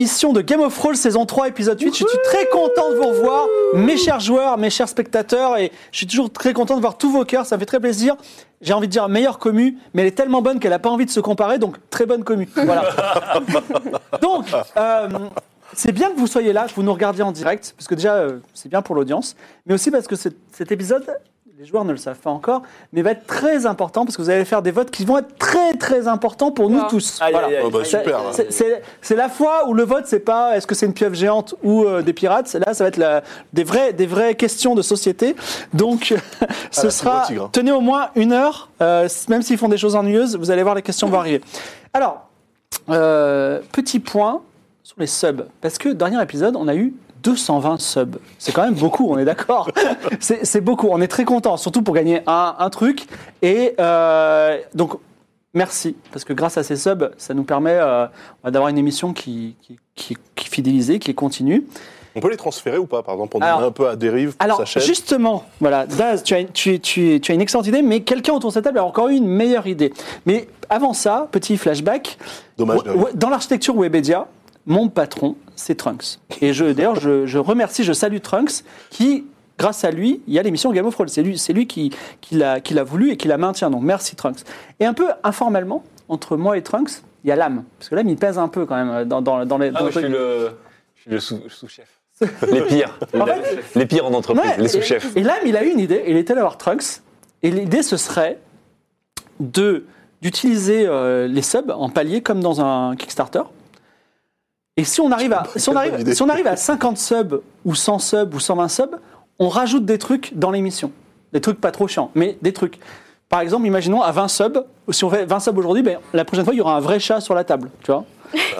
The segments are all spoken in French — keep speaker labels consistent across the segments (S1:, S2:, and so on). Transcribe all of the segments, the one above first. S1: Mission de Game of Thrones saison 3 épisode 8. Je suis très content de vous revoir, mes chers joueurs, mes chers spectateurs, et je suis toujours très content de voir tous vos cœurs. Ça me fait très plaisir. J'ai envie de dire meilleure commu, mais elle est tellement bonne qu'elle n'a pas envie de se comparer, donc très bonne commu. Voilà. donc, euh, c'est bien que vous soyez là, que vous nous regardiez en direct, parce que déjà, euh, c'est bien pour l'audience, mais aussi parce que cet- cet épisode, les joueurs ne le savent pas encore, mais va être très important, parce que vous allez faire des votes qui vont être très très importants pour nous
S2: Wow.
S1: tous.
S3: Aïe,
S1: Voilà.
S3: aïe, aïe.
S2: Oh, bah,
S1: C'est-
S2: super. hein.
S1: c'est- C'est c'est la fois où le vote, c'est pas est-ce que c'est une pieuvre géante ou euh, des pirates. Là, ça va être la- des, vraies, des vraies questions de société. Donc, ce
S2: la
S1: sera.
S2: Simba Ah, Tigre.
S1: Tenez au moins une heure, euh, même s'ils font des choses ennuyeuses, vous allez voir, les questions vont arriver. Alors, euh, petit point sur les subs. Parce que, dernier épisode, on a eu. 220 subs. C'est quand même beaucoup, on est d'accord. C'est c'est beaucoup, on est très content, surtout pour gagner un, un truc. Et euh, donc, Merci, parce que grâce à ces subs, ça nous permet euh, d'avoir une émission qui, qui, qui, qui est fidélisée, qui est continue.
S2: On peut les transférer ou pas, par exemple, pour
S1: Alors-
S2: donner un peu à dérive pour
S1: Alors,
S2: sa chaîne
S1: justement, voilà, Daz, tu as, une- tu, tu- tu as une excellente idée, mais quelqu'un autour de cette table a encore eu une meilleure idée. Mais avant ça, petit flashback.
S2: Dommage.
S1: Ouais, ouais, Dans l'architecture Webedia, mon patron, c'est Trunks. Et je, d'ailleurs, je, je remercie, je salue Trunks, qui, grâce à lui, il y a l'émission Game of Thrones. C'est lui, c'est lui qui, qui, l'a, qui l'a voulu et qui la maintient. Donc merci Trunks. Et un peu informellement, entre moi et Trunks, il y a l'âme. Parce que l'âme, il pèse un peu quand même euh, dans, dans, dans les.
S3: Ah,
S1: dans
S3: moi,
S1: le
S3: je suis
S1: truc.
S3: le, je suis le sous- sous-chef. les pires. les pires en entreprise,
S1: Ouais,
S3: les
S1: et-
S3: sous-chefs.
S1: Et l'âme, il a eu une idée. Il était allé voir Trunks. Et l'idée, ce serait de, d'utiliser euh, les subs en palier comme dans un Kickstarter. Et si on arrive à, si on
S2: Quelle
S1: arrive,
S2: bonne idée.
S1: si on arrive à 50 subs ou 100 subs ou 120 subs, on rajoute des trucs dans l'émission. Des trucs pas trop chiants, mais des trucs. Par exemple, imaginons à 20 subs, si on fait 20 subs aujourd'hui, ben, la prochaine fois, il y aura un vrai chat sur la table, tu vois.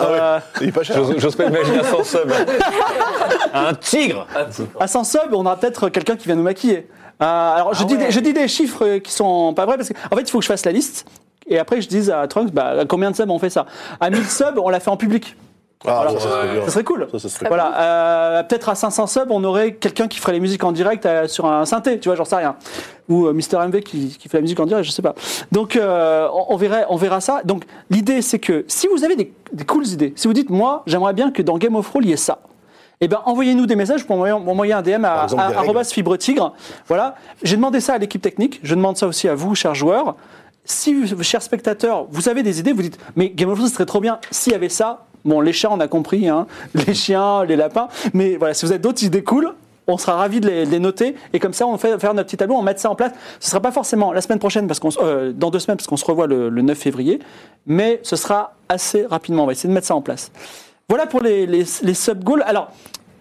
S1: Euh,
S2: Il est pas cher.
S3: J'ose j'ose pas imaginer un sans sub. Un tigre
S1: À 100 subs, on aura peut-être quelqu'un qui vient nous maquiller. Euh, alors, je, dis des, je dis des chiffres euh, qui sont pas vrais parce qu'en fait, il faut que je fasse la liste. Et après, je dis à Trunks, bah, à combien de subs on fait ça À 1000 subs, on l'a fait en public.
S2: Ah,
S1: Alors,
S2: ça, ça serait bien.
S1: Ça serait cool.
S2: Ça, ça serait
S1: voilà. euh, peut-être à 500 subs, on aurait quelqu'un qui ferait les musiques en direct euh, sur un synthé, tu vois, j'en sais rien. Ou euh, Mister MV qui, qui fait la musique en direct, je sais pas. Donc, euh, on, on verra, on verra ça. Donc, l'idée, c'est que si vous avez des, des cools idées, si vous dites, moi, j'aimerais bien que dans Game of Thrones, il y ait ça. Eh ben, envoyez-nous des messages pour envoyer, envoyer un DM à,
S2: Par exemple, des
S1: à-
S2: règles.
S1: arobase fibretigre. Voilà. J'ai demandé ça à l'équipe technique. Je demande ça aussi à vous, chers joueurs. Si, vous, chers spectateurs, vous avez des idées, vous dites, mais Game of Thrones, ce serait trop bien s'il y avait ça. Bon, les chats, on a compris, hein. les chiens, les lapins. Mais voilà, si vous avez d'autres idées cool, on sera ravis de les, de les noter. Et comme ça, on fait faire notre petit tableau, on met ça en place. Ce sera pas forcément la semaine prochaine, parce qu'on, se- euh, dans deux semaines, parce qu'on se revoit le, le 9 février. Mais ce sera assez rapidement. On va essayer de mettre ça en place. Voilà pour les, les, les sub-goals. Alors,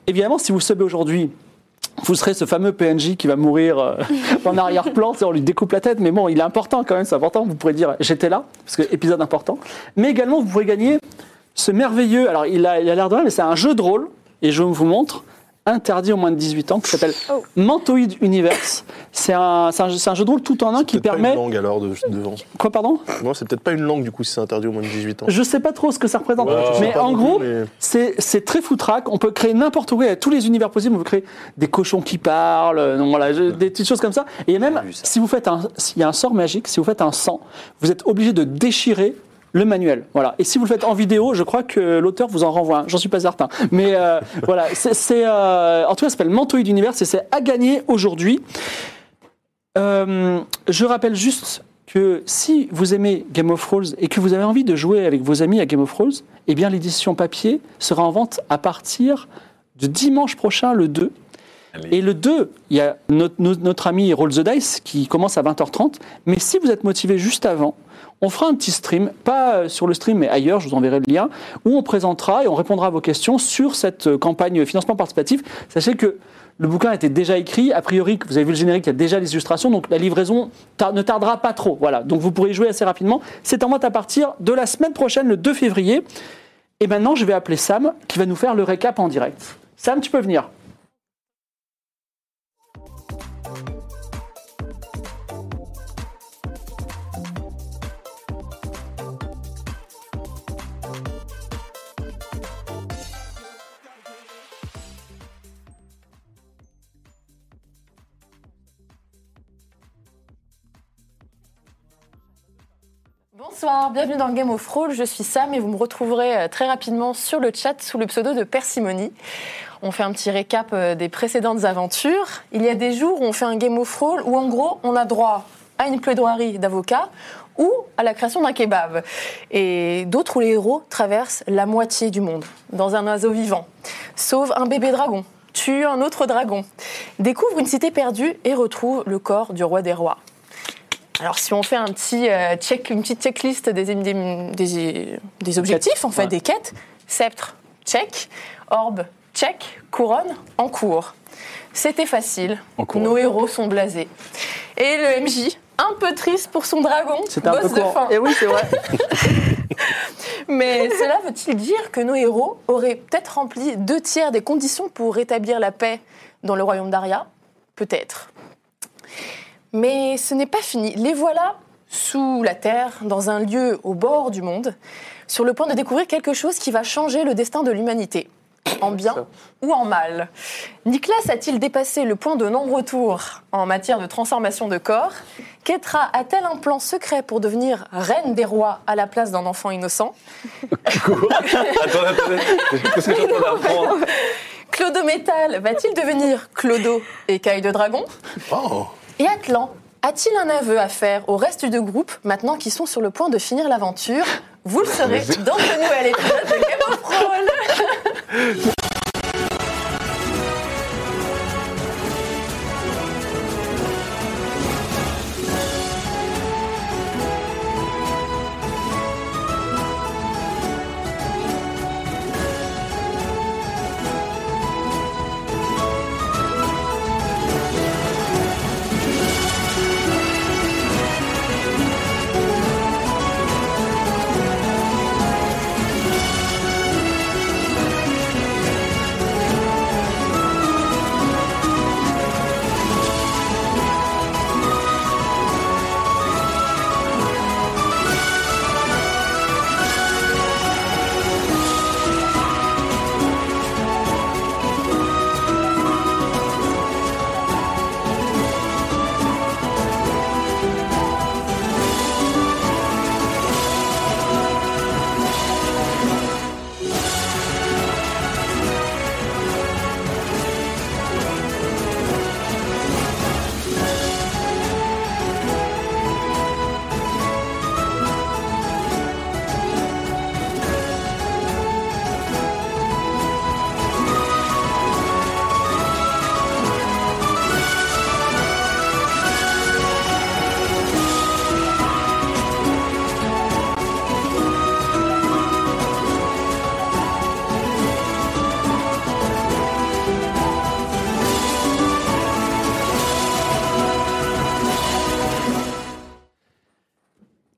S1: évidemment, si vous subez aujourd'hui, vous serez ce fameux PNJ qui va mourir euh, en arrière-plan, tu sais, on lui découpe la tête, mais bon, il est important quand même, c'est important. Vous pourrez dire j'étais là, parce que épisode important. Mais également, vous pourrez gagner ce merveilleux. Alors, il a il a l'air de rien, mais c'est un jeu de rôle, et je vous montre, interdit aux moins de 18 ans, qui s'appelle
S2: Oh.
S1: Mantoid Universe. C'est un, c'est un jeu- c'est un jeu de rôle tout en un qui
S2: Peut-être pas
S1: permet.
S2: une langue alors de, devant.
S1: Quoi, pardon
S2: Non, c'est peut-être pas une langue du coup si c'est interdit au moins de 18 ans.
S1: Je sais pas trop ce que ça représente,
S2: Ouais, je sais
S1: mais
S2: pas
S1: en
S2: non plus,
S1: gros.
S2: mais-
S1: C'est c'est très foutraque. On peut créer n'importe où, il y a tous les univers possibles. On peut créer des cochons qui parlent, euh, non, voilà, je- des petites choses comme ça. Et même,
S3: vu ça.
S1: si vous faites un, s'il y a un sort magique, si vous faites un sang, vous êtes obligé de déchirer le manuel. Voilà. Et si vous le faites en vidéo, je crois que l'auteur vous en renvoie. un. J'en suis pas certain. Mais euh, voilà, c'est c'est, euh, en tout cas, ça s'appelle Mantoï d'univers et c'est à gagner aujourd'hui. Euh, je rappelle juste que si vous aimez Game of Thrones et que vous avez envie de jouer avec vos amis à Game of Thrones, eh bien l'édition papier sera en vente à partir de dimanche prochain, le 2.
S3: Allez.
S1: Et le 2, il y a notre, notre- notre ami Roll the Dice qui commence à 20h30. Mais si vous êtes motivé juste avant, on fera un petit stream, pas euh, sur le stream, mais ailleurs, je vous enverrai le lien, où on présentera et on répondra à vos questions sur cette euh, campagne financement participatif. Sachez que Le bouquin était déjà écrit. A priori, vous avez vu le générique, il y a déjà les illustrations. Donc la livraison tar- ne tardera pas trop. Voilà. Donc vous pourrez y jouer assez rapidement. C'est en vente à partir de la semaine prochaine, le 2 février. Et maintenant, je vais appeler Sam qui va nous faire le récap en direct. Sam, tu peux venir.
S4: Bonsoir, bienvenue dans Game of Roll. Je suis Sam et vous me retrouverez euh, très rapidement sur le chat sous le pseudo de Persimony. On fait un petit récap euh, des précédentes aventures. Il y a des jours où on fait un Game of Roll où en gros on a droit à une plaidoirie d'avocat ou à la création d'un kebab. Et d'autres où les héros traversent la moitié du monde dans un oiseau vivant, sauvent un bébé dragon, tuent un autre dragon, découvrent une cité perdue et retrouvent le corps du roi des rois. Alors, si on fait un petit, euh, check, une petite checklist des, des, des- des objectifs, en fait,
S1: Ouais.
S4: des quêtes, sceptre, check, orbe, check, couronne, en cours. C'était facile.
S3: En cours.
S4: Nos héros sont blasés. Et le MJ, un peu triste pour son dragon,
S1: C'était un peu
S4: boss de
S1: court.
S4: fin.
S1: Et oui, c'est vrai.
S4: Mais cela veut-il dire que nos héros auraient peut-être rempli deux tiers des conditions pour rétablir la paix dans le royaume d'Aria Peut-être. Mais ce n'est pas fini. Les voilà sous la terre, dans un lieu au bord du monde, sur le point de découvrir quelque chose qui va changer le destin de l'humanité, en bien ou en mal. Nicolas a-t-il dépassé le point de non-retour en matière de transformation de corps Ketra a-t-elle un plan secret pour devenir reine des rois à la place d'un enfant innocent
S3: Attends, attendez. Qu'est-ce que je suis en train d'apprendre
S4: Clodo Métal va-t-il devenir Clodo écaille de dragon
S2: Oh
S4: Et Atlan a-t-il un aveu à faire au reste du groupe maintenant qu'ils sont sur le point de finir l'aventure Vous le saurez dans ce nouvel épisode de Game of Thrones.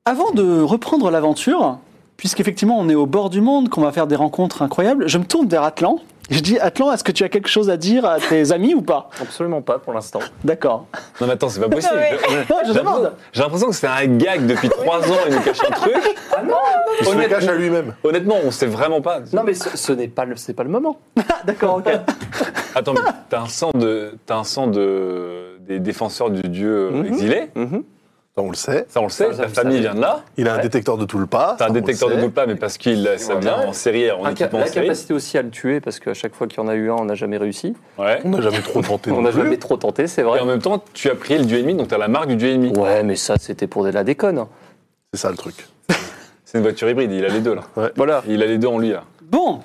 S1: Avant de reprendre l'aventure, puisqu'effectivement on est au bord du monde, qu'on va faire des rencontres incroyables, je me tourne vers Atlan. Je dis Atlan, est-ce que tu as quelque chose à dire à tes amis ou pas
S5: Absolument pas pour l'instant.
S1: D'accord.
S3: Non, mais attends, c'est pas possible.
S4: Ouais.
S3: J'ai-
S1: Non, je
S3: j'ai
S1: demande.
S3: l'impression- J'ai l'impression que c'est un gag depuis trois ans et nous cache un truc.
S2: Il se le
S3: Honnêtement-
S2: cache à lui-même.
S3: Honnêtement, on sait vraiment pas.
S5: Non, mais ce, ce n'est pas le, c'est pas le moment.
S1: D'accord, ok.
S3: Attends, mais t'as un sang de, t'as un sang de des défenseurs du dieu
S5: Mhm.
S3: exilé.
S2: Ça, on le sait.
S3: Ça, on le sait.
S5: Ça, ça,
S3: Ta
S5: ça,
S3: famille
S5: ça.
S3: vient de là.
S2: Il a un
S5: Ouais.
S2: détecteur de tout le pas. ça,
S3: T'as un
S2: on le
S3: détecteur de
S2: sait.
S3: Gopa, mais parce qu'il ça
S5: Ouais.
S3: vient en série, en
S5: Un ca-
S3: équipement en
S5: la
S3: série.
S5: capacité aussi à le tuer, parce qu'à chaque fois qu'il y en a eu un, on n'a jamais réussi.
S3: Ouais.
S2: On n'a jamais trop tenté.
S5: on
S2: non
S5: n'a
S2: plus.
S5: jamais trop tenté, c'est
S3: Et
S5: vrai.
S3: en même temps, tu as prié le dieu ennemi, donc t'as la marque du dieu ennemi.
S5: Ouais, mais ça, c'était pour de la déconne.
S2: C'est ça le truc.
S3: C'est une voiture hybride. Il a les deux là.
S5: Voilà.
S3: Il a les deux en lui là.
S1: Bon.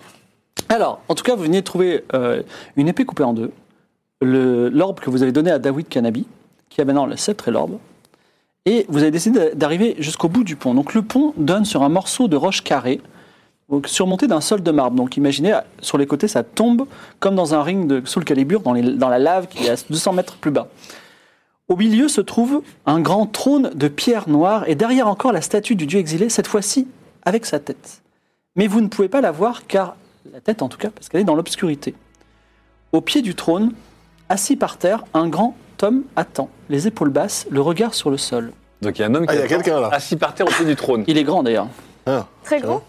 S1: Alors, en tout cas, vous venez de trouver euh, une épée coupée en deux, le- l'orbe que vous avez donné à Dawid Kanabi, qui a maintenant le sceptre et l'orbe, et vous avez décidé d'a- d'arriver jusqu'au bout du pont. Donc le pont donne sur un morceau de roche carrée donc surmonté d'un sol de marbre. Donc imaginez, à- sur les côtés, ça tombe comme dans un ring de Soul Calibur, dans, les- dans la lave qui est à 200 mètres plus bas. Au milieu se trouve un grand trône de pierre noire et derrière encore la statue du dieu exilé, cette fois-ci avec sa tête. Mais vous ne pouvez pas la voir car, la tête en tout cas, parce qu'elle est dans l'obscurité. Au pied du trône, assis par terre, un grand homme attend, les épaules basses, le regard sur le sol.
S3: Donc il y a un homme
S2: Ah,
S3: qui
S2: il y a
S3: attend,
S2: quelqu'un là.
S3: assis par terre au pied du trône.
S1: Il est grand d'ailleurs.
S2: Ah.
S4: Très gros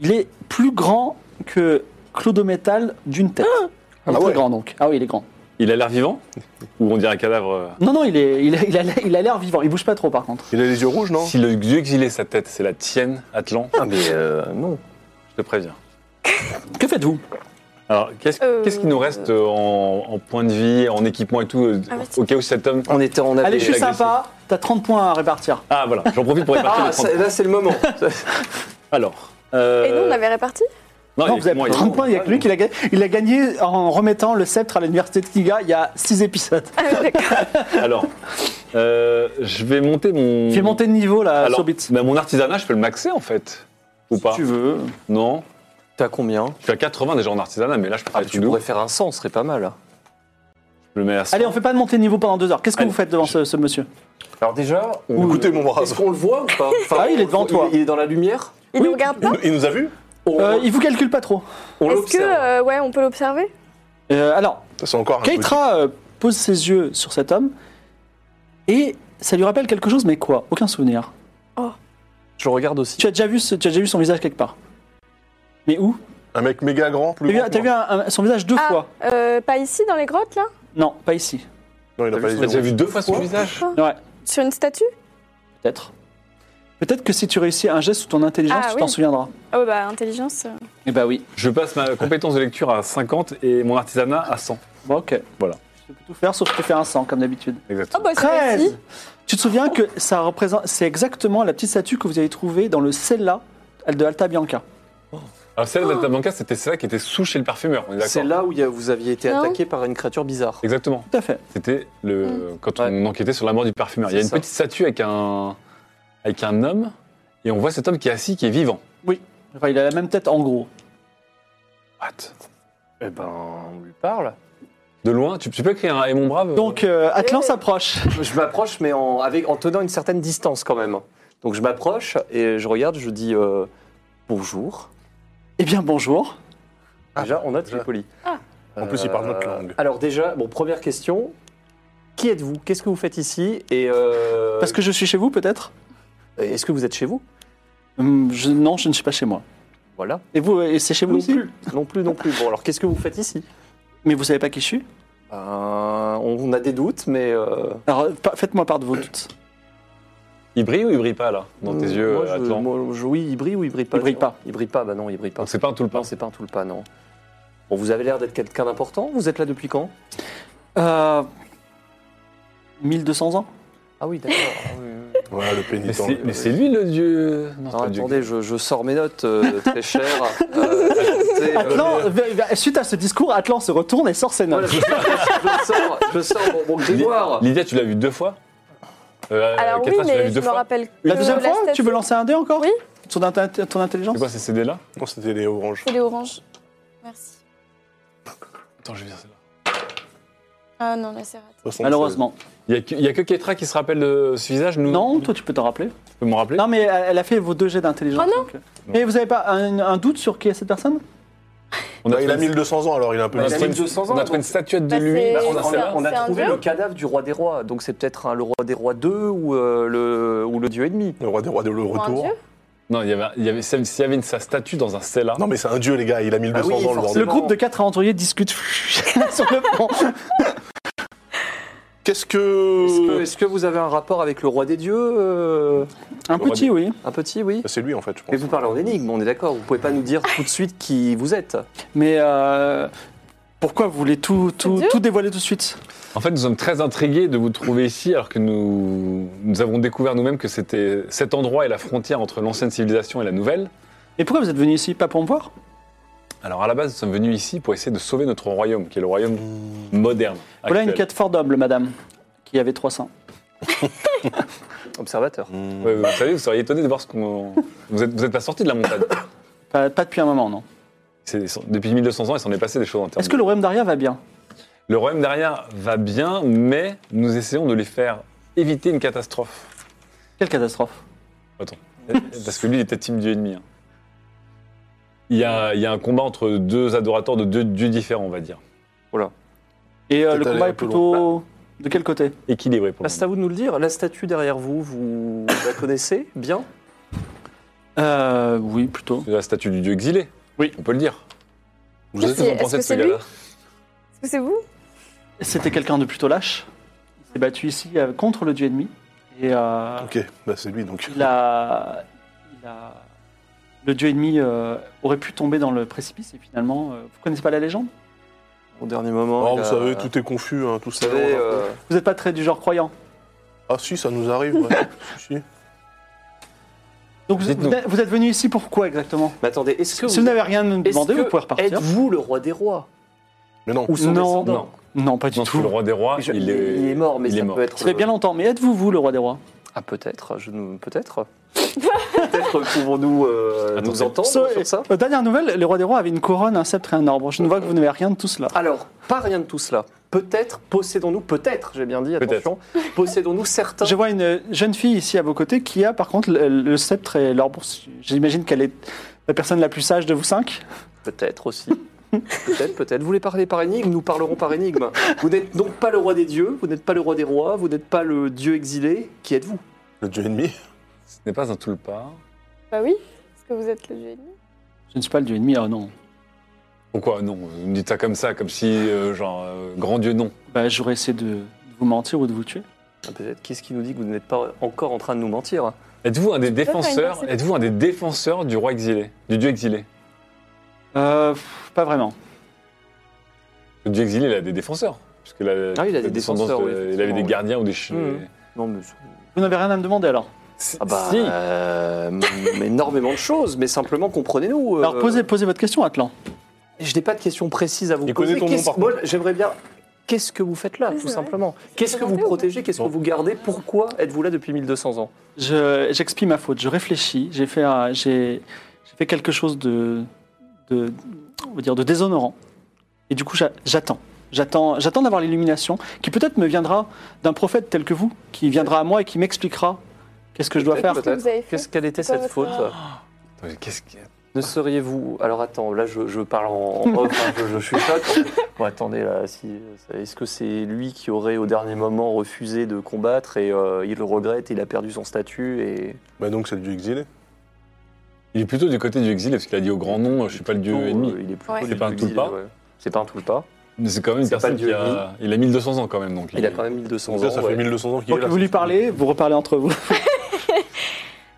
S1: Il est plus grand que Clodométal d'une tête. Il est
S2: Ah
S1: très
S2: ouais.
S1: grand donc. Ah oui, il est grand.
S3: Il a l'air vivant Ou on dirait un cadavre euh,
S1: Non, non, il, est, il, a, il a l'air- il a l'air vivant. Il bouge pas trop par contre.
S2: Il a les yeux rouges, non
S3: Si le dieu exilé, sa tête, c'est la tienne, Atlan,
S5: Ah, mais euh, non.
S3: je te préviens.
S1: Que faites-vous
S3: Alors, qu'est-ce
S4: Euh,
S3: qu'est-ce qui nous reste euh, en, en point de vie, en équipement et tout, euh,
S4: Ah, mais tu-
S3: au cas où cet homme.
S5: On était, on avait.
S1: Allez, je suis
S3: agressif.
S1: sympa. T'as 30 points à répartir.
S3: Ah voilà, j'en profite pour répartir
S5: Ah,
S3: les 30.
S5: c'est- là c'est le moment.
S3: Alors. euh,
S6: Et nous, on avait réparti
S3: non,
S1: non, vous avez
S3: évidemment,
S1: pas 30 points. Il y a que lui qui l'a gagné. Il a gagné en remettant le sceptre à l'université de Kiga il y a 6 épisodes.
S3: Alors, euh, je vais monter mon.
S1: Fais monter de niveau là,
S3: Alors,
S1: Sobit.
S3: bah, mon artisanat, je peux le maxer en fait. Ou pas
S1: Si tu veux.
S3: Non.
S5: T'as combien
S3: Je suis à 80 déjà en artisanat, mais là je peux
S5: Ah,
S3: pas
S5: mais
S3: être
S5: tu pourrais faire un 100, ce serait pas mal.
S3: Je le mets à 100.
S1: Allez, on fait pas de montée de niveau pendant 2 heures. Qu'est-ce que
S3: Allez.
S1: vous faites devant ce, ce monsieur
S5: Alors déjà, on-
S2: Écoutez mon bras.
S5: est-ce qu'on le voit ou pas Enfin,
S1: Ah, il est
S5: on-
S1: devant
S5: il-
S1: toi.
S5: Il est dans la lumière.
S6: Il nous regarde pas
S2: Il- Il nous a vus
S5: On,
S1: euh, Il vous calcule pas trop.
S5: on
S6: Est-ce que,
S5: l'observe.
S6: euh, ouais, on peut l'observer
S1: Euh, alors,
S2: C'est encore un
S1: Keitra euh, pose ses yeux sur cet homme et ça lui rappelle quelque chose, mais quoi Aucun souvenir.
S5: Je le regarde aussi.
S1: Tu as déjà vu, ce- tu as déjà vu son visage quelque part. Mais où
S2: petit- Un mec méga grand, plus
S1: T'as vu,
S2: grand. que
S1: t'as vu
S2: moi.
S1: un- un- son visage deux fois
S6: Ah, euh, pas ici, dans les grottes, là
S1: Non, pas ici.
S2: Non, il a
S3: T'as
S2: pas
S3: vu-
S2: les
S3: t'as
S2: yeux
S3: déjà vu
S2: rouges.
S3: deux fois son visage
S6: Ah.
S1: Ouais,
S6: Sur une statue
S1: peut-être. Peut-être que si tu réussis un geste sous ton intelligence,
S6: Ah,
S1: tu
S6: oui.
S1: t'en souviendras.
S6: Oh, bah, intelligence. euh.
S1: Eh bah oui.
S3: Je passe ma compétence de lecture à 50 et mon artisanat à 100.
S1: Bon, ok.
S3: Voilà.
S1: Je peux tout faire sauf que je te fais un sang, comme d'habitude.
S6: Oh,
S4: Ah
S3: Exactement.
S6: bah, c'est pas ici.
S1: Tu te souviens que ça représente. C'est exactement la petite statue que vous avez trouvée dans le cella de Alta Bianca. bah.
S3: Alors celle de
S1: Ah.
S3: Tabanka, c'était celle qui était sous chez le parfumeur, on est d'accord
S5: C'est là où il y a- vous aviez été
S6: Non.
S5: attaqué par une créature bizarre.
S3: Exactement.
S1: Tout à fait.
S3: C'était le
S1: Mmh.
S3: quand on enquêtait sur la mort du parfumeur. Il y a
S5: C'est
S3: une
S5: ça.
S3: petite statue avec un avec un homme et on voit cet homme qui est assis, qui est vivant.
S1: Enfin, il a la même tête en gros.
S3: What
S5: Eh ben, on lui parle.
S3: De loin, tu, tu peux écrire un et mon brave
S1: Donc, euh, Atlan s'approche.
S5: Je m'approche, mais en, avec, en tenant une certaine distance quand même. Donc je m'approche et je regarde, je dis euh, bonjour.
S1: Eh bien, bonjour.
S5: Déjà, on note qu'il
S2: déjà.
S5: est poli.
S2: En plus, il parle notre langue.
S5: Euh, Alors déjà, bon, première question. Qui êtes-vous Qu'est-ce que vous faites ici Et euh,
S1: Parce que je suis chez vous, peut-être
S5: est-ce que vous êtes chez vous
S1: Hum, je- Non, je ne suis pas chez moi.
S5: Voilà.
S1: Et vous, et c'est chez vous
S5: non
S1: aussi
S5: plus. Non plus, non plus. Bon, alors qu'est-ce que vous faites ici
S1: Mais vous savez pas qui je suis
S5: Ben, On a des doutes, mais euh,
S1: Alors, pa- faites-moi part de vos doutes.
S3: il brille ou il brille pas là dans tes
S5: euh,
S3: yeux
S5: moi, je-
S3: Atlan
S5: moi, je- oui, il brille ou il brille pas
S1: Il brille pas.
S5: Il brille pas. Bah non, il brille pas.
S3: Donc c'est pas un tout le pain.
S5: Non, c'est pas un tout le pas, non. Bon, vous avez l'air d'être quelqu'un d'important. Vous êtes là depuis quand
S1: Euh, 1200 ans
S5: Ah oui, d'accord.
S2: Voilà, le
S3: Mais
S2: pénitent.
S3: c'est, mais c'est lui le dieu. Non, c'est
S5: Non,
S3: pas le dieu.
S5: attendez, je, je sors mes notes euh, très chères. Euh, c'est, euh,
S1: Atlan, ver- ver- suite à ce discours, Atlan se retourne et sort ses
S5: voilà,
S1: notes.
S5: je, je sors, je sors mon, mon grimoire.
S3: Lydia, tu l'as vu deux fois Euh,
S6: Alors, oui,
S3: Catherine, tu l'as
S6: mais
S3: vu
S6: je
S3: deux
S6: me
S3: fois
S6: rappelle que
S1: La deuxième fois,
S6: statue,
S1: tu veux lancer un dé encore
S6: Oui.
S1: Ton, int- ton intelligence
S3: C'est quoi ces CD là
S2: Non, c'était les oranges.
S6: C'est les oranges. Merci.
S3: Attends, je vais dire celle-là.
S6: Ah non, là, c'est raté.
S2: 76.
S1: Malheureusement.
S3: Il y a que- il y a, que Ketra qui se rappelle de ce visage nous,
S1: Non, toi tu peux t'en rappeler.
S3: Tu peux me rappeler
S1: Non, mais elle elle a fait vos deux jets d'intelligence.
S6: Oh non.
S1: donc, euh. Mais vous avez pas un, un doute sur qui est cette personne
S3: on
S2: Bah, il a
S3: trouvé-
S2: 1200 ans, alors il est un peu...
S3: on a
S5: il a
S3: trouvé une-
S5: 1200 ans,
S3: On a
S5: donc.
S3: trouvé une statuette de
S6: Bah,
S3: lui.
S6: c'est-
S3: Bah,
S5: On a, on a- on a
S6: C'est un
S5: trouvé
S6: dieu
S5: le cadavre du roi des rois, donc c'est peut-être un- le roi des rois 2 ou, euh, le, ou le dieu ennemi.
S2: Le roi des rois de le
S6: Pour un
S2: retour.
S6: dieu
S3: Non, il y avait, il y avait, s'il y avait une, sa statue dans un cella.
S2: Non, mais c'est un dieu, les gars. Il a 1200
S5: Ah oui,
S2: ans, le
S5: forcément.
S2: bordel.
S1: Le groupe de quatre aventuriers discute sur le pont.
S2: Qu'est-ce
S5: Est-ce que,
S2: que...
S5: est-ce que vous avez un rapport avec le roi des dieux euh,
S1: Un petit, oui.
S5: Un petit, oui.
S2: Bah, C'est lui, en fait, je pense.
S5: Mais vous parlez en énigme, on est d'accord. Vous pouvez pas nous dire tout de suite qui vous êtes.
S1: Mais euh, pourquoi vous voulez tout, tout,
S6: Dieu
S1: tout dévoiler tout de suite
S3: En fait, nous sommes très intrigués de vous trouver ici, alors que nous, nous avons découvert nous-mêmes que c'était cet endroit est la frontière entre l'ancienne civilisation et la nouvelle.
S1: Et pourquoi vous êtes venu ici Pas pour me voir
S3: Alors à la base, nous sommes venus ici pour essayer de sauver notre royaume, qui est le royaume moderne.
S1: Hmm. Voilà une
S3: actuel.
S1: quête fort noble, madame, qui avait 300.
S5: Observateur. Hmm.
S3: Ouais, vous savez, vous seriez étonné de voir ce qu'on. Vous n'êtes vous êtes pas sorti de la montagne.
S1: Pas, pas depuis un moment, non.
S3: C'est- Depuis 1200 ans, il s'en est passé des choses en termes
S1: Est-ce que le royaume d'Aria va bien
S3: Le royaume d'Aria va bien, mais nous essayons de les faire éviter une catastrophe.
S1: Quelle catastrophe
S3: Parce que lui, il était team dieu ennemi. hein. Il, y a, il y a un combat entre deux adorateurs de deux dieux différents, on va dire.
S1: Et euh, le
S2: Peut-être aller
S1: combat
S2: un
S1: est
S2: peu
S1: plutôt. De quel côté
S3: Équilibré pour
S5: Bah,
S3: le
S5: c'est à vous de nous le dire. La statue derrière vous, vous la connaissez bien
S1: euh, Oui, plutôt.
S3: moment. C'est la statue du dieu exilé.
S1: Oui.
S3: On peut le dire. Vous
S6: Ça,
S3: savez ce
S6: c'est-
S3: que vous en pensez
S6: est-ce que
S3: de ce
S6: c'est lui
S3: gars-là
S6: Est-ce que c'est vous
S1: C'était quelqu'un de plutôt lâche. Il s'est battu ici euh, contre le dieu ennemi. Et euh,
S2: Ok, bah c'est lui donc.
S1: il, a, il a- Le dieu ennemi euh, aurait pu tomber dans le précipice et finalement. euh, vous connaissez pas la légende
S5: Au dernier moment.
S2: Oh,
S5: il
S2: vous
S5: a-
S2: savez, tout est confus, hein, tout
S5: euh, Vous
S2: ça. on
S5: savez,
S2: a-
S5: euh,
S1: Vous n'êtes pas très du genre croyant.
S2: Ah si, ça nous arrive. ouais. Si, si.
S1: Donc vous,
S3: Dites-nous.
S1: vous êtes- vous êtes venu ici pour quoi exactement
S5: Mais attendez, est-ce que
S1: Si vous n'avez rien à me
S5: est-ce
S1: demander,
S5: que
S1: vous pouvez repartir.
S5: Êtes-vous le roi des rois
S2: Mais non.
S5: ou son
S1: Non.
S5: descendant
S3: Non.
S1: Non, pas du
S3: Non, c'est le
S1: tout.
S3: roi des rois.
S5: Je-
S3: Ah, il, est...
S5: mort, mais
S3: il
S5: ça
S3: est mort.
S5: peut être.
S1: Ça fait bien longtemps. Mais êtes-vous vous le roi des rois
S5: Ah, peut-être. Je ne... Peut-être. peut-être pouvons-nous euh,
S3: Attends,
S5: nous
S3: c'est-
S5: entendre
S1: So-
S5: sur ça
S1: Aux dernières nouvelles, Euh, les rois des rois avaient une couronne, un sceptre et un arbre. Je ne vois que vous n'avez rien de tout cela.
S5: Alors, pas rien de tout cela. Peut-être possédons-nous, peut-être, j'ai bien dit,
S3: Peut-être.
S5: attention, possédons-nous certains.
S1: Je vois une jeune fille ici à vos côtés qui a par contre le, le sceptre et l'arbre. J'imagine qu'elle est la personne la plus sage de vous cinq.
S5: Peut-être aussi. peut-être, peut-être. Vous voulez parler par énigme Nous parlerons par énigme. Vous n'êtes donc pas le roi des dieux, vous n'êtes pas le roi des rois, vous n'êtes pas le dieu exilé. Qui êtes-vous
S2: Le dieu ennemi.
S3: Ce n'est pas un tout le pas.
S6: Bah oui, parce que vous êtes le dieu ennemi.
S1: Je ne suis pas le dieu ennemi, oh non.
S3: Pourquoi Non, vous me dites ça comme ça, comme si, euh, genre, euh, grand dieu, non.
S1: Bah, j'aurais essayé de vous mentir ou de vous tuer.
S5: Ah, Peut-être. Qu'est-ce qui nous dit que vous n'êtes pas encore en train de nous mentir
S3: Êtes-vous un des
S6: pas une
S3: défenseurs
S6: perception.
S3: Êtes-vous un des défenseurs du roi exilé, du dieu exilé
S1: Euh, pff, pas vraiment.
S3: Le dieu exilé, il a des défenseurs. Puisque la,
S5: Ah, il a
S3: la
S5: des
S3: descendance
S5: défenseurs,
S3: de-
S5: oui,
S3: il avait
S5: effectivement,
S3: des
S5: oui.
S3: gardiens ou des chiens.
S5: Mhm. Non, mais.
S1: Vous n'avez rien à me demander alors.
S3: Si-
S5: Ah bah.
S3: si.
S5: euh, m- énormément de choses, mais simplement comprenez-nous. euh,
S1: Alors posez, posez votre question, Atlan.
S5: Je n'ai pas de questions précises à vous
S2: Il
S5: poser.
S2: connaît ton nom,
S5: Qu'est-ce-
S2: par
S5: moi, J'aimerais bien. Qu'est-ce que vous faites là,
S6: Oui,
S5: tout
S6: c'est vrai.
S5: simplement Qu'est-ce que vous
S6: présenté ou pas
S5: protégez Qu'est-ce que
S2: Bon.
S5: vous gardez Pourquoi êtes-vous là depuis 1200 ans
S1: Je- J'expie ma faute, je réfléchis, j'ai fait, un- j'ai j'ai fait quelque chose de, de, on va dire, de déshonorant. Et du coup, j'a- j'attends. J'attends j'attends d'avoir l'illumination qui peut-être me viendra d'un prophète tel que vous, qui viendra à moi et qui m'expliquera qu'est-ce que je dois faire.
S6: Qu'est-ce que vous avez fait
S5: Qu'est-ce qu'elle était
S6: C'est quoi
S5: cette faute
S6: votre
S3: Attends, mais Qu'est-ce qu'il y a
S5: Ne seriez-vous. Alors attends, là je, je parle en en off, hein, je, je suis choc. Bon, attendez, là, si, est-ce que c'est lui qui aurait au dernier moment refusé de combattre et euh, il le regrette, il a perdu son statut et.
S2: Bah donc c'est le dieu exilé.
S3: Il est plutôt du côté du exilé, parce qu'il a dit au grand nom, je suis pas le dieu
S5: plutôt,
S3: ennemi.
S5: euh, Il est plutôt
S6: Ouais.
S5: le
S3: C'est pas un
S5: dieu
S3: tulpa
S5: exilé, ouais. C'est pas un tulpa.
S3: Mais c'est quand même une
S5: c'est pas
S3: personne
S5: le dieu
S3: qui a. Il a 1200 ans quand même, donc.
S5: Il a quand même 1200 ans.
S2: Donc là, ça
S5: ouais.
S2: fait 1200 ans qu'il est
S1: Donc
S2: là.
S1: vous lui parlez, vous reparlez entre vous.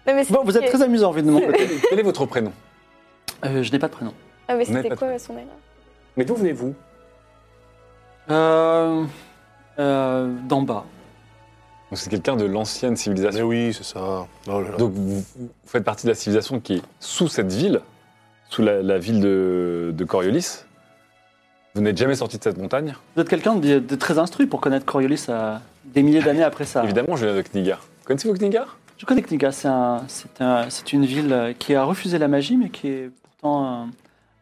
S6: Non, mais c'était-
S1: Bon, vous êtes très amusant, vu de mon côté.
S3: Quel est votre prénom
S1: Euh, je n'ai pas de prénom.
S6: Ah, mais
S3: Mais
S6: c'était
S3: pas
S6: quoi son erreur
S5: Mais d'où venez-vous
S1: Euh, euh, D'en bas.
S3: Donc c'est quelqu'un de l'ancienne civilisation.
S2: Bah, Mais oui, c'est ça. Oh là là.
S3: Donc vous, vous faites partie de la civilisation qui est sous cette ville, sous la, la ville de, de Coriolis. Vous n'êtes jamais sorti de cette montagne.
S1: Vous êtes quelqu'un de, de très instruit pour connaître Coriolis à des milliers d'années après
S2: Ah.
S1: ça.
S3: Évidemment, je viens de Knigar. Connaissez-vous Knigar
S1: Je connais Kniga, c'est un- c'est un- c'est une ville euh, qui a refusé la magie, mais qui est pourtant un,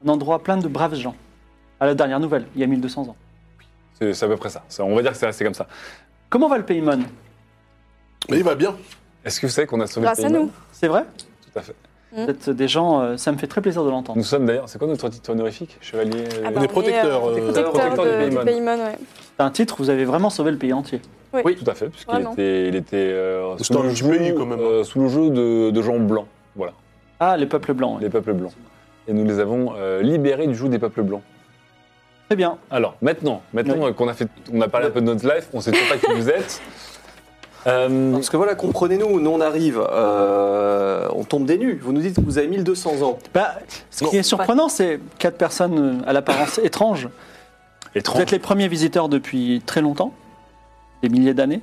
S1: un endroit plein de braves gens. À la dernière nouvelle, il y a 1200 ans.
S3: C'est c'est à peu près ça. Ça, On va dire que c'est resté comme ça.
S1: Comment va le Paymon
S2: Mais il va bien.
S3: Est-ce que vous savez qu'on a sauvé
S6: Grâce
S3: le
S6: à
S3: Pays-Bas
S6: nous.
S1: C'est vrai
S3: Tout à fait.
S1: Vous êtes des gens, euh, ça me fait très plaisir de l'entendre.
S3: Nous sommes d'ailleurs. C'est quoi notre titre honorifique Chevalier. euh,
S6: Ah
S2: On
S6: bah,
S2: est protecteurs.
S6: on est,
S2: euh,
S6: Protecteur,
S3: protecteur
S6: de-
S3: du
S6: du
S3: Paymon.
S6: Paymon, ouais.
S1: C'est un titre, vous avez vraiment sauvé le pays entier.
S3: Oui, tout à fait, puisqu'il
S6: Vraiment.
S3: était, il était euh,
S2: C'était
S3: sous,
S2: un
S3: le
S2: petit pays,
S3: joug,
S2: quand même. hein.
S3: euh, sous le jeu de, de gens blancs. Voilà,
S1: Ah, les peuples blancs. oui.
S3: les peuples blancs. Et nous les avons euh, libérés du joug des peuples blancs.
S1: Très bien.
S3: Alors, maintenant, maintenant euh, qu'on a, fait, on a parlé un peu de notre life, on sait toujours pas qui vous êtes. Euh,
S5: Parce que voilà, comprenez-nous, nous on arrive, euh, on tombe des nues. Vous nous dites que vous avez 1200 ans.
S1: Bah, ce
S5: Non,
S1: qui est
S5: pas-
S1: surprenant, c'est quatre personnes euh, à l'apparence étrange. Vous
S3: étrange.
S1: êtes les premiers visiteurs depuis très longtemps, des milliers d'années,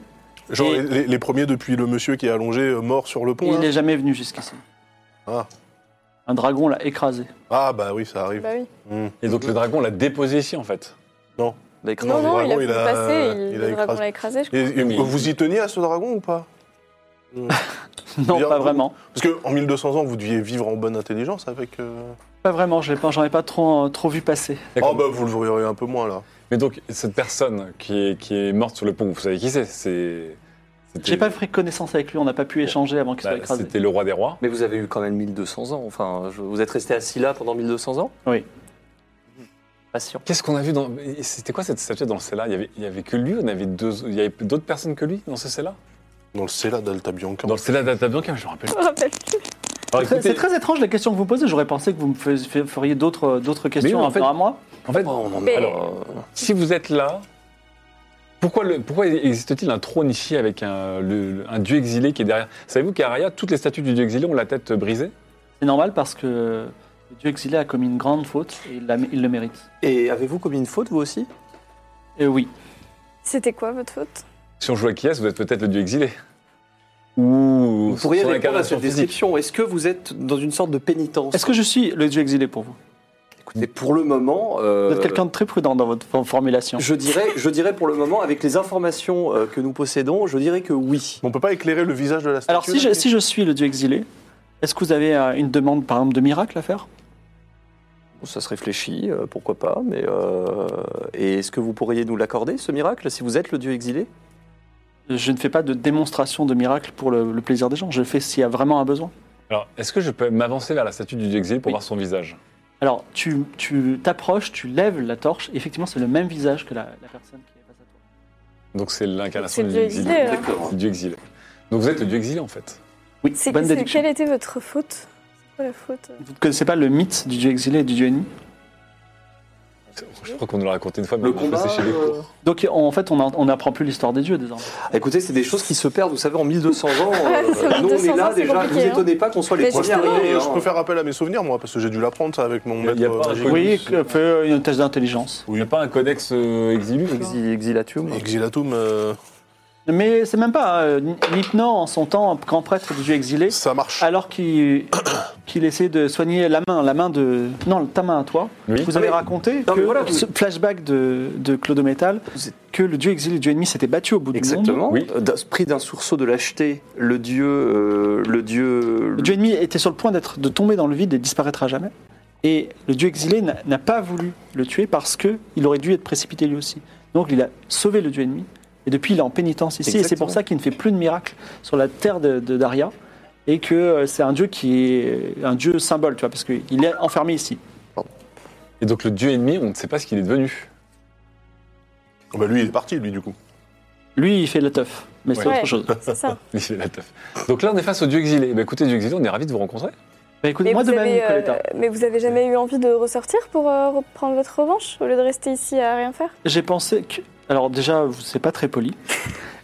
S2: Genre
S1: Et-
S2: les, les premiers depuis le monsieur qui est allongé euh, mort sur le
S1: et
S2: pont.
S1: il
S2: là.
S1: n'est jamais venu jusqu'ici.
S2: Ah.
S1: Un dragon l'a écrasé.
S2: Ah bah oui, ça arrive.
S6: Bah oui.
S2: Hmm.
S3: Et donc le dragon l'a déposé ici en fait.
S1: Oh,
S5: L'écran.
S6: Non,
S2: le
S6: non, il a
S2: dragon,
S6: voulu
S2: il a-
S6: passer, il,
S2: il a
S6: le dragon
S3: Ah
S2: écrasé.
S6: l'a écrasé, je
S2: Et- et
S3: Oui.
S2: vous y teniez à ce dragon ou pas
S1: Non,
S2: Bien,
S1: pas
S2: vous-
S1: vraiment.
S2: Parce que en 1200 ans, vous deviez vivre en bonne intelligence avec. euh,
S1: Pas vraiment, je l'ai pas- j'en ai pas trop, euh, trop vu passer.
S2: Ah
S3: D'accord.
S2: bah vous le verrez un peu moins là.
S3: Mais donc, cette personne qui est, qui est morte sur le pont, vous savez qui c'est C'est. c'était-
S1: J'ai pas pris connaissance avec lui, on n'a pas pu échanger avant qu'il soit
S3: Bah,
S1: écrasé.
S3: C'était le roi des rois.
S5: Mais vous avez eu quand même 1200 ans. Enfin, je- vous êtes resté assis là pendant 1200 ans
S1: Oui.
S5: Patient.
S3: Qu'est-ce qu'on a vu dans. C'était quoi cette statue dans le Cella il y, avait, il y avait que lui on avait deux... Il y avait d'autres personnes que lui dans ce Cella
S2: Dans le Cella d'Alta Bianca.
S3: Dans le Cella d'Atabianca, je me rappelle.
S6: Je me rappelle.
S3: Alors,
S1: C'est très-
S3: écoutez,
S1: C'est très étrange les questions que vous posez, j'aurais pensé que vous me fais- feriez d'autres euh, d'autres questions
S3: oui, en
S1: en fait...
S3: fait-
S1: à moi.
S3: en fait,
S5: Oh, non, non,
S6: Mais-
S3: alors, si vous êtes là, pourquoi, le- pourquoi existe-t-il un trône ici avec un, le- un dieu exilé qui est derrière Savez-vous qu'à Araya, toutes les statues du dieu exilé ont la tête brisée
S1: C'est normal parce que le dieu exilé a commis une grande faute et il, la- il le mérite.
S5: Et avez-vous commis une faute, vous aussi
S1: Et oui,
S6: C'était quoi votre faute
S3: Si on joue à qui est vous êtes peut-être le dieu exilé. Ou
S5: Vous pourriez
S3: son
S5: répondre à
S3: incarnation
S5: cette
S3: physique.
S5: description. Est-ce que vous êtes dans une sorte de pénitence
S1: est-ce que je suis le dieu exilé pour vous
S5: Écoutez, pour le moment, euh,
S1: Vous êtes quelqu'un de très prudent dans votre for- formulation.
S5: je dirais, je dirais pour le moment, avec les informations euh, que nous possédons, je dirais que oui.
S2: On peut pas éclairer le visage de la statue.
S1: Alors si je,
S2: là
S1: si je suis le dieu exilé, est-ce que vous avez euh, une demande par exemple de miracle à faire
S5: Ça se réfléchit, euh, pourquoi pas. Mais euh, et est-ce que vous pourriez nous l'accorder ce miracle si vous êtes le dieu exilé
S1: Je ne fais pas de démonstration de miracle pour le, le plaisir des gens, je le fais s'il y a vraiment un besoin.
S3: Alors, est-ce que je peux m'avancer vers la statue du dieu exilé pour
S1: Oui.
S3: voir son visage
S1: Alors tu tu t'approches, tu lèves la torche, effectivement c'est le même visage que la, la personne qui est face à toi.
S3: Donc c'est l'incarnation du
S6: C'est le
S3: dieu
S6: dieu
S3: exilé.
S6: exilé, hein.
S3: Exactement. Dieu exilé. Donc vous êtes le dieu exilé en fait.
S1: Oui,
S6: C'est-
S1: bonne
S6: c'est-
S1: déduction.
S6: Quelle était votre faute C'est quoi la faute
S1: Vous ne connaissez pas le mythe du dieu exilé et du dieu ennemi
S3: Je crois qu'on nous l'a raconté une fois, mais
S5: Le
S3: on
S1: Bah,
S3: peut
S5: combat.
S3: sécher les
S5: euh,
S3: cours.
S1: Donc en en fait on a- on n'apprend plus l'histoire des dieux désormais.
S5: Écoutez, c'est des choses qui se perdent. Vous savez, en 1200 ans, euh,
S6: c'est vrai,
S5: nous on est
S6: 1200
S5: là
S6: ans, c'est
S5: déjà. Vous
S6: compliqué, hein.
S5: étonnez pas qu'on soit les
S6: Mais
S5: premiers
S6: justement,
S5: arrivés.
S2: Euh,
S5: hein.
S2: je peux faire appel à mes souvenirs moi parce que j'ai dû l'apprendre ça avec mon
S3: Y a-
S2: maître.
S3: y a pas
S2: euh,
S3: un
S2: magique.
S3: Oui,
S1: Oui,
S3: c'est-
S1: que- fais une test d'intelligence.
S3: Il n'y a pas un codex euh, exilé
S5: Exi- Exilatium. hein.
S2: Exilatum, euh,
S1: Mais c'est même pas euh, Nipnan en son temps grand prêtre du dieu exilé.
S2: ça marche.
S1: Alors qu'il qu'il essaie de soigner la main, la main de non ta main à toi.
S3: Oui.
S1: Vous avez
S5: mais-
S1: raconté
S5: Ah Non,
S1: que
S5: mais voilà, vous-
S1: ce flashback de de Clodométal
S5: Vous êtes-
S1: que le dieu exilé et le dieu ennemi s'étaient battus au bout du monde.
S5: Exactement.
S3: Oui.
S5: Euh, d'un- Pris d'un sursaut de lâcheté, le dieu, euh, le dieu,
S1: Le dieu ennemi était sur le point d'être de tomber dans le vide et disparaître à jamais. Et le dieu exilé n'a n'a pas voulu le tuer parce que il aurait dû être précipité lui aussi. Donc il a sauvé le dieu ennemi et depuis il est en pénitence ici et c'est
S5: Exactement.
S1: pour ça qu'il ne fait plus de miracles sur la terre de, de Daria et que euh, c'est un dieu qui est un dieu symbole tu vois parce qu'il est enfermé ici.
S3: Et donc le dieu ennemi, on ne sait pas ce qu'il est devenu.
S2: Bah lui il est parti lui du coup.
S1: Lui il fait de la teuf mais c'est
S6: Ouais.
S1: autre chose.
S6: C'est ça.
S3: Il fait la teuf. Donc là, on est face au dieu exilé. Bah, écoutez, dieu exilé, on est ravis de vous rencontrer.
S1: Bah écoutez, moi de
S6: vous
S1: même,
S6: avez, euh,
S1: Nicoletta.
S6: mais vous avez jamais eu envie de ressortir pour euh, reprendre votre revanche au lieu de rester ici à rien faire
S1: J'ai pensé que. Alors, déjà, vous- c'est pas très poli.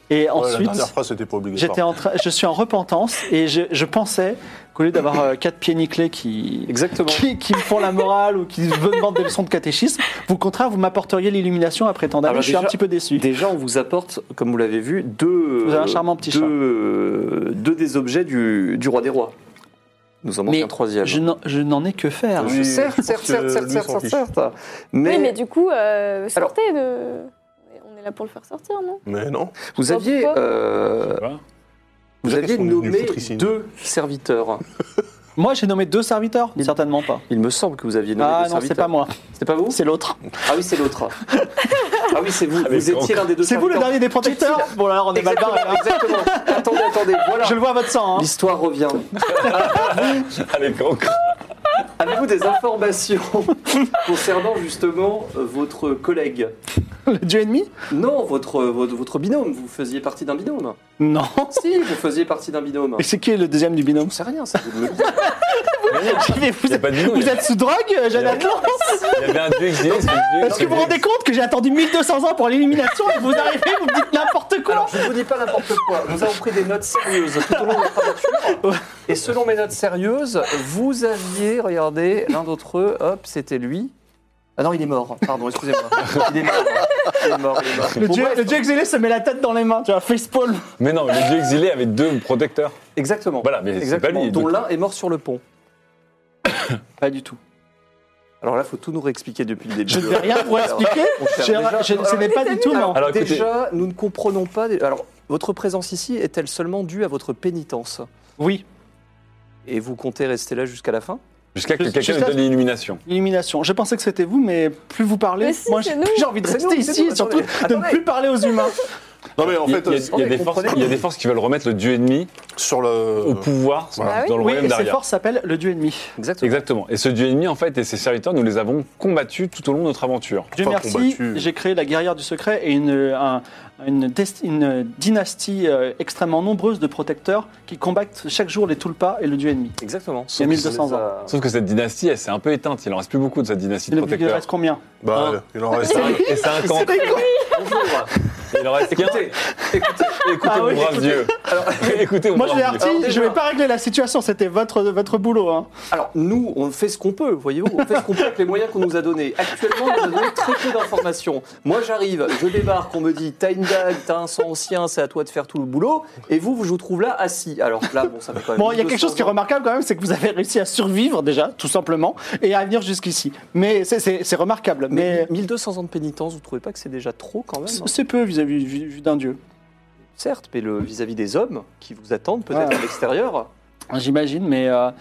S1: Et
S2: Ouais, la
S1: ensuite,
S2: dernière phrase c'était pas
S1: j'étais
S2: obligatoire.
S1: en train, je suis en repentance et je, je pensais qu'au lieu d'avoir euh, quatre pieds nickelés qui,
S5: exactement.
S1: qui, qui me font la morale ou qui me demandent des leçons de catéchisme, vous, au contraire, vous m'apporteriez l'illumination après tant d'années.
S5: Alors,
S1: Je suis un
S5: Ah bah
S1: petit
S5: déjà-
S1: peu déçu.
S5: Déjà, on vous apporte, comme vous l'avez vu, deux,
S1: Vous avez un charmant petit
S5: deux,
S1: chat.
S5: euh, deux des objets du, du roi des rois. Nous en manque
S1: Mais
S5: un troisième.
S1: Je n'en- je n'en ai que faire.
S2: Oui,
S5: certes,
S2: je pense
S5: certes,
S2: que
S5: certes, certes,
S2: lui
S5: certes,
S2: s'en fiche.
S5: certes, certes. Mais,
S6: Oui, mais du coup, euh,
S5: Alors-
S6: sortez de. On est là pour le faire sortir, non
S2: Mais non.
S5: vous aviez,
S6: Pourquoi
S5: euh,
S3: Voilà.
S5: vous
S2: Déjà,
S5: aviez
S2: qu'est-ce qu'on est venu
S5: nommé
S2: foutre ici, nous
S5: deux serviteurs.
S1: Moi, j'ai nommé deux serviteurs
S5: Il-
S1: Certainement pas.
S5: Il me semble que vous aviez nommé
S1: Ah
S5: deux
S1: non, c'est pas
S5: serviteurs.
S1: moi,
S5: C'est pas vous
S1: c'est l'autre.
S5: Ah oui, c'est l'autre. ah oui, c'est vous.
S3: mais
S5: vous étiez
S3: encore.
S5: l'un des deux
S1: C'est vous le
S5: serviteurs.
S1: dernier des protecteurs Bon, alors on est mal barré. hein.
S5: Exactement. exactement. attendez, attendez. Voilà.
S1: Je le vois à votre sang. hein.
S5: L'histoire revient.
S3: Euh, Allez, grand cran.
S5: Avez-vous des informations concernant justement euh, votre collègue
S1: Le dieu ennemi
S5: Non, votre, euh, votre, votre binôme, vous faisiez partie d'un binôme.
S1: Non.
S5: si, vous faisiez partie d'un binôme.
S1: Et c'est qui le deuxième du binôme
S5: J'en sais rien, ça vous le dites.
S1: Mais vous,
S3: Il y a
S1: êtes,
S3: pas de nom,
S1: vous
S3: il y a-
S1: êtes sous drogue, euh, Jeanne
S3: y a-
S1: Atlan
S3: Il y avait un dieu exilé. c'est le dieu
S1: Est-ce que vous vous rendez compte que j'ai attendu 1200 ans pour l'élimination et que vous arrivez, vous me dites n'importe quoi
S5: Alors, je ne vous dis pas n'importe quoi. Nous avons pris des notes sérieuses tout au long de notre aventure. Et selon mes notes sérieuses, vous aviez, regardez, l'un d'entre eux, hop, c'était lui. Ah non, il est mort. Pardon, excusez-moi. Il est mort. Il est mort, il est mort.
S1: le
S5: Bon,
S1: dieu,
S5: bref,
S1: le dieu exilé se met la tête dans les mains, tu vois, facepalm.
S3: Mais non, le dieu exilé avait deux protecteurs.
S5: Exactement.
S3: Voilà, mais c'est pas
S5: Exactement.
S3: lui.
S5: Dont
S3: Donc,
S5: l'un est mort sur le pont.
S1: Pas du tout.
S5: Alors là, faut tout nous réexpliquer depuis le début.
S1: Je ne vais rien pour expliquer.
S5: Mon cher,
S1: J'ai-
S5: déjà-
S1: je- Ce
S5: alors-
S1: n'est pas du tout, non.
S3: Alors, écoutez-
S5: déjà, nous ne comprenons pas. Alors, votre présence ici est-elle seulement due à votre pénitence
S1: Oui,
S5: Et vous comptez rester là jusqu'à la fin
S3: Jusqu'à que
S1: Juste-
S3: quelqu'un nous
S1: jusqu'à-
S3: donne l'illumination.
S1: illumination. J'ai pensé que c'était vous, mais plus vous parlez,
S6: Mais si,
S1: moi
S6: c'est
S1: j'ai
S6: nous.
S1: j'ai envie de
S5: C'est
S1: rester
S5: nous, c'est
S1: ici,
S5: nous,
S1: surtout de ne
S5: attendez.
S1: plus parler aux humains.
S2: Non, mais en
S3: Il y a-
S2: fait,
S3: il y a-
S2: euh,
S3: il y a des forces- il y a des forces qui veulent remettre le dieu ennemi
S2: sur le.
S3: au pouvoir
S2: Euh, Voilà.
S6: Bah oui.
S3: dans le
S1: Oui,
S3: royaume
S1: et ces
S3: d'Aria.
S1: forces s'appellent le dieu ennemi.
S5: Exactement.
S3: Exactement. Et ce dieu ennemi, en fait, et ses serviteurs, nous les avons combattus tout au long de notre aventure.
S1: Dieu
S2: Enfin,
S1: merci,
S2: combattu.
S1: j'ai créé la guerrière du secret et une, un- une, dest- une dynastie euh, extrêmement nombreuse de protecteurs qui combattent chaque jour les Tulpas et le dieu ennemi.
S5: Exactement.
S1: Il y a 1200 ans.
S3: Sauf que cette dynastie, elle s'est un peu éteinte. Il en reste plus beaucoup de cette dynastie
S1: Il
S3: de
S1: ne il
S3: protecteurs.
S1: reste combien
S2: Bah, il en reste un.
S3: Et c'est un camp.
S5: Bonjour.
S3: Il en reste qu'un.
S5: Écoutez, écoutez,
S3: Écoutez,
S1: Ah
S3: mon
S1: oui,
S3: brave
S1: écoutez.
S3: Dieu. écoutez, mon
S1: Moi, je l'ai
S3: brave Dieu.
S1: arti, je
S5: déjà-
S1: vais pas régler la situation, c'était votre, votre boulot. Hein.
S5: Alors, nous, on fait ce qu'on peut, voyez-vous. On fait ce qu'on peut avec les moyens qu'on nous a donnés. Actuellement, on nous a donné très peu d'informations. Moi, j'arrive, je débarque, on me dit T'as une dague, t'as un sang ancien, c'est à toi de faire tout le boulot. Et vous, vous je vous trouve là assis. Alors là, bon, ça fait quand même.
S1: Bon, il y a quelque
S5: 1200
S1: chose qui est
S5: ans.
S1: remarquable quand même, c'est que vous avez réussi à survivre déjà, tout simplement, et à venir jusqu'ici. Mais c'est- c'est c'est remarquable.
S5: Mais
S1: Mais
S5: 1200 ans de pénitence, vous trouvez pas que c'est déjà trop quand même hein
S1: c'est peu vis-à-vis vu- vu d'un dieu.
S5: Certes, mais le vis-à-vis des hommes qui vous attendent peut-être
S1: Ouais.
S5: à l'extérieur.
S1: J'imagine, mais euh,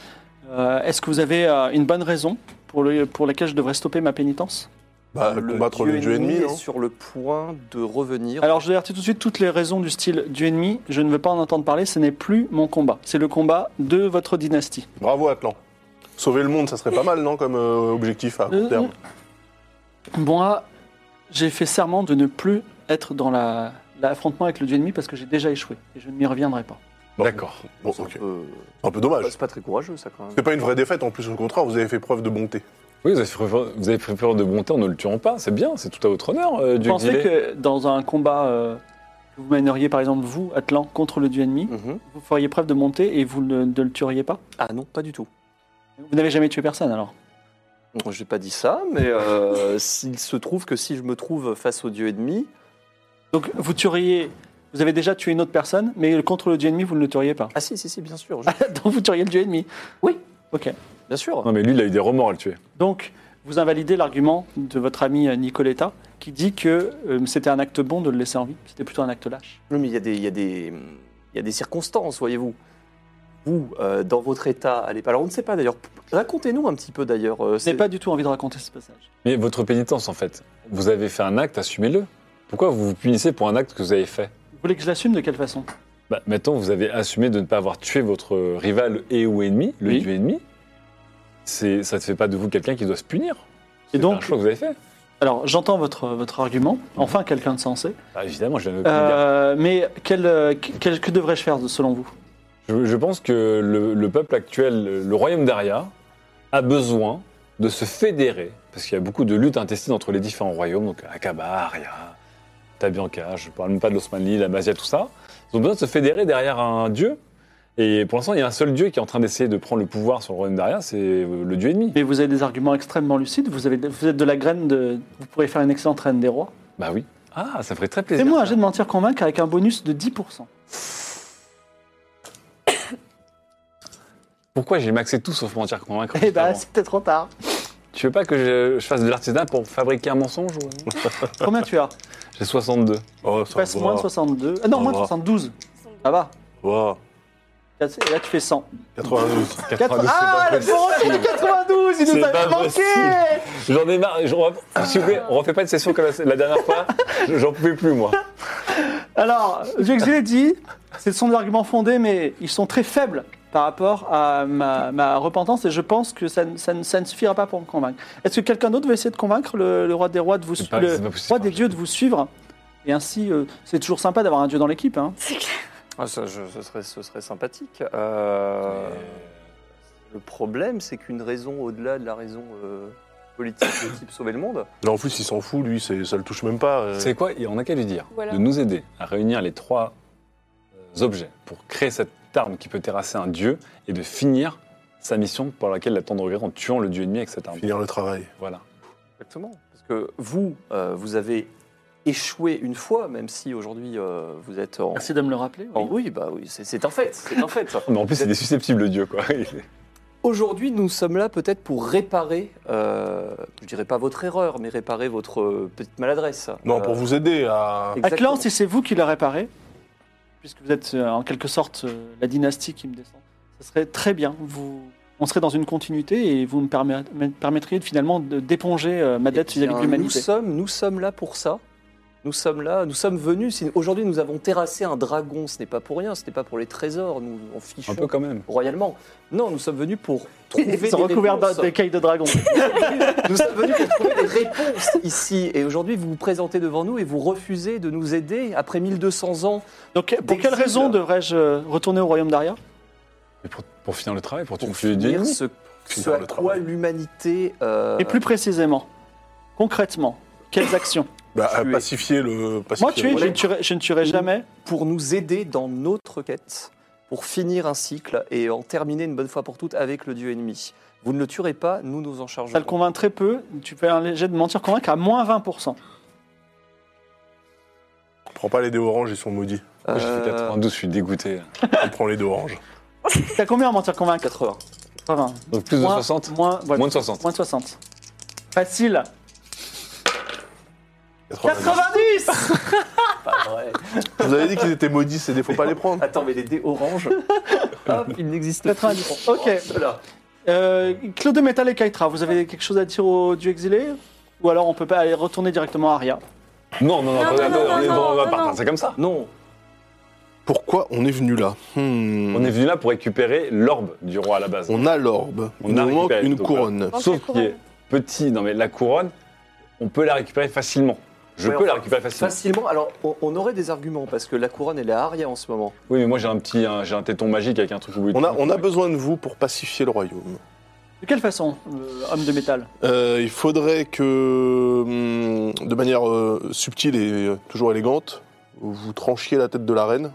S1: euh, est-ce que vous avez euh, une bonne raison pour, le- pour laquelle je devrais stopper ma pénitence
S2: Bah, combattre le dieu ennemi,
S5: Euh,
S2: hein.
S5: est
S2: non
S5: sur le point de revenir.
S1: Alors, je avertis tout de suite toutes les raisons du style du ennemi, je ne veux pas en entendre parler, ce n'est plus mon combat. C'est le combat de votre dynastie.
S2: Bravo, Atlan. Sauver le monde, ça serait pas mal, non, comme euh, objectif à court
S1: Euh,
S2: terme.
S1: Moi, j'ai fait serment de ne plus être dans la- l'affrontement avec le dieu ennemi parce que j'ai déjà échoué et je ne m'y reviendrai pas.
S3: D'accord.
S2: Bon,
S5: C'est un
S2: ok. Ah,
S5: peu-
S2: Un peu dommage.
S5: C'est pas très courageux, ça quand même.
S2: C'est pas une vraie défaite, en plus, au contraire, vous avez fait preuve de bonté.
S3: Oui, vous avez fait preuve- vous avez fait preuve de bonté en ne le tuant pas. C'est bien, c'est tout à votre honneur, euh,
S1: Vous
S3: dieu
S1: pensez
S3: exilé.
S1: que dans un combat euh, que vous mèneriez, par exemple, vous, Atlan, contre le dieu ennemi,
S5: Mhm.
S1: vous feriez preuve de montée et vous ne, ne le tueriez pas
S5: Ah non, pas du tout.
S1: Vous n'avez jamais tué personne alors
S5: Bon, J'ai pas dit ça, mais euh, s'il se trouve que si je me trouve face au dieu ennemi,
S1: Donc, vous tueriez. Vous avez déjà tué une autre personne, mais contre le dieu ennemi, vous ne le tueriez pas.
S5: ah si si si bien sûr, je-
S1: Donc, vous tueriez le dieu ennemi.
S5: Oui.
S1: Ok.
S5: bien sûr.
S3: Non, mais lui, il a eu des remords à le tuer.
S1: Donc, vous invalidez l'argument de votre ami euh, Nicoletta qui dit que euh, c'était un acte bon de le laisser en vie. C'était plutôt un acte lâche.
S5: Non, mais il y a des il y a des il y a des circonstances, voyez-vous. Vous, euh, dans votre état, allez pas. Alors on ne sait pas d'ailleurs. Racontez-nous un petit peu d'ailleurs. euh,
S1: Je n'ai
S5: c'est-
S1: pas du tout envie de raconter ce passage.
S3: Mais votre pénitence, en fait, vous avez fait un acte, assumez-le. Pourquoi vous vous punissez pour un acte que vous avez fait
S1: Vous voulez que je l'assume de quelle façon
S3: bah, Maintenant, vous avez assumé de ne pas avoir tué votre rival et ou ennemi, le
S1: Oui.
S3: dieu ennemi. C'est- Ça ne fait pas de vous quelqu'un qui doit se punir.
S1: Et
S3: C'est
S1: donc-
S3: un choix que vous avez fait.
S1: Alors, j'entends votre, euh, votre argument. Enfin, quelqu'un de sensé.
S3: Bah, évidemment, je viens de vous le dire.
S1: Euh, mais quel, euh, quel- que devrais-je faire selon vous
S3: Je, je pense que le, le peuple actuel, le, le royaume d'Aria, a besoin de se fédérer, parce qu'il y a beaucoup de luttes intestines entre les différents royaumes, donc Akaba, Aria, Tabianca, je ne parle même pas de l'Osmanli, la Mazia, tout ça. Ils ont besoin de se fédérer derrière un dieu. Et pour l'instant, il y a un seul dieu qui est en train d'essayer de prendre le pouvoir sur le royaume d'Aria, c'est euh, le dieu ennemi.
S1: Mais vous avez des arguments extrêmement lucides. Vous, avez, vous êtes de la graine de. Vous pourrez faire une excellente reine des rois.
S3: Bah oui. Ah, ça ferait très plaisir.
S1: Fais-moi un
S3: ça.
S1: jet de mentir convaincre avec un bonus de 10%.
S3: Pourquoi j'ai maxé tout sauf mentir convaincre
S1: Eh ben,
S3: justement
S1: c'est peut-être trop tard.
S3: Tu veux pas que je, je fasse de l'artisanat pour fabriquer un mensonge ou- euh,
S1: Combien tu as
S3: J'ai 62.
S2: Oh,
S1: Tu
S2: ça
S1: passes
S2: va.
S1: moins de 62. Ah non,
S2: Au
S1: moins de
S2: revoir.
S1: 72. Ça va.
S2: Wow.
S1: Là, c'est- là, tu fais 100.
S2: 92.
S3: 92, Oh, c'est
S1: ah,
S3: pas
S1: le
S3: possible.
S1: bon de 92, il
S3: C'est
S1: nous avait
S3: pas
S1: manqué
S3: possible. J'en ai marre. Je- on
S6: Ah.
S3: va- S'il vous plaît, on refait pas de session comme la, la dernière fois. Je- J'en pouvais plus, moi.
S1: Alors, Dieu exilé dit, ce sont des arguments fondés, mais ils sont très faibles par rapport à ma, ma repentance, et je pense que ça, ne- ça ne- ça ne suffira pas pour me convaincre. Est-ce que quelqu'un d'autre veut essayer de convaincre le, le roi des rois de vous
S3: C'est
S1: su-
S3: pas-
S1: le
S3: c'est pas possible.
S1: roi des dieux de vous suivre et ainsi, euh, c'est toujours sympa d'avoir un dieu dans l'équipe. hein.
S6: C'est clair.
S5: Ah, ça, je- ce serait ce serait sympathique. Euh, Le problème, c'est qu'une raison au-delà de la raison euh, politique de type sauver le monde.
S2: Mais en plus, il s'en fout, lui, c'est- ça le touche même pas. euh.
S3: C'est quoi On a qu'à lui dire
S6: Voilà.
S3: de nous aider à réunir les trois euh, objets pour créer cette arme qui peut terrasser un dieu et de finir sa mission pour laquelle l'attend de regret en tuant le dieu ennemi avec cette arme.
S2: Finir le travail.
S3: Voilà.
S5: Exactement. Parce que vous, euh, vous avez échoué une fois, même si aujourd'hui euh, vous êtes en.
S1: Merci de me le rappeler.
S5: en-
S1: oui.
S5: oui, bah oui, c'est- c'est un fait. C'est un fait.
S3: Mais en plus, il est susceptible, le dieu, quoi. Il est-
S5: Aujourd'hui, nous sommes là peut-être pour réparer, euh, je dirais pas votre erreur, mais réparer votre euh, petite maladresse.
S2: Non,
S5: Euh,
S2: pour vous aider à.
S5: exactement.
S1: Atlan, si c'est vous qui le réparez, puisque vous êtes euh, en quelque sorte euh, la dynastie qui me descend, ce serait très bien. Vous, on serait dans une continuité et vous me permet- me permettriez de, finalement de- d'éponger euh, ma dette
S5: Eh
S1: vis-à-vis de
S5: bien, Nous
S1: l'humanité.
S5: sommes, nous sommes là pour ça. Nous sommes là, nous sommes venus. Si- Aujourd'hui, nous avons terrassé un dragon. Ce n'est pas pour rien, ce n'est pas pour les trésors. Nous en fichons
S3: Un peu quand même.
S5: royalement. Non, nous sommes venus pour trouver
S1: Ils sont
S5: des
S1: recouverts
S5: réponses.
S1: d'écailles de dragon.
S5: Nous sommes venus pour trouver des réponses ici. Et aujourd'hui, vous vous présentez devant nous et vous refusez de nous aider après 1200 ans
S1: Donc, pour quelle
S5: D'exil.
S1: raison devrais-je euh, retourner au royaume d'Aria
S3: Mais pour, pour finir le travail, pour,
S5: pour
S3: tu tu dis
S5: finir ce,
S2: finir
S5: ce à
S2: le
S5: quoi
S2: travail.
S5: l'humanité. euh,
S1: Et plus précisément, concrètement, quelles actions
S2: Bah,
S5: Tuer.
S2: pacifier le. Pacifier
S1: Moi, tuer,
S2: le
S1: je ne
S2: relais.
S1: tuerai, je ne tuerai
S5: Nous-
S1: jamais.
S5: euh, pour nous aider dans notre quête, pour finir un cycle et en terminer une bonne fois pour toutes avec le dieu ennemi. Vous ne le tuerez pas, nous nous en
S1: Ça le
S5: chargerons.
S1: convainc très peu. Tu fais un léger de mentir convaincre à moins 20%.
S2: Prends pas les dés oranges, ils sont maudits.
S3: Moi, j'ai fait 92, je suis dégoûté.
S2: On prend les dés oranges.
S1: T'as combien en mentir convaincre
S5: 80.
S1: 80.
S3: Donc plus de
S1: Moins-
S3: 60
S1: moins, voilà.
S3: Moins de 60.
S1: Moins de 60. Facile.
S2: 90.
S1: 90
S2: Je Vous avez dit qu'ils étaient maudits, c'est des faut pas les prendre.
S5: Attends, mais les dés oranges, hop, ils n'existent
S1: 90.
S5: pas.
S1: Ok.
S5: Voilà.
S1: Euh, Claude de Métal et Kaitra, vous avez quelque chose à dire au dieu exilé Ou alors on peut pas aller retourner directement à Aria
S3: Non, non, non,
S6: Non,
S3: attendez,
S6: non,
S3: attendez,
S6: non,
S3: on est-
S6: non,
S3: on va
S6: non,
S3: partir,
S6: non.
S3: c'est comme ça.
S5: Non,
S2: Pourquoi on est venu là Hmm.
S3: On est venu là pour récupérer l'orbe du roi à la base.
S2: On a l'orbe.
S3: On
S2: Il
S3: a
S2: nous manque
S3: récupéré,
S2: une
S3: donc,
S2: couronne.
S6: Manque la
S3: Sauf
S6: couronne.
S3: qu'il est petit, non mais la couronne, on peut la récupérer facilement. Je
S5: Ouais,
S3: peux la
S5: enfin,
S3: récupérer facilement.
S5: facilement. Alors, on, on aurait des arguments parce que la couronne, elle est à Aria en ce moment.
S3: Oui, mais moi j'ai un petit, un- j'ai un téton magique avec un truc au bout. du
S2: On a,
S3: téton.
S2: on a besoin de vous pour pacifier le royaume.
S1: De quelle façon, euh, homme de métal
S2: Euh, il faudrait que, hum, de manière euh, subtile et euh, toujours élégante, vous tranchiez la tête de la reine.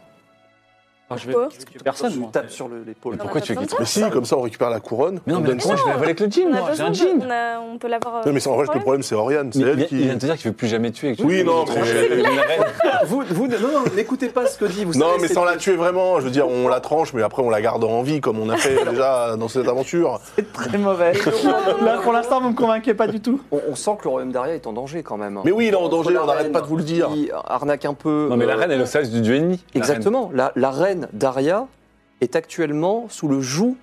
S6: je vais- Pourquoi
S1: je vais tuer personne,
S5: Tu
S1: moi.
S5: tapes sur le- l'épaule.
S3: Mais pourquoi
S6: a
S3: tu
S6: pas
S3: veux
S6: besoin
S3: qu'il
S2: Mais si, comme ça Ah. on récupère la couronne.
S3: Mais non,
S2: on
S3: mais
S2: donne
S3: attends, je vais avec le jean,
S6: On a
S3: moi, j'ai
S6: besoin
S3: un
S6: de-
S3: jean.
S6: on a- on peut l'avoir. euh,
S2: Non, mais c'est- en vrai, le
S6: problème.
S2: problème, c'est Oriane. C'est
S3: Mais
S2: elle
S3: il, il
S2: qui.
S3: vient de te dire qu'il veut plus jamais tuer.
S2: Oui, non,
S3: mais...
S2: mais-
S5: Vous, vous, non, non, n'écoutez pas ce que dit. Vous
S2: Non,
S5: savez,
S2: mais
S5: c'est-
S2: sans la tuer vraiment. Je veux dire, on la tranche, mais après on la garde en vie, comme on a fait déjà dans cette aventure.
S1: C'est très mauvais. Là, pour l'instant, vous me convainquez pas du tout.
S5: On, on sent que le royaume d'Aria est en danger quand même.
S2: Mais oui, il est en
S5: Entre
S2: danger,
S5: la
S2: on n'arrête
S5: reine
S2: pas de vous le dire.
S5: qui arnaque un peu.
S3: Non, mais la
S5: euh,
S3: reine elle est au service du dieu ennemi. La reine.
S5: Exactement. La, la reine d'Aria est actuellement sous le joug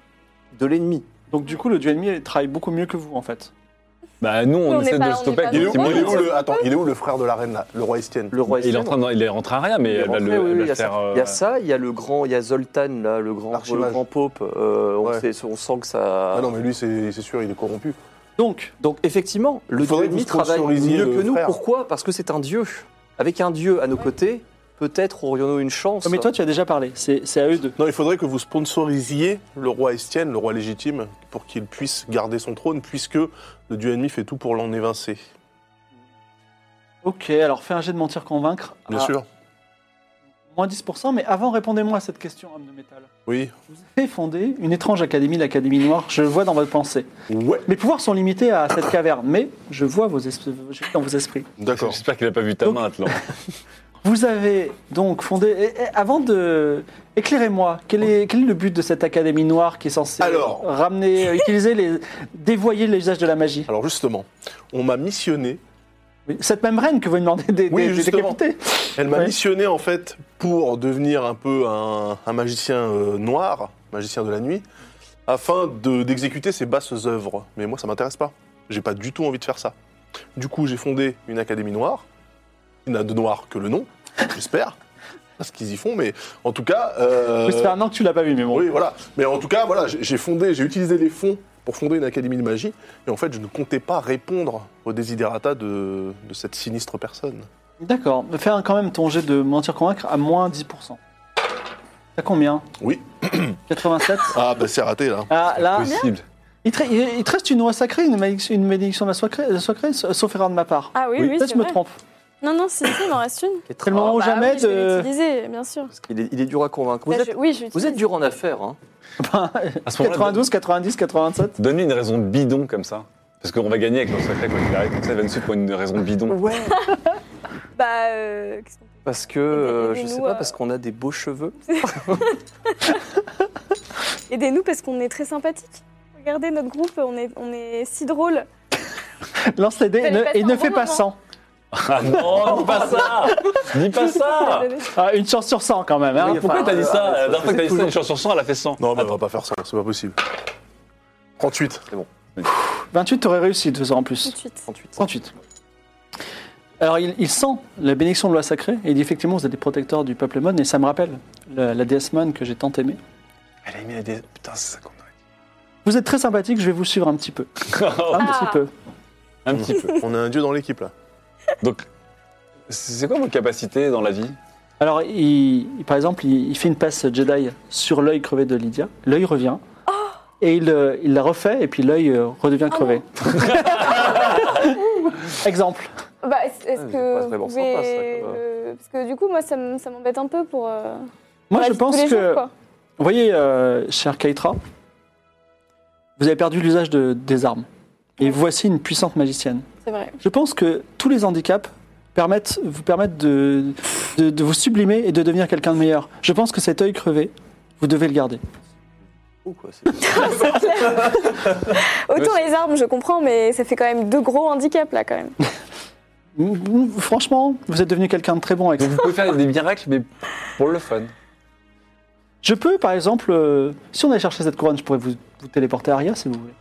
S5: de l'ennemi.
S1: Donc du coup, le dieu ennemi travaille beaucoup mieux que vous, en fait.
S3: Bah nous, on
S6: On n'est
S3: essaie de
S6: pas-
S3: le
S6: on
S3: stopper
S6: n'est pas
S3: avec
S2: Il est
S3: des
S2: où,
S3: petits
S6: dans
S3: mots.
S2: il est où
S6: Ouais,
S2: le... Attends, il est où le frère de la reine là Le roi Estienne
S5: Le roi
S3: Il est
S5: Estelle.
S3: en train de- il est rentré à rien, mais
S5: Il est
S3: elle va
S5: rentré,
S3: le-
S5: oui,
S3: elle va
S5: oui,
S3: le faire.
S5: Il y
S3: euh,
S5: a ça, il y a le grand, il y a Zoltan, là, le grand,
S2: L'archimage.
S5: le grand pope. euh, on,
S2: Ouais.
S5: sait- on sent que ça.
S2: Ah non, mais lui, c'est c'est sûr, il est corrompu.
S1: Donc,
S5: Donc effectivement, le dieu
S2: faudrait que
S5: ennemi
S2: vous
S5: travaille
S2: sponsorisiez
S5: mieux
S2: le
S5: que nous.
S2: euh, frère.
S5: Pourquoi Parce que c'est un dieu. Avec un dieu à nos côtés, peut-être aurions-nous une chance. hein,
S1: mais toi, tu as déjà parlé. C'est c'est à eux deux.
S2: Non, il faudrait que vous sponsorisiez le roi Estienne, le roi légitime, pour qu'il puisse garder son trône, puisque le dieu ennemi fait tout pour l'en évincer.
S1: Ok, alors fais un jet de mentir convaincre.
S2: Bien
S1: à
S2: sûr.
S1: Moins 10%, mais avant, répondez-moi à cette question, homme de métal.
S2: Oui.
S1: Vous avez fondé une étrange académie, l'Académie Noire, je le vois dans votre pensée.
S2: Ouais.
S1: Mes pouvoirs sont limités à cette caverne, mais je vois vos esprits, dans vos esprits.
S2: D'accord.
S3: J'espère qu'il a pas vu ta
S1: Donc-
S3: main, Atlan.
S1: Vous avez donc fondé... et- et avant de... Éclairez-moi, quel est, quel est le but de cette Académie Noire qui est censée
S2: Alors.
S1: ramener, euh, utiliser les... dévoyer les usages de la magie
S2: Alors justement, on m'a missionné.
S1: Oui, Cette même reine que vous demandez des,
S2: Oui,
S1: des- des
S2: justement.
S1: décapités
S2: Elle m'a
S1: Ouais.
S2: missionné en fait pour devenir un peu un, un magicien euh, noir, magicien de la nuit, afin de- d'exécuter ses basses œuvres. Mais moi, ça m'intéresse pas. J'ai pas du tout envie de faire ça. Du coup, j'ai fondé une académie noire. qui n'a de noir que le nom, j'espère. Parce qu'ils y font, mais en tout cas. euh,
S1: Oui, Ça fait un an que tu l'as pas vu, mais bon.
S2: Oui, voilà. Mais en tout cas, voilà, j'ai j'ai fondé, j'ai utilisé les fonds pour fonder une académie de magie. Et en fait, je ne comptais pas répondre aux désiderata de, de cette sinistre personne.
S1: D'accord, fais un- quand même ton jet de mentir-convaincre à moins 10%. T'as combien
S2: Oui.
S1: 87
S2: Ah, bah c'est raté là.
S1: Ah là,
S3: Possible.
S1: il te, il- il te reste une oie sacrée, une malédiction, une malédiction de la soie crée- de la soie crée, sa- sauf erreur de ma part.
S6: Ah oui, oui,
S1: Peut-être
S6: c'est
S1: je me
S6: vrai.
S1: trompe.
S6: Non, non, si, si, il m'en reste une.
S5: Petra,
S1: C'est le moment où
S6: Bah
S1: jamais
S6: oui, je vais
S1: de.
S6: l'utiliser, bien sûr.
S5: il, est, il est dur à convaincre. Vous
S6: Bah,
S5: êtes,
S6: je- Oui, je
S5: vous êtes dur en affaires. Hein.
S3: À ce moment-là,
S1: 92, 90, 87.
S3: Donne-lui une raison bidon comme ça. Parce qu'on va gagner avec le secret quoi qu'il arrive. Comme ça, il va nous suivre pour une raison bidon.
S5: Ouais.
S6: Bah, euh, qu'est-ce qu'on-
S5: Parce que euh, je
S6: Aidez-nous
S5: sais pas,
S6: à-
S5: parce qu'on a des beaux cheveux.
S6: aidez-nous parce qu'on est très sympathiques. Regardez notre groupe, on est, on est si drôle.
S1: Lance les dés et
S6: Fallait
S1: ne,
S6: passer
S1: et ne
S6: un
S1: fais
S6: bon
S1: pas
S6: moment.
S1: 100.
S3: Ah non, dis pas ça Dis pas ça
S1: Ah, une chance sur 100 quand même. hein.
S5: Oui,
S3: Ah, Pourquoi
S5: enfin,
S3: t'as dit ça
S5: euh,
S3: La dernière fois que t'as dit ça,
S5: toujours-
S3: une chance sur 100, elle a fait 100.
S2: Non, mais on
S3: Attends,
S2: va pas faire ça, c'est pas possible. 38.
S1: 28, t'aurais réussi de toute façon en plus.
S6: Tout de suite.
S5: 38.
S1: 38. Alors, il, il sent la bénédiction de loi sacrée et il dit effectivement, vous êtes des protecteurs du peuple Mon et ça me rappelle la, la déesse Mon que j'ai tant aimée.
S3: elle a mis la dé- Putain, c'est ça qu'on a.
S1: Vous êtes très sympathique, je vais vous suivre un petit peu. Un
S6: Ah.
S1: petit peu.
S3: Un petit peu.
S2: On a un dieu dans l'équipe là.
S3: Donc, c'est quoi vos capacités dans la vie
S1: Alors, il, il- par exemple, il, il fait une passe Jedi sur l'œil crevé de Lydia. L'œil revient.
S6: Oh
S1: Et il, euh, il la refait, et puis l'œil euh, redevient crevé.
S6: Ah
S1: Exemple.
S6: Bah, est-ce est-ce
S5: Ah,
S6: que
S5: c'est pas
S6: vous
S5: vraiment
S6: pouvez...
S5: sympa, ça, comme,
S6: le- Parce que du coup, moi, ça m- ça m'embête un peu pour... euh,
S1: Moi,
S6: la
S1: je
S6: vie de tous
S1: pense que.
S6: les jours, quoi.
S1: vous voyez, euh, cher Keitra, vous avez perdu l'usage de- des armes. Et voici une puissante magicienne.
S4: C'est vrai.
S1: Je pense que tous les handicaps permettent, vous permettent de, de, de vous sublimer et de devenir quelqu'un de meilleur. Je pense que cet œil crevé, vous devez le garder.
S5: Ou quoi, c'est-
S6: Autant les armes, je comprends, mais ça fait quand même deux gros handicaps, là, quand même.
S1: Mm, mm, Franchement, vous êtes devenu quelqu'un de très bon avec ça.
S3: Donc, vous pouvez faire des miracles, mais pour le fun.
S1: Je peux, par exemple, euh, si on allait chercher cette couronne, je pourrais vous, vous téléporter à Aria si vous voulez.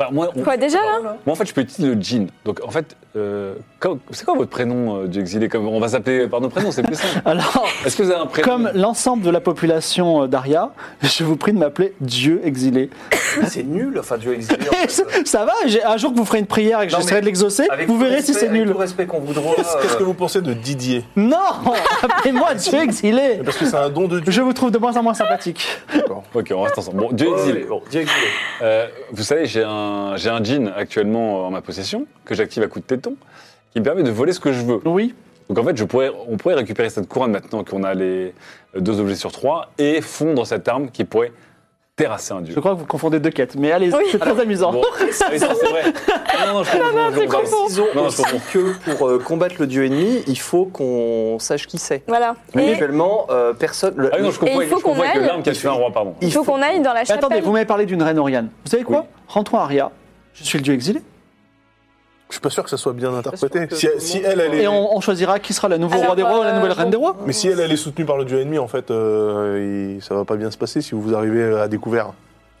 S3: Enfin, moi, on-
S6: Quoi, déjà, hein?
S4: Ah
S6: là
S4: bah,
S3: moi, en fait, je peux utiliser le jean. Donc, en fait, euh, comme- c'est quoi votre prénom euh, du exilé Comme- On va s'appeler par nos prénoms, c'est plus simple.
S1: Alors,
S3: Est-ce que vous avez un prénom
S1: comme l'ensemble de la population euh, d'Aria, je vous prie de m'appeler Dieu exilé.
S5: C'est nul, enfin, Dieu exilé. en fait.
S1: ça va, j'ai- un jour que vous ferez une prière et que
S5: euh, Non,
S1: j'essaierai
S5: mais
S1: de l'exaucer,
S5: Avec
S1: vous
S5: tout
S1: verrez si
S5: respect-
S1: c'est
S5: avec
S1: nul.
S5: tout respect qu'on voudra.
S2: Qu'est-ce qu'est-ce que
S5: euh,
S2: vous pensez de Didier
S1: Non Appelez-moi Dieu exilé
S2: Parce que c'est un don de Dieu.
S1: Je vous trouve de moins en moins sympathique.
S3: Ok, on reste ensemble. Bon, Dieu
S5: ouais,
S3: exilé.
S5: bon, Dieu exilé.
S3: Euh, vous savez, j'ai un, j'ai un jean actuellement en ma possession que j'active à coups de téton qui me permet de voler ce que je veux.
S1: Oui,
S3: Donc en fait, je pourrais, on pourrait récupérer cette couronne maintenant qu'on a les deux objets sur trois et fondre cette arme qui pourrait terrasser un dieu.
S1: je crois que vous confondez deux quêtes, mais allez,
S6: Oui.
S1: c'est très amusant.
S3: Bon, ah oui, ça, c'est vrai. Ah Non, non, je comprends. je comprends, je comprends.
S5: Précisons
S3: Non, je
S5: aussi que pour euh, combattre le dieu ennemi, il faut qu'on sache qui c'est.
S6: Voilà. Et
S5: Actuellement, euh, personne. le-
S3: Ah oui, non, je comprends,
S6: Et il faut
S3: je comprends
S6: qu'on
S3: avec
S6: aille-
S3: l'arme qui a tué un roi, pardon.
S6: il faut qu'on aille dans la
S1: Mais
S6: chapelle.
S1: attendez, vous m'avez parlé d'une reine Oriane. Vous savez quoi Rends-toi à Aria, je suis le Dieu exilé.
S2: Je suis pas sûr que ça soit bien interprété.
S5: que
S2: Si,
S5: tout le
S2: si
S5: monde-
S2: elle, elle est.
S1: Et on, on choisira qui sera le nouveau
S6: Alors,
S1: roi des rois ou la
S6: euh,
S1: nouvelle reine
S6: bon.
S1: des rois.
S2: Mais si elle, elle est soutenue par le dieu ennemi, en fait, euh, il- ça va pas bien se passer si vous arrivez à découvert.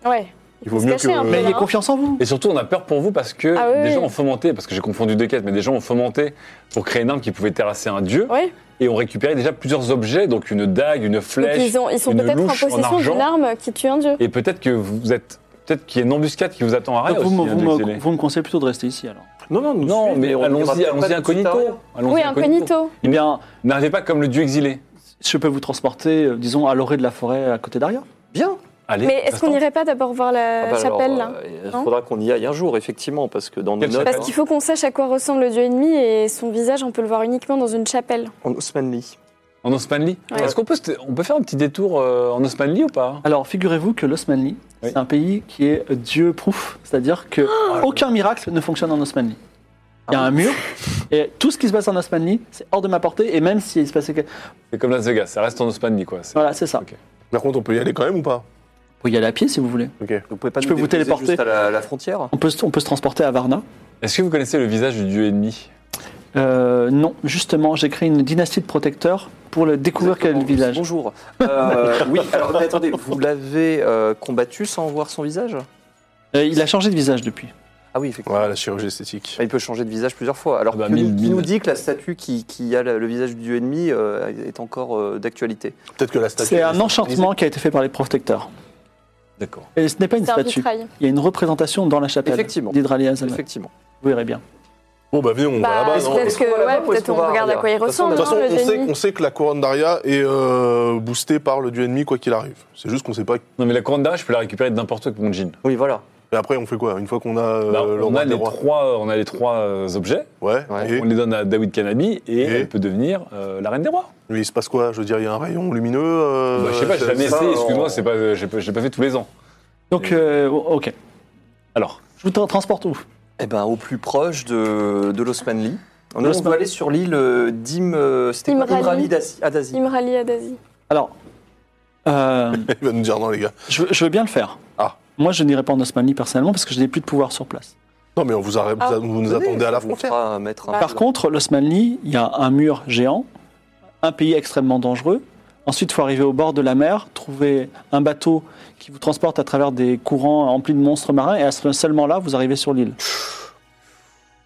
S6: Ouais.
S2: Il vaut
S6: se
S2: mieux
S6: cacher
S2: que.
S6: un peu, hein.
S1: Mais
S6: Voilà.
S1: ayez confiance en vous.
S3: Et surtout, on a peur pour vous parce que
S6: Ah oui,
S3: des
S6: oui.
S3: gens ont fomenté, parce que j'ai confondu deux quêtes, mais des gens ont fomenté pour créer une arme qui pouvait terrasser un dieu
S6: Ouais.
S3: et ont récupéré déjà plusieurs objets, donc une dague, une
S6: Donc,
S3: flèche.
S6: ils, ont- ils sont
S3: une
S6: peut-être en
S3: louche en
S6: possession
S3: argent.
S6: d'une arme qui tue un dieu.
S3: Et peut-être que vous êtes, peut-être qu'il y a une embuscade qui vous attend à Arès.
S1: Donc vous, me-
S3: aussi, hein,
S1: vous
S3: Dieu
S1: me-
S3: exilé.
S1: vous me conseillez plutôt de rester ici alors.
S5: Non, non, nous
S3: Non,
S5: suivre,
S3: mais
S5: on ira
S3: allons-y,
S5: peut-être pas
S3: allons-y
S5: tout
S3: incognito.
S6: Euh,
S5: tard.
S3: Allons-y
S6: Oui, incognito.
S3: Eh bien, n'arrivez pas comme le dieu exilé.
S1: Je peux vous transporter, euh, disons, à l'orée de la forêt à côté d'Aria.
S5: Bien.
S3: Allez.
S6: Mais est-ce
S3: ça
S6: qu'on
S3: se tente.
S6: n'irait pas d'abord voir la
S5: Ah bah alors,
S6: chapelle, là
S5: euh, Il
S6: non
S5: faudra qu'on y aille un jour, effectivement, parce que dans nos
S3: Quelle
S5: notes,
S6: Parce qu'il faut qu'on sache à quoi ressemble le dieu ennemi et son visage, on peut le voir uniquement dans une chapelle.
S5: en Osmanli.
S3: En Osmanli
S6: Ouais.
S3: Est-ce qu'on peut, se- on peut faire un petit détour euh, en Osmanli ou pas
S1: Alors figurez-vous que l'Osmanli, c'est un pays qui est Dieu proof, c'est-à-dire que
S6: Ah,
S1: aucun miracle ne fonctionne en Osmanli. Il y a un mur et tout ce qui se passe en Osmanli, c'est hors de ma portée et même s'il se passait que...
S3: C'est comme Las Vegas, ça reste en Osmanli quoi. C'est-
S1: Voilà, c'est ça.
S3: Ok.
S2: Par contre, on peut y aller quand même ou pas
S1: Vous pouvez y aller à pied si vous voulez.
S5: Vous pouvez pas
S1: Je
S5: nous
S1: peux vous
S5: déposer
S1: téléporter.
S5: juste à la, la frontière
S1: On peut, se- on peut se transporter à Varna.
S3: Est-ce que vous connaissez le visage du dieu ennemi
S1: Euh, non, justement, j'ai créé une dynastie de protecteurs pour le découvrir quel est le
S5: Exactement.
S1: visage.
S5: Bonjour. Euh, oui, alors mais attendez, vous l'avez euh, combattu sans voir son visage
S1: Euh, il a changé de visage depuis.
S5: Ah oui, effectivement.
S2: Ouais, la chirurgie esthétique.
S5: Bah, Il peut changer de visage plusieurs fois. Alors,
S3: Ah bah,
S5: que
S3: mille,
S5: nous, qui
S3: mille.
S5: nous dit que la statue qui, qui a la- le visage du dieu ennemi euh, est encore euh, d'actualité
S2: Peut-être que la statue.
S1: C'est un enchantement qui a été fait par les protecteurs.
S3: D'accord.
S1: Et ce n'est pas une
S6: C'est un
S1: statue.
S6: vitrail.
S1: Il y a une représentation dans la chapelle
S5: Effectivement.
S1: d'Hydralia Azana.
S5: Effectivement.
S1: Vous verrez bien.
S2: Bon, bah venez, on
S6: Bah,
S2: va là-bas. non
S6: peut-être
S2: De
S5: Est-ce qu'on va
S6: que
S5: là-bas
S6: ouais,
S5: ou est-ce
S6: peut-être
S5: qu'on
S6: on
S5: va à
S6: regarde à
S5: Aria
S6: quoi il
S5: De toute façon,
S6: ressemble,
S2: toute façon,
S6: non, le
S2: on
S6: dieu
S2: sait,
S6: ennemi.
S2: on sait que la couronne d'Aria est euh, boostée par le dieu ennemi, quoi qu'il arrive. C'est juste qu'on sait pas.
S3: Non mais la couronne d'arrêt, je peux la récupérer de n'importe où avec mon jean.
S5: Oui, voilà.
S2: Et après, on fait quoi Une fois qu'on a euh,
S3: Bah,
S2: le
S3: on,
S2: roi
S3: a
S2: des
S3: les
S2: rois.
S3: trois, on a les trois euh, objets,
S2: Ouais,
S5: Ouais.
S2: et
S3: on les donne à David Kanabi et,
S2: Et
S3: elle peut devenir euh, la reine des rois.
S2: Mais il se passe quoi Je veux dire, il y a un rayon lumineux. euh,
S3: Bah, je sais pas, j'ai
S2: ça-
S3: jamais
S2: ça-
S3: essayé, excuse-moi,
S5: on-
S3: c'est pas, euh, j'ai pas, j'ai pas fait tous les ans.
S1: Donc,
S3: Et-
S1: euh, ok.
S3: Alors,
S1: Je vous tra- transporte où
S5: Eh ben, au plus proche de, de l'Osmanli. On, on
S1: L'Osman-
S5: peut aller sur l'île euh, d'Im. euh, C'était quoi
S6: Imrali.
S5: Imrali d'Asi- ah, Adasi.
S6: Imrali Adasi.
S1: Alors, euh,
S2: Il va nous dire non, les gars.
S1: je, veux- je veux bien le faire.
S2: Ah.
S1: Moi, je n'irai pas en Osmanli personnellement parce que je n'ai plus de pouvoir sur place.
S2: Non, mais on vous, arrête-
S4: Ah.
S2: vous nous attendez à la
S5: On vous
S2: frontière.
S5: fera mettre un- hein.
S1: Par contre, l'Osmanli, il y a un mur géant, un pays extrêmement dangereux. Ensuite, il faut arriver au bord de la mer, trouver un bateau qui vous transporte à travers des courants remplis de monstres marins, et à ce- seulement là, vous arrivez sur l'île.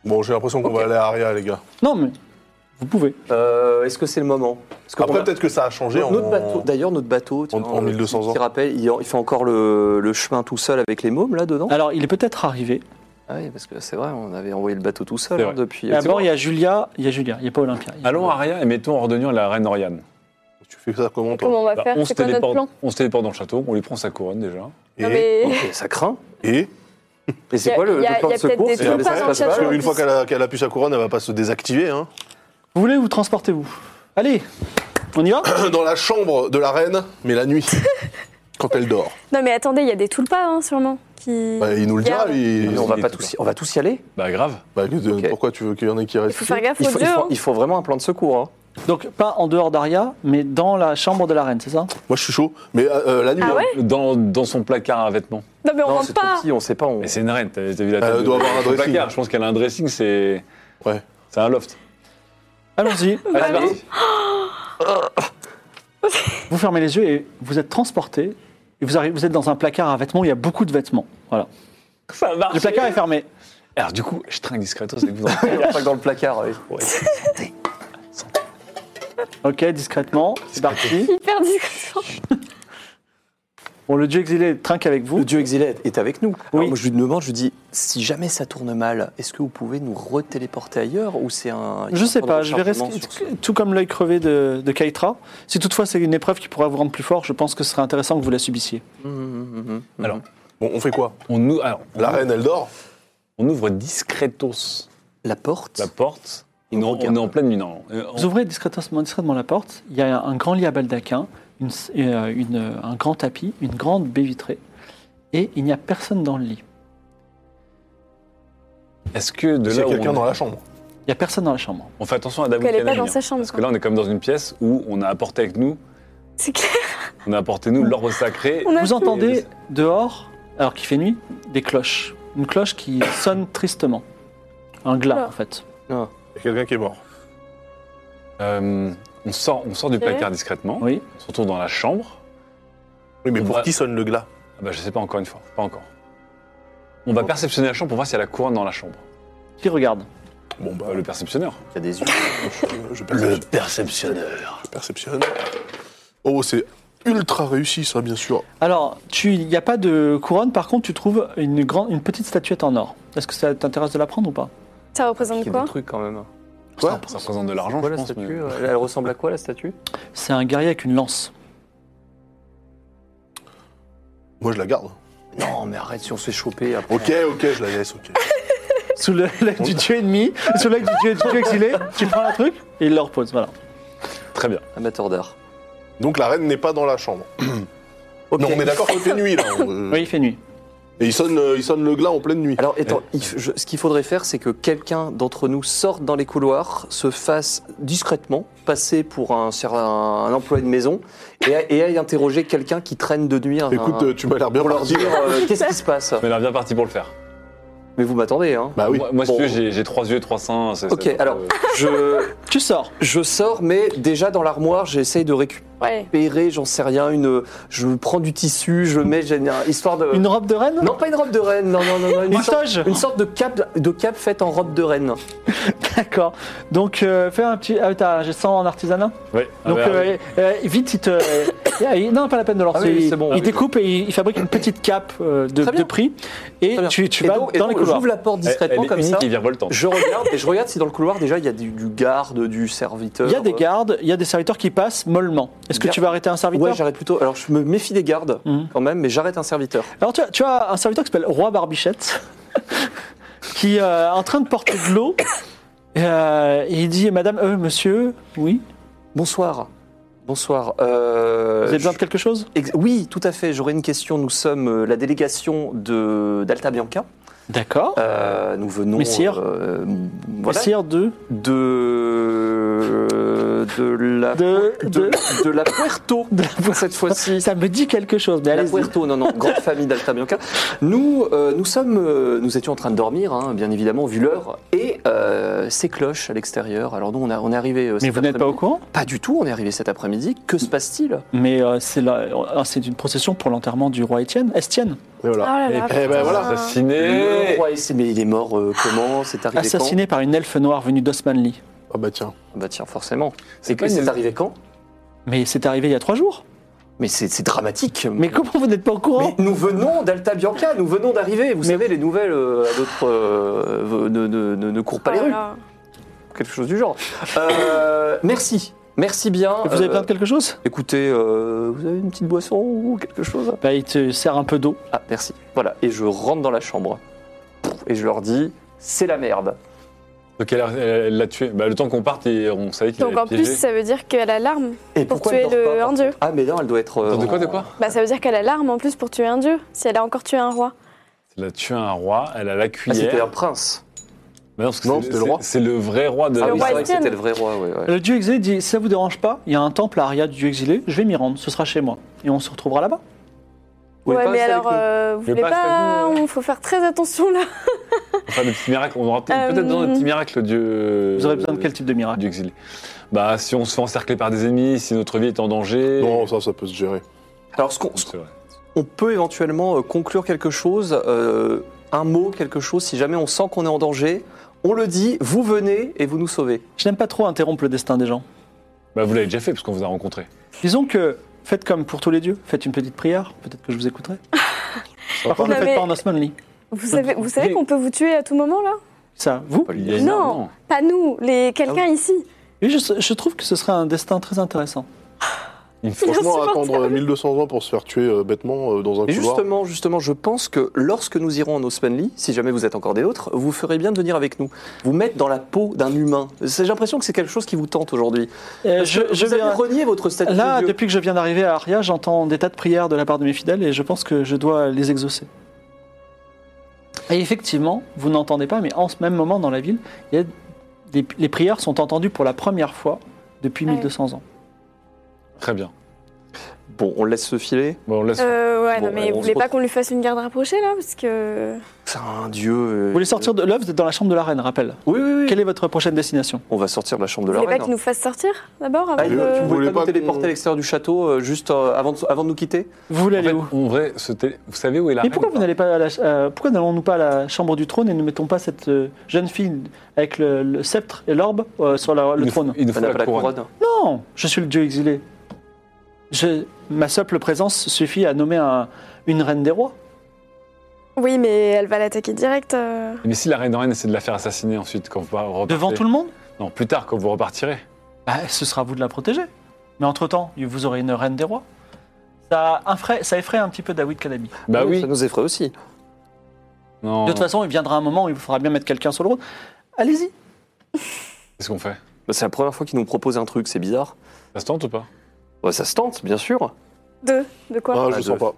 S2: Bon, j'ai l'impression qu'on va aller à Aria, les gars.
S1: Non, mais vous pouvez.
S5: Euh, Est-ce que c'est le moment Parce
S3: Ah,
S5: qu'on
S2: Après,
S5: a-
S2: peut-être que ça a changé.
S5: Notre
S2: en-
S5: bateau- D'ailleurs, notre bateau, tiens,
S2: en- en
S5: euh,
S2: 1200
S5: petit
S2: ans.
S5: rappel, il, il fait encore le, le chemin tout seul avec les mômes là
S3: Ah.
S5: dedans.
S1: Alors, il est peut-être arrivé.
S5: Ah oui, parce que c'est vrai, on avait envoyé le bateau tout seul
S3: C'est
S5: hein,
S3: vrai. Ah
S5: depuis.
S1: Et à bord, il y a Julia, il y a Julia, il n'y a pas Olympia. Il y a-
S3: Allons à Aria et mettons hors de nuit la reine Oriane.
S2: Tu fais ça comment, toi
S6: Comment on va
S3: Bah,
S6: faire
S3: on, se
S6: C'est quoi notre
S3: téléporte-
S6: plan
S3: on se téléporte dans le château, on lui prend sa couronne déjà.
S2: Et,
S6: Non, mais-
S5: Ok, ça craint.
S2: et,
S5: Et
S6: Y
S5: c'est
S6: a-
S5: quoi le,
S6: y a-
S5: le plan
S6: y a
S5: de secours
S6: peut-être des
S5: c'est-
S6: troupes
S5: ça
S6: à
S5: se
S6: dans
S5: passe
S6: le
S5: mal
S2: parce
S6: château.
S2: qu'une fois qu'elle a, qu'elle a pu sa couronne, elle va pas se désactiver. Hein.
S1: Vous voulez vous transporter où Allez, on y va
S2: Dans la chambre de la reine, mais la nuit, quand elle dort.
S6: Non, mais attendez, il y a des tulpas, hein, sûrement. Qui...
S2: Bah, il nous le dira,
S6: Garde.
S2: lui.
S5: Mais on va
S3: Il
S5: pas
S3: est tout
S5: tous, y- on va tous y aller.
S3: Bah grave.
S2: Bah, écoute, euh,
S5: Ok.
S2: Pourquoi tu veux qu'il y en ait qui
S6: Il
S2: restent
S6: faut faire gaffe
S5: Il
S6: aux
S5: faut, il
S6: dieux.
S5: faut-
S6: hein.
S5: il faut vraiment un plan de secours. hein.
S1: Donc, pas en dehors d'Aria, mais dans la chambre de la reine, c'est ça
S2: Moi, je suis chaud. Mais euh, euh, la nuit,
S6: Ah
S2: hein.
S6: ouais
S3: Dans, dans son placard à vêtements.
S6: Non, mais on
S5: Non,
S6: rentre
S5: c'est trop
S6: pas.
S5: petit, on sait pas. On...
S3: Mais c'est une reine, t'as t'as vu la
S2: Elle
S3: tête de-
S2: doit avoir un
S3: son
S2: dressing.
S3: placard. Je pense qu'elle a un dressing, c'est.
S2: Ouais.
S3: C'est un loft.
S1: Allons-y.
S6: Bah
S3: Allez, c'est parti.
S1: Vous fermez les yeux et vous êtes transporté. Et vous, arrivez, vous êtes dans un placard à vêtements, il y a beaucoup de vêtements. Voilà.
S3: Ça marche.
S1: Le placard est fermé.
S3: Alors du coup, je trinque discretos avec vous. dans le placard.
S5: Il y a pas que dans le placard. oui.
S1: Ok, discrètement. C'est parti.
S6: Hyper discrétion.
S1: Bon, le dieu exilé trinque avec vous.
S5: Le dieu exilé est avec nous. Alors,
S1: Oui.
S5: moi, je lui demande, je lui dis, si jamais ça tourne mal, est-ce que vous pouvez nous retéléporter ailleurs ou c'est un
S1: Je sais
S5: un
S1: pas, je vais
S5: rechargement
S1: rester
S5: sur ce-
S1: tout comme l'œil crevé de, de Kaitra. Si toutefois c'est une épreuve qui pourra vous rendre plus fort, je pense que ce serait intéressant que vous la subissiez.
S5: Mhm, mhm, mhm, mhm.
S3: Alors,
S2: Bon, on fait quoi
S3: on, nous, alors, on,
S2: La reine, elle dort
S3: on ouvre discretos
S5: la porte.
S3: la porte.
S5: On
S3: Non, on
S5: regarde.
S3: est en pleine nuit. Non. Euh, on-
S1: Vous ouvrez discrètement, discrètement la porte. Il y a un grand lit à baldaquin, une s- et, euh, une- euh, un grand tapis, une grande baie vitrée. Et il n'y a personne dans le lit.
S3: Est-ce que de
S2: Il y a
S3: là où
S2: quelqu'un
S3: on,
S2: dans
S3: est-
S2: la chambre.
S1: Il n'y a personne dans la chambre.
S3: on fait attention à Dabou
S6: Qu'elle est pas
S3: Kanani,
S6: dans
S3: hein,
S6: sa chambre.
S3: Parce que là, on est comme dans une pièce où on a apporté avec nous,
S6: quoi. C'est clair.
S3: on a apporté nous l'orbe sacré.
S6: On a
S1: Vous
S6: tout.
S1: entendez dehors, alors qu'il fait nuit, des cloches. Une cloche qui sonne tristement. Un glas,
S6: Oula.
S1: en fait.
S2: Il y a quelqu'un qui est mort.
S3: Euh, on sort, on sort du placard discrètement.
S1: Oui.
S3: On se retourne dans la chambre.
S2: Oui, mais
S3: On
S2: pour
S3: va-
S2: qui sonne le glas
S3: Ah bah, je sais pas encore une fois, pas encore. On va perceptionner la chambre pour voir s'il y a la couronne dans la chambre.
S1: Qui regarde
S2: Bon, bah,
S3: Bah, le perceptionneur.
S5: Il y a des yeux.
S2: le, je perceptionne.
S3: perceptionneur.
S2: Je perceptionne. Oh, c'est ultra réussi, ça, bien sûr.
S1: Alors, tu- il n'y a pas de couronne, par contre, tu trouves une, grande, une petite statuette en or. Est-ce que ça t'intéresse de la prendre ou pas
S6: Ça
S5: Il y
S6: représente
S5: a
S6: quoi
S5: des trucs quand même.
S2: Quoi
S3: Ça représente de l'argent,
S5: Quoi,
S3: je
S5: la
S3: pense.
S5: statue
S3: mais-
S5: euh, Elle ressemble à quoi la statue
S1: C'est un guerrier avec une lance.
S2: Moi, je la garde.
S5: Non, mais arrête, si on se fait choper après.
S2: Ok, ok, je la laisse, ok.
S1: Sous le- l'œil du dieu ennemi, sous l'œil du dieu, du dieu exilé, tu prends le truc et il le repose. Voilà.
S3: Très bien.
S5: Amateur d'art.
S2: Donc, la reine n'est pas dans la chambre.
S5: Ok.
S2: Non, on est d'accord que fait nuit, là. on-
S1: Oui, il fait nuit.
S2: Et il sonne, euh, il sonne le glas en pleine nuit.
S5: Alors, étant- il f- je- ce qu'il faudrait faire, c'est que quelqu'un d'entre nous sorte dans les couloirs, se fasse discrètement passer pour un, ser- un- un employé de maison et, a- et aille interroger quelqu'un qui traîne de nuit. un-
S2: Écoute, euh, tu m'as l'air bien
S5: pour leur
S2: parti.
S5: dire euh, qu'est-ce qui se passe.
S3: Mais là, bien parti pour le faire.
S5: Mais vous m'attendez, hein
S2: Bah oui.
S3: Moi, moi, si
S5: Bon.
S3: tu veux, j'ai- j'ai trois yeux, trois seins. c'est-
S5: Ok,
S3: c'est-
S5: alors je,
S1: Tu sors.
S5: je sors, mais déjà dans l'armoire, j'essaye de récupérer,
S6: Ouais.
S5: j'en sais rien, une, je prends du tissu, je le mets, j'ai- histoire de.
S1: Une robe de reine
S5: Non, pas une robe de reine, non, non, non, non,
S1: Une
S5: sorte-
S1: toge
S5: une sorte de cape, de cape faite en robe de reine.
S1: D'accord. Donc, euh, fais un petit. Ah, t'as j'ai 100 en artisanat
S3: Oui. Ah
S1: Donc
S3: bah,
S1: euh, euh, vite, il te. euh, il- non, pas la peine de lancer.
S5: Ah oui,
S1: il-
S5: c'est bon,
S1: il
S5: oui.
S1: découpe et il, il fabrique une petite cape euh, de,
S5: Très bien.
S1: de prix. Et
S5: Très bien.
S1: tu, tu
S5: Et
S1: vas
S5: donc- et
S1: dans les
S5: donc,
S1: couloirs.
S5: J'ouvre la porte
S3: elle-
S5: discrètement
S3: elle est
S5: comme
S3: unique
S5: ça.
S3: et virevoltante.
S5: Je regarde et je regarde si dans le couloir déjà il y a du, du garde, du serviteur. euh,
S1: Il y a des gardes, il y a des serviteurs qui passent mollement. Est-ce que
S5: Gar-
S1: tu vas arrêter un serviteur
S5: Ouais, j'arrête plutôt. Alors je me méfie des gardes
S1: Mhm.
S5: quand même, mais j'arrête un serviteur.
S1: Alors tu as, tu as un serviteur qui s'appelle Roi Barbichette, qui euh, est en train de porter de l'eau. Et, euh, et il dit Madame, euh, monsieur, oui,
S5: Bonsoir. Bonsoir. Euh,
S1: vous avez besoin
S5: je-
S1: de quelque chose
S5: ex- Oui, tout à fait. J'aurais une question. Nous sommes euh, la délégation de d'Alta Bianca
S1: D'accord.
S5: Euh, nous venons.
S1: Messire.
S5: euh, voilà,
S1: Messire de.
S5: de de la
S1: De-
S5: de, de la Puerto
S1: de la Puerto.
S5: cette fois-ci.
S1: Ça me dit quelque chose, mais
S5: La
S1: allez-y.
S5: Puerto, non, non, grande famille d'Altabianca. Nous, euh, nous sommes, euh, nous étions en train de dormir, hein, bien évidemment, vu l'heure, et euh, ces cloches à l'extérieur. Alors nous, on, a, on est arrivé. euh,
S1: Mais vous n'êtes pas au courant
S5: Pas du tout. On est arrivé cet après-midi. Que se passe-t-il
S1: Mais euh, c'est la- euh, c'est une procession pour l'enterrement du roi Étienne. Estienne
S2: Et voilà.
S6: Ah là là,
S2: Eh ben voilà.
S5: Le
S3: Assassiné
S5: roi est- mais il est mort euh, comment C'est arrivé
S1: Assassiné par une elfe noire venue d'Osmanli.
S2: Ah bah tiens.
S5: quand Bah tiens, forcément.
S3: C'est
S5: C'est
S3: pas une-
S5: c'est arrivé quand
S1: Mais c'est arrivé il y a trois jours.
S5: Mais c'est c'est dramatique.
S1: Mais comment vous n'êtes pas au courant
S5: Mais nous venons d'Alta Bianca, nous venons d'arriver. Vous savez, les nouvelles euh, à d'autres euh, ne, ne- ne- ne courent pas les
S6: Ah
S5: rues,
S6: là.
S5: quelque chose du genre. Euh, merci, merci bien.
S1: Vous avez
S5: Euh,
S1: besoin de quelque chose
S5: Écoutez, euh, vous avez une petite boisson ou quelque chose
S1: bah, Il te sert un peu d'eau.
S5: Ah, merci. Voilà, et je rentre dans la chambre. Et je leur dis, c'est la merde.
S3: Donc elle a- elle l'a tué. Bah, le temps qu'on parte, et on savait qu'il
S6: Donc en
S3: allait piéger.
S6: plus, ça veut dire qu'elle a l'arme
S5: Et
S6: pour
S5: pourquoi
S6: tuer
S5: elle dort
S6: le,
S5: pas
S6: un dieu.
S5: Ah, mais non, elle doit être. euh,
S3: Attends, de quoi,
S5: en-
S3: de quoi
S6: Bah ça veut dire qu'elle a l'arme en plus pour tuer un dieu, si elle a encore tué un roi.
S3: Elle a tué un roi, elle a la
S5: Ah, c'était un
S3: cuillère.
S5: prince.
S3: Bah non, parce que
S2: Non,
S3: c'est-
S2: c'était le
S3: c'est-
S2: roi.
S3: C'est le vrai roi de.
S5: Ah,
S6: le
S5: oui,
S6: roi
S5: c'est vrai que
S6: Étienne.
S5: c'était le vrai roi, oui. ouais.
S1: Le dieu exilé dit Ça vous dérange pas Il y a un temple à Aria du dieu exilé, je vais m'y rendre, ce sera chez moi. Et on se retrouvera là-bas.
S5: Vous voulez
S6: ouais,
S5: pas
S6: mais
S5: rester
S6: alors,
S5: avec nous
S6: euh, vous
S3: voulez
S6: voulez
S3: pas rester
S6: pas.
S3: avec nous,
S6: Il faut faire très attention là.
S3: Enfin, des petits miracles. On aura peut- peut-être
S6: Euh,
S3: besoin de petits miracles du.
S1: Vous aurez besoin de quel type de miracle
S3: euh, Du exilé. Bah, si on se fait encercler par des ennemis, si notre vie est en danger.
S2: Non, ça, ça peut se gérer.
S5: Alors, ce qu'on ce
S3: C'est vrai.
S5: On peut éventuellement euh, conclure quelque chose, euh, un mot, quelque chose, si jamais on sent qu'on est en danger. On le dit, vous venez et vous nous sauvez.
S1: Je n'aime pas trop interrompre le destin des gens.
S3: Bah, vous l'avez déjà fait, parce qu'on vous a rencontré.
S1: Disons que faites comme pour tous les dieux, faites une petite prière, peut-être que je vous écouterai. Par contre, ne le
S6: Non,
S1: faites
S6: mais-
S1: pas en Osmanli.
S6: Vous savez, vous savez
S1: Mais-
S6: qu'on peut vous tuer à tout moment là
S1: Ça, vous
S3: Il y a
S6: Non.
S3: une arme,
S6: Pas nous, les quelqu'un
S5: Ah
S6: ici.
S1: Oui, je, je trouve que ce serait un destin très intéressant.
S3: Il faut-
S2: Franchement,
S6: insupportable.
S2: attendre euh, 1200 ans pour se faire tuer euh, bêtement euh, dans un
S5: Et
S2: couloir.
S5: justement, justement, je pense que lorsque nous irons en Osmanli, si jamais vous êtes encore des nôtres, vous ferez bien de venir avec nous. Vous mettre dans la peau d'un humain. C'est- J'ai l'impression que c'est quelque chose qui vous tente aujourd'hui.
S1: Euh,
S5: Parce
S1: je,
S5: que
S1: je
S5: vous avez
S1: viens-
S5: renié votre statut
S1: Là,
S5: de dieu.
S1: depuis que je viens d'arriver à Aria, j'entends des tas de prières de la part de mes fidèles et je pense que je dois les exaucer. Et effectivement, vous n'entendez pas, mais en ce même moment dans la ville, il y a des- les prières sont entendues pour la première fois depuis
S6: Ouais.
S1: 1200 ans.
S3: Très bien.
S5: Bon, on laisse se filer.
S3: Bon, on laisse.
S6: Euh, ouais,
S5: Bon,
S6: non, mais
S5: on se
S6: vous voulez pas
S5: retrouve.
S6: qu'on lui fasse une garde rapprochée là Parce que.
S5: C'est un dieu. euh,
S1: Vous voulez sortir de là, vous êtes dans la chambre de la reine, rappel.
S5: Oui, oui, oui.
S1: Quelle est votre prochaine destination
S5: On va sortir de la chambre de
S6: Vous
S5: la
S6: voulez
S5: reine.
S6: pas
S5: hein.
S6: qu'il nous fasse sortir d'abord
S5: Ah,
S6: avant
S5: tu
S6: de-
S2: euh,
S5: voulais
S2: voulais
S5: pas
S2: pas
S5: nous téléporter
S2: qu'on-
S5: à l'extérieur du château euh, juste euh, avant, de, avant de nous quitter
S1: Vous voulez
S3: En
S1: aller
S3: fait,
S1: où
S3: on vrai, se télé- vous savez où est
S1: Mais
S3: la reine
S1: pourquoi
S3: ou
S1: vous
S3: pas
S1: n'allez pas à la, euh, pourquoi n'allons-nous pas à la chambre du trône et ne mettons pas cette euh, jeune fille avec le, le sceptre et l'orbe euh, sur la-
S3: Il
S1: le
S3: nous faut-
S1: trône
S3: Il nous
S5: On
S3: faut
S5: n'a
S3: la
S5: pas la
S3: couronne.
S5: couronne.
S1: Non, je suis le dieu exilé. Je- ma simple présence suffit à nommer un- une reine des rois.
S6: Oui, mais elle va l'attaquer direct. euh.
S3: Mais si la reine de reine essaie de la faire assassiner ensuite quand vous repartirez
S1: Devant tout le monde
S3: Non, plus tard quand vous repartirez.
S1: Bah, Ce sera à vous de la protéger. Mais entre-temps, vous aurez une reine des rois. Ça effraie, ça effraie un petit peu David Kalabi.
S3: Bah oui.
S5: Ça nous effraie aussi.
S3: Non.
S1: De toute façon, il viendra un moment où il faudra bien mettre quelqu'un sur le rône. Allez-y.
S3: Qu'est-ce qu'on fait
S5: Bah, c'est la première fois qu'ils nous proposent un truc, c'est bizarre.
S3: Ça se tente ou pas
S5: Bah, ça se tente, bien sûr.
S6: Deux. De quoi
S2: Ah,
S5: Ah,
S2: je
S5: de-
S2: sens pas.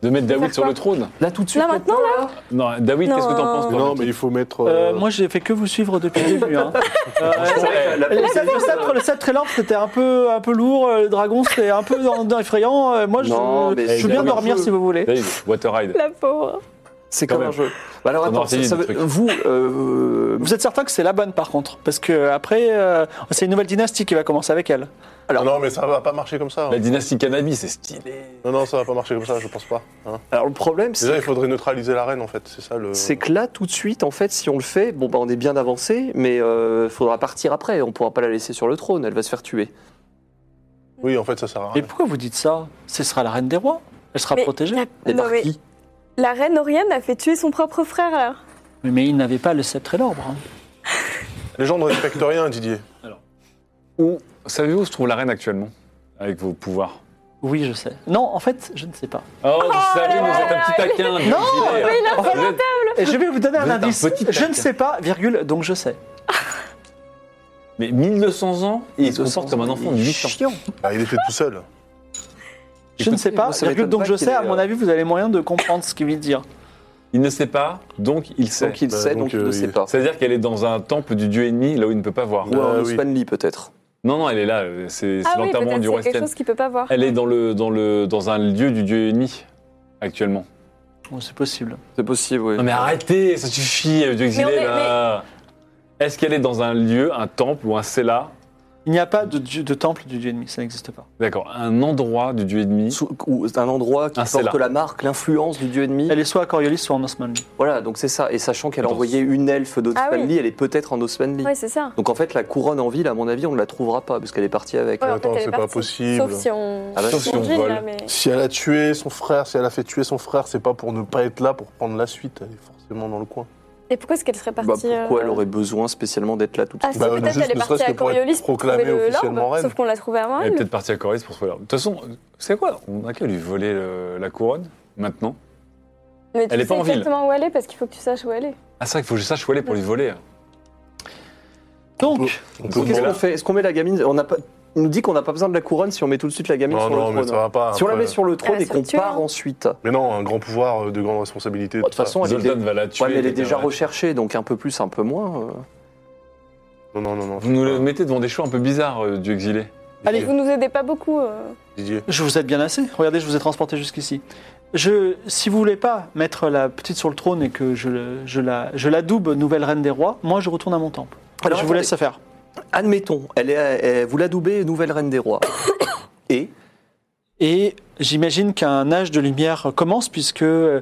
S3: De mettre David
S6: Faire
S3: sur
S6: quoi
S3: le trône
S5: Là, tout de suite.
S6: Là maintenant là
S3: Non, David, qu'est-ce que t'en
S6: Non.
S3: penses toi,
S2: Non,
S3: David
S2: mais il faut mettre.
S1: Euh,
S2: euh,
S1: moi, j'ai fait que vous suivre depuis le début. hein. Euh,
S5: C'est vrai que la-
S1: Le sceptre, le sceptre- le sceptre et l'orbe, c'était un peu, un peu lourd. euh, Le dragon, c'était un peu dans- dans effrayant. Euh, Moi, je,
S5: Non, mais
S1: je veux
S3: c'est
S1: bien
S3: la
S1: dormir
S5: première
S1: si vous voulez.
S3: David, Waterride.
S6: La pauvre.
S5: C'est
S3: Quand
S5: comme
S3: même.
S5: un jeu. Bah, alors
S3: On
S5: attends,
S3: aura fini
S5: ça- ça
S3: le
S5: veut-
S3: truc.
S5: vous, euh,
S1: Vous êtes certain que c'est la bonne par contre Parce que après, euh, c'est une nouvelle dynastie qui va commencer avec elle.
S2: ah Non, mais ça va pas marcher comme ça. hein.
S3: La dynastie cannabis, c'est stylé.
S2: Non, non, ça va pas marcher comme ça, je pense pas. hein.
S5: alors le problème,
S2: Déjà, euh,
S5: c'est
S2: il faudrait neutraliser la reine, en fait. C'est ça le.
S5: c'est que là, tout de suite, en fait, si on le fait, bon, bah, on est bien avancé, mais il faudra partir après. On pourra pas la laisser sur le trône, elle va se faire tuer.
S2: Oui, en fait, ça sert à
S1: Mais
S2: rien.
S1: pourquoi vous dites ça Ce sera la reine des rois. Elle sera
S6: Mais
S1: protégée.
S6: la-
S5: Mais
S6: non,
S5: par
S6: mais
S5: qui
S6: la reine Oriane a fait tuer son propre frère là.
S1: Mais, mais il n'avait pas le sceptre et l'orbre. hein.
S2: Les gens ne respectent rien, Didier.
S3: Où Savez-vous où se trouve la reine actuellement Avec vos pouvoirs.
S1: Oui, je sais. Non, en fait, je ne sais pas.
S3: Oh, vous savez,
S6: là
S3: vous
S6: là
S3: êtes un
S6: là
S3: petit
S6: là,
S3: taquin. David Gillet.
S1: En fait,
S3: Vous êtes-
S1: et je vais vous donner un
S3: Vous êtes un
S1: indice.
S3: petit
S1: Je ne
S3: taquin.
S1: sais pas, virgule, donc je sais.
S3: Mais 1200 ans, il se comporte comme un enfant de 8 ans.
S5: Chiant.
S2: Ah, il était tout seul.
S1: Je ne sais pas,
S5: moi, ça
S1: virgule,
S5: m'étonne
S1: donc
S5: pas
S1: je
S5: qu'il
S1: sais. À
S5: ait,
S1: mon
S5: euh,
S1: avis, vous avez moyen de comprendre ce qu'il veut dire.
S3: Il ne sait pas, donc il sait.
S5: Donc il
S2: Bah,
S5: sait,
S2: donc,
S5: donc il
S2: euh,
S5: ne
S2: il-
S5: sait pas.
S3: C'est-à-dire qu'elle est dans un temple du dieu ennemi, là où il ne peut pas voir.
S5: Ou
S2: Ah,
S5: un
S2: oui.
S5: Usman Lee, peut-être.
S3: Non, non, elle est là, euh, c'est c'est
S6: Ah oui,
S3: l'enterrement
S6: peut-être
S3: du
S6: c'est
S3: roi
S6: quelque
S3: Sten.
S6: chose qu'il peut pas voir.
S3: Elle est dans, le, dans, le, dans un lieu du dieu ennemi, actuellement.
S1: Bon, c'est possible.
S5: C'est possible, oui.
S3: Non mais arrêtez, ça suffit, euh, dieu
S4: Mais
S3: exilé
S4: on est-
S3: là Est-ce qu'elle est dans un lieu, un temple ou un cella
S1: Il n'y a pas de, dieu- de temple du dieu ennemi, ça n'existe pas.
S3: D'accord, un endroit du dieu ennemi.
S5: Sous- ou c'est un endroit qui
S3: Ah, c'est
S5: porte
S3: là.
S5: la marque, l'influence du dieu ennemi.
S1: Elle est soit à Coriolis, soit en Osman.
S5: Voilà, donc c'est ça. Et sachant qu'elle a
S3: Attends.
S5: envoyé une elfe d'Osmanli,
S6: Ah oui.
S5: elle est peut-être en Osmanli.
S6: Oui, c'est ça.
S5: Donc en fait, la couronne en ville, à mon avis, on ne la trouvera pas, parce qu'elle est partie avec.
S6: Ouais, en
S2: Attends,
S6: fait, elle est
S2: c'est pas
S6: partie.
S2: possible.
S6: Sauf si on.
S5: Ah bah,
S3: sauf si on
S6: deal,
S3: vole.
S6: là, mais-
S2: Si elle a tué son frère, si elle a fait tuer son frère, c'est pas pour ne pas être là pour prendre la suite. Elle est forcément dans le coin.
S6: Et pourquoi est-ce qu'elle serait
S5: Bah,
S6: partie
S5: pourquoi
S6: euh,
S5: elle aurait besoin spécialement d'être là tout de
S6: Ah,
S5: suite
S2: Bah,
S6: si, peut-être
S2: juste
S6: elle est
S2: ne
S6: partie
S2: serait-ce
S6: à
S2: que pour être
S6: Coriolis pour trouver
S2: proclamée
S6: le
S2: officiellement
S6: l'orbe,
S2: reine.
S6: sauf qu'on l'a trouvé avant
S3: Elle est
S6: elle.
S3: peut-être partie à Corée pour trouver l'or. De toute façon, c'est quoi On a qu'à lui voler le- la couronne maintenant.
S6: Mais tu
S3: Elle est
S6: sais
S3: pas en ville.
S6: exactement où elle est parce qu'il faut que tu saches où elle est.
S3: Ah c'est vrai qu'il faut que je sache où elle est pour lui voler.
S1: Donc,
S2: On
S3: Donc,
S2: peut
S5: Qu'est-ce
S3: Voilà.
S5: qu'on fait Est-ce qu'on met la gamine on n'a pas... Il nous dit qu'on n'a pas besoin de la couronne si on met tout de suite la gamine
S2: Non,
S5: sur
S2: non,
S5: le
S2: mais ça
S5: trône.
S2: va pas.
S5: Si on la
S2: après.
S5: met sur le trône
S6: va
S5: et
S6: se
S5: qu'on
S6: tuer,
S5: part
S6: hein.
S5: ensuite. De
S2: Mais non, un grand pouvoir, euh, de grandes responsabilités.
S5: Oh, toute
S2: tout ça.
S5: façon, elle
S3: Zoltan
S5: était-
S3: va la tuer.
S5: Ouais, mais elle est
S3: etc.
S5: déjà recherchée, donc un peu plus, un peu moins. euh.
S2: Non, non, non, non.
S3: Vous nous le mettez devant des choix un peu bizarres, euh, dieu exilé.
S1: Allez.
S6: Vous nous aidez pas beaucoup. euh.
S2: Didier.
S1: je vous aide bien assez. Regardez, je vous ai transporté jusqu'ici. Je, si vous voulez pas mettre la petite sur le trône et que je, le- je la, je la double nouvelle reine des rois, moi je retourne à mon temple.
S5: Alors,
S1: je vous
S5: attendez.
S1: laisse faire.
S5: Admettons, elle est, elle- vous l'adoubez nouvelle reine des rois. Et
S1: Et j'imagine qu'un âge de lumière commence puisque euh,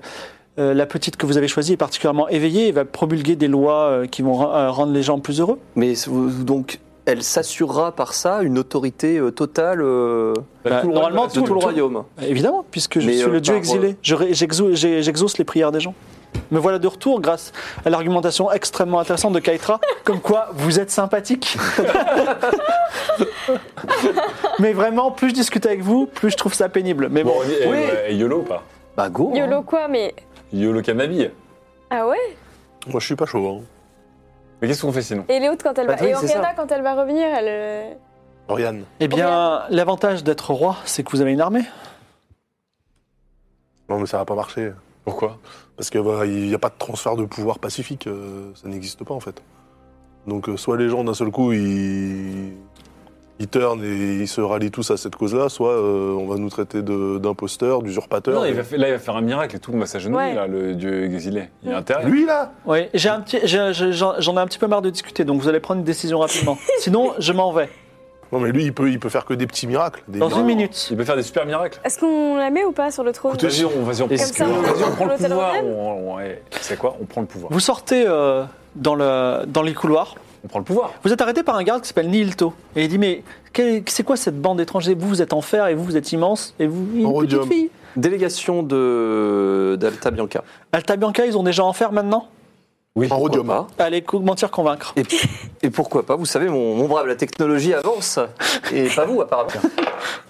S1: la petite que vous avez choisie est particulièrement éveillée et va promulguer des lois euh, qui vont ra- euh, rendre les gens plus heureux.
S5: Mais vous- donc, elle s'assurera par ça une autorité euh, totale euh,
S3: Bah,
S1: Bah,
S3: tout le
S1: normalement,
S3: royaume,
S5: de tout le royaume.
S1: Bah, Évidemment, puisque je
S5: Mais,
S1: suis
S5: euh,
S1: le dieu
S5: par-
S1: exilé. Je ré- j'exau- j'ai- J'exauce les prières des gens. Me voilà de retour grâce à l'argumentation extrêmement intéressante de Kaitra, comme quoi vous êtes sympathique. Mais vraiment, plus je discute avec vous, plus je trouve ça pénible. Mais
S3: Bon,
S1: bon,
S3: on dit, eh,
S5: Oui.
S3: ouais, eh, YOLO ou pas
S5: Bah go hein.
S6: Yolo quoi, mais.
S3: YOLO Kanabi.
S6: Ah ouais
S2: Moi, je suis pas chaud. Hein.
S3: Mais qu'est-ce qu'on fait sinon
S6: Et les autres quand elle
S5: Bah,
S6: va.
S5: oui,
S6: Et
S5: c'est ça.
S6: Oriana quand elle va revenir, elle. euh,
S2: Oriane.
S1: eh bien, l'avantage d'être roi, c'est que vous avez une armée.
S2: Non, mais ça va pas marcher.
S3: Pourquoi
S2: Parce qu'il n'y a pas de transfert de pouvoir pacifique. euh, ça n'existe pas, en fait. Donc, euh, soit les gens, d'un seul coup, ils. Ils turnent et ils se rallient tous à cette cause-là, soit euh, on va nous traiter de- d'imposteurs, d'usurpateurs.
S3: Non, il
S2: mais-
S3: va faire- là il va faire un miracle et tout le va s'agenouiller,
S6: Ouais.
S3: là, le dieu exilé. Il y a intérêt.
S2: Lui, là
S1: Oui, j'ai un petit, j'ai- j'ai- j'en j'en ai un petit peu marre de discuter, donc vous allez prendre une décision rapidement. Sinon, je m'en vais.
S2: Non, mais lui, il peut, il peut faire que des petits miracles. Des
S1: Dans
S2: miracles.
S1: une minute.
S3: Il peut faire des super miracles.
S6: Est-ce qu'on la met ou pas sur le trône
S3: Vas-y, on, vas-y, on, prend,
S1: Est-ce
S3: le
S1: que-
S3: pouvoir. Vas-y, on prend le
S6: L'hôtel
S3: pouvoir.
S6: Royal
S3: On- on- ouais. Tu sais quoi On prend le pouvoir.
S1: Vous sortez euh, dans, le, dans les couloirs.
S3: On prend le pouvoir.
S1: Vous êtes arrêté par un garde qui s'appelle Nihilto. Et il dit Mais quel- c'est quoi cette bande d'étrangers Vous, vous êtes en fer et vous, vous êtes immense et vous, une
S2: Rhodium.
S1: petite fille.
S5: Délégation de d'Alta Bianca.
S1: Alta Bianca, ils ont déjà en fer maintenant
S3: Oui.
S2: En
S5: Pourquoi
S2: rhodium.
S5: pas
S1: Allez, cou- mentir, convaincre.
S5: Et, et pourquoi pas Vous savez, mon, mon brave, la technologie avance. Et pas vous, apparemment.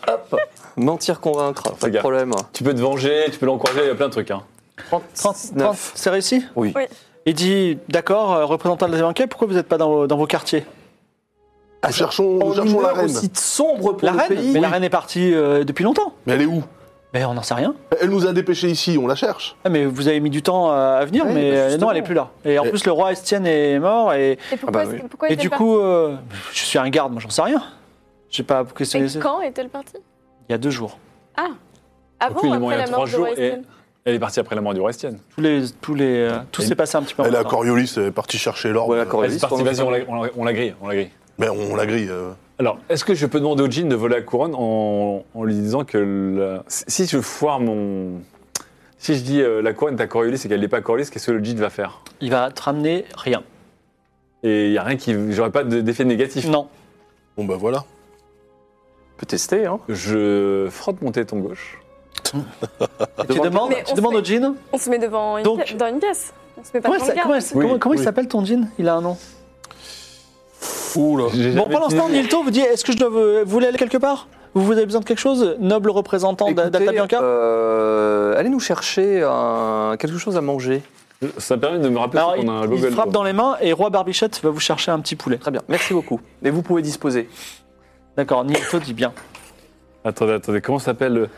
S5: Hop Mentir, convaincre, pas de
S3: gaffe.
S5: problème.
S3: Tu peux te venger, tu peux l'encourager, il y a plein de trucs. Hein.
S1: 30,
S5: 39.
S1: c'est réussi
S5: Oui.
S6: Oui.
S1: Il dit D'accord, euh, représentant de la Bianca, pourquoi vous n'êtes pas dans, vos- dans vos quartiers
S2: Nous cherchons, nous
S5: En
S2: cherchons
S5: une
S2: la
S5: heure
S2: reine.
S5: aussi sombre pour
S1: La
S5: le
S1: reine
S5: pays.
S1: Mais la reine est partie euh, depuis longtemps.
S2: Mais elle est où
S1: Mais on n'en sait rien.
S2: Elle nous a dépêchés ici, on la cherche.
S1: Ah, mais vous avez mis du temps à à venir,
S5: Ouais,
S1: mais
S5: bah,
S1: euh, non,
S5: justement.
S1: elle est plus là. Et en
S2: Et-
S1: plus, le roi Estienne est mort. Et,
S6: Et pourquoi,
S5: Ah bah
S6: est-ce-
S5: oui.
S6: pourquoi
S1: et
S6: est-elle
S1: du
S6: partie
S1: coup, euh, je suis un garde, moi, j'en sais rien. J'ai pas questionné
S6: Et
S1: ça.
S6: quand est-elle partie
S1: Il y a deux jours.
S6: Avant,
S3: il est mort il y
S6: après
S3: a
S6: la
S3: trois
S6: mort de
S3: jours
S6: Roy
S3: et elle est partie après la mort du Restienne.
S1: Tous les, tous les, euh, tout
S3: Et-
S1: s'est passé un petit peu en
S2: Elle est
S1: même
S2: à
S1: temps.
S2: Coriolis, elle est partie chercher l'orbe.
S5: Ouais, à Coriolis.
S3: Elle est partie, vas-y, on la- on la- on la grille, on la grille.
S2: Mais on la grille. euh.
S3: Alors, est-ce que je peux demander au Jean de voler la couronne en, en lui disant que la- si je foire mon. Si je dis euh, la couronne est à Coriolis et qu'elle n'est pas à Coriolis, qu'est-ce que le Jean va faire
S1: Il va te ramener rien.
S3: Et il n'y a rien qui. J'aurais pas de- d'effet négatif.
S1: Non.
S2: Bon, bah voilà.
S5: On peut tester, hein.
S3: Je frotte mon téton gauche. Ah,
S1: Tu demandes,
S6: Mais
S1: tu
S6: on
S1: demandes
S6: fait-
S1: au jean
S6: On se met devant une
S1: Donc-
S6: pi- dans une pièce. On se met pas
S1: Comment,
S6: dans
S1: ça-
S6: le garde.
S1: comment ça-
S3: Oui,
S1: comment- comment il
S3: oui.
S1: s'appelle ton jean Il a un nom.
S3: Oula
S1: Bon, pendant ce temps, Nilto vous dit Est-ce que je dois. Vous euh, vous voulez aller quelque part Vous avez besoin de quelque chose Noble représentant
S5: Écoutez,
S1: d'Alta Bianca
S5: euh, allez nous chercher un- quelque chose à manger.
S3: Ça me permet de me rappeler
S1: Alors, il,
S3: qu'on a un
S1: il
S3: Google.
S1: frappe
S3: quoi.
S1: dans les mains et Roi Barbichette va vous chercher un petit poulet.
S5: Très bien, merci beaucoup. Et vous pouvez disposer.
S1: D'accord, Nilto dit bien.
S3: Attendez, attendez, comment s'appelle. le-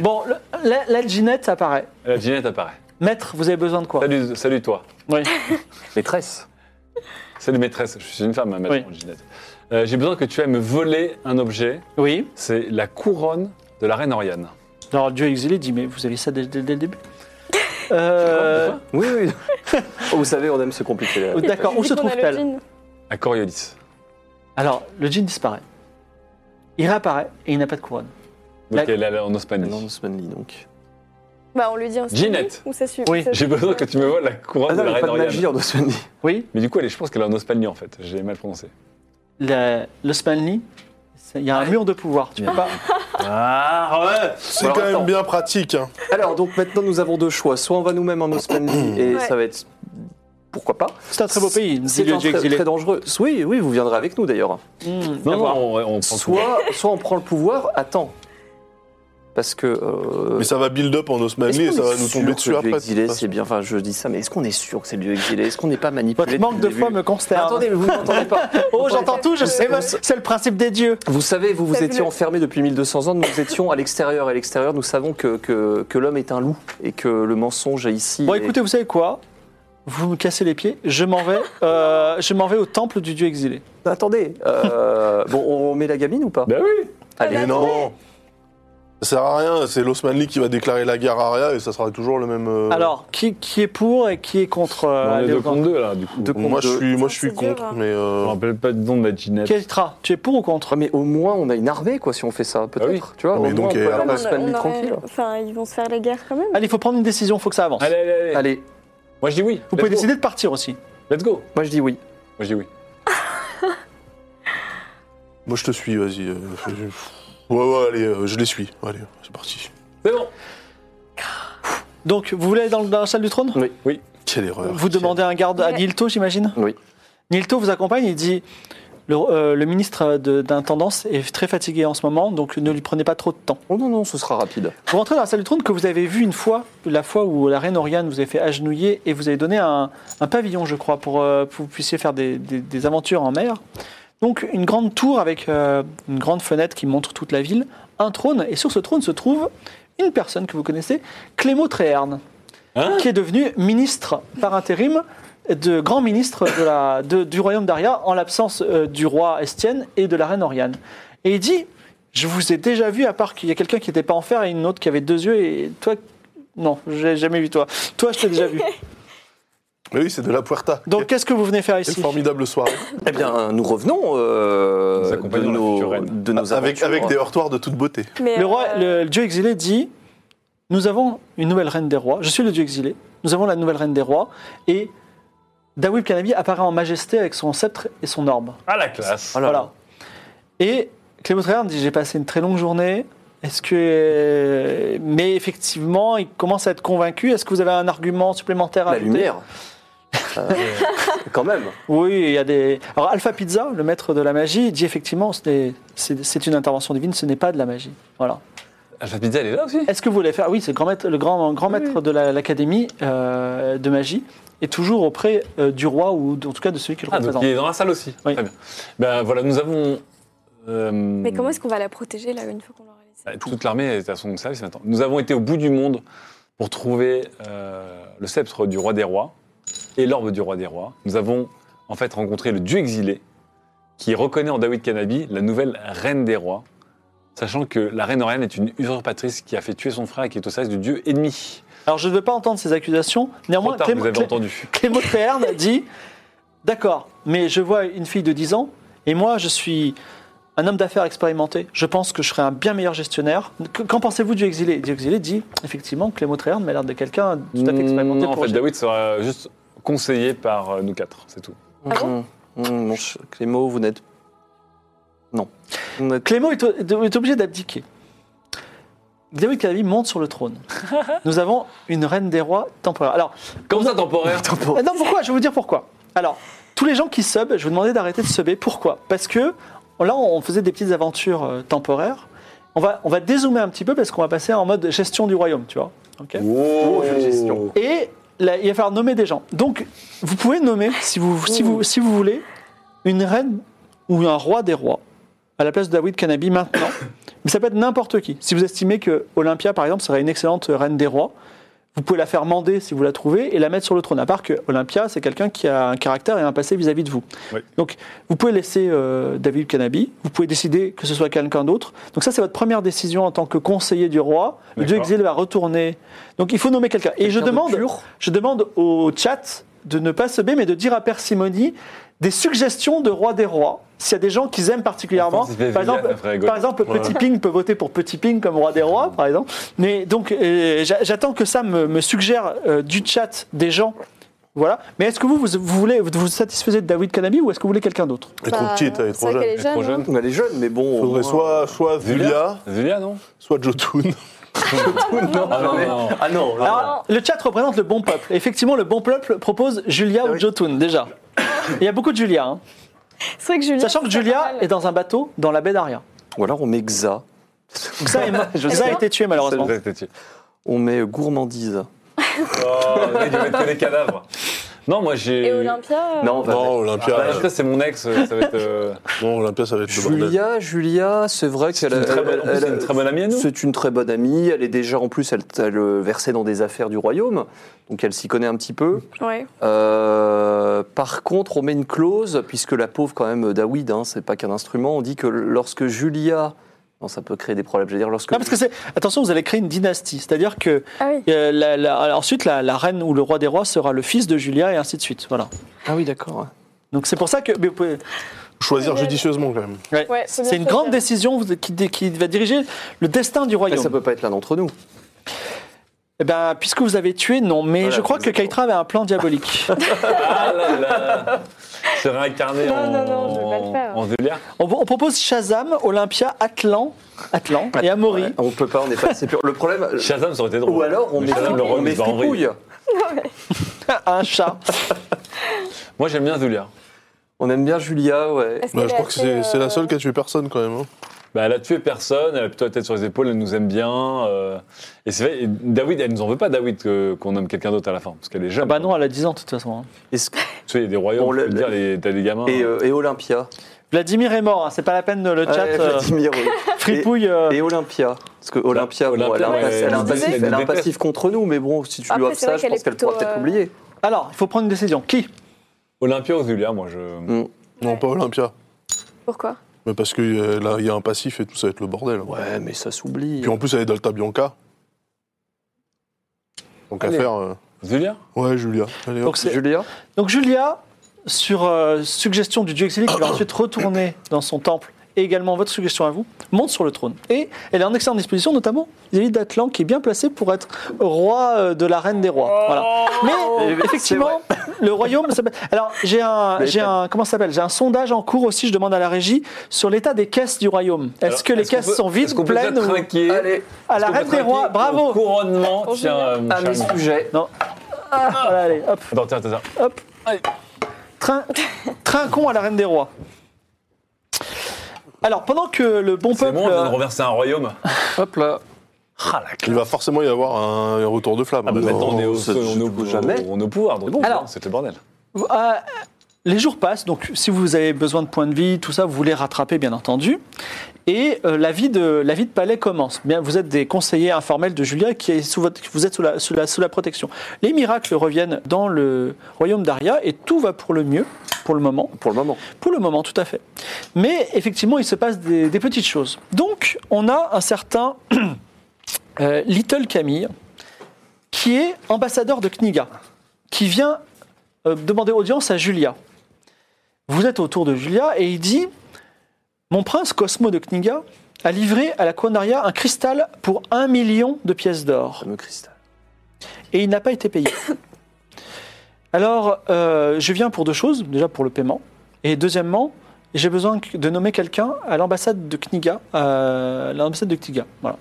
S1: Bon, le- la, la Ginette apparaît.
S3: La Ginette apparaît.
S1: Maître, vous avez besoin de quoi
S3: Salut, salut toi.
S1: Oui.
S5: Maîtresse.
S3: Salut maîtresse. Je suis une femme, hein, ma maître,
S1: Oui.
S3: Ginette. Euh, J'ai besoin que tu ailles me voler un objet.
S1: Oui.
S3: C'est la couronne de la reine Oriane.
S1: Alors le dieu exilé dit mais vous avez ça dès, dès- dès le début Euh,
S5: Oui, oui. Oh, vous savez, on aime se compliquer. la-
S1: D'accord, où
S6: Vu
S1: se
S6: qu'on a le
S1: trouve-t-elle
S6: jean.
S3: À Coriolis.
S1: Alors le jean disparaît. Il réapparaît et il n'a pas de couronne.
S3: Donc
S1: La-
S3: elle est allée en
S5: Le nom
S3: Ospanie.
S5: de Smanly, donc.
S6: Bah, on lui dit en
S3: Ginette.
S6: Ou ça suit
S1: Oui,
S6: ça
S3: J'ai
S6: suit-
S3: besoin que tu me voles la
S1: Oh,
S3: couronne
S5: Ah non,
S3: de la
S5: il n'y a
S3: reine
S5: pas de
S3: Oriane.
S5: magie en Osmanli.
S1: Oui,
S3: Mais du coup, elle est- je pense qu'elle est en Ospanie en fait. J'ai mal prononcé.
S1: la- l'Osmanli, c'est- il y a un mur de pouvoir. Tu peux pas.
S3: Ah ouais
S2: C'est
S5: Alors,
S2: quand même
S5: attends.
S2: bien pratique. hein.
S5: Alors, donc maintenant, nous avons deux choix. Soit on va nous-mêmes en Osmanli, et
S6: Ouais.
S5: ça va être. Pourquoi pas
S1: C'est un très beau pays, dit
S5: C'est
S1: le
S5: un
S1: dieu
S5: très,
S1: exilé.
S5: très dangereux. Oui, oui, vous viendrez avec nous d'ailleurs.
S1: Mmh, à
S3: Non,
S1: voir.
S3: non, on, on prend tout.
S5: Soit, soit on prend le pouvoir, attends. Parce que. euh,
S2: Mais ça va build up en
S5: est-ce
S2: Osmanli et
S5: qu'on
S2: ça
S5: est
S2: va nous
S5: sûr
S2: tomber
S5: que
S2: dessus
S5: le
S2: après.
S5: dieu
S2: de toute
S5: exilé,
S2: façon
S5: c'est bien. Enfin, je dis ça, mais est-ce qu'on est sûr que c'est le dieu exilé Est-ce qu'on n'est pas manipulé
S1: Votre manque de
S5: depuis le
S1: foi
S5: début
S1: me consterne.
S5: Attendez, mais vous m'entendez pas.
S1: oh, j'entends tout, je
S5: Vous-
S1: sais,
S5: vous-
S1: même, c'est le principe des dieux.
S5: Vous savez, vous vous
S6: T'as vu
S5: étiez
S6: le-
S5: enfermés depuis 1200 ans, nous étions à l'extérieur. Et à l'extérieur, nous savons que, que, que l'homme est un loup et que le mensonge est ici.
S1: Bon,
S5: et-
S1: écoutez, vous savez quoi Vous me cassez les pieds, je m'en vais, euh, je m'en vais au temple du dieu exilé.
S5: Attendez, euh, bon, on met la gamine ou pas
S3: Bah oui
S2: Mais non Ça sert à rien, c'est l'Osmanli qui va déclarer la guerre à Arya et ça sera toujours le même. euh,
S1: Alors, qui, qui est pour et qui est contre euh,
S3: On est
S1: aller
S3: deux
S1: au temple
S3: contre deux là, du coup.
S5: De
S2: Moi,
S5: compte
S2: je
S5: de-
S2: suis, moi, je
S6: Ça,
S2: suis
S6: c'est dur,
S2: contre,
S6: hein.
S2: mais. euh,
S3: Je me rappelle pas de nom de la Ginette.
S1: Keitra, tu es pour ou contre
S5: Ouais, Ah, mais au moins, on a une armée, quoi, si on fait ça, peut-être.
S3: Ah oui.
S5: Tu vois,
S2: Mais
S5: au
S2: donc,
S5: moins, on
S2: et
S5: peut
S2: après-
S5: aller
S6: On
S5: en
S6: aurait-
S5: Espagne
S6: on aurait-
S5: tranquille.
S6: Enfin, ils vont se faire la guerre quand même.
S1: Allez, il faut prendre une décision, il faut que ça avance.
S3: Allez, allez, allez.
S5: Allez,
S3: Moi je dis oui.
S1: Vous pouvez décider de partir aussi.
S3: Let's go.
S5: moi je dis oui.
S3: Moi je dis oui.
S2: Moi, je te suis, vas-y. euh, je- Ouais, ouais, allez, euh, je les suis. Allez, c'est parti.
S3: C'est bon.
S1: Donc, vous voulez aller dans, le- dans la salle du trône
S5: Oui.
S2: Quelle erreur.
S1: Vous demandez un garde à
S6: Ouais.
S1: Nilto, j'imagine
S5: Oui.
S1: Nilto vous accompagne, il dit le, euh, le ministre de- d'intendance est très fatigué en ce moment, donc ne lui prenez pas trop de temps.
S5: Oh non, non, ce sera rapide.
S1: Vous rentrez dans la salle du trône que vous avez vue une fois, la fois où la reine Oriane vous avait fait agenouiller et vous avez donné un, un pavillon, je crois, pour euh, que vous puissiez faire des, des- des aventures en mer. Donc une grande tour avec euh, une grande fenêtre qui montre toute la ville, un trône, et sur ce trône se trouve une personne que vous connaissez, Clément Tréherne,
S3: Hein
S1: qui est devenu ministre par intérim de grand ministre de la- de- du royaume d'Aria en l'absence euh, du roi Estienne et de la reine Oriane. Et il dit je vous ai déjà vu, à part qu'il y a quelqu'un qui n'était pas en fer et une autre qui avait deux yeux, et toi. Non, j'ai jamais vu toi. Toi, je t'ai déjà vu.
S2: Mais oui, c'est de la Puerta.
S1: Donc, qu'est-ce que vous venez faire
S2: Quelle
S1: ici
S2: formidable soirée.
S5: Eh bien, nous revenons euh,
S3: Nous
S5: de,
S3: accompagnons la future
S5: nos,
S3: reine.
S5: de nos
S2: Avec,
S5: aventures.
S2: avec des heurtoirs de toute beauté.
S6: Mais,
S1: Le roi,
S6: euh,
S1: le, le dieu exilé dit Nous avons une nouvelle reine des rois. Je suis le dieu exilé. Nous avons la nouvelle reine des rois. Et Dawib Kanabi apparaît en majesté avec son sceptre et son orbe.
S3: À Ah, la classe.
S5: Oh là là.
S1: Voilà. Et Clément Tréherne dit J'ai passé une très longue journée. Est-ce que. Mais effectivement, il commence à être convaincu. Est-ce que vous avez un argument supplémentaire à
S5: La
S1: ajouter
S5: lumière. Euh, quand même.
S1: Oui, il y a des. Alors, Alpha Pizza, le maître de la magie, dit effectivement, ce n'est- c'est c'est une intervention divine, ce n'est pas de la magie. Voilà.
S3: Alpha Pizza, elle est là aussi.
S1: Est-ce que vous voulez faire Ah Oui, c'est le grand maître, le grand, grand maître de la- l'académie euh, de magie, et toujours auprès euh, du roi ou en tout cas de celui qui le
S3: Ah, donc
S1: représente.
S3: il est dans la salle aussi.
S1: Oui.
S3: Très bien. Ben voilà, nous avons. euh,
S6: Mais comment est-ce qu'on va la protéger là une fois qu'on l'aura laissée
S3: bah, Toute l'armée est à son service maintenant. Nous avons été au bout du monde pour trouver euh, le sceptre du roi des rois et l'orbe du roi des rois. Nous avons en fait rencontré le dieu exilé qui reconnaît en David Canabi la nouvelle reine des rois, sachant que la reine Oriane est une usurpatrice qui a fait tuer son frère et qui est au service du dieu ennemi.
S1: Alors, je ne veux pas entendre ces accusations.
S3: Trop
S1: Néanmoins,
S3: tard,
S1: Clément
S3: vous avez
S1: Clé-
S3: entendu.
S1: Clément Tréherne dit D'accord, mais je vois une fille de 10 ans, et moi, je suis un homme d'affaires expérimenté. Je pense que je serai un bien meilleur gestionnaire. Que- Qu'en pensez-vous du exilé Du exilé dit Effectivement, Clément Tréherne m'a l'air de quelqu'un tout à fait expérimenté
S3: Non, Mm, en
S1: pour
S3: fait,
S1: gérer.
S3: David sera juste conseillé par euh, nous quatre, c'est tout.
S6: Ah bon
S5: Mmh, mmh, mon ch- Clément, vous n'êtes. Non. Vous n'êtes-
S1: Euh, Clément est, est obligé d'abdiquer. David Canabi monte sur le trône. Nous avons une reine des rois temporaire. Alors,
S3: Comme ça, temporaire
S1: Euh, Non, pourquoi Je vais vous dire pourquoi. Alors, tous les gens qui sub, je vous demandais d'arrêter de subber. Pourquoi Parce que là, on faisait des petites aventures euh, temporaires. On va, on va dézoomer un petit peu parce qu'on va passer en mode gestion du royaume, tu vois. Ok.
S3: Oh,
S5: jeu de gestion.
S1: Et là, il va falloir nommer des gens. Donc, vous pouvez nommer, si vous, si vous, si vous voulez, une reine ou un roi des rois à la place de David Canabi maintenant. Mais ça peut être n'importe qui. Si vous estimez que Olympia, par exemple, serait une excellente reine des rois, Vous pouvez la faire mander si vous la trouvez et la mettre sur le trône. À part que Olympia, c'est quelqu'un qui a un caractère et un passé vis-à-vis de vous.
S3: Oui.
S1: Donc, vous pouvez laisser euh, David Canabi. Vous pouvez décider que ce soit quelqu'un d'autre. Donc, ça, c'est votre première décision en tant que conseiller du roi. Le dieu
S3: D'accord.
S1: exil va retourner. Donc, il faut nommer quelqu'un. Et je
S5: Quelqu'un de
S1: demande,
S5: pur.
S1: je demande au chat de ne pas se baisser, mais de dire à Persimony des suggestions de roi des rois. S'il y a des gens qu'ils aiment particulièrement.
S3: Enfin, c'est
S1: Par
S3: bien,
S1: exemple,
S3: ça ferait
S1: par exemple, Petit Ping peut voter pour Petit Ping comme roi des rois, par exemple. Mais donc, euh, j'a- j'attends que ça me, me suggère euh, du chat des gens. Voilà. Mais est-ce que vous, vous, vous voulez vous vous satisfaisez de David Kanabi ou est-ce que vous voulez quelqu'un d'autre
S2: Elle est trop
S6: Bah,
S2: petite, elle est trop jeune.
S6: Elle est
S3: Elle est trop
S6: jeune.
S3: jeune.
S6: hein.
S5: On a les jeunes, mais bon. au
S2: Faudrait
S5: moins-
S2: soit, soit Zulia,
S3: Zulia, non
S2: soit Jotun.
S5: Non,
S3: Ah non,
S5: mais-
S3: non.
S5: Ah non, là,
S1: Alors, le chat représente le bon peuple. Effectivement, le bon peuple propose
S5: Ah
S1: Julia ou Jotun, déjà. Il y a beaucoup de Julia. hein.
S6: C'est vrai que Julia.
S1: Sachant que
S6: c'est pas
S1: Julia
S6: mal.
S1: est dans un bateau dans la baie d'Aria.
S5: Ou alors on met Xa.
S1: Ça, est mo-
S5: Je
S1: ça a
S5: sais.
S1: été tué, malheureusement.
S3: Ça, c'était-
S5: On met gourmandise.
S3: Oh, il devait mettre que des cadavres. Non, moi j'ai.
S6: Et Olympia. euh,
S5: Non, on va
S2: Non,
S3: Ah,
S2: Olympia,
S3: bah,
S2: euh,
S3: ça, c'est mon ex, euh, ça va être. euh,
S2: non, Olympia, ça va être le bordel.
S5: Julia, Julia, c'est vrai qu'elle
S3: une
S5: a-
S3: très bonne- en plus,
S5: elle a-
S3: c'est une très bonne amie à nous.
S5: C'est une très bonne amie. Elle est déjà, en plus, elle, elle euh, versait dans des affaires du royaume. Donc elle s'y connaît un petit peu.
S6: Ouais.
S5: Euh, par contre, on met une clause, puisque la pauvre, quand même, David, hein, c'est pas qu'un instrument. On dit que lorsque Julia. Non, ça peut créer des problèmes. Je veux dire, lorsque.
S1: Non, parce que c'est. Attention, vous allez créer une dynastie. C'est-à-dire que
S6: Ah oui.
S1: euh, la- la- alors, ensuite, la, la reine ou le roi des rois sera le fils de Julia et ainsi de suite. Voilà.
S5: Ah oui, d'accord.
S1: Donc c'est pour ça que mais vous pouvez-
S2: Choisir judicieusement, quand même.
S1: ouais.
S6: Ouais, faut bien
S1: c'est une
S6: choisir.
S1: grande décision vous- qui, dé- qui va diriger le destin du
S5: Mais
S1: royaume.
S5: ça peut pas être l'un d'entre nous.
S1: Eh ben, puisque vous avez tué, non. Mais
S3: Voilà,
S1: je crois que
S3: exactement.
S1: Keitra avait un plan diabolique.
S3: Ah là là Se réincarner
S6: Non,
S3: en.
S6: non, non, je vais pas le faire.
S3: En Zulia
S1: on, on propose Shazam, Olympia, Atlan, Atlan et Amaury.
S5: On peut pas, on n'est pas assez pur. Le problème. euh,
S3: Shazam, ça aurait été drôle.
S5: Ou alors on
S3: Mais
S5: met,
S3: Shazam, le
S5: on
S3: rôle,
S5: met
S3: il va en vrille.
S5: fripouille.
S1: un chat.
S3: Moi, j'aime bien Zulia.
S5: On aime bien Julia, ouais.
S6: Est-ce
S2: Bah,
S6: qu'elle
S2: je
S6: est
S2: crois que
S6: assez,
S2: c'est c'est
S6: euh,
S2: la seule qui a tué personne, quand même. hein.
S3: Bah, elle a tué personne, elle a plutôt la tête sur les épaules, elle nous aime bien. euh, Et c'est vrai, et David, elle nous en veut pas, David, que- qu'on nomme quelqu'un d'autre à la fin, parce qu'elle est
S1: Ah
S3: jeune.
S1: bah non, elle a 10 ans de toute façon. hein.
S5: Est-ce que-
S3: Tu sais, il y a des royaumes,
S5: On
S3: on
S5: le-
S3: peut le dire, les- t'as des gamins.
S5: Et,
S3: hein.
S5: euh, et Olympia.
S1: Vladimir est mort, hein, c'est pas la peine de le chat.
S5: Ouais,
S1: euh,
S5: Vladimir, oui.
S1: fripouille. euh,
S5: Et Olympia. Parce que Bah, Olympia, bon,
S3: Olympia,
S5: elle, a un,
S3: ouais,
S5: passif- elle a un
S3: elle
S5: passif,
S3: disait-
S5: elle a un
S3: elle déteste.
S5: passif contre nous, mais bon, si tu lui
S6: Après,
S5: offres
S6: c'est
S5: ça,
S6: vrai
S5: je
S6: qu'elle
S5: pense
S6: est
S5: qu'elle pourra
S6: plutôt,
S5: peut-être
S6: euh,
S5: oublier.
S1: Alors, il faut prendre une décision. Qui
S3: Olympia ou Zulia, moi, je.
S5: Mm.
S2: Non, pas Olympia.
S6: Pourquoi
S2: Mais parce que euh, là, il y a un passif et tout, ça va être le bordel.
S5: Ouais, mais ça s'oublie.
S2: Puis en plus, elle est Delta Bianca. Donc
S3: Allez.
S2: à faire. euh,
S3: Zulia
S2: Ouais, Julia. Allez, hop.
S1: Donc, c'est-
S5: Julia
S1: Donc Julia, sur euh, suggestion du dieu exilé qui va ensuite retourner dans son temple, et également votre suggestion à vous, monte sur le trône. Et elle est en excellente disposition, notamment vis-à-vis d'Atlan, qui est bien placé pour être roi euh, de la reine des rois.
S3: Oh.
S1: Voilà. Mais
S5: Et oui,
S1: effectivement, le royaume. s'appelle- Alors j'ai un,
S5: Mais
S1: j'ai
S5: pas-
S1: un, comment ça s'appelle J'ai un sondage en cours aussi. Je demande à la régie sur l'état des caisses du royaume. Est-ce
S3: Alors,
S1: que les
S3: qu'on
S1: caisses
S3: peut-
S1: sont
S3: est-ce
S1: vides,
S3: qu'on peut
S1: pleines
S3: déjà
S1: ou-
S3: trinquer
S5: Allez,
S1: À la
S3: Est-ce qu'on
S1: reine
S3: peut
S1: des rois,
S3: trinquer au
S1: bravo. Ah,
S3: couronnement, tiens, euh, mon
S5: à mes
S3: cher.
S5: sujets.
S1: Non. Voilà, allez, hop,
S3: Attends, tiens, tiens, tiens.
S1: hop. Train, trinquons à la reine des rois. Alors, pendant que le bon
S3: C'est
S1: peuple.
S3: bon, on vient
S1: euh,
S3: de renverser un royaume.
S5: Hop là.
S3: Ah la
S2: Il va forcément y avoir un, un retour de flamme.
S3: Ah bah
S2: Non.
S3: maintenant, on est au,
S5: ça,
S3: on
S5: je
S3: est au-
S5: trouve jamais.
S3: on est au pouvoir. Donc,
S1: bon.
S3: alors, c'est le bordel.
S1: euh, les jours passent, donc si vous avez besoin de points de vie, tout ça, vous voulez rattraper, bien entendu. Et euh, la, vie de, la vie de palais commence. Bien, vous êtes des conseillers informels de Julia qui est sous votre, vous êtes sous la, sous la- sous la protection. Les miracles reviennent dans le royaume d'Aria et tout va pour le mieux pour le moment.
S5: Pour le moment.
S1: Pour le moment, tout à fait. Mais effectivement, il se passe des, des petites choses. Donc, on a un certain euh, Little Camille, qui est ambassadeur de Kniga, qui vient euh, demander audience à Julia. Vous êtes autour de Julia et il dit Mon prince Cosmo de Kniga a livré à la Quanaria un cristal pour un million de pièces d'or
S5: Fameux cristal.
S1: et il n'a pas été payé. Alors, euh, je viens pour deux choses. Déjà pour le paiement. Et deuxièmement, j'ai besoin que- de nommer quelqu'un à l'ambassade de Kniga. euh, l'ambassade de Kniga, voilà.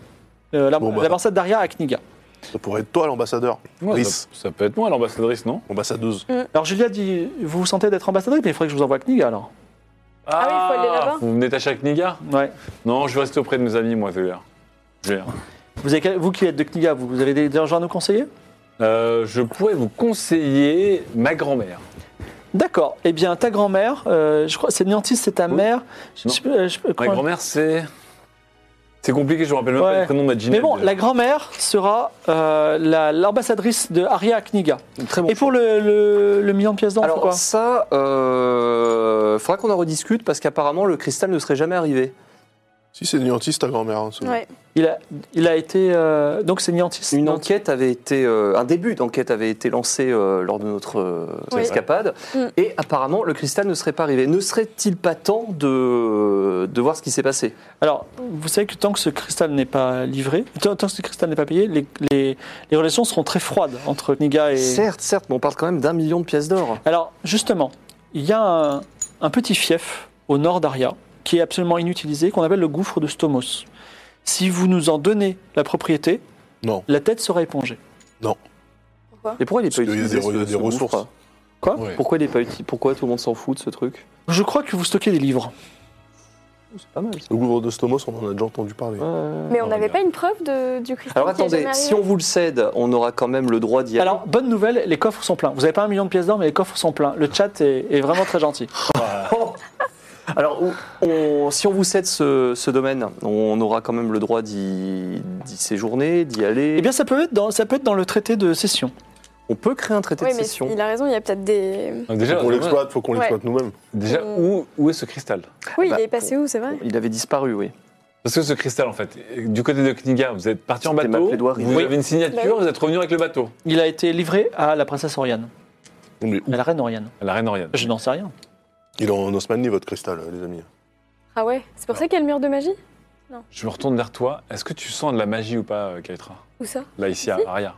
S1: Euh, l'am-
S2: Bon, bah.
S1: l'ambassade d'Aria à Kniga.
S2: Ça pourrait être toi l'ambassadeur.
S3: Ouais,
S2: Brice,
S3: ça, ça peut être moi, l'ambassadrice, non
S2: ambassadeuse.
S1: Alors, Julia dit Vous vous sentez d'être ambassadrice Mais il faudrait que je vous envoie à Kniga alors.
S6: Ah oui, faut aller là-bas.
S3: Vous venez attacher à Kniga
S1: Ouais.
S3: Non, je vais rester auprès de mes amis, moi, Zulia. Zulia.
S1: Vous, avez- vous qui êtes de Kniga, vous, vous avez des- déjà à nous conseiller
S3: Euh, je pourrais vous conseiller ma grand-mère.
S1: D'accord. Eh bien, ta grand-mère, euh, je crois, c'est Niantis, c'est ta
S3: Oui.
S1: mère. Je-
S3: Non.
S1: je- euh, je-
S3: Ma
S1: comment-
S3: grand-mère, c'est. C'est compliqué, je me rappelle même
S1: Ouais.
S3: pas le prénom de ma
S1: Mais
S3: Ginette.
S1: bon, la grand-mère sera euh, la- l'ambassadrice de Aria Kniga.
S5: Très bon.
S1: Et pour le, le, le million de pièces d'or, faut
S5: Alors
S1: quoi
S5: ça, euh, faudra qu'on en rediscute parce qu'apparemment le cristal ne serait jamais arrivé.
S2: Si c'est Niantis, ta grand-mère. hein, c'est-
S6: Ouais.
S1: il a, il a été. euh, donc c'est Niantis.
S5: Une
S1: non
S5: enquête avait été, euh, un début d'enquête avait été lancé euh, lors de notre euh,
S6: Oui.
S5: escapade,
S6: Mm.
S5: et apparemment le cristal ne serait pas arrivé. Ne serait-il pas temps de, de voir ce qui s'est passé
S1: Alors, vous savez que tant que ce cristal n'est pas livré, tant tant que ce cristal n'est pas payé, les, les, les relations seront très froides entre Kniga et.
S5: Certes, certes, mais on parle quand même d'un million de pièces d'or.
S1: Alors, justement, il y a un, un petit fief au nord d'Aria qui est absolument inutilisé, qu'on appelle le gouffre de Stomos. Si vous nous en donnez la propriété,
S2: Non.
S1: la tête sera épongée.
S5: Et pourquoi il n'est
S2: Parce
S5: pas
S2: qu'il y a
S5: utilisé
S2: des- il y a
S5: ce-
S2: des
S5: ce
S2: ressources.
S5: gouffre
S1: Quoi
S3: Ouais.
S5: Pourquoi il est pas utilisé Pourquoi tout le monde s'en fout de ce truc
S1: Je crois que vous stockez des livres.
S5: C'est pas mal. ça.
S2: Le gouffre de Stomos, on en a déjà entendu parler.
S5: Ouais.
S6: Mais on
S3: On
S6: n'avait
S3: regarde.
S6: pas une preuve de, du cristal.
S5: Alors
S6: qui est
S5: attendez,
S6: jamais
S5: si on
S6: arrivé
S5: vous le cède, on aura quand même le droit d'y aller.
S1: Alors, bonne nouvelle, les coffres sont pleins. Vous n'avez pas un million de pièces d'or, mais les coffres sont pleins. Le chat est, est vraiment très gentil.
S5: Alors, on- on- si on vous cède ce, ce domaine, on aura quand même le droit d'y d'y séjourner, d'y aller.
S1: Eh bien, ça peut être dans, ça peut être dans le traité de cession.
S5: on peut créer un traité
S6: Oui,
S5: de
S6: mais
S5: cession.
S6: il a raison, il y a peut-être des.
S3: Donc déjà,
S2: faut qu'on
S3: on-
S2: l'exploite, faut qu'on
S6: Ouais.
S2: l'exploite nous-mêmes.
S3: déjà où, où est ce cristal
S6: Oui,
S5: Bah,
S6: il est passé où, c'est vrai
S5: Il avait disparu, oui.
S3: Parce que ce cristal, en fait, du côté de Kniga, vous êtes parti en
S5: C'était ma
S3: bateau,
S5: plaidoirie.
S3: vous
S5: Oui.
S3: avez une
S6: Bah
S3: signature,
S6: oui.
S3: vous êtes revenu avec le bateau.
S1: Il a été livré à la princesse Oriane,
S2: Mais où
S1: à la reine Oriane.
S3: À la reine Oriane.
S1: Je n'en sais rien.
S2: Il est en Osmanli, votre cristal, euh, les amis.
S6: Ah ouais C'est pour ça qu'il y a le mur de magie
S3: Je me retourne vers toi. Est-ce que tu sens de la magie ou pas, euh, Kaitra
S6: Où ça
S3: Là, ici, à
S6: Ici
S3: Aria.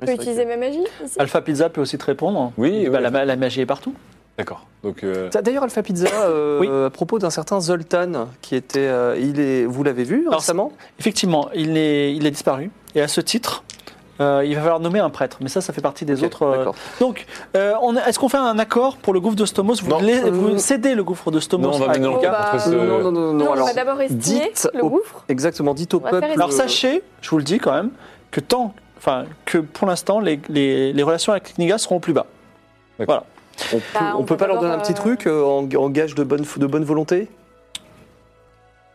S6: Je peux utiliser ma magie ici
S1: Alpha Pizza peut aussi te répondre.
S3: Oui,
S1: Bah,
S3: oui.
S1: la, ma- la magie est partout.
S3: D'accord. Donc, euh,
S5: Ça, D'ailleurs, Alpha Pizza, euh,
S1: Oui.
S5: à propos d'un certain Zoltan, qui était. euh, il est, vous l'avez vu
S1: Alors,
S5: récemment
S1: Effectivement, il est, il est disparu. Et à ce titre, euh, il va falloir nommer un prêtre. Mais ça, ça fait partie des
S5: Ok,
S1: autres. euh,
S5: d'accord.
S1: Donc, euh, on a- est-ce qu'on fait un accord pour le gouffre de Stomos vous,
S2: Non.
S1: la-
S5: Euh,
S1: vous cédez le gouffre de Stomos
S3: non, on
S1: à
S3: va mener
S6: Oh,
S3: l'enquête
S6: bah,
S3: entre ce.
S5: Non, non, non, non, non,
S6: Non,
S5: Euh, alors,
S6: on va d'abord estimer
S5: dites
S6: le
S5: au-
S6: gouffre.
S5: Exactement, dites au
S6: va faire
S5: peuple.
S1: Alors sachez, je vous le dis quand même, que tant, enfin, que pour l'instant, les, les- les relations avec Kniga seront au plus bas.
S5: euh, On peut,
S6: Bah,
S5: on
S6: on
S5: peut
S6: peut
S5: pas leur donner un
S6: d'abord,
S5: petit
S6: euh,
S5: truc euh, en, en gage de bonne, de bonne volonté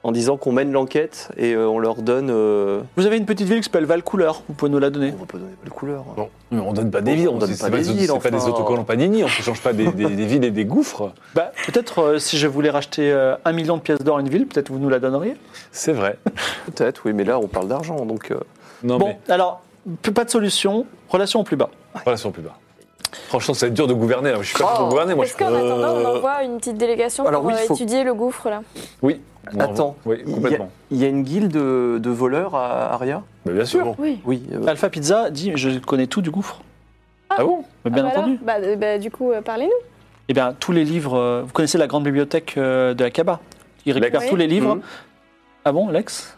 S5: En disant qu'on mène l'enquête et euh, on leur donne. euh,
S1: Vous avez une petite ville qui s'appelle Valcouleur, vous pouvez nous la donner.
S5: On va pas donner la couleur.
S2: Non.
S3: Mais on donne pas des villes,
S5: On
S3: on
S5: donne
S3: c'est- c'est
S5: pas des
S3: des-
S5: villes,
S3: c'est pas des
S5: enfin.
S3: autocollants Panini, on ne change pas des, des- des villes et des gouffres.
S1: Bah, peut-être euh, si je voulais racheter euh, un million de pièces d'or à une ville, peut-être vous nous la donneriez.
S3: C'est vrai.
S5: Peut-être, oui, mais là on parle d'argent, donc euh,
S3: Non,
S1: bon,
S3: mais
S1: alors, p- pas de solution, relations au plus bas.
S3: relation plus bas. Franchement, ça va être dur de gouverner. là. Je suis pas
S5: Oh.
S3: pour gouverner, moi. Je
S6: Est-ce qu'en attendant, on
S2: Euh,
S6: envoie une petite délégation
S5: alors
S6: pour
S5: oui,
S6: euh,
S5: faut-
S6: étudier le gouffre là
S3: Oui. on en-
S5: Attends.
S3: Oui,
S5: Il y a-
S3: complètement.
S5: il y a une guilde de, de voleurs à Aria
S3: Bah, bien sûr.
S2: Bon.
S6: Oui.
S5: Oui. euh,
S1: Alpha Pizza dit Je connais tout du gouffre.
S3: Ah bon
S1: Mais bien
S6: Ah, bah alors,
S1: entendu.
S6: Bah, euh, bah, du coup, euh, parlez-nous.
S1: Eh bien, tous les livres. euh, vous connaissez la grande bibliothèque euh, de Akaba Il récupère
S6: Lex.
S1: tous les livres.
S5: Mhm.
S1: Ah bon, Lex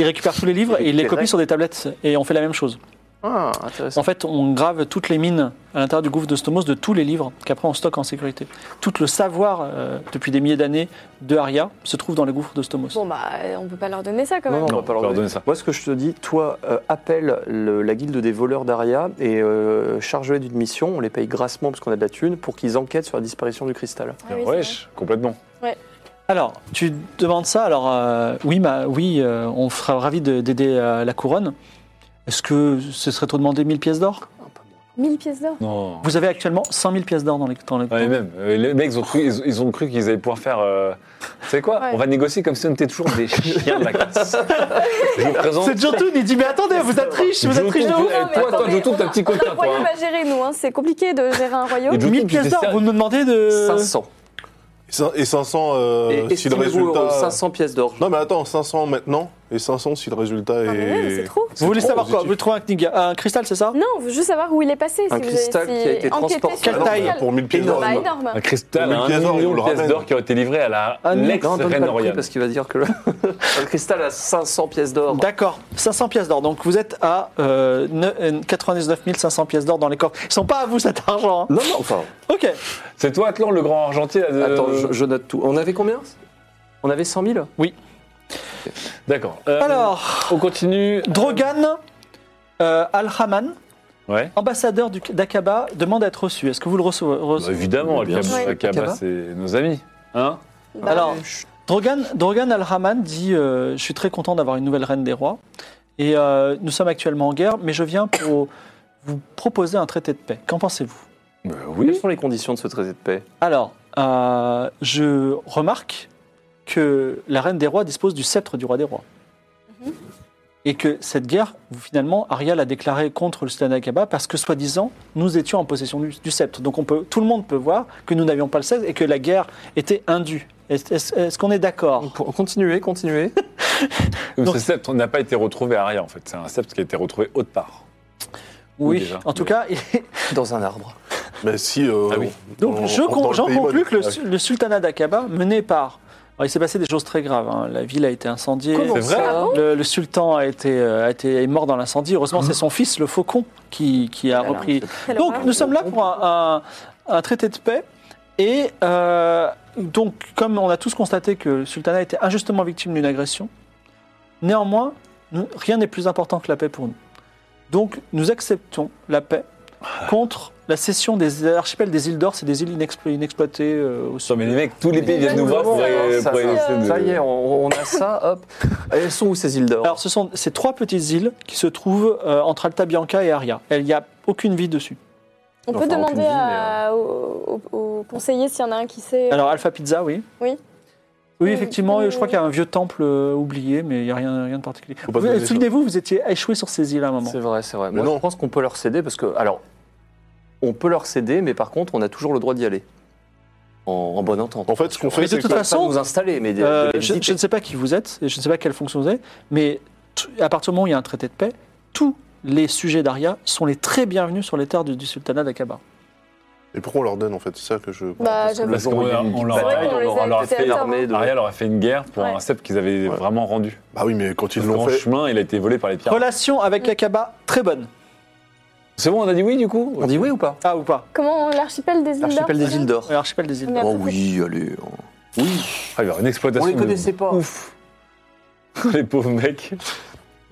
S1: Il récupère tous les livres et il les
S5: récupère
S1: copie
S5: Lex.
S1: sur des tablettes. Et on fait la même chose.
S5: Ah, intéressant.
S1: En fait, on grave toutes les mines à l'intérieur du gouffre de Stomos de tous les livres qu'après on stocke en sécurité. Tout le savoir euh, depuis des milliers d'années de Aria se trouve dans le gouffre de Stomos.
S6: Bon, bah, euh, on peut pas leur donner ça quand
S5: Non,
S6: même.
S5: non, on
S3: Non,
S5: va pas leur donner.
S3: ça.
S5: Moi, ce que je te dis, toi, euh, appelle le- la guilde des voleurs d'Aria et euh, charge-les d'une mission. On les paye grassement parce qu'on a de la thune pour qu'ils enquêtent sur la disparition du cristal.
S6: Ah oui, c'est vrai.
S3: Wesh, complètement.
S1: Alors, tu demandes ça. Alors, euh, oui, ma, oui euh, on sera ravi de- d'aider euh, la couronne. Est-ce que ce serait trop demander 1000 pièces d'or
S6: 1000 pièces d'or.
S3: Non.
S1: Vous avez actuellement 100 000 pièces d'or dans les, dans les-
S3: Ouais, et même, euh, les mecs, ils ont cru, ils, ils ont cru qu'ils allaient pouvoir faire. euh, tu sais quoi
S6: Ouais.
S3: On va négocier comme si on était toujours des chiens de la casse. Je vous présente.
S1: C'est Jotun, il dit Mais attendez, vous êtes riche, vous êtes
S3: Jotun,
S1: riche de
S3: vous-
S1: ouf
S3: eh,
S6: mais
S3: Toi, toi,
S6: attendez,
S3: Jotun, t'as
S6: on
S3: un petit
S6: On a
S3: coquin,
S6: un
S3: toi.
S6: royaume
S3: hein.
S6: à gérer, nous, hein. c'est compliqué de gérer un royaume.
S3: Et Jotun,
S1: 1000
S3: tu
S1: pièces
S3: t'es
S1: d'or,
S3: servi-
S1: vous me demandez de.
S5: 500.
S2: Et cin- Et 500 euh,
S5: et
S2: si le
S5: estimez-vous
S2: résultat.
S5: aux 500 pièces d'or.
S2: Non, mais attends, 500 maintenant et 500 si le résultat
S6: Ah, mais ouais, mais
S2: est.
S6: c'est trop.
S1: Vous voulez
S2: trop
S1: savoir quoi Vous
S2: positif.
S1: voulez trouver un, Kniga- un cristal, c'est ça
S6: Non, on veut juste savoir où il est passé.
S5: Un
S6: si vous
S5: cristal
S6: avez-
S5: qui a été
S6: si- enquêter
S5: transporté.
S6: sur le
S1: Quelle taille
S6: cristal.
S2: Pour 1000 pièces d'or.
S6: Bah,
S2: je-
S6: énorme.
S3: Un cristal,
S2: Mille
S3: à un
S2: pièces d'or,
S3: million
S2: on le
S3: de pièces
S2: ramène.
S3: d'or qui ont été livrées à la
S5: Ah,
S3: lex
S5: Non, donne pas
S3: reine
S5: le prix,
S3: Oriane.
S5: parce qu'il va dire que le, le cristal a 500 pièces d'or.
S1: D'accord, 500 pièces d'or. Donc vous êtes à euh, ne- euh, 99 500 pièces d'or dans les coffres. Ils sont pas à vous cet argent. hein.
S5: Non, non, enfin,
S1: Ok.
S3: C'est toi, Atlan, le grand argentier. euh, là, de-
S5: attends, je, je note tout. On avait combien On avait 100 000
S3: D'accord. Euh,
S1: Alors,
S3: on continue.
S1: Drogan euh, Al-Haman,
S3: Ouais.
S1: ambassadeur du- d'Aqaba, demande à être reçu. Est-ce que vous le euh, recevez
S3: Bah, évidemment,
S5: Bien
S3: Al
S5: sûr.
S3: Kaba,
S6: Ouais.
S3: Al Kaba,
S5: Kaba.
S3: c'est nos amis. Hein
S6: Bah,
S1: Alors,
S5: Chut.
S1: Drogan, Drogan Al-Rahman dit euh, Je suis très content d'avoir une nouvelle reine des rois. Et euh, nous sommes actuellement en guerre, mais je viens pour vous proposer un traité de paix. Qu'en pensez-vous
S3: Ben
S5: Quelles
S3: oui.
S5: sont les conditions de ce traité de paix
S1: Alors, euh, je remarque que la reine des rois dispose du sceptre du roi des rois. Et que cette guerre, finalement, Ariel a déclaré contre le sultanat Akaba parce que, soi-disant, nous étions en possession du, du sceptre. Donc on peut, tout le monde peut voir que nous n'avions pas le sceptre et que la guerre était indue. Est-ce est-ce qu'on est d'accord
S5: Pour- Continuez, continuez.
S3: Donc,
S1: Donc-
S3: ce sceptre n'a pas été retrouvé à Aria, en fait. C'est un sceptre qui a été retrouvé autre part. Oui, déjà.
S1: en tout
S3: Oui.
S1: cas, il est-
S5: Dans un arbre.
S2: Mais si. euh,
S3: Ah oui.
S1: donc
S2: on-
S1: je
S2: on- dans
S1: con-
S2: le
S1: j'en
S2: pays
S1: conclus
S2: mode.
S1: que le,
S2: Ah oui.
S1: su- le sultanat d'Aqaba, mené par... Alors, il s'est passé des choses très graves. hein. La ville a été incendiée.
S3: C'est vrai
S4: Ah bon
S1: Le, le sultan a été, euh, a été est mort dans l'incendie. Heureusement, c'est son fils, le faucon, qui, qui a
S5: là,
S1: repris.
S6: Quelle
S1: donc,
S6: horreur.
S1: nous sommes là pour un, un- un traité de paix. Et euh, donc, comme on a tous constaté que le sultanat était injustement victime d'une agression, néanmoins, nous- rien n'est plus important que la paix pour nous. Donc, nous acceptons la paix contre la cession des archipels des îles d'Ors et des îles inexplo- inexploitées euh, au sud.
S3: Putain, mais les mecs, tous les pays viennent nous voir pour,
S5: Ça, ça,
S3: pour essayer de-
S5: ça y est, on, on a ça, hop. Elles sont où ces îles d'or
S1: Alors, ce sont ces trois petites îles qui se trouvent euh, entre Alta Bianca et Aria. Il n'y a aucune vie dessus.
S6: On peut
S5: Enfin,
S6: demander
S5: aucune vie,
S6: à- au, au- au conseiller s'il y en a un qui sait.
S1: Alors, Alpha Pizza, oui.
S6: Oui.
S1: Oui,
S6: Oui,
S1: effectivement,
S6: oui,
S1: je crois
S6: oui.
S1: qu'il y a un vieux temple euh, oublié, mais il n'y a rien, rien de particulier.
S2: pas
S1: Vous-
S2: donner ça.
S1: Souvenez-vous, vous étiez échoué sur ces îles à un moment.
S5: C'est vrai, c'est vrai.
S2: Mais
S5: Moi,
S2: non.
S5: je pense qu'on peut leur céder parce que. Alors, on peut leur céder, mais par contre, on a toujours le droit d'y aller. En, en bonne entente.
S2: En fait, ce qu'on fait,
S1: Mais de
S2: c'est
S1: toute
S2: que-
S5: Pas-
S1: façon,
S5: pas nous installer, mais de- de
S1: Euh,
S5: les
S1: je,
S5: visiter.
S1: je ne sais pas qui vous êtes, et je ne sais pas quelle fonction vous avez, mais tout- à partir du moment où il y a un traité de paix, tous les sujets d'Aria sont les très bienvenus sur les terres du, du sultanat d'Aqaba.
S2: Et pourquoi on leur donne en fait C'est ça que je.
S6: Bah,
S2: Parce que
S6: j'avoue.
S2: le
S3: Parce
S2: jour
S3: qu'on
S2: où il y a
S3: leur-
S2: une
S3: on
S2: petite
S3: leur
S2: bataille-
S6: vrai
S3: a-
S6: qu'on les
S3: on leur a
S6: a
S3: fait
S6: peut-être à
S5: l'armée de-
S3: Aria leur a fait une guerre pour
S6: Ouais.
S3: un sceptre qu'ils avaient
S2: Ouais.
S3: vraiment rendu.
S2: Bah oui, mais quand ils
S3: Parce
S2: l'ont
S3: qu'en
S2: fait.
S3: chemin, il a été volé par les pirates.
S1: Relation avec Aqaba, très bonne.
S3: C'est bon, on a dit oui du coup
S5: On dit oui ou pas
S1: Ah ou pas
S6: Comment on- l'archipel des îles d'or
S5: L'archipel
S6: c'est
S5: des
S6: ça
S5: îles d'or.
S1: L'archipel des îles.
S6: On a
S5: Oh
S6: pas fait-
S5: oui, allez. on- Oui.
S3: Ah, il y aura une exploitation.
S5: On les
S3: de
S5: connaissait pas.
S3: Ouf. les pauvres mecs.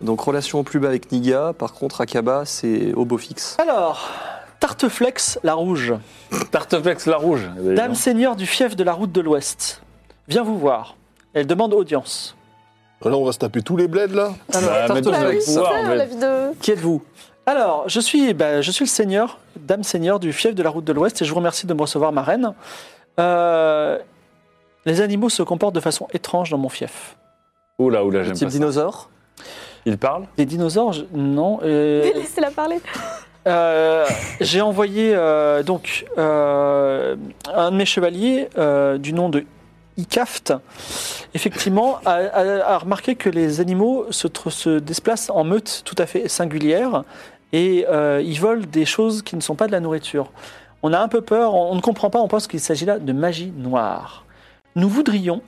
S5: Donc, relation au plus bas avec Niga. Par contre, Akaba, c'est au beau fixe.
S1: Alors, Tarteflex, la rouge.
S3: Tarteflex la rouge.
S1: Dame seigneur du fief de la route de l'Ouest, viens vous voir. Elle demande audience.
S2: euh, Là, on va se taper tous les bleds là.
S3: Bah,
S5: Tartuffe
S3: mettons-le
S6: Ah oui,
S3: avec
S6: c'est
S3: pouvoir,
S6: ça,
S3: en fait.
S6: la vie de.
S5: Qui êtes-vous
S1: Alors, je suis, bah, je suis le seigneur, dame seigneur du fief de la route de l'Ouest, et je vous remercie de me recevoir, ma reine. Euh, les animaux se comportent de façon étrange dans mon fief.
S3: Oula, oula,
S5: Le
S3: j'aime
S5: type
S3: pas ça.
S5: dinosaure
S3: Il parle
S1: Les dinosaures, je- non. euh,
S6: Laissez-la parler.
S1: Euh, j'ai envoyé euh, donc euh, un de mes chevaliers euh, du nom de Icaft, effectivement, a, a- a remarqué que les animaux se, tr- se déplacent en meute tout à fait singulière et euh, ils volent des choses qui ne sont pas de la nourriture. On a un peu peur, on, on ne comprend pas, on pense qu'il s'agit là de magie noire. Nous voudrions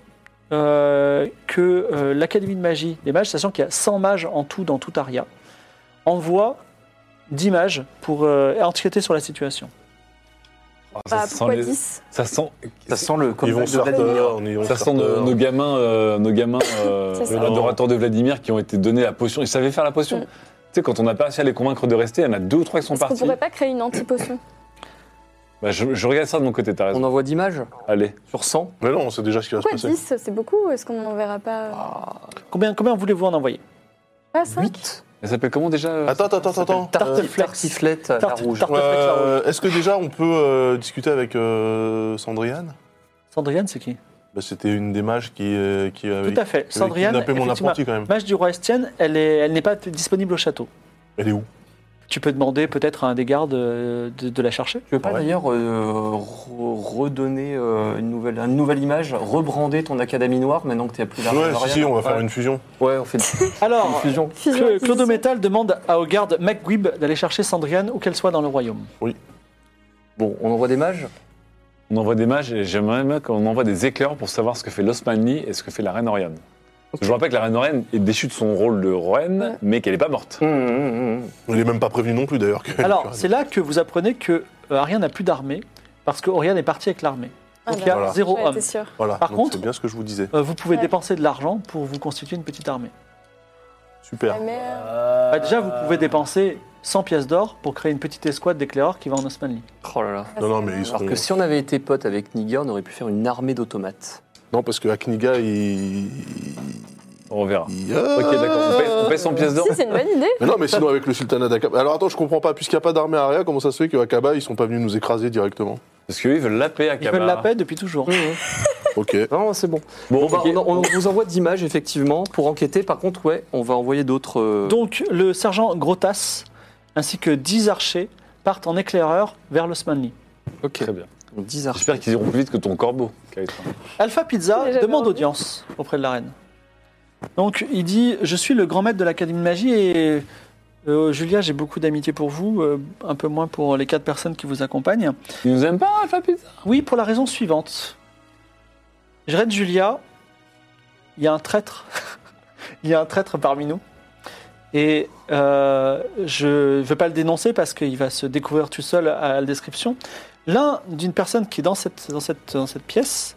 S1: euh, que euh, l'Académie de magie des mages, sachant qu'il y a 100 mages en tout dans tout Aria, envoie d'images pour euh, enquêter sur la situation.
S3: Ah,
S6: Bah,
S3: sent
S6: pourquoi
S3: les-
S6: 10
S3: ça sent,
S5: Ça sent le.
S2: Ils
S5: comeback
S2: vont
S5: de
S2: se faire
S5: Vladimir.
S2: peur. ils vont
S3: ça
S2: se
S3: sent
S2: faire
S3: nos,
S2: peur.
S3: nos gamins, euh, nos gamins euh,
S6: Ça sent.
S3: adorateurs de Vladimir qui ont été donnés la potion. Ils savaient faire la potion.
S6: Mm.
S3: Tu sais, quand on n'a pas réussi à les convaincre de rester, il y en a deux ou trois qui sont
S6: Est-ce qu'on
S3: partis.
S6: pourrait pas créer une anti-potion
S3: Bah, je, je regarde ça de mon côté, t'as raison.
S5: On envoie d'images
S3: Allez.
S5: sur 100
S2: Mais non, on sait déjà ce qui va se
S6: Pourquoi
S2: passer.
S6: 10 C'est beaucoup Est-ce qu'on n'en verra pas Ah,
S1: Combien, combien voulez-vous en envoyer
S6: Pas 5
S5: 8
S3: Elle s'appelle comment déjà euh,
S2: Attends, attends, attends,
S5: Ça s'appelle
S2: attends.
S5: Tartif-
S1: Tartiflette.
S5: Tartiflette à Ah, la
S1: Tarte-
S5: rouge.
S1: tarte-
S2: Euh,
S1: Tartiflette, la
S2: Est-ce que déjà on peut euh, discuter avec euh, Sandriane
S1: Sandriane, c'est qui
S2: Bah, C'était une des mages qui, euh, qui avait,
S1: Tout à fait.
S2: qui avait
S1: Sandriane,
S2: kidnappé mon
S1: effectivement,
S2: apprenti quand même.
S1: mage du roi Estienne, elle est- elle n'est pas disponible au château.
S2: Elle est où
S1: Tu peux demander peut-être à un des gardes euh, de, de la chercher.
S5: Tu veux pas
S2: Ouais.
S5: d'ailleurs euh, re- redonner euh, une, nouvelle, une nouvelle image, rebrander ton Académie Noire maintenant que tu n'as plus l'argent
S2: Ouais, si, si, on va faire
S5: ouais.
S2: une fusion.
S5: Ouais, on fait une
S1: Alors,
S5: fusion.
S1: Cl- Clodo Métal demande à- au garde MacGuib d'aller chercher Sandriane où qu'elle soit dans le royaume.
S5: Bon, on envoie des mages
S3: On envoie des mages et j'aimerais même qu'on envoie des éclairs pour savoir ce que fait l'Osmanli et ce que fait la reine Oriane. Parce que Je vous rappelle que la reine Oriane est déchue de son rôle de reine,
S6: Ouais.
S3: mais qu'elle n'est pas morte.
S5: Hum, hum, hum.
S2: Elle est même pas prévenue non plus d'ailleurs. que-
S1: Alors, c'est là que vous apprenez que euh, Ariane n'a plus d'armée parce que Oriane est partie avec l'armée.
S5: Ah,
S1: Donc il y a
S2: Voilà.
S1: zéro homme.
S6: J'étais sûre.
S2: Voilà,
S1: par
S2: donc
S1: contre-
S2: c'est bien ce que je vous disais.
S1: Euh, vous pouvez
S6: Ouais.
S1: dépenser de l'argent pour vous constituer une petite armée.
S2: Super.
S6: Mais, euh,
S1: Bah, déjà, vous pouvez dépenser 100 pièces d'or pour créer une petite escouade d'éclaireurs qui va en Osmanli.
S5: Oh là là.
S2: Non, non, mais ils
S5: Alors
S2: seront.
S5: que si on avait été potes avec Niga, on aurait pu faire une armée d'automates.
S2: Non, parce que Akniga, il.
S3: On verra.
S2: il-
S3: Ok, d'accord. On paie- On paie 100 pièces d'or
S6: Si, c'est une bonne idée.
S2: Mais non, mais sinon, avec le sultanat d'Akaba. Alors attends, je comprends pas. Puisqu'il n'y a pas d'armée aria, comment ça se fait qu'Akaba, ils sont pas venus nous écraser directement
S3: Parce qu'ils veulent la paix à
S1: Ils veulent la paix depuis
S5: Mmh.
S1: toujours.
S2: Ok.
S5: Non, c'est bon.
S3: Bon, bah,
S5: On, va-
S3: ok.
S5: on- on vous envoie d'images, effectivement, pour enquêter. Par contre, ouais, on va envoyer d'autres. euh,
S1: Donc, le sergent Grotas ainsi que 10 archers partent en éclaireur vers l'Osmanli.
S5: ok.
S3: Très bien.
S5: Donc, 10 archers.
S3: J'espère qu'ils iront plus vite que ton corbeau. Kaïtra.
S1: Alpha Pizza
S6: J'ai jamais
S1: demande
S6: entendu.
S1: audience auprès de la reine. Donc il dit Je suis le grand maître de l'Académie de magie et euh, Julia, j'ai beaucoup d'amitié pour vous, euh, un peu moins pour les quatre personnes qui vous accompagnent.
S3: Ils nous aiment pas, Alpha Pizza
S1: Oui, pour la raison suivante. Jred Julia, il y a un traître. il y a un traître parmi nous. Et euh, je ne veux pas le dénoncer parce qu'il va se découvrir tout seul à la description. L'un d'une personne qui est dans cette, dans, cette, dans cette pièce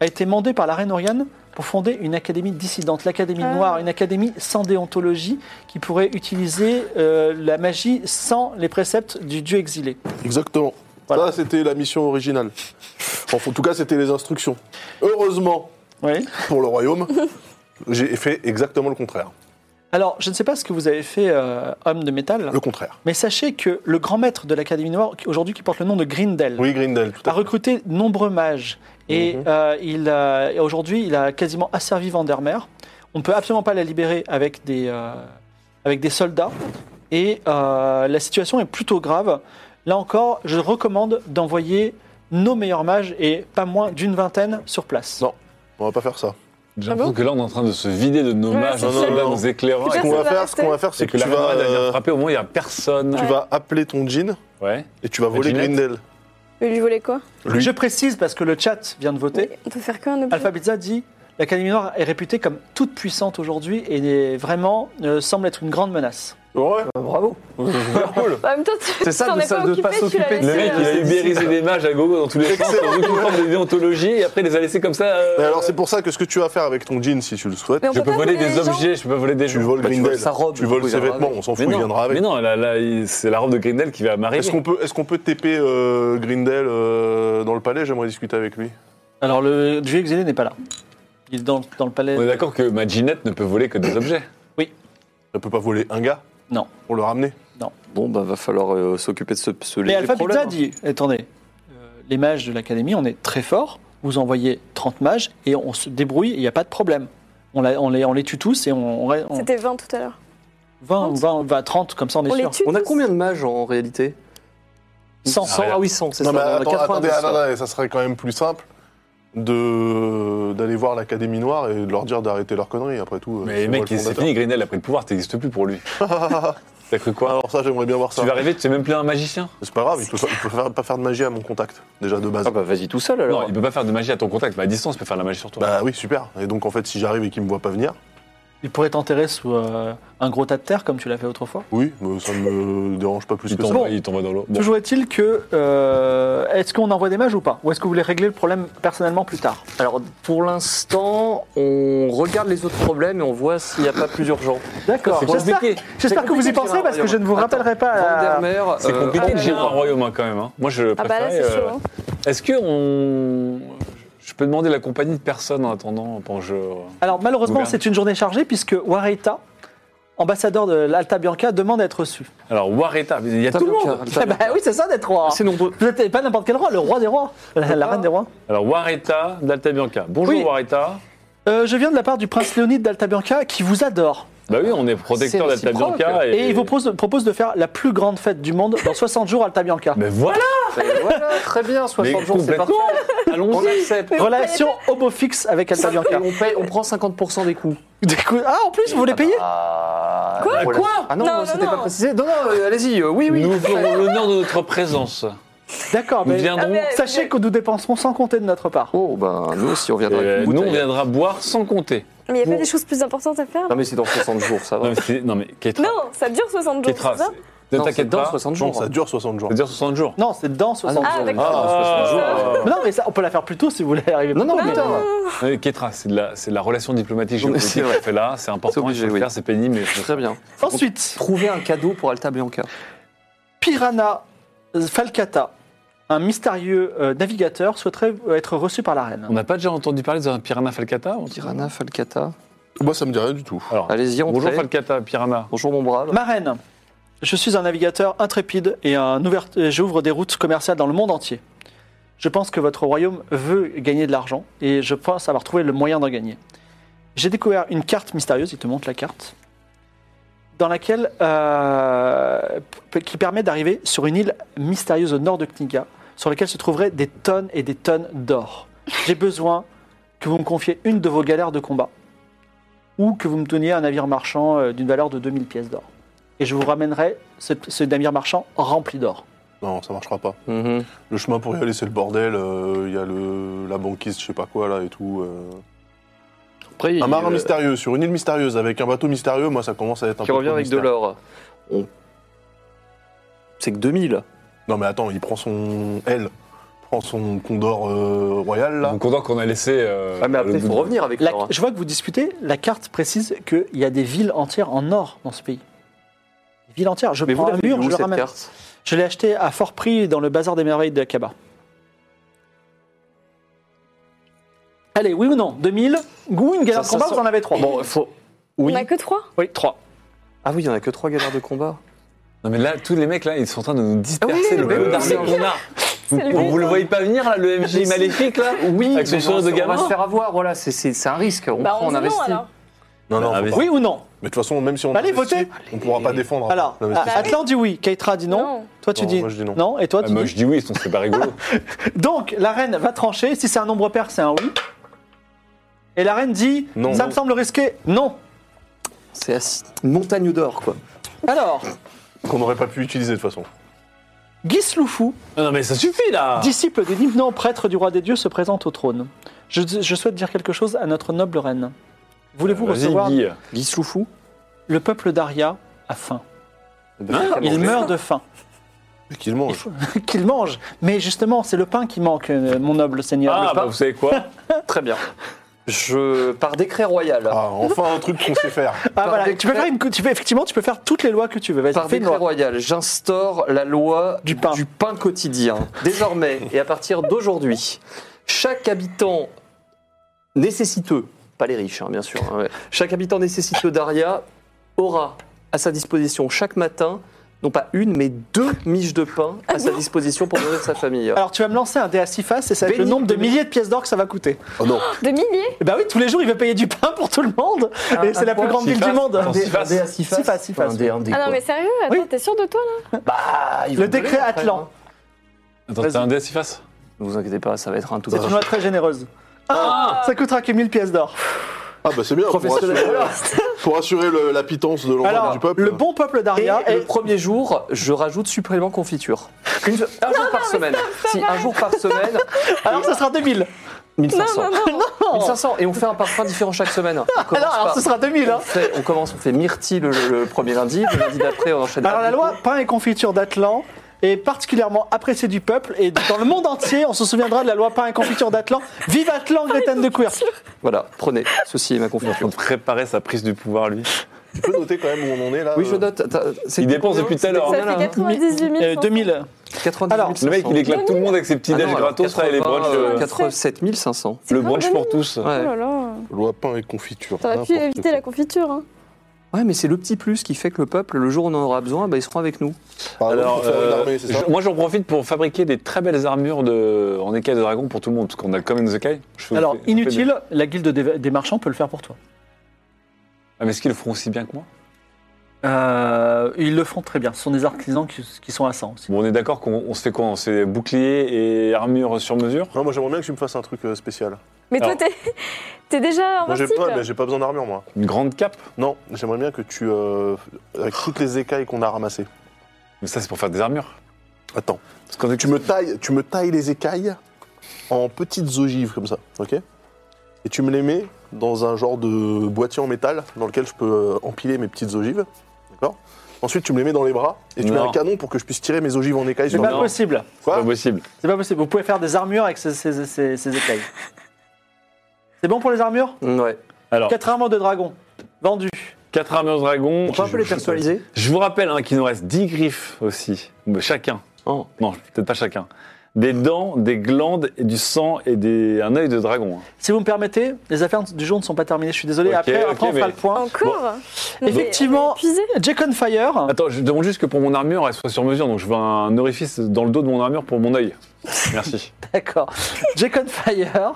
S1: a été mandé par la reine Oriane pour fonder une académie dissidente, l'académie
S6: Ah.
S1: noire, une académie sans déontologie qui pourrait utiliser euh, la magie sans les préceptes du dieu exilé.
S2: Exactement.
S1: Voilà.
S2: Ça, c'était la mission originale. Enfin, en tout cas, c'était les instructions. Heureusement
S1: Oui.
S2: pour le royaume, j'ai fait exactement le contraire.
S1: Alors, je ne sais pas ce que vous avez fait, euh, homme de métal.
S2: Le contraire.
S1: Mais sachez que le grand maître de l'Académie Noire, qui- aujourd'hui qui porte le nom de Grindel,
S2: Oui, Grindel, tout
S1: a
S2: à fait.
S1: recruté de nombreux mages. Et
S2: Mhm.
S1: euh, il a- et aujourd'hui, il a quasiment asservi Vandermeer. On ne peut absolument pas la libérer avec des, euh, avec des soldats. Et euh, la situation est plutôt grave. Là encore, je recommande d'envoyer nos meilleurs mages et pas moins d'une vingtaine sur place.
S2: Non. On va pas faire ça.
S3: J'ai
S6: Ah
S3: l'impression
S6: bon
S3: que là, on est en train de se vider de nos
S6: Ouais,
S3: mages,
S6: c'est
S3: nos
S2: ça.
S3: soldats,
S2: Non, non.
S3: nos éclaireurs.
S2: Ce
S6: Putain,
S3: Et
S2: qu'on va
S6: ça va
S2: faire, ce qu'on va faire, c'est
S3: que
S2: que
S3: la
S2: tu vas,
S3: camarade, elle vient
S2: euh,
S3: frapper au moment où il n'y a personne.
S2: tu vas appeler ton jean
S3: Ouais.
S2: et tu vas voler
S3: Ginette.
S2: Grindel.
S6: Mais lui voler quoi
S2: Lui.
S1: Je précise parce que le chat vient de voter.
S6: On peut faire qu'un objet.
S1: Alpha Pizza dit L'Académie Noire est réputée comme toute puissante aujourd'hui et est vraiment euh, semble être une grande menace.
S2: Ouais.
S5: Ah, Bravo.
S2: cool.
S6: En même temps, tu
S5: C'est ça,
S6: t'en
S5: de
S6: es
S5: ça-
S6: pas
S5: de
S6: occupé,
S5: pas
S6: tu l'as
S5: s'occuper de-
S3: Le
S6: laissé,
S3: mec, il
S6: euh,
S3: a ubérisé des mages à gogo dans tous les sens, sans aucune forme de déontologie, et après, il les a laissés comme ça. euh,
S2: Mais alors, c'est pour ça que ce que tu vas faire avec ton jean, si tu le souhaites,
S6: Mais on
S3: Je peux
S6: pas
S3: voler
S6: voler
S3: des
S6: les gens
S3: objets, je peux pas voler des
S2: tu
S3: gens.
S2: voles
S5: Bah, tu voles
S2: Grindel.
S5: sa robe,
S2: Tu voles
S5: oui,
S2: ses
S5: il viendra
S2: vêtements,
S5: avec.
S2: on s'en fout,
S3: Mais
S2: il
S3: non,
S2: viendra
S3: mais
S2: avec.
S3: non, là, là, il- c'est la robe de Grindel qui va m'arriver.
S2: Est-ce qu'on peut, est qu'on peut TP euh, Grindel euh, dans le palais J'aimerais discuter avec lui.
S1: Alors le dieu exilé n'est pas là. Il est dans, dans le palais.
S3: On est d'accord que ma Ginette ne peut voler que des objets.
S2: Elle peut pas voler un gars
S1: Non.
S2: Pour le ramener
S5: Bon, bah, va falloir euh, s'occuper de ce, ce hein.
S1: Mais
S5: léger
S1: Alpha
S5: problème.
S1: Pizza dit Attendez, euh, les mages de l'Académie, on est très forts. Vous envoyez 30 mages et on se débrouille, il n'y a pas de problème. On, la- on les, on les tue tous et on, on, on-
S6: C'était 20 tout à l'heure.
S1: 20, 20, 20, 30, comme ça on est
S6: On les
S1: sûr.
S6: tue
S5: On a
S6: tous
S5: combien de mages en réalité
S1: 100.
S5: ah oui, 100, c'est ça.
S2: Non, mais
S5: on en a
S2: attends,
S5: 90,
S2: attendez,
S5: ça.
S2: attendez, ça serait quand même plus simple de d'aller voir l'Académie Noire et de leur dire d'arrêter leurs conneries, après tout. euh,
S3: Mais
S2: c'est
S3: mec,
S2: moi le
S3: c'est fini, Grindel a pris le pouvoir, t'existes plus pour lui.
S2: fondateur.
S3: T'as cru quoi
S2: Alors ça, j'aimerais bien voir ça.
S3: Tu vas arriver, tu sais même plus un magicien
S2: C'est pas grave, il peut, pas- il peut faire- pas faire de magie à mon contact, déjà de base.
S5: Ah bah vas-y tout seul alors.
S3: Non, il peut pas faire de magie à ton contact, mais à distance, il peut faire de la magie sur toi.
S2: Bah oui, super. Et donc en fait, si j'arrive et qu'il me voit pas venir,
S1: Il pourrait t'enterrer sous euh, un gros tas de terre comme tu l'as fait autrefois.
S2: oui, mais ça me dérange pas plus
S3: il
S2: que ça.
S3: t'envoie il t'envoie dans l'eau. Bon.
S1: Toujours est-il que. euh, est-ce qu'on envoie des mages ou pas Ou est-ce que vous voulez régler le problème personnellement plus tard
S5: Alors pour l'instant, on regarde les autres problèmes et on voit s'il n'y a pas plus urgent.
S1: D'accord.
S5: C'est
S1: J'espère
S5: compliqué.
S1: j'espère que vous y
S5: C'est compliqué de
S1: pensez
S5: gérer
S1: parce
S5: un
S1: que je ne vous
S5: royaume.
S1: rappellerai pas. à-
S5: Vandermeer,
S3: C'est
S5: euh,
S3: compliqué
S6: ah,
S3: de
S6: ouais,
S3: gérer
S6: non.
S3: un royaume hein, quand même. hein. Moi, je
S6: Ah bah là,
S3: préfère.
S6: c'est chaud. hein.
S3: Est-ce que on... je peux demander la compagnie de personne en attendant pendant que je...
S1: Alors malheureusement,
S3: Gouverne.
S1: c'est une journée chargée puisque Wareita, ambassadeur de l'Alta Bianca, demande à être reçu.
S3: Alors, Wareta, il y a tout le monde.
S1: Eh ben oui, c'est ça d'être roi.
S5: C'est nombreux.
S1: Vous n'êtes pas n'importe quel roi, le roi des rois, la, la reine des rois.
S3: Alors, Wareta d'Alta Bianca. Bonjour,
S1: Oui.
S3: Wareta.
S1: Euh, je viens de la part du prince Léonide d'Alta Bianca qui vous adore
S3: Bah oui, on est protecteur
S5: C'est
S3: d'Alta
S5: réciproque.
S3: Bianca.
S1: et, il vous propose, propose de faire la plus grande fête du monde dans 60 jours Alta Bianca.
S3: Mais voilà
S5: Et euh, voilà, très bien, 60
S3: Mais
S5: jours, c'est parfait.
S3: complètement.
S5: On
S3: Allons-y
S5: accepte.
S1: Relation homo fixe avec Alta
S5: Et
S1: Bianca.
S5: on, paye, on prend 50% des coûts.
S1: Des coups- Ah, en plus, vous les payez
S5: Ah,
S6: Quoi
S5: voilà.
S6: Quoi
S5: Ah non,
S6: Non, non,
S5: c'était
S6: non.
S5: pas précisé. Non, non, euh, allez-y, euh, oui, oui.
S3: Nous ferons l'honneur de notre présence.
S1: D'accord,
S3: Nous
S1: mais
S3: viendrons.
S6: Ah, mais-
S1: sachez que nous dépenserons sans compter de notre part.
S5: Oh, ben nous aussi, on viendra avec
S3: Euh,
S5: une
S3: nous, on
S5: bouteille.
S3: viendra boire sans compter.
S6: Mais il n'y a
S5: Bon.
S6: pas des choses plus importantes à faire
S5: Non, mais c'est dans 60 jours, ça
S3: Non,
S5: va.
S3: mais, c'est- non, mais Ketra.
S6: Non, ça dure 60 jours,
S3: Ketra,
S6: c'est ça
S3: c'est- ne
S5: Non, c'est
S3: t'inquiète
S5: dans
S3: pas.
S5: 60
S2: Non,
S5: jours. hein.
S2: ça dure 60 jours.
S3: Ça dure 60 jours.
S1: Non, c'est dans 60
S6: Ah,
S1: jours.
S6: d'accord.
S3: Ah.
S1: Mais non, mais ça, on peut la faire plus tôt si vous voulez arriver.
S5: Non, non,
S1: plus tôt.
S5: putain.
S3: Euh, Ketra, c'est de, la- c'est de la relation diplomatique
S5: Non, mais
S3: géopolitique
S5: c'est vrai.
S3: qu'on fait là. C'est
S5: C'est
S3: important,
S5: obligé,
S3: il faut le
S5: oui.
S3: faire, c'est pénible. mais je-
S5: Très bien.
S1: Ensuite,
S5: Trouver un cadeau pour Alta Bianca.
S1: Piranha euh, Falcata un mystérieux euh, navigateur souhaiterait euh, être reçu par la reine.
S3: On n'a pas déjà entendu parler d'un piranha falcata on-
S5: Piranha Falcata.
S2: Moi, ça me dit rien du tout.
S3: Alors,
S5: Allez-y, Ah, on
S3: bonjour falcata, piranha.
S5: Bonjour mon brave.
S1: Ma reine, je suis un navigateur intrépide et un ouvert- et j'ouvre des routes commerciales dans le monde entier. Je pense que votre royaume veut gagner de l'argent et je pense avoir trouvé le moyen d'en gagner. J'ai découvert une carte mystérieuse, il te montre la carte, dans laquelle euh, p- qui permet d'arriver sur une île mystérieuse au nord de Kniga, sur laquelle se trouveraient des tonnes et des tonnes d'or. J'ai besoin que vous me confiez une de vos galères de combat ou que vous me donniez un navire marchand euh, d'une valeur de 2000 pièces d'or et je vous ramènerai ce, ce navire marchand rempli d'or.
S2: Non, ça marchera pas.
S5: Mhm.
S2: Le chemin pour y aller, c'est le bordel. euh, Il y a le, la banquise, je sais pas quoi, là, et tout. euh.
S5: Après, il-
S2: Un marin
S5: euh,
S2: mystérieux sur une île mystérieuse avec un bateau mystérieux, moi, ça commence à être un
S5: qui
S2: peu
S5: revient
S2: trop
S5: avec de
S2: mystère.
S5: l'or. On- C'est que 2000.
S2: Non, mais attends, il prend son L, prend son condor euh, royal, là.
S3: Donc, on qu'on a laissé. euh,
S5: Ah, mais après,
S3: le
S5: il faut
S3: bout.
S5: revenir avec
S1: La-
S5: l'or. hein.
S1: je vois que vous discutez, la carte précise qu'il y a des villes entières en or dans ce pays. Des villes entières, je
S5: Mais vous
S1: prends un
S5: l'avez
S1: mur,
S5: eu
S1: je
S5: où,
S1: le
S5: cette
S1: ramène.
S5: carte
S1: Je l'ai acheté à fort prix dans le bazar des merveilles de Kaba. Allez, oui ou non 2000 Gou, une galère
S5: Ça,
S1: de
S5: ça
S1: combat,
S5: sent-
S1: vous en avez 3.
S5: Bon, faut...
S6: On
S5: Oui.
S6: n'a que trois.
S1: Oui, 3.
S5: Ah oui, il n'y en a que trois galères de combat.
S3: Non, mais là, tous les mecs, là, ils sont en train de nous disperser
S5: Ah oui,
S3: le
S5: oui,
S3: même
S5: oui,
S3: d'armée
S5: oui.
S3: qu'on a. Vous,
S6: le même.
S3: vous le voyez pas venir, là, le MJ maléfique, là
S5: Oui,
S3: Avec son
S5: mais
S3: sourire
S5: on-
S3: de
S5: on va
S3: gamin.
S5: se faire avoir, voilà, c'est- c'est c'est un risque. On, prend, on
S6: dit
S5: investit.
S2: Non, non,
S3: Bah,
S5: Ah,
S2: faut
S3: mais-
S2: pas.
S1: Oui ou non
S2: Mais de toute façon, même si on
S1: Allez,
S2: investit,
S1: votez.
S2: on pourra pas défendre. hein.
S1: Alors,
S2: Non, mais
S1: ah,
S2: c'est-
S1: Atlan dit oui, Keitra dit non.
S6: Non.
S1: Toi tu
S2: Non,
S1: dis,
S2: moi, je dis non.
S1: et toi
S3: Ah,
S1: tu
S3: Moi,
S1: dis
S3: je dis oui, sinon c'est pas rigolo.
S1: Donc, la reine va trancher. Si c'est un nombre pair, c'est un oui. Et la reine dit
S2: Non.
S1: Ça
S2: Non.
S1: me semble risqué. Non.
S5: C'est assis- montagne d'or, quoi.
S1: Alors,
S2: Qu'on n'aurait pas pu utiliser, de toute façon.
S1: Gisloufou,
S3: Ah, non, mais ça suffit, là
S1: disciple des Nimnan, prêtre du roi des dieux, se présente au trône. Je, je souhaite dire quelque chose à notre noble reine. Voulez-vous
S3: Euh, Vas-y,
S1: recevoir
S3: Guy.
S5: Guy Sloufou
S1: le peuple d'Aria a faim
S5: Bah,
S1: Il
S5: manger.
S1: meurt de faim.
S2: Et qu'il mange.
S1: Qu'il mange. Mais justement, c'est le pain qui manque, euh, mon noble seigneur.
S3: Ah,
S1: Le
S3: bah,
S1: pain.
S3: vous savez quoi
S5: Très bien. Je... Par décret royal.
S2: Ah, enfin un truc qu'on sait faire.
S1: Ah, voilà.
S5: décret-
S1: Tu peux faire une, cou- tu peux, effectivement, tu peux faire toutes les lois que tu veux. Vas-y,
S5: Par
S1: fais une
S5: décret
S1: loi.
S5: royal, j'instaure la loi
S1: Du pain.
S5: quotidien. Désormais, et à partir d'aujourd'hui, chaque habitant nécessiteux, pas les riches hein, bien sûr, hein, ouais. chaque habitant nécessiteux d'Aria aura à sa disposition chaque matin, non pas une, mais deux miches de pain
S6: Ah
S5: à sa disposition pour nourrir sa famille.
S1: Alors, tu vas me lancer un dé à six faces et ça va être le
S5: Béni-
S1: nombre de
S5: béni-
S1: milliers de pièces d'or que ça va coûter.
S2: Oh non.
S6: De milliers
S1: Eh ben oui, tous les jours, il veut payer du pain pour tout le monde. et c'est la plus grande
S3: Six
S1: ville du
S3: faces.
S1: monde.
S3: Attends,
S5: Un dé-
S3: six faces.
S5: un dé à six
S1: Six faces, six faces,
S5: Un dé, un dé,
S6: Ah non,
S5: quoi.
S6: mais sérieux Attends,
S1: Oui.
S6: t'es sûr de toi, là
S5: Bah, ils
S1: Le
S5: vont
S1: décret
S5: gueuler après,
S1: Atlan.
S5: hein.
S3: Attends,
S1: Vas-y.
S3: t'as un dé à six faces
S5: Ne vous inquiétez pas, ça va être un tout
S1: C'est une loi très généreuse. Ah, ça coûtera que 1000 pièces d'or.
S2: Ah bah c'est bien, pour assurer, pour assurer le- la pitance de l'endroit
S1: Alors,
S2: du peuple.
S1: le bon peuple
S5: Et
S1: d'Aria
S5: le
S1: est...
S5: premier jour, je rajoute supplément confiture. Une- un jour par semaine. si, un jour par semaine,
S1: Alors, ça sera 2000.
S5: 1500.
S6: Non, non, non
S5: 1500. Et on fait un parfum différent chaque semaine. On commence
S1: Alors, alors,
S5: par-
S1: ce sera 2000. hein.
S5: on, fait- on commence, on fait myrtille le, le premier lundi, le lundi d'après, on enchaîne.
S1: Alors, la
S5: abricot.
S1: loi pain et confiture d'Atlan est particulièrement appréciée du peuple. Et dans le monde entier, on se souviendra de la loi pain et confiture d'Atlan. Vive Atlan, Grétaine de Queer.
S5: Voilà, prenez, ceci est
S3: Il est
S5: ma
S3: en train
S5: confiture.
S3: de préparer sa prise du pouvoir, lui.
S2: Tu peux noter quand même où on en est là
S5: Oui, je
S2: euh,
S5: note. t'as- c'est-
S3: Il dépense depuis tout à l'heure.
S5: combien,
S6: Ça
S5: là,
S6: fait
S5: hein
S6: 98
S1: Euh,
S6: 000.
S1: 2000.
S5: 98
S1: Alors, le
S5: 500.
S3: Le mec, il éclate tout le monde avec ses petits
S5: Ah non,
S3: déj
S5: alors,
S3: gratos, là, et les
S5: 80,
S3: brunchs.
S5: euh,
S3: euh,
S5: 87 500.
S3: Le brunch pour tous.
S6: Oh
S5: Ouais.
S6: là là.
S2: Loi pain et confiture.
S6: T'aurais pu
S2: n'importe
S6: éviter la confiture, hein.
S5: ouais, mais c'est le petit plus qui fait que le peuple, le jour où on en aura besoin, bah, ils seront avec nous.
S2: quoi. Par exemple,
S3: Alors,
S2: pour faire une
S3: euh,
S2: armée, c'est ça
S3: je- moi j'en profite pour fabriquer des très belles armures de, en écailles de dragon pour tout le monde, parce qu'on a Common the Kai. Je fais-
S1: Alors,
S3: je fais-
S1: inutile, la guilde des, des marchands peut le faire pour toi.
S3: Ah, mais est-ce qu'ils le feront aussi bien que moi
S1: Euh, ils le font très bien. Ce sont des artisans qui, qui sont à 100 aussi.
S3: Bon, on est d'accord qu'on on se fait quoi On se fait bouclier et armure sur mesure
S2: Non, moi j'aimerais bien que tu me fasses un truc euh, spécial.
S6: Mais toi,
S3: Alors.
S6: t'es t'es déjà
S2: Moi j'ai pas, mais
S6: invincible.
S2: j'ai pas besoin d'armure moi.
S3: Une grande cape
S2: Non, j'aimerais bien que tu... euh, avec toutes les écailles qu'on a ramassées.
S3: Mais ça, c'est pour faire des armures.
S2: Attends,
S3: Parce qu'on est
S2: tu me tailles, tu me tailles les écailles en petites ogives comme ça, ok Et tu me les mets dans un genre de boîtier en métal dans lequel je peux euh, empiler mes petites ogives, d'accord Ensuite, tu me les mets dans les bras et tu
S3: Non.
S2: mets un canon pour que je puisse tirer mes ogives en écailles
S1: C'est
S2: sur
S1: pas
S3: Non.
S1: possible.
S3: pas
S2: quoi
S3: possible.
S1: C'est pas possible. Vous pouvez faire des armures avec ces, ces- ces- ces écailles. C'est bon pour les armures
S5: Ouais.
S3: Alors,
S1: 4 armures de dragon. Vendu.
S3: 4 armures de dragon.
S5: On peut un peu les personnaliser
S3: Je vous rappelle hein, qu'il nous reste 10 griffes aussi, chacun.
S5: Oh.
S3: Non, peut-être pas chacun. des dents, des glandes, et du sang et des, un œil de dragon. hein.
S1: Si vous me permettez, les affaires du jour ne sont pas terminées. Je suis désolé.
S3: Ok,
S1: après,
S3: ok,
S1: après, on
S3: mais-
S1: fera le point.
S6: Encore Non, mais
S1: Effectivement.
S6: on est épuisé.
S1: Jacon Fire.
S3: Attends, je demande juste que pour mon armure, elle soit sur mesure, donc je veux un orifice dans le dos de mon armure pour mon œil. Merci.
S1: D'accord. Jacon Fire,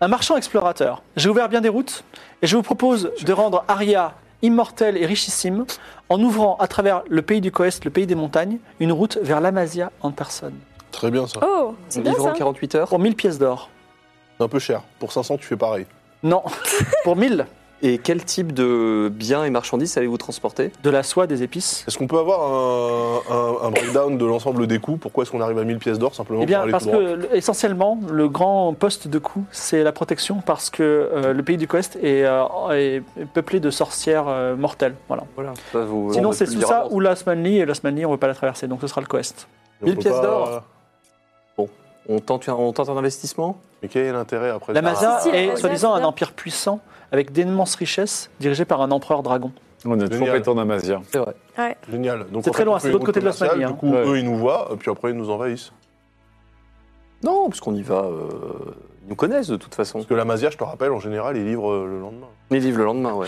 S1: un marchand explorateur. J'ai ouvert bien des routes et je vous propose de rendre Aria immortelle et richissime en ouvrant à travers le pays du Coest, le pays des montagnes, une route vers l'Amazia en personne.
S2: Très bien ça.
S6: Oh, c'est bien
S5: Vivre en
S6: ça.
S5: 48 heures.
S1: Pour 1000 pièces d'or.
S2: C'est un peu cher. Pour 500, tu fais pareil.
S1: Non, pour 1000
S5: Et quel type de biens et marchandises allez-vous transporter
S1: de la soie, des épices.
S2: Est-ce qu'on peut avoir un, un- un breakdown de l'ensemble des coûts Pourquoi est-ce qu'on arrive à 1000 pièces d'or simplement
S1: Eh bien,
S2: pour aller
S1: parce
S2: tout droit
S1: que le- essentiellement, le grand poste de coup, c'est la protection, parce que euh, le pays du Coest est, euh, est peuplé de sorcières euh, mortelles. Voilà.
S5: Voilà. Ça, vous- on
S1: Sinon,
S5: peut
S1: c'est
S5: plus
S1: sous
S5: dire
S1: ça
S5: avance.
S1: ou l'Asmanli, et l'Asmanli, on ne veut pas la traverser, donc ce sera le Coest.
S2: On
S5: 1000
S2: peut
S5: pièces
S2: pas- euh,
S5: d'or. On tente, un, on tente un investissement
S2: Mais quel est l'intérêt après
S1: La
S2: ça
S1: Mazda
S6: si, si, la
S1: est
S6: Mazda,
S1: soi-disant
S6: c'est
S1: un
S6: bien.
S1: empire puissant avec d'immenses richesses dirigé par un empereur dragon.
S3: On a toujours
S2: Génial.
S3: pas été en Amazia.
S2: Génial. Donc,
S1: C'est
S2: en
S1: très
S2: fait,
S1: loin,
S2: on
S1: c'est
S2: fait
S1: de l'autre
S2: une
S1: côté de
S2: route
S1: l'Osmanie,
S2: commerciale,
S1: hein.
S2: Du coup,
S3: Ouais.
S2: eux, ils nous voient, puis après, ils nous envahissent.
S5: Non, parce qu'on y va. euh, ils nous connaissent de toute façon.
S2: Parce que la Mazia, je te rappelle, en général, ils livrent euh, le lendemain.
S5: Ils vivent le lendemain, ouais.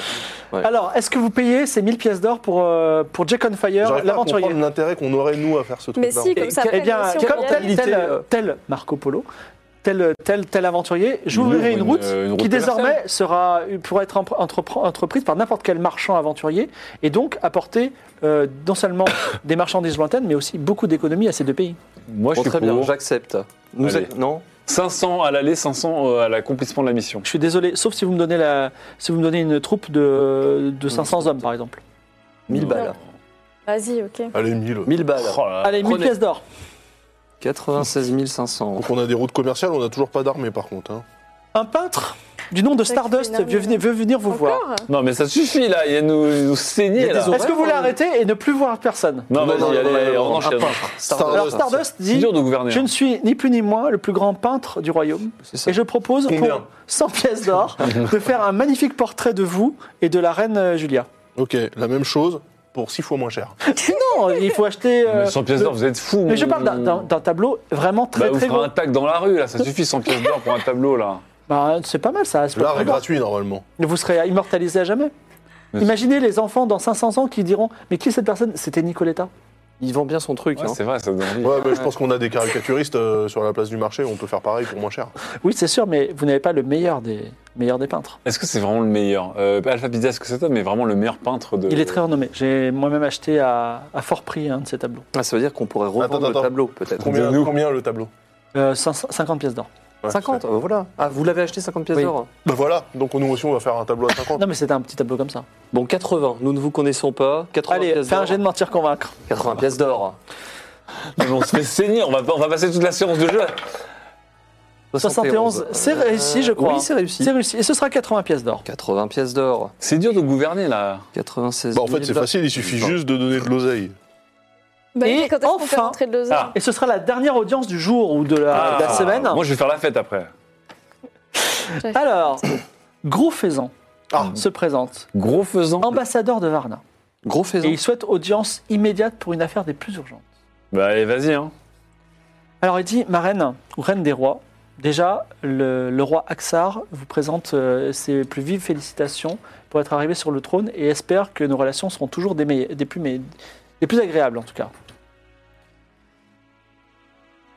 S5: Ouais.
S1: Alors, est-ce que vous payez ces 1000 pièces d'or pour, euh, pour Jack on Fire,
S2: J'arrive pas à
S1: l'aventurier
S2: comprendre l'intérêt qu'on aurait, nous, à faire ce
S6: Mais
S2: truc-là.
S6: si, comme ça,
S1: Eh
S6: après,
S1: bien,
S6: si on
S1: comme
S6: regarde-
S1: tel,
S5: quelle-
S1: tel, tel Marco Polo, tel, tel, tel aventurier, j'ouvrirai
S3: ouvre
S1: une,
S3: une,
S1: route
S3: euh, une route
S1: qui
S3: commerciale.
S1: désormais sera, pourra être empre- entrepre- entreprise par n'importe quel marchand aventurier et donc apporter euh, non seulement des marchandises lointaines, mais aussi beaucoup d'économies à ces deux pays.
S3: Moi, je
S5: Bon,
S3: suis
S5: très bien,
S3: pour.
S5: j'accepte. Nous
S3: Allez.
S5: a- Non
S3: 500 à l'aller, 500 euh, à l'accomplissement de la mission.
S1: Je suis désolé, sauf si vous me donnez, la, si vous me donnez une troupe de, de 500 hommes, par exemple.
S5: 1000
S3: Non.
S5: balles.
S6: Vas-y, ok.
S2: Allez, 1000.
S5: 1000 balles.
S3: Oh là là.
S1: Allez, 1000
S5: prenez-
S1: pièces d'or.
S5: 96 500.
S2: Donc, on a des routes commerciales, on a toujours pas d'armée, par contre. hein.
S1: Un peintre du nom de
S6: Ça, c'est
S1: Stardust
S6: énorme.
S1: veut venir, veut venir vous voir.
S6: Encore
S3: Non, mais ça suffit là, il y a hein. nous, nous saigner là.
S1: Est-ce que vous voulez arrêter et ne plus voir personne
S3: Non,
S5: Non, non,
S3: vas-y,
S5: non, non,
S3: allez,
S5: non,
S3: on
S5: non,
S3: enchaîne.
S5: un Stardust.
S1: Alors Stardust
S3: Oh, C'est
S1: dit
S3: dur de gouverner.
S1: Je ne
S3: hein.
S1: suis ni plus ni moins le plus grand peintre du royaume
S5: C'est ça.
S1: et je propose pour
S2: Combien
S1: 100 pièces d'or de faire un magnifique portrait de vous et de la reine euh, Julia.
S2: Ok, la même chose pour 6 fois moins cher.
S1: Non, il faut acheter. euh,
S3: Mais 100 pièces
S1: le-
S3: d'or, vous êtes fous.
S1: Mais je parle d'un-
S3: mon-
S1: d'un d'un tableau vraiment
S3: Bah,
S1: très
S3: vous
S1: très
S3: ferez
S1: gros.
S3: un tac dans la rue là, ça suffit 100 pièces d'or pour un tableau là.
S1: Bah, c'est pas mal ça. c'est pas
S2: L'art est
S1: très grand.
S2: gratuit, normalement.
S1: Vous serez immortalisé à jamais.
S3: Mais c'est-
S1: Imaginez les enfants dans 500 ans qui diront Mais qui est cette personne C'était Nicoletta.
S5: Il vend bien son truc.
S3: Ouais,
S5: hein.
S3: c'est vrai, ça donne envie.
S2: Ouais, mais je pense qu'on a des caricaturistes euh, sur la place du marché, on peut faire pareil pour moins cher.
S1: Oui, c'est sûr, mais vous n'avez pas le meilleur des, meilleur des peintres.
S3: Est-ce que c'est vraiment le meilleur euh, Alpha Pizza, est-ce que cet homme est vraiment le meilleur peintre de.
S1: Il est très
S5: Euh.
S1: renommé. J'ai moi-même acheté à, à fort prix un de ces tableaux.
S5: Ah, ça veut dire qu'on pourrait revendre
S2: Attends,
S5: le
S2: attends.
S5: tableau, peut-être.
S2: Combien,
S3: Dis-nous.
S2: combien le tableau
S1: Euh, 500 50 pièces d'or.
S2: Ouais,
S5: 50,
S2: c'est-
S5: ah, bah voilà. Ah, vous l'avez acheté 50 pièces
S1: Oui.
S5: d'or
S2: Bah voilà, donc nous aussi, on va faire un tableau à 50.
S1: Non, mais c'était un petit tableau comme ça.
S5: Bon, 80, nous ne vous connaissons pas. 80
S1: Allez,
S5: pièces
S1: fais un
S5: d'or.
S1: jet de mentir convaincre.
S5: 80 pièces d'or.
S3: Mais on se fait saigner, on va, pas- on va passer toute la séance de jeu.
S1: 71, c'est réussi, je crois.
S5: Euh, Oui, c'est réussi.
S1: C'est réussi. Et ce sera 80 pièces d'or.
S5: 80 pièces d'or.
S3: C'est dur de gouverner là.
S5: 96
S2: Bah en fait, c'est facile, il suffit juste de donner de l'oseille.
S6: Bah,
S1: Et
S6: quand est-ce qu'on fait
S1: enfin-
S6: rentrer de l'oseille
S3: Ah.
S1: Et ce sera la dernière audience du jour ou de la,
S5: Ah.
S1: de la semaine.
S3: Moi je vais faire Ah. la fête après.
S1: Alors, Gros Faisan
S2: Ah.
S1: se présente,
S3: Gros faisant.
S1: ambassadeur de Varna.
S5: Gros
S1: Et
S5: faisant.
S1: il souhaite audience immédiate pour une affaire des plus urgentes.
S3: Bah allez, vas-y hein.
S1: Alors il dit, ma reine, ou reine des rois, déjà, le, le roi Aksar vous présente euh, ses plus vives félicitations pour être arrivé sur le trône et espère que nos relations seront toujours des, meille- des plus, meille- des plus agréables, en tout cas.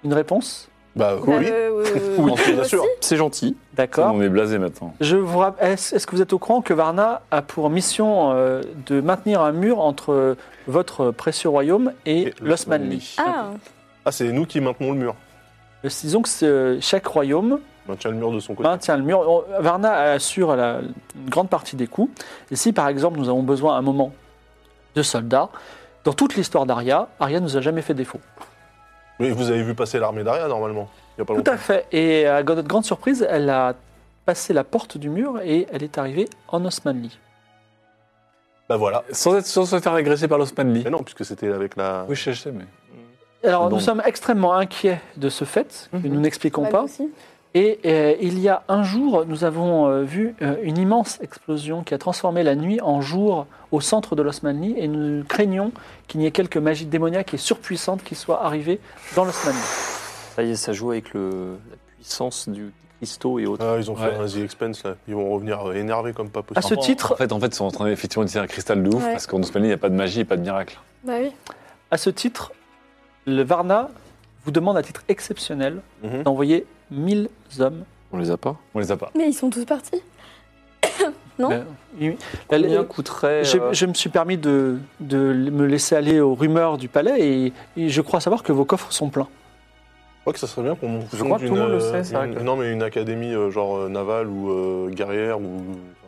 S1: Une réponse
S2: Bah
S6: Bah,
S2: oui,
S6: euh, oui, oui, oui.
S2: oui, bien sûr.
S5: C'est gentil.
S1: D'accord.
S3: On est blasé maintenant.
S1: Je vous rapp- Est-ce est-ce que vous êtes au courant que Varna a pour mission euh, de maintenir un mur entre votre précieux royaume et,
S2: Et
S1: l'Osmanli
S6: Ah,
S2: Ah, c'est nous qui maintenons le mur.
S1: Euh, Disons que c'est- chaque royaume
S2: On maintient le mur de son
S5: Bah.
S2: côté.
S1: maintient Hein, le mur. On- Varna assure la, une grande partie des coûts. Et si par exemple nous avons besoin à un moment de soldats, dans toute l'histoire d'Aria, Aria nous a jamais fait défaut.
S2: Mais vous avez vu passer l'armée d'Aria, normalement. Il y a pas
S1: Tout
S2: longtemps.
S1: à fait. Et à notre grande surprise, elle a passé la porte du mur et elle est arrivée en Osmanli.
S2: Bah voilà.
S3: Sans, être, sans se faire agresser par l'Osmanli.
S2: Mais non, puisque c'était avec la...
S3: Oui, je sais, mais.
S1: Alors nous
S3: Bon.
S1: sommes extrêmement inquiets de ce fait, que nous n'expliquons
S6: bah,
S1: pas.
S6: nous aussi.
S1: Et euh, il y a un jour, nous avons euh, vu euh, une immense explosion qui a transformé la nuit en jour au centre de l'Osmanli et nous craignons qu'il n'y ait quelque magie démoniaque et surpuissante qui soit arrivée dans l'Osmanli.
S5: Ça y est, ça joue avec le, la puissance du cristaux et autres.
S2: Ah, ils ont fait
S3: Ouais.
S2: un The Expense, là. Ils vont revenir euh, énervés comme pas
S1: À
S2: possible.
S1: ce titre,
S3: En fait, en fait, ils sont en train effectivement d'utiliser un cristal de ouf
S6: Ouais.
S3: parce qu'en Osmanie, il n'y a pas de magie et pas de miracle.
S6: Bah oui.
S1: à ce titre, le Varna vous demande à titre exceptionnel
S5: Ah,
S2: Mhm.
S1: d'envoyer 1000 hommes.
S5: On les a pas
S3: On les a pas.
S6: Mais ils sont tous partis. Non.
S3: Mais-
S1: La-
S5: Combien E coûterait
S1: J'ai-
S5: euh,
S1: Je me suis permis de, de me laisser aller aux rumeurs du palais et, et je crois savoir que vos coffres sont pleins.
S2: Je crois que ça serait bien qu'on monte
S5: Je crois que tout le monde le sait, c'est vrai que-
S2: Non, mais une académie euh, genre euh, navale ou euh, guerrière ou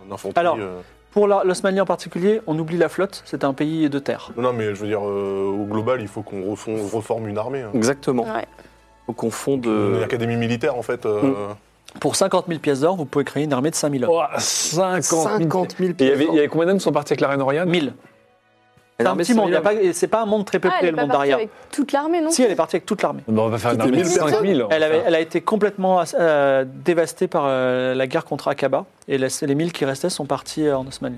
S2: un infanterie.
S1: Alors-
S2: euh.
S1: Pour la- l'Osmanli en particulier, on oublie la flotte, c'est un pays de terre.
S2: Non, non, mais je veux dire, euh, au global, il faut qu'on refon- reforme une armée. hein.
S5: Exactement.
S6: Ouais.
S5: Donc on fonde.
S2: Une
S5: euh, Mm.
S2: académie militaire, en fait. euh,
S1: Pour 50 000 pièces d'or, vous pouvez créer une armée de 5000 hommes.
S3: Oh, 50 000.
S5: 50 000
S3: Et il y avait- il y avait combien d'hommes qui sont partis avec la reine Oriane
S1: 1000. C'est
S5: Non,
S1: un
S5: mais
S1: petit
S5: ça,
S1: monde,
S5: il
S1: y
S5: y
S1: a
S5: a-
S1: pas- et c'est pas un monde très
S6: Ah, elle
S1: peuplé,
S6: est
S1: le
S6: pas
S1: monde
S6: partie
S1: d'Aria.
S6: avec toute l'armée, non
S1: Si, elle est partie avec toute l'armée.
S3: On va pas faire une armée de 5 000.
S1: Elle, avait- elle a été complètement euh, dévastée par euh, la guerre contre Akaba et la- les 1000 qui restaient sont partis euh, en Osmanli.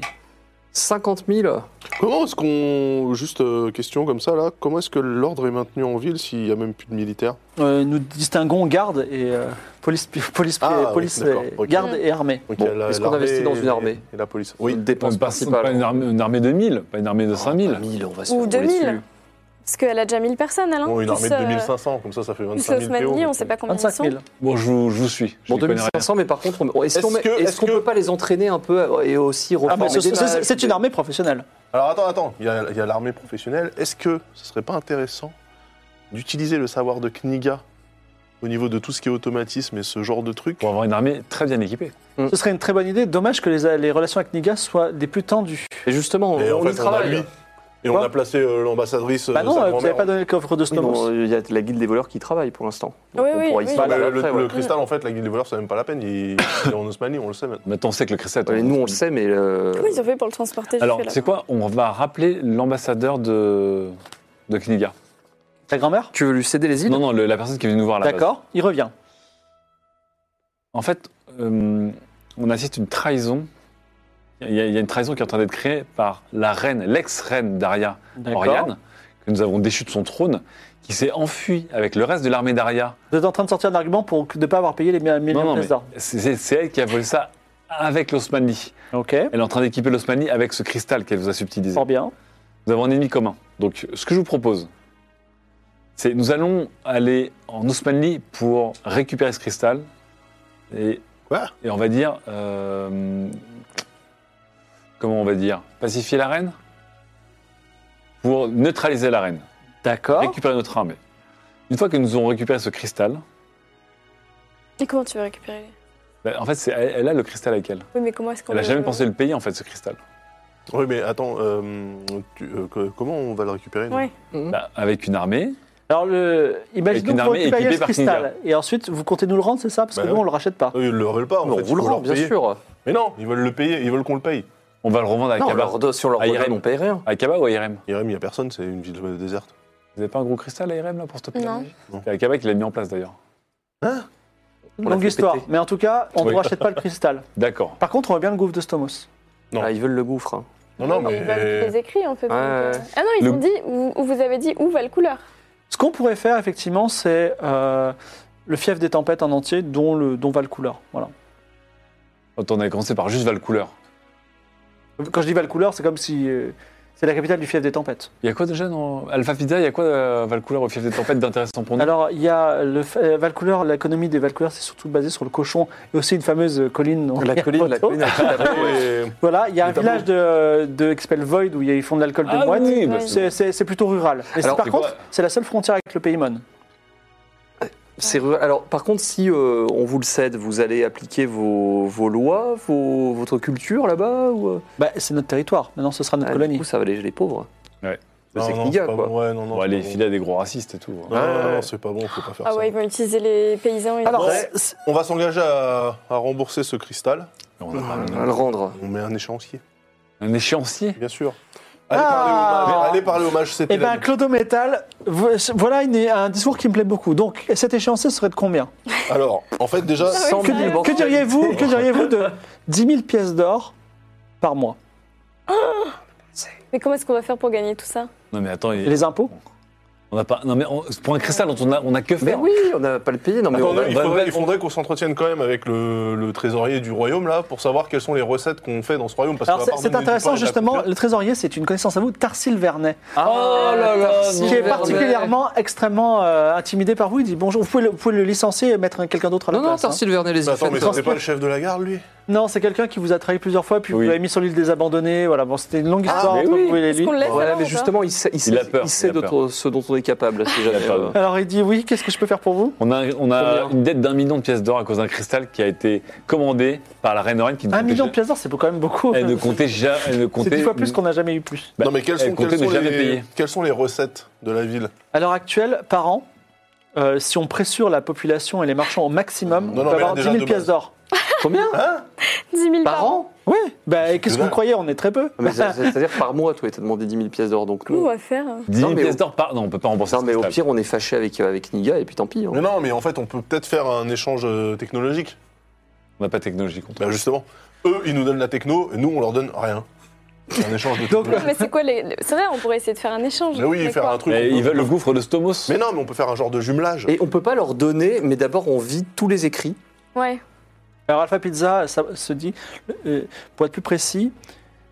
S5: 50 000
S2: Comment est-ce qu'on. Juste euh, question comme ça, là. Comment est-ce que l'ordre est maintenu en ville s'il n'y a même plus de militaires
S1: Euh, nous distinguons garde et euh, police, police,
S2: Ah, oui,
S1: police
S2: d'accord,
S1: et-
S2: ok.
S1: garde et armée.
S2: Donc,
S5: Bon,
S2: il y a la-
S5: est-ce qu'on
S2: l'armée
S5: investit dans une
S2: et-
S5: armée
S2: Et la police.
S5: Oui,
S2: Oui.
S5: dépense
S3: Pas,
S5: principale.
S3: pas une, armée, une armée de 1000, pas une armée de 5000.
S5: 1000, on va se
S6: Ou
S5: faire rouler
S6: 2000.
S5: dessus.
S6: Parce qu'elle a déjà 1000 personnes, Alain.
S2: Bon, une armée
S6: plus,
S2: de
S6: euh,
S2: 2500, comme ça, ça fait
S6: Plus
S2: 25 000 PO.
S6: l'Osmanli, on sait pas combien ils
S1: 25
S6: sont.
S1: 000.
S3: Bon, je vous, je vous suis. Je
S5: Bon,
S3: n'y connais rien.
S5: 2500, mais par contre, on- est-ce qu'on
S2: Est-ce que-
S5: est
S2: est-ce
S5: qu'on
S2: que-
S5: peut pas les entraîner un peu et aussi
S1: Ah, mais
S5: reformer
S1: ce-
S5: des
S1: ce-
S5: nages,
S1: c'est une
S5: des-
S1: armée professionnelle.
S2: Alors attends, attends, il y a, il y a l'armée professionnelle. Est-ce que ce serait pas intéressant d'utiliser le savoir de Kniga au niveau de tout ce qui est automatisme et ce genre de truc
S3: Pour avoir une armée très bien équipée.
S1: Ce serait une très bonne idée. Dommage que les, les relations avec Niga soient des plus tendues.
S2: Euh,
S5: Et justement,
S2: Et
S5: on
S2: en
S5: y
S2: fait, on a
S5: travaille.
S2: lui. Et on
S1: Quoi
S2: a placé euh, l'ambassadrice. euh,
S1: bah non,
S2: sa
S1: euh, vous
S2: grand-mère. euh,
S1: n'avez pas donné le coffre de
S5: Oui, mais
S1: Snomos.
S5: on- Il y a la guilde des voleurs qui travaille pour l'instant. Donc
S6: Oui,
S5: on
S6: oui,
S5: pourra y
S6: oui.
S5: se
S2: Bah,
S5: parler
S2: le, le-
S5: après,
S2: le
S5: ouais.
S2: cristal, en fait, la guilde des voleurs, c'est même pas la peine. Il, il est en Osmanie, on le sait maintenant.
S3: Maintenant, on sait que le cristal est en-
S5: Ouais, Nous, on le sait, mais. euh,
S6: Comment ils ont fait pour le transporter
S3: Alors,
S6: jusque-là
S3: c'est quoi On va rappeler l'ambassadeur de, de Kniga.
S1: Ta grand-mère
S5: Tu veux lui céder les îles
S3: Non, non, le- la personne qui est venue nous voir là.
S1: D'accord, il revient.
S3: En fait, euh, on assiste à une trahison. Il y, a, il y a une trahison qui est en train d'être créée par la reine, l'ex-reine d'Aria,
S1: D'accord.
S3: Oriane, que nous avons déchue de son trône, qui s'est enfuie avec le reste de l'armée d'Aria.
S1: Vous êtes en train de sortir un argument pour ne pas avoir payé les mi-
S3: Non,
S1: millions
S3: non,
S1: de
S3: mais
S1: pièces d'or.
S3: c'est c'est elle qui a volé ça avec l'Osmanli.
S1: Ok,
S3: Elle est en train d'équiper l'Osmanli avec ce cristal qu'elle vous a subtilisé.
S1: fort bien.
S3: Nous avons un ennemi commun. Donc, ce que je vous propose, c'est nous allons aller en Osmanli pour récupérer ce cristal. Et,
S2: Quoi
S3: et on va dire. euh, comment on va dire Pacifier la reine Pour neutraliser la reine.
S1: D'accord.
S3: Récupérer notre armée. Une fois que nous aurons récupéré ce cristal,
S6: Et comment tu veux récupérer
S3: bah, en fait, c'est- elle, elle a le cristal avec elle.
S6: Oui, mais comment est-ce qu'on
S3: Elle n'a
S6: le-
S3: jamais pensé le payer, en fait, ce cristal.
S2: Oui, mais attends, euh, tu- euh, que- comment on va le récupérer nous
S6: Ouais.
S3: Bah, avec une armée.
S1: Alors, le... imaginons
S3: une
S1: que vous
S3: armée
S1: récupériez
S3: équipée
S1: ce
S3: par
S1: cristal. Et ensuite, vous comptez nous le rendre, c'est ça Parce
S2: Bah
S1: que nous,
S2: oui.
S1: on le rachète pas.
S2: Eux, Ils le veulent pas, en
S5: Mais
S2: fait.
S5: on vous le
S2: faut
S5: rend,
S2: leur
S5: bien
S2: payer.
S5: sûr.
S2: Mais non, ils veulent le payer, ils veulent qu'on le paye.
S3: On va le revendre à
S5: Non, on
S3: Akaba.
S5: leur donne- si on leur
S3: Ah, il
S5: redonne,
S3: rêve.
S5: on paye rien.
S3: À Akaba ou à Irem
S2: Irem, il y a personne, c'est une ville euh, déserte.
S3: Vous n'avez pas un gros cristal à IRM là pour stopper la
S6: Non.
S3: magie
S2: Non.
S3: C'est Akaba qui l'a mis en place d'ailleurs.
S5: On l'a
S1: Longue
S5: fait
S1: histoire.
S5: péter.
S1: Mais en tout cas, on ne
S3: Oui.
S1: vous rachète pas le cristal.
S3: D'accord.
S1: Par contre, on veut bien le gouffre de Stomos.
S2: Non.
S5: Ah, ils veulent le gouffre. hein.
S2: Non, non,
S6: Ils veulent
S2: mais.
S6: les écrits, en fait. donc,
S5: Ouais,
S6: euh,
S5: ouais.
S6: Ah non, ils
S3: Le-
S6: ont dit, vous, vous avez dit où va le couleur.
S1: Ce qu'on pourrait faire, effectivement, c'est euh, le fief des tempêtes en entier, dont, le, dont Valcouleur. Voilà.
S3: Quand on a commencé par juste Valcouleur.
S1: Quand je dis Valcouleur, c'est comme si. euh, c'est la capitale du fief des tempêtes.
S3: Il y a quoi déjà dans Alpha Pizza Il y a quoi euh, Valcouleur au fief des tempêtes d'intéressant pour nous
S1: Alors, il y a le f- euh, Valcouleur, l'économie des Valcouleurs, c'est surtout basé sur le cochon et aussi une fameuse euh, colline. dont il y
S5: La
S1: a
S5: colline, la
S1: photo.
S5: colline, après, la peau, ouais.
S1: Voilà, il y a un
S5: Notamment.
S1: village de, de Expel Void où ils font de l'alcool de
S3: Ah
S1: boîte.
S3: oui, bah,
S6: Ouais.
S1: C'est- C'est c'est plutôt rural. Mais c'est-
S5: Alors,
S1: par
S3: c'est quoi
S1: contre, c'est la seule frontière avec le Paymon.
S5: C'est rural. Alors, par contre, si euh, on vous le cède, vous allez appliquer vos, vos lois, vos- votre culture là-bas ou... euh
S1: Bah, c'est notre territoire. Maintenant, ce sera notre
S5: Ah, Du
S1: colonie.
S5: coup, ça va alléger les pauvres.
S2: Non,
S5: c'est
S2: non,
S5: Kniga,
S2: pas
S5: quoi.
S2: bon. Ouais, non, non.
S3: On va
S2: c'est
S3: aller
S2: pas bon.
S3: filer à des gros racistes et tout. hein.
S2: Non, non,
S5: Ouais.
S2: non, c'est pas bon, faut pas faire
S6: Ah
S2: ça.
S6: ouais, ils vont utiliser les paysans. et-
S1: Alors,
S2: Ouais.
S1: c'est-
S2: On va s'engager à, à rembourser ce cristal.
S3: Mais on a pas
S5: On va le rendre.
S2: On met un échéancier,
S3: Un échéancier
S2: bien sûr. Allez,
S1: Ah.
S2: parler, au mage, allez parler au mage, c'était
S1: eh ben, Clodo Métal, vo- voilà une- un discours qui me plaît beaucoup. Donc, cette échéancier serait de combien
S2: Alors, en fait, déjà,
S6: Ah oui,
S1: Que,
S6: sérieux
S1: que diriez-vous que diriez-vous de 10 000 pièces d'or par mois
S6: Mais comment est-ce qu'on va faire pour gagner tout ça
S3: Non mais attends, il-
S1: Et Les impôts
S3: On n'a pas. Non, mais on- pour un cristal dont on n'a on a que
S5: Mais
S3: faire.
S5: oui, on n'a pas le payé. Non, mais
S2: Attends,
S5: on
S2: non,
S5: a-
S2: il
S3: va-
S2: faudrait,
S3: va-
S2: il faudrait qu'on s'entretienne quand même avec le, le trésorier du royaume là pour savoir quelles sont les recettes qu'on fait dans ce royaume. Parce
S1: Alors
S2: qu'on
S1: c'est
S2: va pas
S1: c'est
S2: redonner du
S1: intéressant
S2: pain et de la
S1: justement,
S2: confiture.
S1: le trésorier c'est une connaissance à vous, Tarsil Vernet,
S3: Oh là là
S1: qui est
S3: non,
S1: particulièrement extrêmement euh, intimidé par vous, il dit bonjour, vous pouvez le, vous pouvez le licencier et mettre quelqu'un d'autre à la
S7: Non, non,
S1: place. hein.
S7: Tarsil Vernet, les
S2: Mais Attends, mais
S7: faites-
S2: c'était pas le chef de la garde lui
S1: Non, c'est quelqu'un qui vous a trahi plusieurs fois, puis vous
S3: Oui.
S1: l'avez mis sur l'île des abandonnés, voilà, bon c'était une longue histoire
S3: mais
S1: entre
S3: oui.
S1: vous et les
S4: Est-ce
S1: lui.
S4: qu'on le laisse
S5: Ouais,
S4: alors,
S5: mais
S4: ou pas
S5: justement, il sait, il sait,
S3: Il a peur,
S5: il sait
S3: il a
S5: de
S3: peur.
S5: ton- ce dont on est capable. Si jamais,
S3: peur.
S5: euh,
S1: Alors il dit oui, qu'est-ce que je peux faire pour vous
S3: On a, on a
S5: Combien
S3: une dette d'un million de pièces d'or à cause d'un cristal qui a été commandé par la reine Lorraine qui ne
S1: Un
S3: comptait
S1: million
S3: ja-
S1: de pièces d'or, c'est quand même beaucoup.
S3: Elle Eh, ne comptait jamais. Elle ne
S1: C'est
S3: comptait.
S1: dix fois plus qu'on n'a jamais eu plus.
S3: Bah,
S2: Non mais quelles
S3: elle
S2: sont, quelles
S3: comptait ne
S2: sont
S3: jamais
S2: les,
S3: payer.
S2: quelles sont les recettes de la ville
S1: À l'heure actuelle, par an, euh, si on pressure la population et les marchands au maximum,
S2: Non,
S1: on peut
S2: non, mais là,
S1: avoir 10
S2: déjà,
S1: 000
S2: de
S1: pièces
S2: base.
S1: d'or.
S5: Combien
S6: 10 000
S5: Par an
S1: Oui, bah, qu'est-ce que vous
S2: dégueulasse.
S1: croyez On est très peu.
S5: Mais ça- C'est-à-dire par mois, toi, il t'a demandé 10 000 pièces d'or. Donc,
S6: Nous,
S5: nous,
S6: on va faire. euh,
S3: 10 000
S5: Non, mais
S3: pièces
S5: au-
S3: d'or par. Non, on peut pas rembourser.
S5: non, mais
S3: ce
S5: au
S3: cristal.
S5: pire, on est fâché avec, euh, avec Niga et puis tant pis. hein.
S2: Mais non, mais en fait, on peut peut-être faire un échange euh, technologique.
S3: on n'a pas de technologie contre.
S1: Ben,
S2: Bah justement, eux, ils nous donnent la techno, et nous, on leur donne rien. C'est un échange de
S1: Donc,
S2: techno.
S6: Mais c'est quoi les. les- C'est vrai, on pourrait essayer de faire un échange.
S2: Mais oui,
S6: Mais
S2: faire
S6: quoi
S2: un truc.
S3: Mais
S2: on
S3: ils
S2: peut-
S3: veulent le gouffre de Stomos.
S2: Mais non, mais on peut faire un genre de jumelage.
S5: Et on peut pas leur donner, mais d'abord, on vide tous les écrits.
S6: Ouais.
S1: Alors Alpha Pizza ça se dit, euh, pour être plus précis,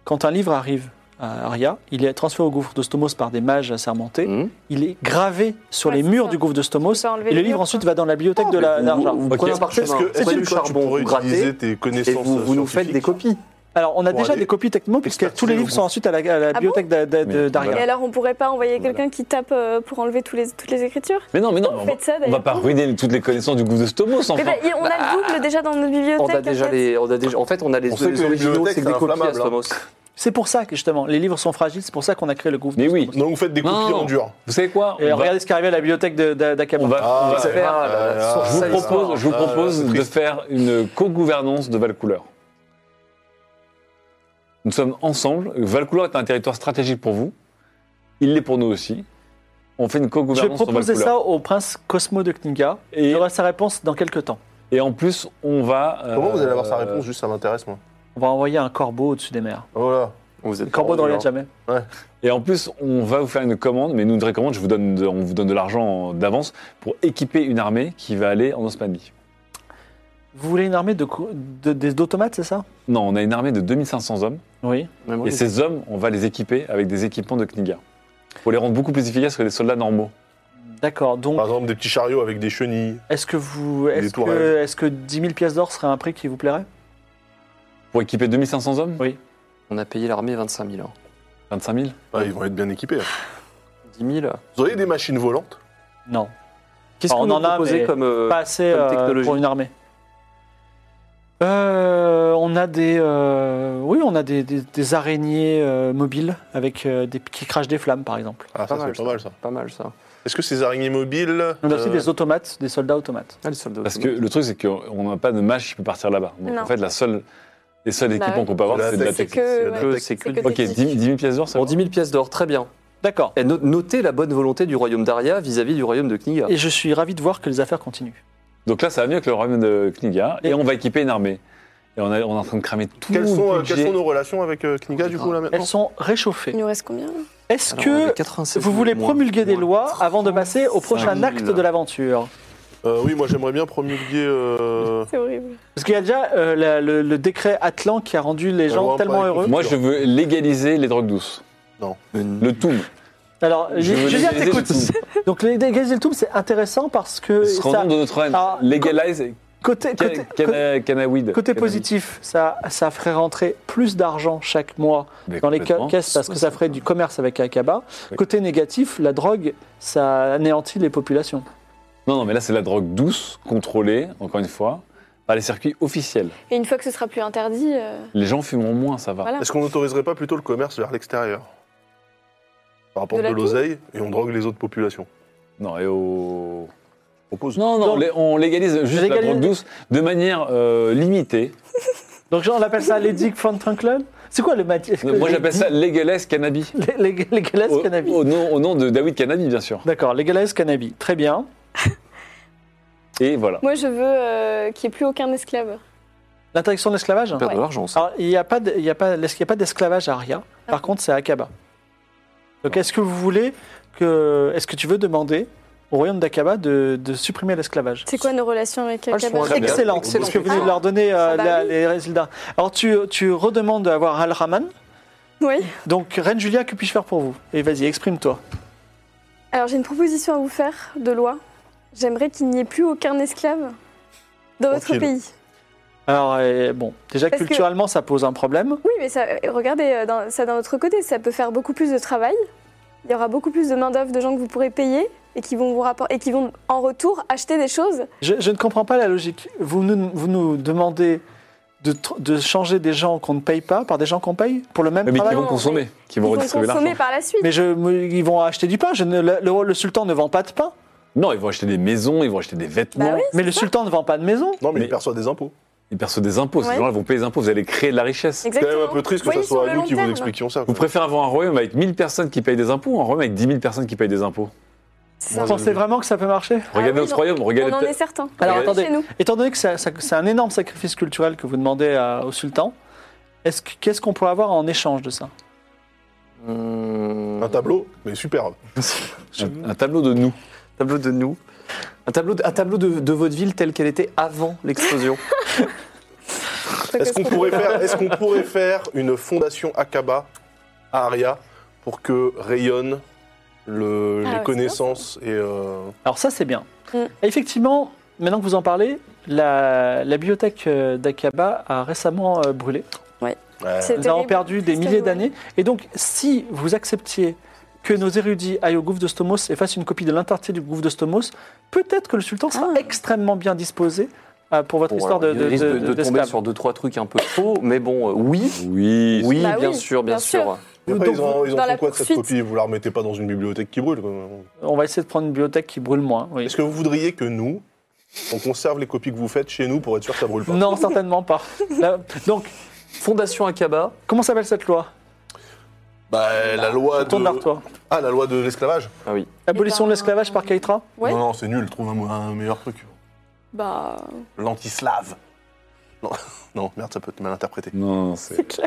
S1: quand un livre arrive à Aria, il est transféré au gouffre de Stomos par des mages assermentés,
S3: Mm.
S5: Hum.
S1: il est gravé sur
S6: Ouais,
S1: les
S6: c'est
S1: murs
S6: ça.
S1: du gouffre de Stomos,
S6: Tu peux enlever
S1: et le
S6: les
S1: livre
S6: murs,
S1: ensuite
S6: quoi.
S1: va dans la bibliothèque
S3: Oh,
S1: de la hein.
S5: Vous-
S1: d'Arja.
S5: Vous, vous
S3: Ok.
S5: prenez un
S2: Qu'est-ce
S5: parchemin,
S2: que,
S5: vous
S2: est-ce
S5: prenez
S2: que
S5: du
S2: toi, tu
S5: charbon,
S2: pourrais
S5: vous grattez,
S2: utiliser tes
S5: et
S2: connaissances
S5: vous, vous nous faites
S2: scientifiques
S5: des copies.
S1: Alors on a
S2: Pour
S1: déjà
S2: aller
S1: des copies techno, puisque tous les
S2: expertiser
S1: livres
S2: au
S1: sont ensuite à la, à la
S6: Ah bon
S1: bibliothèque d'A- d'A-
S3: Mais-
S1: d'Aria.
S6: Et alors, on pourrait pas envoyer
S3: Voilà.
S6: quelqu'un qui tape euh, pour enlever tous les, toutes les écritures
S3: Mais non, mais non.
S6: Vous
S3: On va,
S6: faites ça,
S3: on va
S6: d'ailleurs.
S3: pas ruiner toutes les connaissances du gouffre de Stomos.
S6: Mais
S3: Enfin.
S6: bah, on a le double déjà dans notre bibliothèque.
S5: On a déjà
S6: peut-être.
S5: les, on a déjà, en fait, on a les,
S2: On sait
S5: les
S2: que les
S5: originaux,
S2: bibliothèques,
S5: c'est que des
S2: c'est
S5: copies à
S2: inflammable, hein.
S5: Stomos.
S1: C'est pour ça que justement, les livres sont fragiles, c'est pour ça qu'on a créé le gouffre.
S3: Mais oui.
S2: Donc, vous faites des copies
S3: Non.
S2: en dur.
S3: Vous savez quoi
S1: Et
S3: On va-
S1: regardez ce qui arrive à la bibliothèque de- d'A- d'Akaba.
S3: On va.
S2: Ah,
S3: on va
S2: c'est
S3: faire-
S5: Ah, là, là,
S2: Ah,
S3: Je vous
S5: ça,
S2: histoire.
S3: propose, je vous
S2: Ah,
S3: propose
S2: c'est
S3: de
S2: triste.
S3: faire une co-gouvernance de Valcouleur. Nous sommes ensemble. Valcouleur est un territoire stratégique pour vous. Il l'est pour nous aussi. On fait une
S1: Je vais
S3: co-gouvernance sur
S1: proposer ça
S3: Valcouleur.
S1: au prince Cosmo de Kninga, et il
S3: Et,
S1: aura sa réponse dans quelques temps.
S3: et en plus, on va. euh,
S2: Comment vous allez avoir sa réponse Juste, ça m'intéresse, moi.
S1: On va envoyer un corbeau au-dessus des mers.
S2: Voilà.
S5: Vous
S1: Le
S5: êtes
S3: Oh,
S1: corbeau
S5: pas
S1: dans
S5: en
S1: les
S5: dehors.
S1: jamais.
S3: Et en plus, on va vous faire une commande, mais nous, une vraie commande, je vous donne de- on vous donne de l'argent d'avance pour équiper une armée qui va aller en Osmanie.
S1: Vous voulez une armée de cou- de- des- d'automates, c'est ça
S3: Non, on a une armée de 2500 hommes.
S1: Oui.
S5: Mais moi,
S3: Et ces hommes, on va les équiper avec des équipements de Kniga. Pour les rendre beaucoup plus efficaces que les soldats normaux.
S1: D'accord. Donc,
S2: Par exemple, des petits chariots avec des chenilles.
S1: est-ce que vous,
S2: Des
S1: est-ce que,
S2: tourelles.
S1: est-ce que 10 000 pièces d'or serait un prix qui vous plairait
S3: Pour équiper 2500 hommes
S5: On a payé l'armée hein. 25 000 ans.
S3: 25 000
S2: Ah, ils vont être bien équipés.
S5: 10 000
S2: Vous auriez des machines volantes
S1: Non.
S5: Qu'est-ce
S1: Enfin,
S5: qu'on
S1: on
S5: en
S1: en a,
S5: a proposé
S1: mais
S5: comme. euh,
S1: Pas assez
S5: comme
S1: euh,
S5: technologie.
S1: pour une armée. Euh, on a des, euh, oui, on a des, des- des araignées euh, mobiles avec euh, des qui crachent des flammes, par exemple.
S2: Ah,
S5: Pas
S2: ça,
S5: mal,
S2: c'est pas
S5: ça.
S2: mal, ça.
S5: Pas mal ça.
S2: Est-ce que ces araignées mobiles.
S1: On a aussi
S2: euh,
S1: des automates, des soldats automates.
S5: Ah, les soldats.
S3: Parce
S5: aussi.
S3: que le truc, c'est qu'on n'a pas de mâche qui peut partir là-bas. Donc
S6: Non.
S3: en fait, la seule, les seuls
S6: Bah
S3: équipements
S6: ouais.
S3: qu'on peut avoir,
S2: C'est
S3: c'est de la
S2: la
S6: C'est
S3: technique.
S6: que.
S5: Que
S6: ouais,
S5: c'est que-
S6: que
S3: Ok, 10,
S6: technique.
S3: 000 pièces d'or, ça
S5: Bon,
S3: va
S5: 10 000 pièces d'or, très bien.
S1: D'accord.
S5: Et no- notez la bonne volonté du royaume d'Aria vis-à-vis du royaume de Kniga.
S1: Et je suis ravi de voir que les affaires continuent.
S3: Donc là, ça va mieux que le royaume de Kniga. Et
S1: Et-
S3: on va équiper une armée. Et on, a- on est en train de cramer tout
S2: Quelles sont,
S3: le
S2: euh, quelles
S3: budget.
S2: sont nos relations avec euh, Kniga, du coup, là maintenant
S1: Elles sont
S6: Il
S1: réchauffées.
S6: nous reste combien
S1: Est-ce
S5: Alors, on avait
S1: que
S5: 96
S1: vous voulez
S5: moins-
S1: promulguer des
S5: moins
S1: lois avant de passer au prochain
S5: 000.
S1: acte de l'aventure
S2: Euh, Oui, moi, j'aimerais bien promulguer. euh,
S6: C'est horrible.
S1: Parce qu'il y a déjà euh, la- le, le décret Atlan qui a rendu les
S2: La
S1: gens
S2: loi
S1: tellement
S2: Empire
S1: heureux.
S3: Moi, je veux légaliser les drogues douces. Le tout.
S1: Alors,
S3: Je veux
S1: Julien,
S3: légaliser le
S1: t'écoutes. Donc, les dégagez le tout, c'est intéressant parce que ça,
S3: Ce rendons de notre reine.
S1: Ah,
S3: Légaliser
S1: côté, côté, côté-
S3: cannabis.
S1: côté positif, ça, ça ferait rentrer plus d'argent chaque mois dans les ca- caisses parce que ça ferait du commerce avec Akaba.
S3: Oui.
S1: Côté négatif, la drogue, ça anéantit les populations.
S3: Non, non, mais là, c'est la drogue douce, contrôlée, encore une fois, par les circuits officiels.
S6: Et une fois que ce sera plus interdit. euh,
S3: Les gens fumeront moins, ça va.
S6: Voilà.
S2: Est-ce qu'on n'autoriserait pas plutôt le commerce vers l'extérieur Par rapport
S6: De
S2: de,
S6: la
S2: l'oseille, et on drogue les autres populations.
S3: Non, et au...
S2: Propose.
S3: Non, non,
S1: Donc-
S3: lé- on légalise juste la
S1: Légalise-
S3: drogue douce de manière euh, limitée.
S1: Donc, genre, on appelle ça les Dick von Trunklon C'est quoi le matière
S3: Moi, j'appelle ça légalize cannabis.
S1: Les, les, les Galaise
S3: Au,
S1: Cannabis.
S3: au nom, au nom de David Cannabis, bien sûr.
S1: D'accord, les Galaise Cannabis. Très bien.
S3: Et voilà.
S6: Moi, je veux euh, qu'il n'y ait plus aucun esclave.
S1: L'interdiction de l'esclavage Ah,
S5: On perd de l'argent, ça.
S6: Ah.
S1: Alors, il n'y a pas de- il y a pas- il y a pas d'esclavage à Aria. Par contre, c'est à Akaba. Donc est-ce que vous voulez que. Est-ce que tu veux demander au royaume d'Akaba de, de supprimer l'esclavage
S6: C'est quoi nos relations avec euh,
S5: Ah, je
S6: Akaba
S5: trouve Très bien.
S1: Excellente,
S5: Excellent.
S1: parce que vous venez de
S6: Ah.
S1: leur donner euh,
S6: Ah bah
S1: la-
S6: oui.
S1: les résultats. Alors tu, tu redemandes d'avoir Al-Rahman.
S6: Oui.
S1: Donc Reine Julia, que puis-je faire pour vous Et vas-y, exprime-toi.
S6: Alors j'ai une proposition à vous faire de loi. J'aimerais qu'il n'y ait plus aucun esclave dans votre
S2: Tranquille.
S6: pays.
S1: Alors euh, bon, déjà
S6: Parce que-
S1: culturellement ça pose un problème.
S6: Oui, mais ça, regardez euh, dans- ça d'un autre côté, ça peut faire beaucoup plus de travail. Il y aura beaucoup plus de main d'œuvre de gens que vous pourrez payer et qui vont vous rappor- et qui vont en retour acheter des choses.
S1: Je, je ne comprends pas la logique. Vous nous, vous nous demandez de, tr- de changer des gens qu'on ne paye pas par des gens qu'on paye pour le même
S3: Mais qui
S1: travail.
S3: vont consommer, qui vont
S6: Ils vont
S3: redistribuer l'argent.
S6: consommer par la suite.
S1: Mais je, me- ils vont acheter du pain. Je ne- le, le- le sultan ne vend pas de pain.
S3: Non, ils vont acheter des maisons, ils vont acheter des vêtements.
S6: Bah oui,
S1: mais le sultan ne vend pas de maison.
S2: Non, mais,
S3: Mais-
S2: il perçoit des impôts.
S3: Ils perçoivent des impôts. Ces
S6: Ouais.
S3: gens-là vont payer des impôts. Vous allez créer de la richesse.
S2: C'est quand
S6: Exactement.
S2: même un peu triste que
S6: Voyez
S2: ce soit
S6: sur
S2: à
S6: le
S2: nous
S6: long
S2: qui vous
S6: terme.
S2: expliquions ça.
S3: Vous préférez avoir un royaume avec 1000 personnes qui payent des impôts ou un royaume avec 10 000 personnes qui payent des impôts
S6: C'est
S1: Vous
S6: ça.
S1: pensez vraiment que ça peut marcher
S6: Ah
S3: Regardez
S6: oui,
S3: notre
S6: non.
S3: royaume, regardez.
S6: On en est certain.
S1: Alors,
S6: Regardez
S1: attendez.
S6: chez nous.
S1: Étant donné que ça- ça- c'est un énorme sacrifice culturel que vous demandez à- au sultan, est-ce que- qu'est-ce qu'on pourrait avoir en échange de ça Ah.
S5: Hum,
S2: Un tableau, mais superbe.
S3: un, un tableau de nous.
S5: tableau de nous. Un tableau de, un tableau de, de votre ville telle qu'elle était avant l'explosion.
S2: Est-ce qu'on pourrait faire, est-ce qu'on pourrait faire une fondation Akaba à Aria pour que rayonnent le-
S6: Ah
S2: les
S6: ouais,
S2: connaissances et euh,
S1: Alors ça, c'est bien.
S6: Mm.
S1: Effectivement, maintenant que vous en parlez, la, la bibliothèque euh, d'Akaba a récemment euh, brûlé.
S2: ouais.
S6: C'est
S1: Nous avons
S6: terrible.
S1: perdu des
S6: C'est
S1: milliers
S6: vrai.
S1: d'années. Et donc, si vous acceptiez que nos érudits aillent au gouffre de Stomos et fassent une copie de l'intarté du gouffre de Stomos, peut-être que le sultan sera
S6: Ah.
S1: extrêmement bien disposé euh, pour votre
S5: Bon,
S1: histoire
S5: alors,
S1: de,
S5: il risque
S1: de- de-
S5: de tomber
S1: d'esclave.
S5: sur deux trois trucs un peu faux, mais bon, euh, oui,
S3: Oui.
S5: oui,
S6: Bah
S5: bien
S6: oui,
S5: sûr, bien,
S6: bien
S5: sûr.
S6: sûr.
S2: Et après,
S1: Donc,
S2: ils en, ils en
S6: dans
S2: font
S6: la
S2: quoi de cette
S6: poursuite.
S2: copie Vous la remettez pas dans une bibliothèque qui brûle quoi.
S1: On va essayer de prendre une bibliothèque qui brûle moins. oui.
S2: Est-ce que vous voudriez que nous, on conserve les copies que vous faites chez nous pour être sûr que ça brûle pas
S1: Non, certainement pas. Là, donc,
S5: Fondation Akaba.
S1: comment s'appelle cette loi
S2: Bah, la loi de...
S1: Tourne
S5: Euh,
S1: vers toi.
S2: Ah, la loi de l'esclavage
S5: Ah oui.
S1: Abolition
S6: Eh ben,
S1: de l'esclavage par Keitra
S6: Ouais.
S2: Non, non, c'est nul, trouve un, un meilleur truc.
S6: Bah,
S2: L'antislave. Non, non, merde, ça peut être mal interprété.
S3: Non, c'est.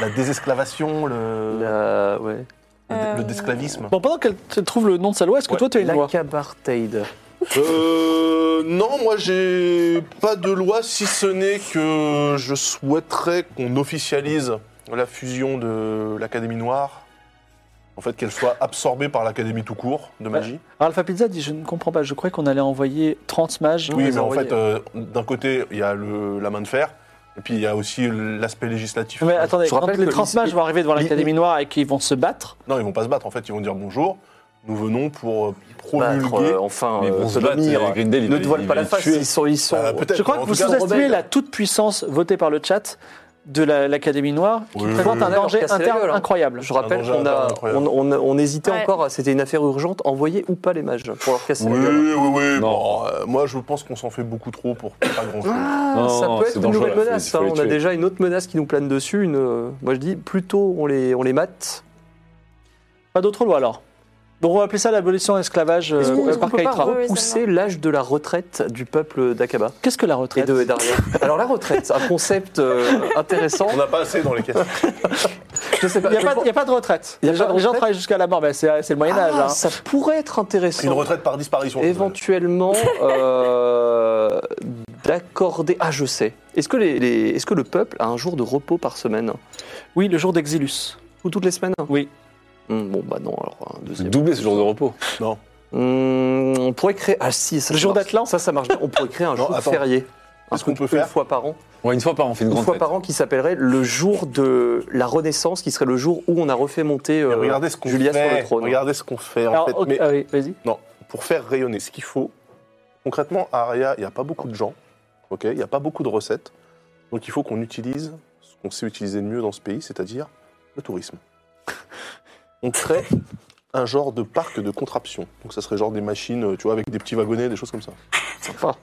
S2: La désesclavation, le...
S5: La, ouais.
S2: le-
S6: Euh,
S2: le désclavisme.
S1: Bon, pendant qu'elle te trouve le nom de sa loi, est-ce que toi, tu as une loi
S5: L'Akabartheid.
S2: Euh, non, moi j'ai pas de loi si ce n'est que je souhaiterais qu'on officialise la fusion de l'Académie Noire. En fait, qu'elle soit absorbée par l'Académie tout court de magie.
S1: Alpha Pizza dit Je ne comprends pas, je croyais qu'on allait envoyer 30 mages.
S2: oui,
S1: On les
S2: mais
S1: a
S2: en
S1: envoyés.
S2: fait, euh, d'un côté, il y a le- la main de fer, et puis il y a aussi l'aspect législatif.
S1: Mais attendez,
S5: Je
S1: quand
S5: rappelle
S1: les
S5: que
S1: 30 mages
S5: l'is-
S1: vont arriver devant
S5: l'is-
S1: l'Académie Noire et qu'ils vont se battre,
S2: Non, ils vont pas se battre, en fait, ils vont dire bonjour, nous venons pour euh,
S5: Battre,
S2: promulguer.
S5: euh, enfin,
S3: Mais
S5: euh,
S3: bon,
S5: se tenir.
S3: Grindel, il
S5: Ne
S3: va-
S5: te voile
S3: il
S5: pas
S3: va
S5: la
S3: les
S5: face,
S3: tuer.
S5: ils sont. Ils sont
S2: Euh, peut-être,
S1: je crois
S2: mais en
S1: que vous
S2: tout cas,
S1: sous-estimez
S5: rebelles.
S1: la toute-puissance votée par le chat de la- l'Académie Noire qui
S2: Oui.
S1: présente un
S5: Ouais, leur
S1: danger
S5: casser la
S1: interne
S5: gueule, hein.
S1: incroyable.
S5: Je rappelle
S2: Un danger
S5: qu'on a, on,
S2: incroyable.
S5: on, on hésitait
S6: Ouais.
S5: encore, c'était une affaire urgente, envoyer ou pas les mages pour leur casser
S2: Oui,
S5: la gueule.
S2: oui, oui.
S3: Non.
S2: bon, euh, moi, je pense qu'on s'en fait beaucoup trop pour pas grand-chose.
S5: Ah, ça
S3: Non,
S5: peut
S3: c'est
S5: être une
S3: dangereux,
S5: nouvelle
S3: là, faut-
S5: menace.
S3: faut
S5: hein.
S3: les
S5: On a
S3: tuer.
S5: déjà une autre menace qui nous plane dessus. Une, euh, moi je dis, plutôt on les, on les mate.
S1: Pas d'autre loi alors. Donc on va appeler ça l'abolition de l'esclavage euh,
S5: Est-ce qu'on est-ce qu'on
S1: par
S5: peut pas
S1: Keitra.
S6: re-
S5: repousser l'âge de la retraite du peuple d'Akaba
S1: Qu'est-ce que la
S5: et
S1: retraite
S5: de d'Aria Alors la retraite, un concept euh, intéressant.
S2: On n'a pas assez dans les caisses.
S5: Je sais pas.
S1: Il n'y a,
S5: je
S1: pas-
S5: pense-
S1: il y a pas de retraite.
S5: Il y a
S1: les,
S5: pas
S1: gens,
S5: de
S1: les gens
S5: retraite
S1: travaillent jusqu'à la mort, mais c'est c'est le hein. Moyen-Âge.
S5: Ah, ça pourrait être
S2: C'est une
S5: intéressant.
S2: retraite par disparition.
S5: Éventuellement, euh, d'accorder. Ah, je sais. Est-ce que, les, les- est-ce que le peuple a un jour de repos par semaine
S1: Oui, le jour d'Exilus.
S5: Ou toutes les semaines
S1: Oui.
S5: Hum, Bon, bah non, alors un deuxième.
S3: Doubler ce jour de repos.
S2: Non.
S5: Hum, on pourrait créer. Ah, si, ça,
S1: Le
S5: ça
S1: jour
S5: marche.
S1: d'Atlan
S5: Ça, ça marche bien. On pourrait créer un
S2: Non,
S5: jour
S2: attends.
S5: férié. Un
S2: Est-ce qu'on
S5: truc
S2: peut faire
S5: Une fois par an.
S3: Ouais, une fois par an, on fait une
S5: Une
S3: grande
S5: fois
S3: fête.
S5: par an qui s'appellerait le jour de la Renaissance, qui serait le jour où on a refait monter euh,
S2: Mais regardez ce qu'on
S5: Julia
S2: fait.
S5: sur le trône.
S2: Regardez ce qu'on fait. En
S1: Alors,
S2: fait.
S1: ok,
S2: Mais
S1: ah oui, vas-y.
S2: pour faire rayonner ce qu'il faut, concrètement, à Aria, il n'y a pas beaucoup de gens. Ok, il n'y a pas beaucoup de recettes. Donc il faut qu'on utilise ce qu'on sait utiliser de mieux dans ce pays, c'est-à-dire le tourisme. On crée un genre de parc de contraption. Donc ça serait genre des machines, euh, tu vois, avec des petits wagonnets, des choses comme ça.
S5: Sympa.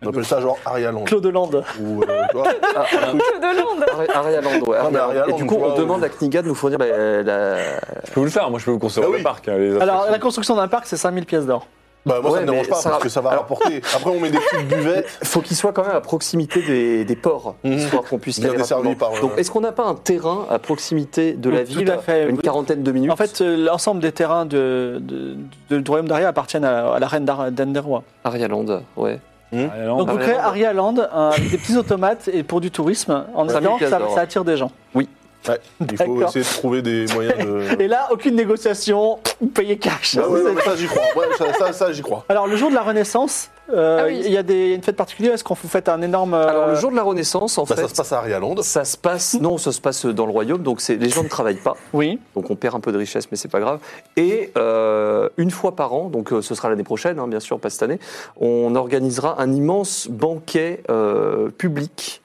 S2: On appelle ça genre Aria Land.
S1: Claude Hollande.
S2: Ou, euh, tu vois,
S5: Ah, ah,
S6: de Londres.
S5: Ari- Arial Land, ouais,
S2: Ah, mais
S5: Arial Land.
S2: Arial
S5: Et du
S2: Land,
S5: coup,
S2: tu vois,
S5: on demande
S2: oui.
S5: à Kniga de nous fournir bah, euh, la, la-
S3: Je peux vous le faire, moi je peux vous construire
S2: Ah
S3: le
S2: oui.
S3: parc. hein, les
S1: Alors,
S3: attractions.
S1: la construction d'un parc, c'est 5000 pièces d'or.
S2: Bah, moi,
S5: Ouais,
S2: ça me
S5: mais
S2: dérange pas
S5: ça-
S2: parce que ça va
S5: alors-
S2: rapporter. Après, on met des petites buvettes.
S5: faut qu'il soit quand même à proximité des, des ports,
S2: Mhm.
S5: histoire qu'on puisse y
S2: Bien
S5: aller
S2: desservi
S5: rapidement.
S2: par, euh,
S5: Donc, est-ce qu'on n'a pas un terrain à proximité de la
S1: Tout
S5: ville,
S1: à fait.
S5: une quarantaine de minutes
S1: En fait, euh, l'ensemble des terrains de, de- de- du royaume d'Aria appartiennent à, à la reine d'Ar- d'Enderwa.
S5: Arialand, ouais.
S3: Alors,
S1: Donc
S3: bah,
S1: vous créez Aria Land, un- des petits automates et pour du tourisme, en
S5: Ouais.
S1: espérant que ça,
S5: 5000 piastres,
S1: ça attire des gens.
S2: Ouais, il faut
S1: D'accord.
S2: essayer de trouver des moyens de.
S1: Et là, aucune négociation, payez cash.
S2: Ah ouais, non, mais ça, j'y crois. Ouais, ça, ça, ça, j'y crois.
S1: Alors le jour de la Renaissance, euh,
S6: Ah oui.
S1: il y, a des- il y a une fête particulière. Est-ce qu'on vous fait un énorme euh,
S5: Alors, le jour de la Renaissance, en
S2: Bah,
S5: fait,
S2: ça se passe à Arialand.
S5: ça se passe. Non, ça se passe dans le royaume, donc c'est- les gens ne travaillent pas.
S1: Oui.
S5: Donc on perd un peu de richesse, mais c'est pas grave. Et euh, une fois par an, donc euh, ce sera l'année prochaine, hein, bien sûr, pas cette année, on organisera un immense banquet euh, public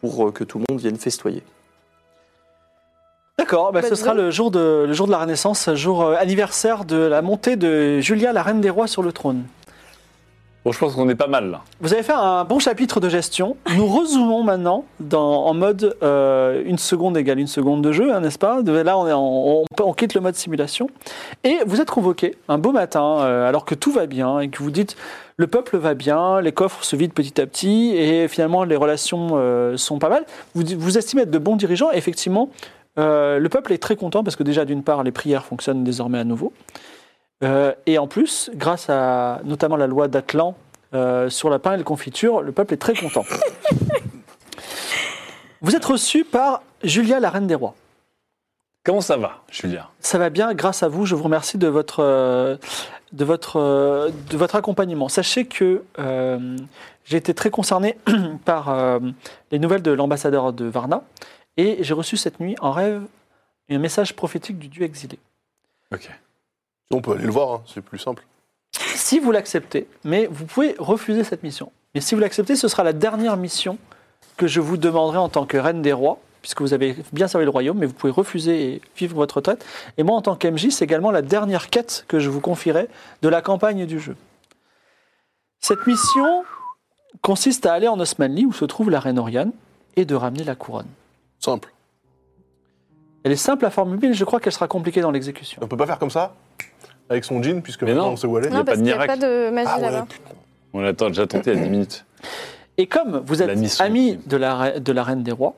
S5: pour euh, que tout le monde vienne festoyer.
S1: D'accord. bah,
S6: Bah,
S1: ce
S6: dis
S1: sera
S6: donc.
S1: le jour de le jour de la Renaissance, jour euh, anniversaire de la montée de Julia, la reine des rois, sur le trône.
S3: bon, je pense qu'on est pas mal là.
S1: Vous avez fait un bon chapitre de gestion. Nous rezoomons maintenant dans, en mode euh, une seconde égale une seconde de jeu, hein, n'est-ce pas De- Là, on, est en- on, on quitte le mode simulation. Et vous êtes convoqué un beau matin, euh, alors que tout va bien et que vous dites le peuple va bien, les coffres se vident petit à petit et finalement les relations euh, sont pas mal. Vous, vous estimez être de bons dirigeants et effectivement, euh, le peuple est très content parce que déjà, d'une part, les prières fonctionnent désormais à nouveau. Euh, et en plus, grâce à notamment la loi d'Atlan euh, sur la pain et la confiture, le peuple est très content. Vous êtes reçu par Julia, la reine des rois.
S3: Comment ça va, Julien
S1: Ça va bien, grâce à vous, je vous remercie de votre, euh, de votre, euh, de votre accompagnement. Sachez que euh, j'ai été très concerné par euh, les nouvelles de l'ambassadeur de Varna et j'ai reçu cette nuit en rêve un message prophétique du dieu exilé.
S3: Ok.
S2: On peut aller le voir, hein, c'est plus simple.
S1: Si vous l'acceptez, mais vous pouvez refuser cette mission. Mais si vous l'acceptez, ce sera la dernière mission que je vous demanderai en tant que reine des rois, puisque vous avez bien servi le royaume, mais vous pouvez refuser et vivre votre retraite. Et moi, en tant qu'MJ, c'est également la dernière quête que je vous confierai de la campagne du jeu. Cette mission consiste à aller en Osmanli, où se trouve la reine Oriane, et de ramener la couronne.
S2: Simple.
S1: Elle est simple à formuler, mais je crois qu'elle sera compliquée dans l'exécution.
S2: On peut pas faire comme ça Avec son jean, puisque
S3: Mais
S2: maintenant
S3: non.
S2: on sait où aller.
S3: y a
S6: Non,
S3: pas
S6: parce
S3: de
S6: qu'il n'y a
S3: miracle.
S6: pas de magie
S2: Ah ouais,
S6: là-bas.
S3: On l'a déjà tenté à 10 minutes.
S1: Et comme vous
S3: La
S1: êtes
S3: mission.
S1: ami de la, re- de la reine des rois,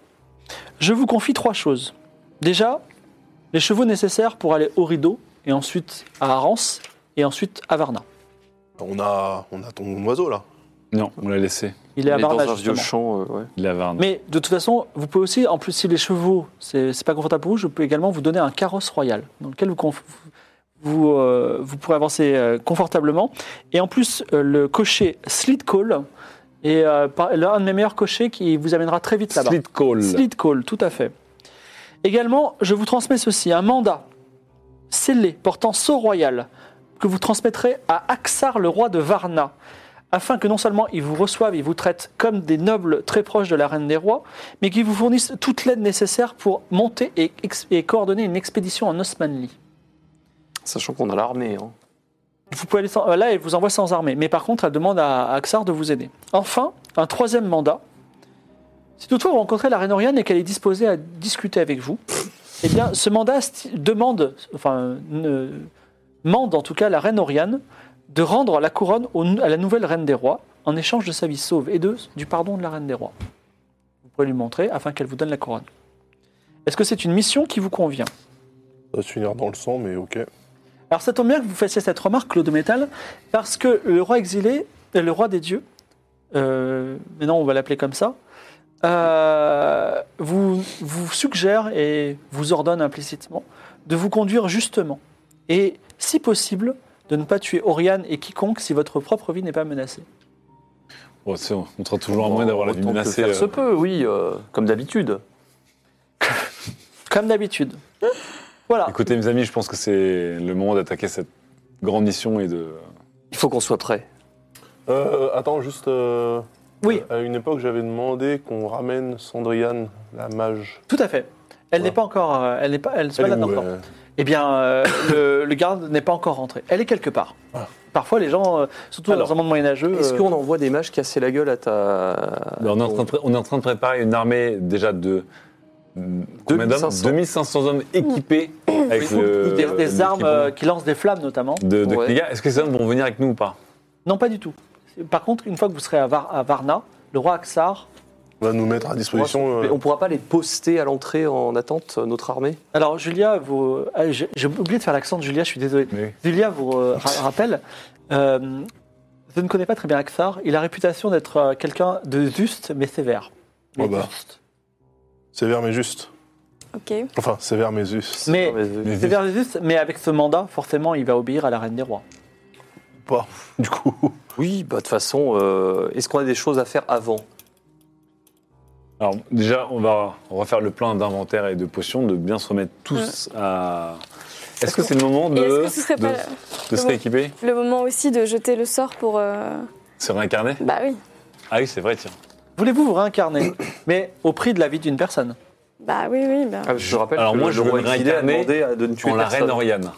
S1: je vous confie trois choses. Déjà, les chevaux nécessaires pour aller au rideau, et ensuite à Arance, et ensuite à Varna.
S2: on a, on a ton oiseau là.
S3: Non, on l'a laissé.
S1: Il est à
S5: Mais dans
S1: Varna,
S5: un vieux
S1: justement.
S5: champ, euh, ouais.
S3: Il a Varna.
S1: Mais de toute façon, vous pouvez aussi, en plus, si les chevaux, c'est c'est pas confortable pour vous, je peux également vous donner un carrosse royal dans lequel vous, conf- vous, euh, vous pourrez avancer euh, confortablement. Et en plus, euh, le cocher Slit Call est euh, par- l'un de mes meilleurs cochers qui vous amènera très vite là-bas.
S3: Slit Call.
S1: Slid call, tout à fait. Également, je vous transmets ceci, un mandat scellé portant sceau royal que vous transmettrez à Aksar, le roi de Varna, afin que non seulement il vous reçoive, il vous traite comme des nobles très proches de la reine des rois, mais qu'il vous fournisse toute l'aide nécessaire pour monter et, ex- et coordonner une expédition en Osmanli.
S5: Sachant qu'on a l'armée. hein.
S1: Vous pouvez aller sans- euh, là, elle vous envoie sans armée. Mais par contre, elle demande à à Aksar de vous aider. Enfin, un troisième mandat. Si toutefois vous rencontrez la reine Oriane et qu'elle est disposée à discuter avec vous, eh bien, ce mandat sti- demande, enfin, ne- mande en tout cas la reine Oriane de rendre la couronne au- à la nouvelle reine des rois en échange de sa vie sauve et de, du pardon de la reine des rois. Vous pouvez lui montrer afin qu'elle vous donne la couronne. Est-ce que c'est une mission qui vous convient
S2: Ça va se finir dans le sang, mais ok.
S1: alors ça tombe bien que vous fassiez cette remarque, Claude Métal, parce que le roi exilé, euh, le roi des dieux, euh, maintenant on va l'appeler comme ça, euh, vous, vous suggère et vous ordonne implicitement de vous conduire justement. Et si possible, de ne pas tuer Oriane et quiconque si votre propre vie n'est pas menacée.
S3: Bon, tu sais, on on trouvera toujours un moyen d'avoir la vie
S5: Autant que
S3: menacée.
S5: faire
S3: euh,
S5: se peut, oui, euh, comme d'habitude.
S1: Comme d'habitude. Voilà.
S3: Écoutez, mes amis, je pense que c'est le moment d'attaquer cette grande mission et de.
S5: Il faut qu'on soit prêt.
S2: Euh, attends, juste. euh,
S1: Oui,
S2: euh, à une époque, j'avais demandé qu'on ramène Sandriane, la mage.
S1: tout à fait. Elle
S2: Voilà.
S1: n'est pas encore, euh, elle n'est pas, elle se
S2: Elle est
S1: balade
S2: où,
S1: encore.
S2: euh,
S1: Eh bien, euh, le, le garde n'est pas encore rentré. Elle est quelque part. Parfois, les gens, euh, surtout
S3: Alors,
S1: dans un monde moyenâgeux,
S5: Est-ce
S1: euh,
S5: qu'on envoie des mages casser la gueule à ta.
S3: on, est en train de pré- on est en train de préparer une armée déjà de combien d'hommes
S5: 2500.
S3: 2500 hommes équipés avec le-
S1: des, des
S3: l'équipement
S1: armes euh, qui lancent des flammes notamment.
S3: de, de
S5: Ouais.
S3: Kniga. Est-ce que ces hommes vont venir avec nous ou pas
S1: Non, pas du tout. Par contre, une fois que vous serez à, Var- à Varna, le roi Aksar.
S2: On va nous mettre à disposition.
S5: Mais
S2: euh,
S5: on pourra pas les poster à l'entrée en attente, euh, notre armée
S1: Alors, Julia, vous... ah, j'ai j'ai oublié de faire l'accent de Julia, je suis désolé.
S3: Mais oui.
S1: Julia vous euh, ra- rappelle euh, Je ne connais pas très bien Aksar. Il a réputation d'être euh, quelqu'un de juste mais sévère. Mais
S2: Oh bah.
S1: juste.
S2: sévère mais juste.
S6: Ok.
S2: Enfin, sévère mais juste.
S1: Mais
S5: Ah, mais-
S3: Mais
S1: sévère mais juste, mais avec ce mandat, forcément, il va obéir à la reine des rois.
S2: Pas, du coup.
S5: Oui, bah, de toute façon, euh, est-ce qu'on a des choses à faire avant
S3: Alors déjà, on va refaire le plein d'inventaire et de potions, de bien se remettre tous à... Est-ce que c'est le moment de,
S6: Et est-ce que ce serait
S3: Euh, de,
S6: pas
S3: de se
S6: le-
S3: rééquiper
S6: le moment aussi de jeter le sort pour. euh,
S3: Se réincarner
S6: Bah oui.
S3: Ah oui, c'est vrai, tiens.
S1: Voulez-vous vous réincarner, mais au prix de la vie d'une personne
S6: Bah oui, oui. bah.
S5: Je rappelle
S3: Ah, Alors
S5: que
S3: moi,
S5: le
S3: je veux
S5: roi
S3: me
S5: exilé a
S3: réincarner
S5: demandé à- de ne tuer
S3: en la reine
S5: personne.
S3: Oriane.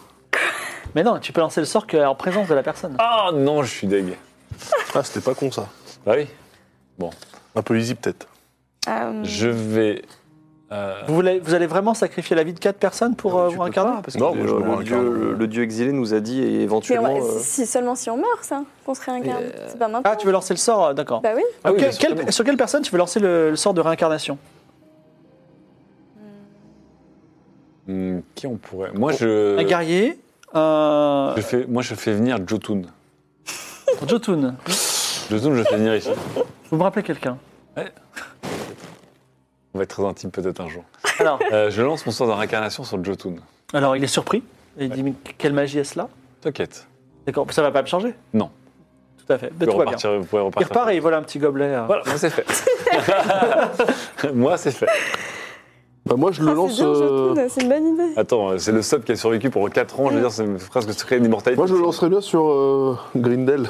S1: Mais non, tu peux lancer le sort qu'en présence de la personne.
S3: Ah non, je suis deg.
S2: Ah, c'était pas con ça.
S3: Bah oui,
S2: Un peu easy peut-être.
S6: Euh,
S3: je vais... euh,
S1: Vous, voulez- vous allez vraiment sacrifier la vie de quatre personnes pour euh,
S5: Ah, mais tu
S1: vous
S5: peux
S1: réincarner
S5: pas, parce
S2: Non,
S5: que
S2: moi, je
S5: le-
S2: me
S5: le,
S2: réincarne.
S5: dieu, le- le dieu exilé nous a dit et
S6: mais
S5: éventuellement.
S6: ouais,
S5: euh,
S6: si, seulement si on meurt, ça, qu'on se réincarne.
S5: Et, euh,
S6: C'est pas maintenant.
S1: Ah, tu veux lancer le sort, euh, d'accord.
S6: Bah oui.
S3: Ah oui,
S1: Quel-
S3: bien sûr,
S1: quel-
S3: pardon.
S1: sur quelle personne tu veux lancer le, le sort de réincarnation
S3: hmm, qui on pourrait Moi, je...
S1: Un guerrier, un
S3: je fais, moi, je fais venir Jotun.
S1: Jotun.
S3: Jotun, je fais venir ici.
S1: Vous me rappelez quelqu'un
S3: On va être très intime peut-être un jour.
S1: alors,
S3: Euh, je lance mon sort de réincarnation sur Jotun.
S1: alors, il est surpris. Il dit Mais quelle magie est-ce là
S3: T'inquiète.
S1: D'accord, ça va pas me changer
S3: Non.
S1: Tout à fait.
S3: Vous
S1: Bah,
S3: pouvez
S1: tout va bien.
S3: repartir- vous pouvez
S1: Il
S3: repartir.
S1: repart et il vole un petit gobelet. euh.
S3: Voilà, moi c'est fait. moi c'est fait.
S2: Bah, moi, je le
S6: Ah,
S2: lance.
S6: c'est bien,
S2: euh,
S6: Jotun, c'est une bonne idée.
S3: Attends, euh, c'est le sub qui a survécu pour 4 ans, je veux dire, c'est presque secret d'immortalité.
S2: Moi, je le lancerais bien sur euh, Grindel.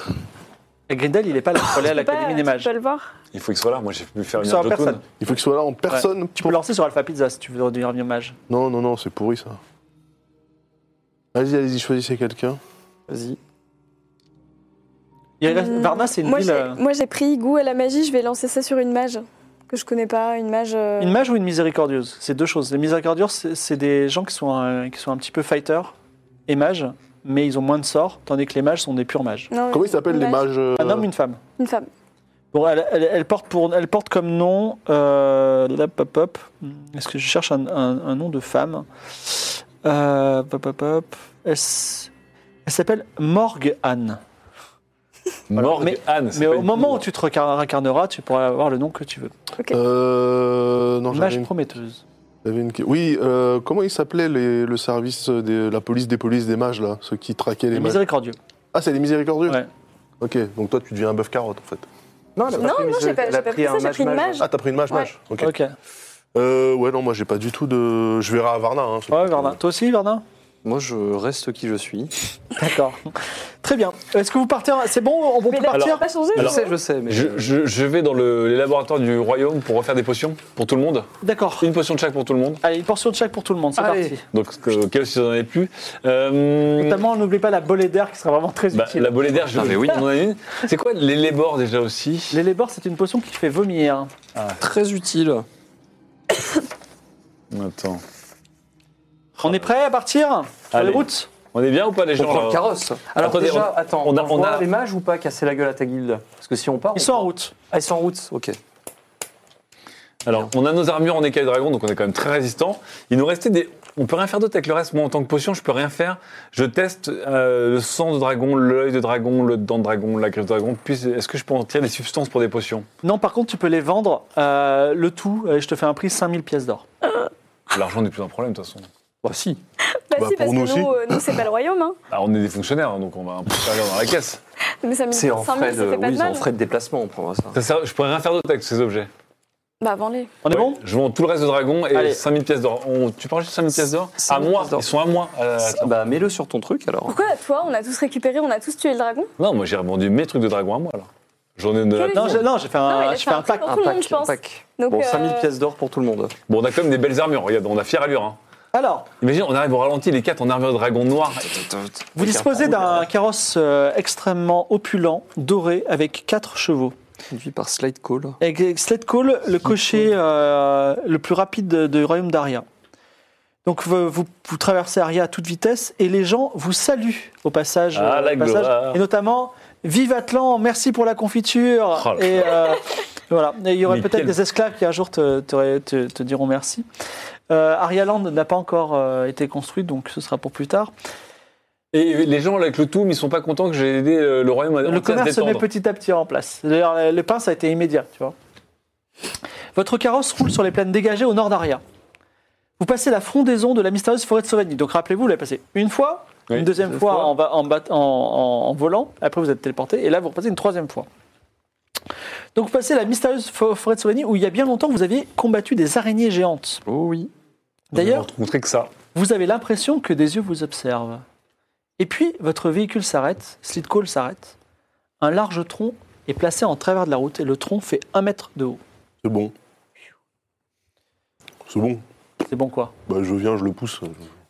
S1: Et Grindel, il est pas là. Il est à
S6: Tu peux pas-
S1: l'Académie des
S6: Bah, tu
S1: mages.
S6: peux le voir.
S3: Il faut qu'il soit là, moi j'ai pu faire
S1: Sur la
S3: venir Jotun.
S1: personne.
S2: Il faut qu'il soit là en personne.
S1: Tu peux le lancer sur Alpha Pizza si tu veux devenir mage.
S2: Non, non, non, c'est pourri ça. Allez-y, allez-y, choisissez quelqu'un.
S5: Vas-y.
S1: Il reste-
S6: Hmm.
S1: Varna, c'est une
S6: Moi,
S1: ville.
S6: j'ai-
S1: euh,
S6: Moi, j'ai pris goût à la magie. Je vais lancer ça sur une mage que je connais pas, une mage. euh,
S1: Une mage ou une miséricordieuse C'est deux choses. Les miséricordieuses, c'est- c'est des gens qui sont, un, qui sont un petit peu fighters et mages, mais ils ont moins de sorts, tandis que les mages sont des purs mages.
S6: Non,
S2: Comment
S6: une-
S2: ils s'appellent
S6: une
S2: les
S6: mage-
S2: mages euh,
S1: Un homme, une femme.
S6: Une femme.
S1: Bon, elle, elle- elle porte pour, elle porte comme nom. euh, là, pop, pop. Est-ce que je cherche un, un- un nom de femme Euh, pop, pop, pop. Elle, s- elle s'appelle Morgane.
S3: Morgue
S1: Mais-
S3: Anne,
S1: Mais au moment où tu te recar- réincarneras, tu pourras avoir le nom que tu veux.
S2: Euh. Non, j'avais
S1: Mage
S2: une,
S1: prometteuse.
S2: j'avais une que- Oui, euh, comment il s'appelait les- le service de la police des polices des mages là Ceux qui traquaient les,
S1: Les
S2: mages.
S1: miséricordieux.
S2: Ah, c'est les miséricordieux
S1: Ouais.
S2: Ok, donc toi, tu deviens un bœuf carotte en fait.
S5: Non,
S6: Non, non, j'ai pas, j'ai pas pris ça, j'ai pris une mage.
S2: Ah, t'as pris une mage
S6: Ouais.
S2: mage Ok.
S1: Ok.
S2: Euh, ouais, non, moi, j'ai pas du tout de. Je verrai à Varna. Hein, c'est-
S1: Ouais, Varna. Toi aussi, Varna
S5: Moi, je reste qui je suis.
S1: D'accord. Très bien. Est-ce que vous partez en- C'est bon, on peut
S6: Mais là,
S1: partir
S6: ça va Ah, pas changer.
S5: Je
S3: Alors-
S5: sais, je sais, mais.
S3: Je, je- je vais dans le, les laboratoires du royaume pour refaire des potions pour tout le monde.
S1: D'accord.
S3: Une potion de chaque pour tout le monde.
S1: Allez, une portion de chaque pour tout le monde, c'est
S5: Allez.
S1: parti.
S3: Donc, que- au cas où si vous n'en avez plus. Euh,
S1: Notamment, n'oublie pas la bolée d'air qui sera vraiment très
S3: bah,
S1: utile.
S3: la bolée d'air, je
S5: Ah, mais oui.
S3: on en a une. C'est quoi les lébors déjà aussi
S1: L'élébor, c'est une potion qui fait vomir.
S5: Très utile.
S3: Attends.
S1: On est prêt à partir Sur
S3: Allez.
S1: les routes
S3: On est bien ou pas les
S5: On
S3: gens
S5: prend le
S3: là
S5: carrosse. Alors,
S3: euh, Attendez,
S5: déjà,
S3: on-
S5: attends,
S3: on
S5: on,
S3: a- on
S5: voit
S3: a-
S5: les mages ou pas casser la gueule à ta guilde Parce que si on part.
S1: Ils
S5: on-
S1: sont en route.
S5: Ah, ils sont en route, ok.
S3: Alors, on a nos armures en écailles de dragon, donc on est quand même très résistants. Il nous restait des. On peut rien faire d'autre avec le reste. Moi, en tant que potion, je peux rien faire. Je teste euh, le sang de dragon, l'œil de dragon, le dent de dragon, la griffe de dragon. Puis, est-ce que je peux en tirer des substances pour des potions
S1: Non, par contre, tu peux les vendre, euh, le tout, et je te fais un prix 5000 pièces d'or.
S3: L'argent n'est plus un problème, de toute façon.
S5: Bah, si.
S6: Bah,
S2: Bah,
S6: si,
S2: pour
S6: parce
S2: nous
S6: que nous,
S2: aussi.
S6: euh, nous, c'est pas le royaume. Hein.
S3: Ah, on est des fonctionnaires, donc on va un peu servir dans la caisse.
S6: Mais ça me
S5: C'est en
S6: 5 000,
S5: frais
S6: ça
S5: de,
S6: fait pas
S5: oui,
S6: de
S5: c'est en
S6: mal.
S5: frais de déplacement, on prendra ça.
S3: Ça sert- je pourrais rien faire d'autre avec ces objets.
S6: Bah, vends-les.
S1: On est bon
S3: Je vends tout le reste de dragon et
S1: Allez.
S3: 5000 pièces d'or. On- Tu peux rajouter 5000 pièces d'or À
S5: 5000
S3: moi,
S5: pièces d'or.
S3: ils sont à moi. Euh, attends.
S5: Bah, mets-le sur ton truc alors.
S6: Pourquoi, toi, on a tous récupéré, on a tous tué le dragon
S3: non, moi j'ai revendu mes trucs de dragon à moi, alors. J'en ai de la...
S6: Oui.
S1: Non, j'ai non, j'ai fait
S6: Non, il
S1: un,
S6: a
S1: je
S6: fait
S1: fais un
S6: un
S1: pack.
S6: Pour tout le monde, je pense.
S5: pack.
S6: Donc,
S5: Bon,
S6: euh,
S5: 5000 pièces d'or pour tout le monde.
S3: Bon, on a quand même des belles armures, regarde, on a fière allure. Hein.
S1: Alors,
S3: Imagine, on arrive au ralenti, les quatre en armure de dragon noir.
S1: vous disposez d'un carrosse euh, extrêmement opulent, doré, avec quatre chevaux.
S5: Conduit par Slide Call.
S1: Avec avec Slade Call, le cocher euh, le plus rapide de, de royaume d'Aria. Donc vous, vous- vous traversez Aria à toute vitesse et les gens vous saluent au passage.
S3: Ah,
S1: euh,
S3: la
S1: au passage.
S3: gloire.
S1: Et notamment, vive Atlan, merci pour la confiture.
S3: Oh là
S1: et euh, voilà, Et il y aurait
S3: Mais
S1: peut-être
S3: quel-
S1: des esclaves qui un jour te, te- te- te diront merci. Euh, Aria Land n'a pas encore euh, été construite, donc ce sera pour plus tard.
S3: Et les gens, là, avec le tout, ils sont pas contents que j'ai aidé euh, le royaume à
S1: Le
S3: à
S1: commerce se
S3: détendre.
S1: met petit à petit en place. D'ailleurs, le- le pain, ça a été immédiat, tu vois. Votre carrosse roule sur les plaines dégagées au nord d'Aria. Vous passez la frondaison de la mystérieuse forêt de Sauvigny. Donc rappelez-vous, vous l'avez passé une fois,
S3: Oui,
S1: une deuxième
S3: deux
S1: fois,
S3: fois.
S1: En, va- en bat- en- en- en volant, après vous êtes téléporté, et là vous repassez une troisième fois. Donc vous passez la mystérieuse fo- forêt de Sauvigny où il y a bien longtemps vous aviez combattu des araignées géantes.
S5: Oh oui.
S1: D'ailleurs,
S3: Vous montrer que ça.
S1: vous avez l'impression que des yeux vous observent. Et puis, votre véhicule s'arrête, Slid Call s'arrête. Un large tronc est placé en travers de la route et le tronc fait un mètre de haut.
S2: C'est bon. C'est bon.
S1: C'est bon quoi
S2: Bah, je viens, je le pousse.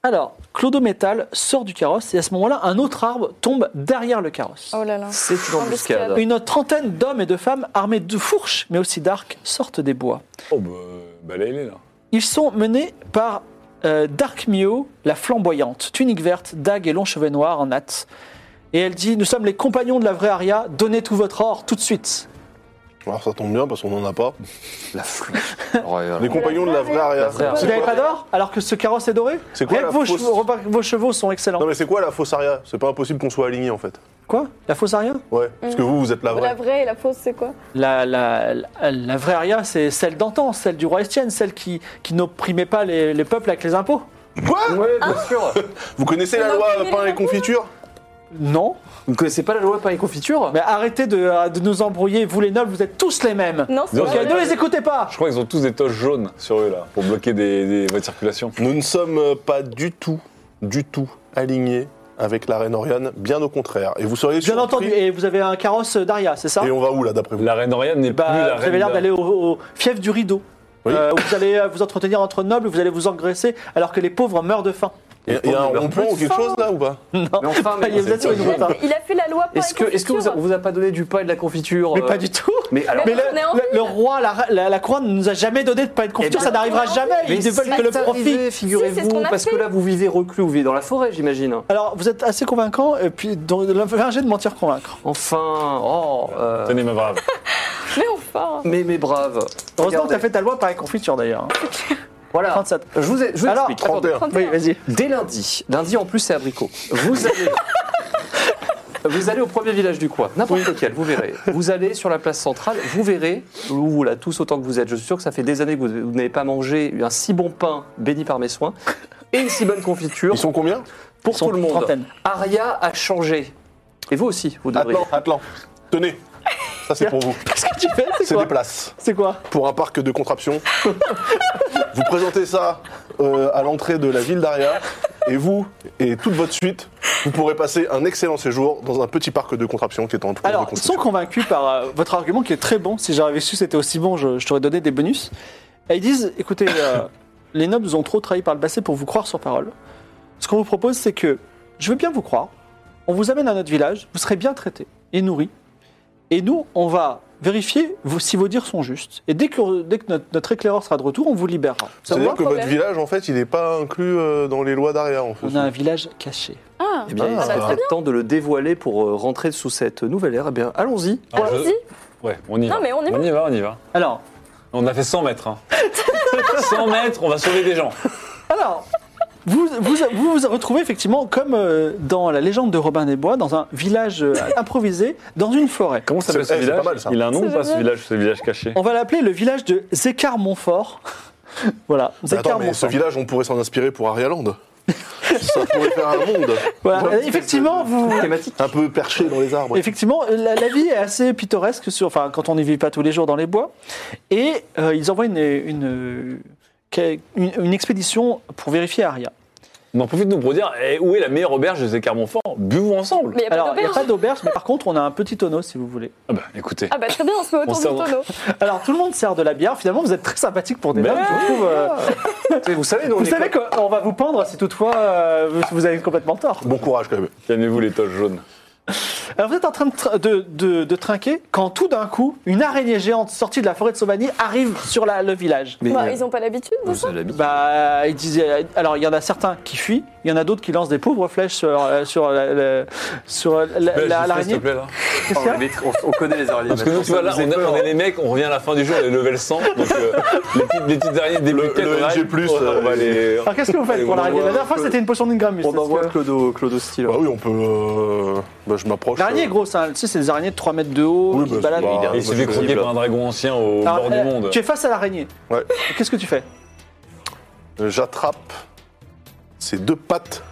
S1: Alors, Clodo Métal sort du carrosse et à ce moment-là, un autre arbre tombe derrière le carrosse.
S6: Oh là là.
S5: C'est une embuscade.
S1: Une trentaine d'hommes et de femmes armés de fourches, mais aussi d'arcs, sortent des bois.
S3: Oh, bah, euh, bah, là, il est là.
S1: Ils sont menés par euh, Dark Mio, la flamboyante, tunique verte, dague et long cheveux noirs en natte. Et elle dit Nous sommes les compagnons de la vraie Aria, donnez tout votre or tout de suite.
S2: Alors ça tombe bien parce qu'on n'en a pas.
S5: La flûte. Royal.
S2: Les compagnons de la vraie Aria.
S5: Ah. La vraie Aria.
S1: Vous
S2: C'est
S1: n'avez
S2: quoi-
S1: pas d'or alors que ce carrosse est doré
S2: C'est quoi
S1: Rien
S2: la
S1: que vos,
S2: fausse-
S1: chevaux, remarque, vos chevaux sont excellents.
S2: Non mais c'est quoi la fausse Aria C'est pas impossible qu'on soit alignés en fait.
S1: Quoi La fausse Aria
S2: Ouais. Parce que vous, vous êtes la
S6: La
S2: vraie.
S6: vraie et la fausse, c'est quoi
S1: la, la, la, la vraie Aria, c'est celle d'antan, celle du roi Estienne, celle qui, qui n'opprimait pas les, les peuples avec les impôts.
S2: Quoi
S5: Ouais, bien sûr.
S2: Vous connaissez la
S6: On a
S2: loi
S6: oublié
S2: pain
S6: les
S2: et confiture
S1: Non.
S5: Vous ne connaissez pas la loi pain et confiture
S1: Mais arrêtez de, de nous embrouiller, vous les nobles, vous êtes tous les mêmes.
S6: Non, c'est
S3: Donc,
S1: Ok,
S6: vrai.
S1: ne les écoutez pas
S3: Je crois qu'ils ont tous des toches jaunes sur eux, là, pour bloquer des, des voies de circulation.
S2: Nous ne sommes euh, pas du tout, du tout alignés avec la reine Oriane, bien au contraire. Et vous seriez
S1: Bien
S2: surpris-
S1: entendu, et vous avez un carrosse d'Aria, c'est ça
S2: Et on va où là d'après vous
S3: La reine Oriane n'est
S1: Bah,
S3: plus la
S1: Vous
S3: reine
S1: avez l'air
S3: d'A-
S1: d'aller au, au fief du rideau.
S2: Oui.
S1: Euh, où vous allez euh, vous entretenir entre nobles, vous allez vous engraisser alors que les pauvres meurent de faim.
S2: Il y a- il y a un
S5: On est
S2: rond-point ou quelque chose là ou pas
S1: Non,
S5: Mais enfin, mais-
S1: vous êtes sur une route. hein.
S6: Il a fait la loi pain
S5: Est-ce
S6: et
S5: que, est-ce que vous, a-
S6: confiture.
S5: on vous a pas donné du pain et de la confiture
S1: Mais
S5: euh,
S1: pas du tout.
S5: Mais alors,
S1: Mais le,
S6: on est en
S1: le- le roi, la, la, la couronne ne nous a jamais donné de pain de confiture,
S5: Eh ben,
S1: ça n'arrivera jamais. Ils ne
S5: c'est
S1: veulent que le profit.
S5: arrivé,
S6: Si, c'est ce
S5: figurez-vous,
S6: qu'on a
S5: parce que
S6: fait.
S5: là vous vivez reclus, vous vivez dans la forêt, j'imagine.
S1: Alors, vous êtes assez convaincant, et puis dans l'ingé de mentir convaincre.
S5: Enfin, oh, euh,
S3: Tenez ma brave.
S6: Mais enfin
S5: mais mes braves.
S1: Heureusement que
S5: regardez. Ah.
S1: tu as fait ta loi pain confiture d'ailleurs. hein.
S5: Voilà.
S1: 37.
S5: Je vous, ai, je vous
S1: Alors,
S5: explique. Attendez.
S6: 31.
S1: Oui, vas-y.
S5: Dès lundi, lundi en plus c'est abricot. Vous allez, vous allez au premier village du coin, n'importe lequel, vous verrez. Vous allez sur la place centrale, vous verrez, vous là tous autant que vous êtes. Je suis sûr que ça fait des années que vous, vous n'avez pas mangé un si bon pain béni par mes soins et une si bonne confiture
S2: Ils sont combien
S5: pour
S1: Ils sont
S5: tout le monde.
S1: trentaine.
S5: Aria a changé. Et vous aussi, vous devriez.
S2: Atlan, Atlan, tenez. Ça c'est pour vous.
S1: Qu'est-ce que tu fais C'est
S2: C'est
S1: quoi
S2: des places
S1: C'est quoi
S2: pour un parc de contraption. vous présentez ça euh, à l'entrée de la ville d'Aria. Et vous et toute votre suite, vous pourrez passer un excellent séjour dans un petit parc de contraption qui est en cours de
S1: Alors, ils sont
S2: construction.
S1: convaincus par euh, votre argument qui est très bon. Si j'avais su que c'était aussi bon, je, je t'aurais donné des bonus. Et ils disent écoutez, euh, les nobles vous ont trop trahi par le passé pour vous croire sur parole. Ce qu'on vous propose, c'est que je veux bien vous croire. On vous amène à notre village, vous serez bien traités et nourris. Et nous, on va vérifier vos- si vos dires sont justes. Et dès que, dès que notre, notre éclaireur sera de retour, on vous libérera. Ça vous
S2: C'est-à-dire
S1: va
S2: que votre
S6: problème.
S2: village, en fait, il n'est pas inclus euh, dans les lois d'Aria. En fait.
S1: On a un village caché.
S6: Ah
S5: Eh bien, il
S2: Ah,
S5: serait
S2: bah.
S5: peut-être temps de le dévoiler pour euh, rentrer sous cette nouvelle ère. Eh bien, allons-y.
S3: Alors, Ah, je-
S6: Allons-y
S3: Ouais, on y va.
S6: Non, mais on y va.
S3: On y va, on y va.
S1: Alors,
S3: On a fait 100 mètres. hein. 100 mètres, on va sauver des gens.
S1: Alors, vous vous, vous vous retrouvez effectivement comme euh, dans la légende de Robin des Bois, dans un village euh, improvisé, dans une forêt.
S3: Comment s'appelle ce
S2: C'est- eh, c'est
S3: village
S2: pas mal, ça.
S3: Il a un nom
S6: C'est
S3: ou pas ce
S6: génial.
S3: village, ce village caché
S1: On va l'appeler le village de Zécar Montfort. voilà,
S2: Mais Attends,
S1: Zécar
S2: mais ce
S1: Montfort.
S2: village, on pourrait s'en inspirer pour Arialand. ça pourrait faire un monde.
S1: Voilà. Et Effectivement, vous.
S5: Thématique.
S2: Un peu perché dans les arbres.
S1: Effectivement, la, la vie est assez pittoresque, sur, enfin, quand on n'y vit pas tous les jours dans les bois. Et euh, ils envoient une, une, une, une expédition pour vérifier Aria.
S3: On en profite nous pour dire eh, où est la meilleure auberge de Zécar Montfort Buvons ensemble.
S6: Mais il n'y a pas
S1: Alors, il n'y a
S6: d'auberge
S1: pas d'auberge, mais par contre, on a un petit tonneau si vous voulez.
S3: Ah bah écoutez,
S6: Ah bah très bien, on se met
S3: On
S6: autour du
S3: s'en va.
S6: tonneau.
S1: Alors, tout le monde sert de la bière. Finalement, vous êtes très sympathique pour des
S3: Mais
S1: dames, je trouve. euh,
S5: Vous savez, nous, on
S1: Vous
S5: est
S1: savez qu'on va vous pendre si toutefois euh, vous- vous avez complètement tort.
S2: Bon courage quand même.
S3: calmez-vous les toches jaunes.
S1: Alors vous êtes en train de, tra- de- de- de trinquer quand tout d'un coup, une araignée géante sortie de la forêt de Sauvanie arrive sur la- le village.
S5: Mais,
S6: Bah,
S5: euh,
S6: ils n'ont pas l'habitude de
S5: vous
S6: ça.
S5: avez l'habitude.
S1: Bah, ils disaient, alors il y en a certains qui fuient, il y en a d'autres qui lancent des pauvres flèches sur, euh, sur, la- la- sur euh, la- la-
S3: Belge,
S1: la-
S3: Bah, s'il te
S1: l'araignée.
S3: plaît, là.
S5: Oh, les mecs, on, on connaît les araignées.
S3: Parce que nous, tu vois, là, on, est- on est les mecs, on revient à la fin du jour, on est level 100. Donc, euh, les, petites, les petites araignées des
S2: Le-
S3: buquets,
S2: le
S3: on arrive,
S2: LG+,
S3: on- on va euh, les- Ah,
S1: Alors qu'est-ce que vous faites
S3: Allez,
S1: pour
S3: on
S1: l'araignée La
S3: envoie-
S1: dernière fois c'était une potion d'Ingramus.
S5: On
S1: Est-ce
S5: envoie
S1: que-
S5: Clodo, Clodo style.
S2: Bah oui, on peut. euh, bah, je m'approche.
S1: L'araignée est
S2: euh,
S1: grosse, hein. tu sais, c'est des araignées de 3 mètres de haut
S2: Oui,
S1: qui
S2: bah,
S1: se baladent.
S2: c'est pas-
S3: Et il s'est fait croquer par un dragon ancien au
S1: Alors,
S3: bord du
S1: euh,
S3: monde.
S1: Tu es face à l'araignée.
S2: Ouais.
S1: Qu'est-ce que tu fais
S2: Euh, J'attrape ces deux pattes.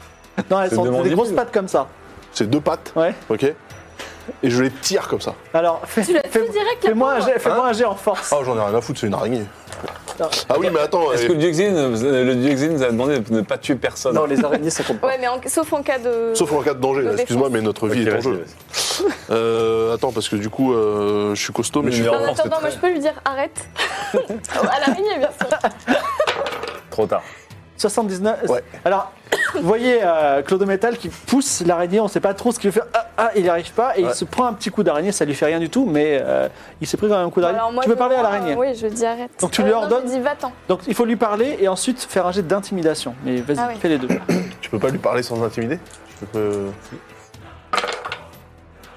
S1: Non, elles
S3: C'est
S1: sont c'est des
S3: une demande
S1: grosses
S3: difficile.
S1: pattes comme ça.
S2: Ces deux pattes,
S1: Ouais.
S2: ok Et je les tire comme ça.
S1: Alors, fais,
S6: Tu l'as
S1: fais-
S6: tué direct, la
S1: fais-moi un,
S6: pauvre.
S1: jet- fais-moi
S3: Hein
S1: un jet en force.
S2: Ah,
S3: Oh.
S2: j'en ai rien à foutre, c'est une araignée.
S1: Attends.
S2: Ah oui, mais attends.
S3: Est-ce
S2: eh,
S3: que le Duxin, le Duxin nous a demandé de ne pas tuer personne
S5: Non, les araignées, ça compte pas.
S6: Ouais, mais en- sauf en cas de.
S2: Sauf en cas de danger, là,
S6: Nos
S2: excuse-moi,
S6: défenses.
S2: mais notre
S3: Ok,
S2: vie est en
S3: vas-y,
S2: jeu.
S3: vas-y.
S2: Euh, attends, parce que du coup, euh, je suis costaud, mais
S3: Mais
S2: je suis.
S3: non.
S6: En
S3: Oh, c'est
S6: attendant, moi
S3: très-
S6: je peux lui dire arrête. Oh, à l'araignée, bien sûr.
S3: Trop tard.
S1: 79.
S2: Ouais.
S1: Alors, vous voyez euh, Clodométal qui pousse l'araignée, on ne sait pas trop ce qu'il veut faire. Ah, ah, il n'y arrive pas et il
S2: Ouais.
S1: se prend un petit coup d'araignée, ça lui fait rien du tout, mais euh, il s'est pris quand même un coup d'araignée.
S6: Alors, moi,
S1: tu veux
S6: je-
S1: parler à l'araignée
S6: Oui, je dis arrête. Euh,
S1: Donc, tu lui
S6: non,
S1: ordonnes
S6: Je dis va-t'en.
S1: Donc il faut lui parler et ensuite faire un jet d'intimidation. Mais vas-y,
S6: Ah oui.
S1: fais les deux.
S2: Tu peux pas lui parler sans intimider Tu peux.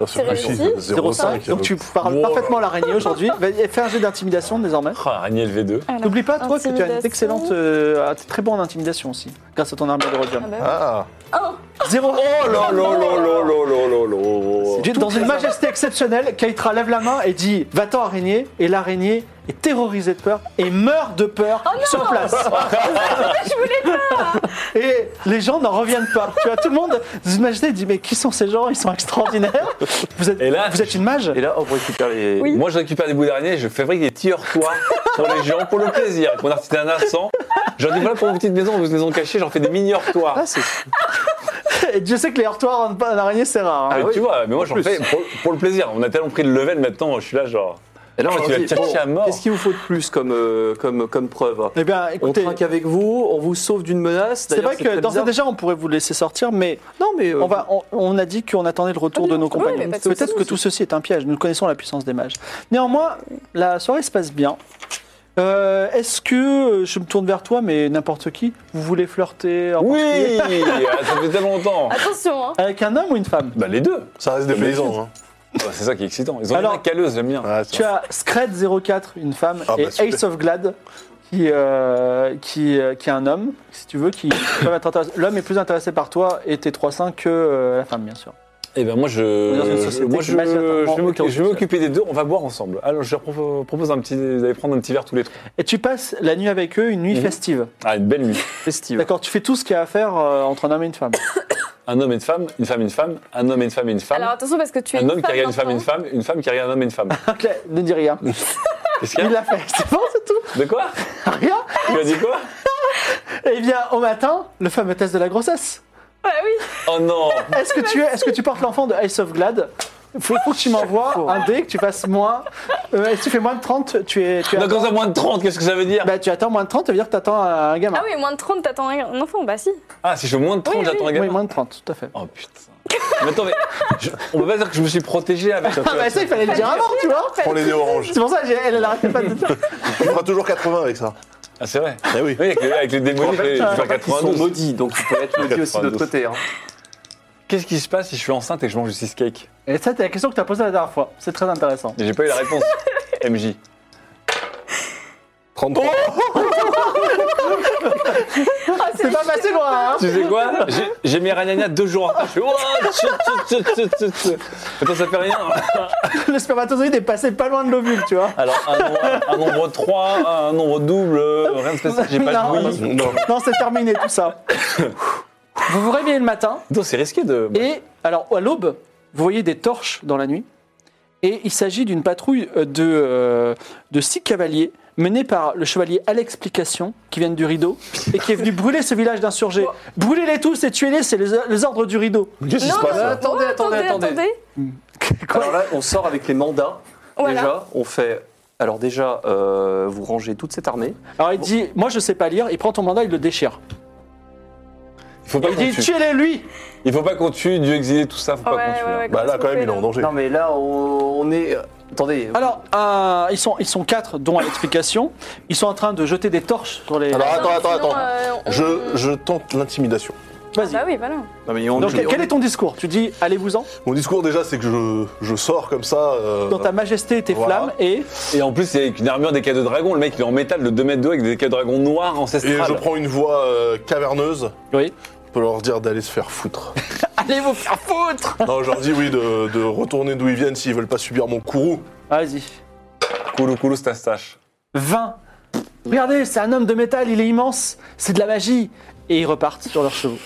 S2: Non,
S6: C'est
S2: pas possible, euh,
S6: réussi.
S2: 0,5.
S1: Donc tu parles
S3: Wow.
S1: parfaitement à l'araignée aujourd'hui. Vas-y, Fais un jet d'intimidation désormais.
S3: Oh, araignée LV2.
S6: Alors,
S1: N'oublie pas, toi, que tu as une
S6: intimidation.
S1: excellente. euh, ah, t'es très bon en intimidation aussi, grâce à ton armure de rhodium.
S6: Ah bah oui.
S2: Ah
S1: Zéro.
S3: Oh là là là là là là là là
S1: Du- Dans une majesté exceptionnelle, Keitra lève la main et dit Va-t'en, araignée Et l'araignée est terrorisée de peur et meurt de peur sur place. Et les gens n'en reviennent pas. Tu vois, tout le monde, dans une majesté, dit Mais qui sont ces gens Ils sont extraordinaires. Vous êtes,
S3: Et là-
S1: vous êtes une mage
S5: Et là, on récupère les.
S6: Oui.
S3: Moi, je récupère des bouts d'araignée, je fabrique des tirs toits pour les géants, pour le plaisir. Avec mon artisanat sans. J'en dis voilà pour vos petites maisons, vos maisons cachées, j'en fais des mini
S5: Ah,
S3: toits.
S5: c'est.
S1: Et Dieu sait que les heurtoirs en, en araignée, c'est rare. hein.
S3: Mais
S5: oui.
S3: tu vois, mais moi j'en
S5: plus.
S3: fais pour, pour le plaisir. On a tellement pris le level maintenant, je suis là genre.
S5: Et là,
S3: Ah,
S5: on
S3: tu
S5: leur
S3: vas
S5: dit,
S3: chercher
S5: bon,
S3: à mort.
S5: Qu'est-ce qu'il vous faut de plus comme, euh, comme, comme preuve
S1: Eh bien,
S5: On
S1: écoutez,
S5: trinque avec vous, on vous sauve d'une menace.
S1: c'est
S5: D'ailleurs,
S1: vrai que
S5: très
S1: d'ores et
S5: bizarre.
S1: déjà, on pourrait vous laisser sortir, mais
S5: Non, mais. euh,
S1: On, va, on, on a dit qu'on attendait le retour
S6: Ah
S1: de
S6: oui,
S1: nos
S6: oui,
S1: compagnons.
S6: mais pas de
S1: Peut-être
S6: soucis.
S1: que tout ceci est un piège. Nous connaissons la puissance des mages. Néanmoins, la soirée se passe bien. Euh, Est-ce que, je me tourne vers toi, mais n'importe qui, vous voulez flirter en
S3: Oui
S1: particulier
S3: ah, Ça fait tellement longtemps
S6: Attention, hein.
S1: Avec un homme ou une femme
S3: Bah les deux
S2: Ça reste des
S3: Mais-
S2: paysans, hein.
S3: Ah, C'est ça qui est excitant. Ils ont
S1: Alors- Ah.
S3: Alors, des caleuse, j'aime bien.
S2: Ouais, ça-
S1: Tu as Scred04, une femme,
S2: Ah bah,
S1: et
S2: super.
S1: Ace of Glad, qui, euh, qui, euh, qui est un homme, si tu veux, qui peut être intéressé- L'homme est plus intéressé par toi et tes 3-5 que euh, la femme, bien sûr.
S3: Eh ben moi
S1: Dans une
S3: je,
S1: société
S3: moi
S1: qui
S3: je,
S1: est majoritairement
S3: je vais m'occuper- je vais
S1: hétérosexuelle.
S3: m'occuper des deux. On va boire ensemble. Alors je leur propo- propose un petit d'aller prendre un petit verre tous les trois.
S1: Et tu passes la nuit avec eux, une nuit
S3: Mhm.
S1: festive.
S3: Ah une belle nuit.
S5: Festive.
S1: D'accord, tu fais tout ce qu'il y a à faire euh, entre un homme et une femme.
S3: Un homme et une femme, une femme et une femme, un homme et une femme et une femme.
S6: Alors attention parce que tu es.
S3: un homme qui regarde une femme et une
S6: maintenant.
S3: femme, une femme qui regarde un homme et une femme.
S1: Ok, ne dis rien.
S3: Qu'est-ce qu'il
S1: Il
S3: y a
S1: l'a fait, c'est bon, c'est tout.
S3: De quoi
S1: Rien.
S3: Tu as dit quoi
S1: Et bien, au matin, le fameux test de la grossesse.
S6: Ouais, oui.
S3: Oh non
S1: Est-ce que tu es, est-ce que tu portes l'enfant de Ace of Glad faut, faut que tu m'envoies un dé, que tu fasses moins. euh, si tu fais moins de 30, tu es. Tu
S3: Donc
S1: attends,
S3: comme ça moins de 30, qu'est-ce que ça veut dire
S1: bah, tu attends moins de 30, ça veut dire que tu attends un gamin.
S6: Ah oui, moins de 30, t'attends un enfant, bah si.
S3: Ah si je fais moins de 30,
S6: Oui,
S3: j'attends un
S1: oui,
S3: gamin.
S1: moins de 30, tout à fait.
S3: Oh putain. Mais attends mais je- on peut pas dire que je me suis protégé avec.
S1: Ah bah ça, il fallait le dire avant, tu vois.
S2: Prends les dés oranges.
S1: C'est pour ça qu'elle elle arrêtait pas de le dire.
S2: Tu feras toujours 80 avec ça.
S3: Ah c'est vrai.
S2: Eh oui.
S3: Oui, avec, les- avec les démoniaques, je vais faire
S5: Ils sont
S3: 92.
S5: maudits, donc ils peuvent être maudits aussi
S2: Bah
S5: de l'autre côté. hein.
S3: Qu'est-ce qui se passe si je suis enceinte et que je mange du cheesecake
S1: Et ça, c'est la question que tu as posée la dernière fois. C'est très intéressant.
S3: Et j'ai pas eu la réponse. MJ.
S2: 33.
S1: Oh Ah, C'est pas passé loin, hein.
S3: Tu sais quoi J'ai- J'ai mis Ragnagna deux jours en retard. Je fais Ouah, tchut, tchut, tchut, tchut, tchut. Attends, ça fait rien.
S1: Le spermatozoïde est passé pas loin de l'ovule, tu vois.
S3: Alors, un, nombre- un nombre 3, un nombre double, euh, rien de spécial. J'ai pas
S1: Non.
S3: de bouillie.
S2: Non.
S1: Non, c'est terminé tout ça. vous vous réveillez le matin
S3: Donc, c'est risqué de.
S1: et alors à l'aube, vous voyez des torches dans la nuit et il s'agit d'une patrouille euh, de, euh, de six cavaliers menés par le chevalier Alex Plication qui viennent du rideau et qui est venu brûler ce village d'insurgés. Brûlez-les tous et tuez-les, c'est les, les ordres du rideau.
S2: Qu'est-ce qui se passe là
S5: attendez, attendez, attendez.
S1: Quoi
S5: Alors là, on sort avec les mandats.
S6: Voilà.
S5: Déjà, on fait. Alors déjà, euh, vous rangez toute cette armée.
S1: Alors il dit, moi je sais pas lire, il prend ton mandat, il le déchire.
S3: Il faut pas
S1: Il
S3: qu'on
S1: dit
S3: tue.
S1: tuez-les lui
S3: Il faut pas qu'on tue, Dieu exilé, tout ça, faut pas qu'on
S6: Ouais,
S3: tue.
S6: ouais,
S3: hein.
S6: ouais,
S2: Bah là,
S6: comment
S2: quand
S6: se
S2: même, il est en
S6: couper,
S2: danger.
S5: Non, mais là, on, on est. Attendez.
S1: Alors, euh, ils, sont, ils sont quatre, dont à l'explication. Ils sont en train de jeter des torches sur les.
S2: Alors,
S6: là.
S2: attends,
S6: Non,
S2: attends,
S6: sinon,
S2: attends.
S6: euh, on-
S2: Je, je tente l'intimidation.
S6: Ah
S1: Vas-y.
S6: Bah oui, voilà.
S5: Non, mais on
S1: Donc,
S5: on-
S1: quel est ton discours Tu dis allez-vous-en,
S5: Bah,
S2: Mon discours, déjà, c'est que je, je sors comme ça. euh,
S1: dans ta majesté et tes
S2: Voilà.
S1: flammes, et.
S3: Et en plus, c'est avec une armure des cas de dragon. Le mec, il est en métal de 2 mètres de haut avec des cas de dragon noirs
S2: Et
S3: ancestrales.
S2: je prends une voix euh, caverneuse.
S1: Oui.
S2: Pour leur dire d'aller se faire foutre.
S1: Allez vous faire foutre
S2: non, je leur dis oui, de, de retourner d'où ils viennent s'ils veulent pas subir mon courroux.
S1: Vas-y.
S3: Coulou, coulou, stastache.
S1: 20. Regardez, c'est un homme de métal, il est immense, c'est de la magie. Et ils repartent sur leurs chevaux.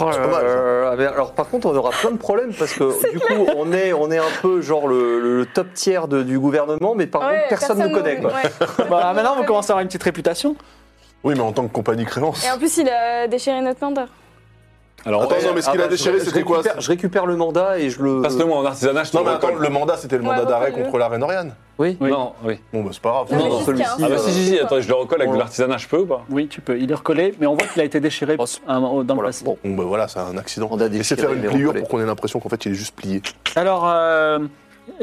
S5: Oh là
S2: pas mal, ça.
S5: là là. Mais alors par contre, on aura plein de problèmes parce que du coup, on est, on est un peu genre le, le- le top tiers de- du gouvernement, mais
S1: Ah,
S5: par
S6: Ouais,
S5: contre, personne ne nous connaît. quoi.
S6: ouais.
S1: Bah, maintenant, vous commencez à avoir une petite réputation.
S2: Oui, mais en tant que compagnie créance.
S6: Et en plus, il a déchiré notre mandat.
S3: Alors,
S2: Attends,
S3: ouais,
S2: Oh non, mais ce qu'il
S5: Ah
S2: a
S5: bah,
S2: déchiré,
S5: je- je
S2: c'était quoi
S5: récupère- Je récupère le mandat et je le.
S3: passe-le-moi en artisanat, je te
S2: Non, mais
S3: le
S2: attends,
S3: recolle.
S2: le mandat, c'était le
S6: Ouais,
S2: mandat d'arrêt
S6: reprends-le.
S2: contre la reine Oriane.
S5: Oui.
S1: Oui.
S3: Non, oui.
S2: Bon, bah, c'est pas grave.
S6: Non, mais
S5: non,
S6: juste
S5: celui-ci,
S6: qu'il
S3: Ah
S6: y a
S1: euh,
S3: bah
S6: un
S3: si,
S6: seul.
S3: si, si, attends, je le recolle avec de
S5: Ouais.
S3: l'artisanat, je peux ou pas
S1: Oui, tu peux. Il est recollé, mais on voit qu'il a été déchiré
S5: Oh, c'est-
S1: un- au- dans le
S5: Voilà.
S1: passé.
S5: Bon.
S2: Bon, bah voilà, c'est un accident.
S5: Mandat
S2: Laissez
S5: déchiré,
S2: faire une
S5: mais
S2: pliure
S5: recollé.
S2: pour qu'on ait l'impression qu'en fait, il est juste plié.
S1: Alors, euh,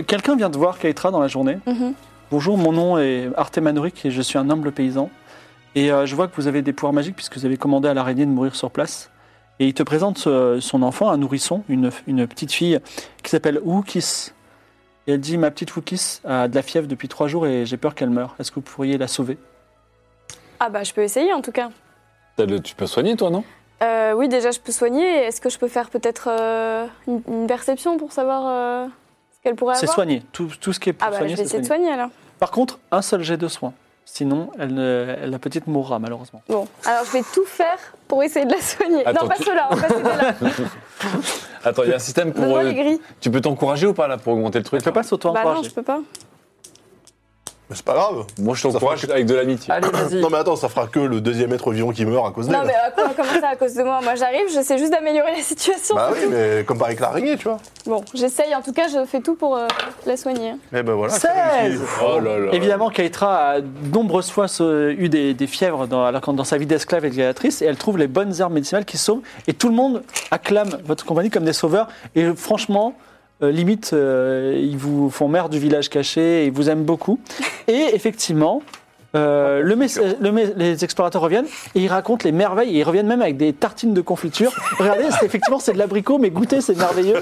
S1: quelqu'un vient de voir Keitra dans la journée.
S6: Mhm.
S1: Bonjour, mon nom est Arte Manoric et je suis un humble paysan. Et euh, je vois que vous avez des pouvoirs magiques puisque vous avez commandé à l'araignée de mourir sur place. Et il te présente euh, son enfant, un nourrisson, une, une petite fille qui s'appelle Wookis. Et elle dit Ma petite Wookis a de la fièvre depuis trois jours et j'ai peur qu'elle meure. Est-ce que vous pourriez la sauver
S6: Ah bah, je peux essayer en tout cas.
S3: T'as le- Tu peux soigner, toi, non
S6: Euh, oui, déjà, je peux soigner. Est-ce que je peux faire peut-être euh, une, une perception pour savoir euh, ce qu'elle pourrait
S1: C'est
S6: avoir
S1: soigné. Tout, tout ce qui est pour
S6: Ah bah,
S1: soigner,
S6: je vais
S1: c'est
S6: essayer de
S1: soigné.
S6: soigner alors.
S1: Par contre, un seul jet de soins. Sinon, elle, ne- la petite mourra malheureusement.
S6: Bon, alors je vais tout faire pour essayer de la soigner.
S3: Attends,
S6: non, pas
S3: tu-
S6: cela, pas celle-là.
S3: Attends, il y a un système pour.
S6: Donne-moi
S3: euh,
S6: les grilles.
S3: tu peux t'encourager ou pas, là, pour augmenter le truc
S1: Elle peut
S3: là
S1: pas
S6: Bah non,
S1: s'auto-encourager.
S6: je peux pas.
S2: Mais c'est pas grave.
S3: Moi, je
S2: Ça
S3: t'encourage
S2: fera
S3: avec de l'amitié.
S5: Allez, vas-y.
S2: Non, mais attends, ça fera que le deuxième être vivant qui meurt à cause
S6: Non,
S2: d'elle.
S6: mais euh, comment- comment ça à cause de moi Moi, j'arrive, j'essaie juste d'améliorer la situation.
S2: Bah
S6: c'est
S2: oui,
S6: tout.
S2: mais comme pareil que l'araignée, tu vois.
S6: Bon, j'essaye, en tout cas, je fais tout pour euh, la soigner. hein.
S2: Eh ben voilà.
S1: 16
S3: Oh là là.
S1: Évidemment, Keitra a de nombreuses fois euh, eu des, des fièvres dans, alors qu'en- dans sa vie d'esclave et de gladiatrice, et elle trouve les bonnes herbes médicinales qui sauvent, et tout le monde acclame votre compagnie comme des sauveurs, et euh, franchement, euh, limite, euh, ils vous font maire du village caché, et ils vous aiment beaucoup. Et effectivement, euh,
S3: Oh,
S1: le mess- le mess- les explorateurs reviennent, et ils racontent les merveilles, et ils reviennent même avec des tartines de confiture. Regardez, c'est- effectivement, c'est de l'abricot, mais goûtez, c'est merveilleux.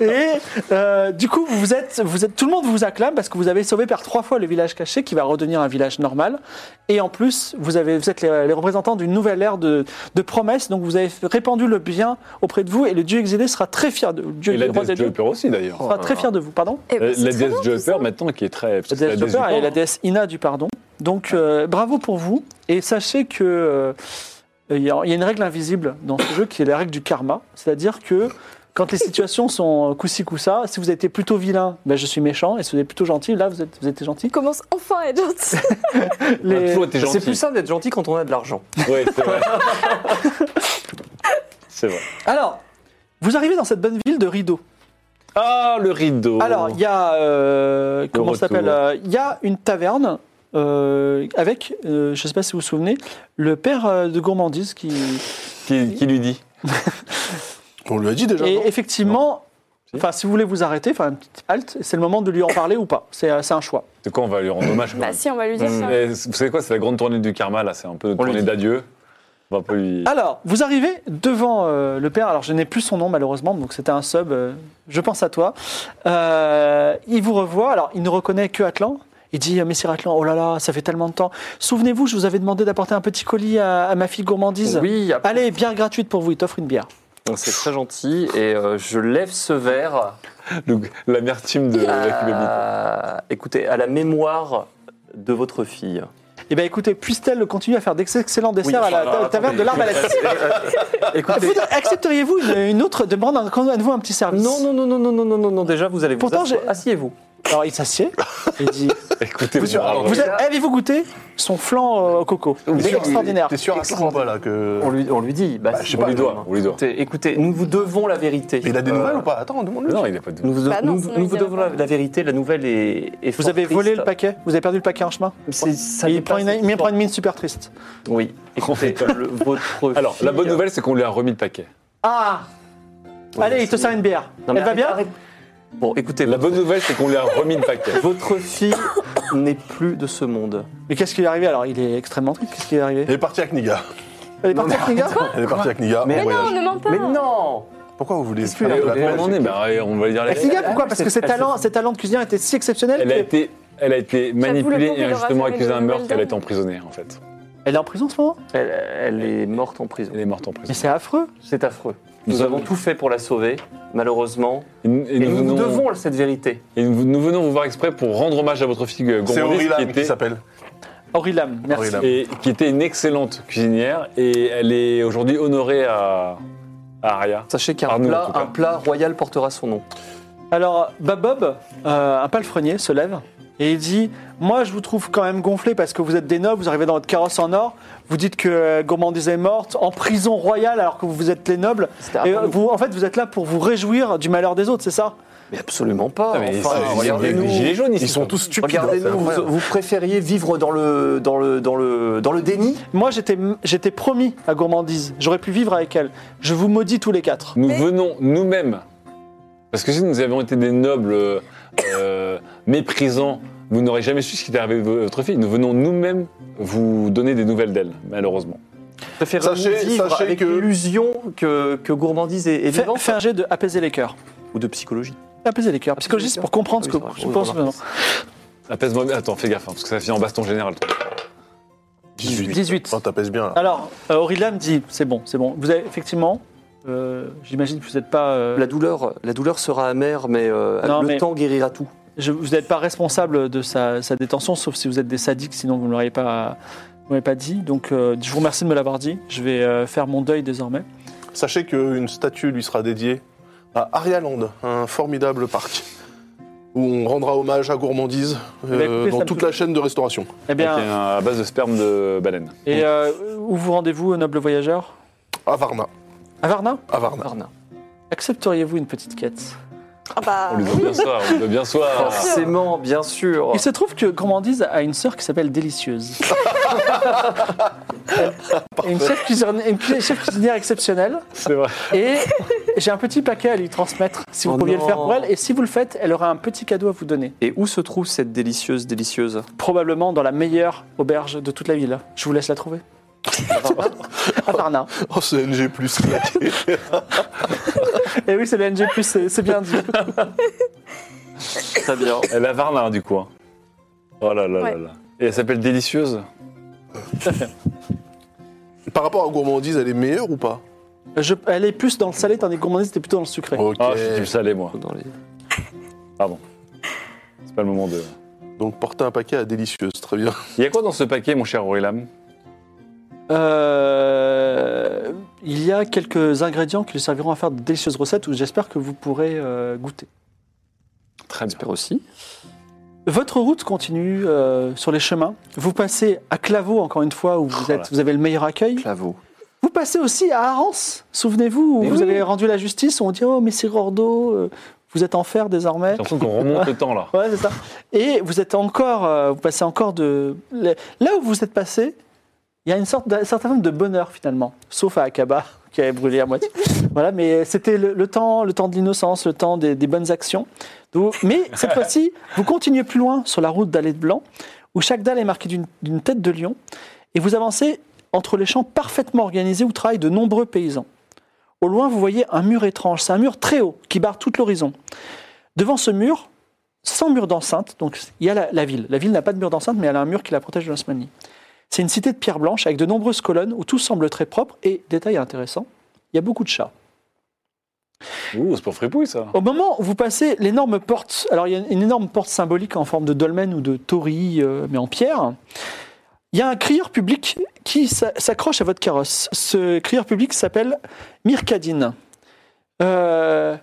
S1: Et euh, du coup, vous êtes, vous êtes, tout le monde vous acclame parce que vous avez sauvé par trois fois le village caché qui va redevenir un village normal. Et en plus, vous, avez, vous êtes les, les représentants d'une nouvelle ère de, de promesses. Donc vous avez répandu le bien auprès de vous et le dieu exilé sera très fier de vous. Dieu,
S3: Et la
S1: le
S3: Oh
S1: roi des
S3: déesse
S1: dieux
S3: Joyper aussi, d'ailleurs.
S1: sera très fier de vous, pardon.
S6: Eh ben,
S3: Euh,
S6: c'est
S3: La
S6: très
S3: déesse
S6: bien, tout ça.
S3: Joyper, maintenant, qui est
S1: La
S3: très.
S1: déesse
S3: du
S1: Joker
S3: temps,
S1: et la
S3: hein.
S1: déesse Ina du pardon. Donc euh, bravo pour vous. Et sachez que euh, il y, a il y a une règle invisible dans ce jeu qui est la règle du karma. C'est-à-dire que quand les situations sont coussi coussa, si vous avez été plutôt vilain, ben je suis méchant. Et si vous êtes plutôt gentil, là vous êtes, vous êtes gentil.
S6: Il commence enfin à être gentil.
S3: On a
S1: Les-
S3: toujours été
S5: C'est plus
S3: gentil.
S5: simple d'être gentil quand on a de l'argent.
S3: Ouais, c'est vrai. C'est vrai.
S1: Alors, vous arrivez dans cette bonne ville de Rideau.
S3: Ah, le rideau.
S1: Alors, il y a. euh, comment ça
S3: retour.
S1: s'appelle euh, Il y a une taverne euh, avec, euh, je ne sais pas si vous vous souvenez, le père euh, de gourmandise qui.
S3: qui, qui lui dit
S2: On lui a dit déjà. non
S1: Et effectivement, enfin, si vous voulez vous arrêter, enfin, une petite halte, c'est le moment de lui en parler ou pas. C'est euh, c'est un choix.
S3: C'est quoi On va lui rendre hommage. quand
S6: Bah
S3: même.
S6: si, on va lui dire ça.
S3: Et Vous savez quoi C'est la grande tournée du karma là. C'est un peu une
S5: lui
S3: tournée
S5: dit.
S3: d'adieu. On va pas lui.
S1: Alors, vous arrivez devant euh, le père. Alors, je n'ai plus son nom malheureusement, donc c'était un sub. euh, je pense à toi. Euh, il vous revoit. Alors, il ne reconnaît que Atlan. Il dit, Messire Atlan, oh là là, ça fait tellement de temps. Souvenez-vous, je vous avais demandé d'apporter un petit colis à, à ma fille gourmandise.
S5: Oui, après,
S1: Allez, bière gratuite pour vous. Il t'offre une bière.
S5: c'est très gentil et euh, je lève ce verre.
S1: Ah.
S3: Le- L'amertume de la culomite.
S5: Euh, écoutez, à la mémoire de votre fille.
S1: Eh bien, écoutez, puisse-t-elle continuer à faire d'excellents desserts à la
S5: Ah, alors,
S1: ta- taverne
S5: attendez.
S1: de l'arbre à la
S5: Écoutez,
S1: Ah, Vous- Accepteriez-vous une, une autre demande, encore à nouveau un petit service
S5: Ah, non, non, non, non, non, non, non, non, déjà vous allez vous
S1: Pourtant,
S5: asseoir.
S1: j'ai-
S5: asseyez-vous.
S1: Alors il s'assied et il dit
S3: Écoutez,
S2: Vous-
S3: bravo.
S2: vous-
S1: Vous avez- Avez-vous goûté son flan euh, au coco Il est extraordinaire.
S2: T'es sûr à ce point là que.
S5: On lui, on lui dit, bah,
S2: Bah, je sais
S3: on
S2: pas,
S3: lui
S1: Ah,
S3: doit, on lui doit.
S5: écoutez, écoutez, nous vous devons la vérité.
S2: Mais il a des
S5: Euh,
S2: nouvelles ou pas Attends, demande-le.
S3: Non, il n'a pas de.
S5: Nous vous,
S6: Bah non,
S5: nous-
S6: sinon
S5: nous
S6: il
S5: vous
S6: dira
S5: devons
S6: pas.
S5: la, la vérité, la nouvelle est, est
S1: Vous
S5: fort
S1: avez
S5: triste.
S1: volé le paquet Vous avez perdu le paquet en chemin
S5: C'est- ça
S1: Il
S5: dépasse
S1: prend, une,
S5: cette
S1: il prend
S5: histoire.
S1: une mine super triste.
S5: Oui, écoutez, le- votre
S3: Alors, la bonne
S5: fille-
S3: nouvelle, c'est qu'on lui a remis le paquet.
S1: Ah Allez, il te sert une bière.
S5: Non, mais
S1: Elle va
S5: arrête-
S1: bien
S5: arrête. Bon, écoutez,
S3: La
S5: votre,
S3: bonne nouvelle, c'est qu'on lui a remis le paquet.
S5: votre fille n'est plus de ce monde.
S1: Mais qu'est-ce qui lui est arrivé alors Il est extrêmement triste. Qu'est-ce qui lui est arrivé
S2: Elle est partie avec Niga.
S1: Elle est partie avec les gars
S2: Elle est partie avec Niga.
S5: Mais
S2: en
S6: Mais non,
S2: voyage.
S6: ne mens pas.
S5: Mais non
S2: Pourquoi vous voulez
S5: Qu'est-ce que-
S2: faire de la
S3: Allez, on en
S2: peine
S3: est, bah, allez, on va lui dire la
S1: Avec les
S3: vérité.
S1: gars, pourquoi Parce que ses
S5: Elle se-
S1: talents, ses talents de cuisinière étaient si exceptionnels
S3: Elle a
S1: qu'elle
S3: été, elle a été
S6: le
S3: manipulée
S6: pauvre,
S3: et
S6: il aura
S3: injustement
S6: jamais
S3: accusée
S6: de
S3: d'un meurtre.
S6: nouvelles
S3: Elle a été
S6: dames.
S3: emprisonnée, en fait.
S1: est en prison en ce moment
S5: elle, elle est morte en prison.
S3: Elle est morte en
S1: Mais
S3: prison.
S1: c'est affreux.
S5: C'est affreux.
S3: Nous
S5: Nous,
S3: avons-
S5: avons tout fait pour la sauver, malheureusement.
S3: Et nous, et
S5: Et
S3: nous
S5: nous,
S3: venons,
S5: devons cette vérité.
S3: et nous- nous venons vous voir exprès pour rendre hommage à votre fille euh,
S2: C'est
S3: gourmandise qui
S2: Orilam qui
S3: était,
S2: s'appelle.
S1: Orilam, merci.
S2: Orihlam.
S3: et, qui était une excellente cuisinière et elle est aujourd'hui honorée à, à Aria.
S5: Sachez qu'un
S3: Arnaud, en
S5: plat,
S3: tout cas.
S5: un plat royal portera son nom.
S1: Alors, Babob, euh, un palefrenier, se lève et il dit Moi, je vous trouve quand même gonflé parce que vous êtes des nobles, vous arrivez dans votre carrosse en or, vous dites que euh, Gourmandise est morte, en prison royale alors que vous êtes les nobles.
S5: C'était
S1: Et
S5: avant
S1: euh,
S5: nous.
S1: vous, en fait, vous êtes là pour vous réjouir du malheur des autres, c'est ça
S5: Mais absolument pas.
S3: Ah, mais
S5: enfin,
S3: ça, ils-
S5: regardez-nous.
S3: les gilets jaunes, ils
S2: Ils
S3: sont
S2: sont tous stupides. hein,
S5: Regardez-nous,
S2: C'est
S5: vous,
S2: incroyable.
S5: vous préfériez vivre dans le, dans le, dans le, dans le déni
S1: Moi, j'étais j'étais promis à Gourmandise, j'aurais pu vivre avec elle. Je vous maudis tous les quatre.
S3: Nous venons nous-mêmes, parce que si nous avions été des nobles euh, méprisants, vous n'aurez jamais su ce qui était arrivé à votre fille. Nous venons nous-mêmes vous donner des nouvelles d'elle, malheureusement.
S5: Préférez-vous
S2: Sachez-
S5: vivre
S2: sachez
S5: avec
S2: que-
S5: l'illusion que, que gourmandise est, est
S1: Fais,
S5: vivante
S1: fais un jet de apaiser les cœurs.
S5: Ou de psychologie
S1: Apaiser les cœurs.
S5: Apaiser
S1: Psychologiste
S5: les
S1: pour comprendre ce que
S5: cœurs. Oui,
S1: je
S5: c'est
S1: pense.
S5: vrai,
S1: maintenant.
S3: Apaise-moi bien. Attends, fais gaffe, hein, parce que ça finit en baston général. toi.
S2: 18.
S1: 18.
S2: Oh, t'apaises bien là.
S1: Alors, euh, Orihlam dit C'est bon, c'est bon. Vous avez effectivement, euh, j'imagine que vous n'êtes pas. euh,
S5: La douleur, la douleur sera amère, mais euh,
S1: Non,
S5: le
S1: mais-
S5: temps guérira tout.
S1: Je- vous n'êtes pas responsable de sa, sa détention, sauf si vous êtes des sadiques, sinon vous ne l'auriez pas, vous m'avez pas dit. Donc euh, je vous remercie de me l'avoir dit. Je vais euh, faire mon deuil désormais.
S2: Sachez qu'une statue lui sera dédiée à Arialand, un formidable parc où on rendra hommage à Gourmandise euh,
S1: Bah, écoutez, ça me
S2: dans toute
S1: touche.
S2: la chaîne de restauration.
S1: Eh bien,
S3: Avec un- à base de sperme de baleine.
S1: et euh, où vous rendez-vous, noble voyageur
S2: À Varna.
S1: À Varna
S2: À Varna.
S5: Arna.
S1: Accepteriez-vous une petite quête
S6: Ah bah,
S3: On lui doit bien soir, on lui doit bien soir.
S5: Forcément, bien sûr.
S1: Il se trouve que Gourmandise a une sœur qui s'appelle Délicieuse. Et une, chef cuisinière, une cu- chef cuisinière exceptionnelle.
S3: C'est vrai.
S1: Et j'ai un petit paquet à lui transmettre, si vous
S5: Oh
S1: pouviez
S5: non.
S1: le faire pour elle. Et si vous le faites, elle aura un petit cadeau à vous donner.
S5: Et où se trouve cette délicieuse, délicieuse
S1: probablement dans la meilleure auberge de toute la ville. Je vous laisse la trouver. À Varna.
S2: Oh, c'est NG+. claqué.
S1: Et Eh oui, c'est le NG+, c'est c'est bien dit.
S5: Très bien.
S3: Elle a Varna, du coup. hein. Oh là là là
S6: Ouais.
S3: là. Et elle s'appelle Délicieuse.
S2: Par rapport à Gourmandise, elle est meilleure ou pas
S1: Je- elle est plus dans le salé, tandis que gourmandise était plutôt dans le sucré.
S2: Ok.
S3: Ah, je suis du salé, moi.
S5: Dans les-
S3: C'est pas le moment de.
S2: Donc porter un paquet à Délicieuse, très bien.
S3: Il y a quoi dans ce paquet, mon cher Orilam
S1: Euh, il y a quelques ingrédients qui lui serviront à faire de délicieuses recettes où j'espère que vous pourrez euh, goûter.
S3: Très bien.
S5: J'espère aussi.
S1: Votre route continue euh, sur les chemins. Vous passez à Claveau, encore une fois, où vous,
S3: Oh
S1: êtes,
S3: là.
S1: vous avez le meilleur accueil.
S5: Claveau.
S1: Vous passez aussi à Arance, souvenez-vous, où
S5: Mais
S1: vous
S5: oui.
S1: avez rendu la justice, où on dit Oh, mais c'est Rordo, euh, vous êtes en fer désormais.
S3: J'ai l'impression qu'on remonte le temps, là.
S1: Ouais, c'est ça. Et vous êtes encore, euh, vous passez encore de. le- Là où vous êtes passé, il y a une sorte d'un certain nombre de bonheur finalement, sauf à Akaba qui avait brûlé à moitié. voilà, mais c'était le, le temps, le temps de l'innocence, le temps des, des bonnes actions. Donc- mais cette fois-ci, vous continuez plus loin sur la route d'Allée de Blanc, où chaque dalle est marquée d'une- d'une tête de lion, et vous avancez entre les champs parfaitement organisés où travaillent de nombreux paysans. Au loin, vous voyez un mur étrange. C'est un mur très haut qui barre tout l'horizon. Devant ce mur, sans mur d'enceinte. Donc il y a la, la ville. La ville n'a pas de mur d'enceinte, mais elle a un mur qui la protège de l'Osmanie. C'est une cité de pierre blanche avec de nombreuses colonnes où tout semble très propre et, détail intéressant, il y a beaucoup de chats.
S3: Ouh, c'est pour fripouille, ça.
S1: Au moment où vous passez l'énorme porte, alors il y a une énorme porte symbolique en forme de dolmen ou de torii, euh, mais en pierre, il y a un crieur public qui s'a- s'accroche à votre carrosse. Ce crieur public s'appelle Mirkadine. Euh,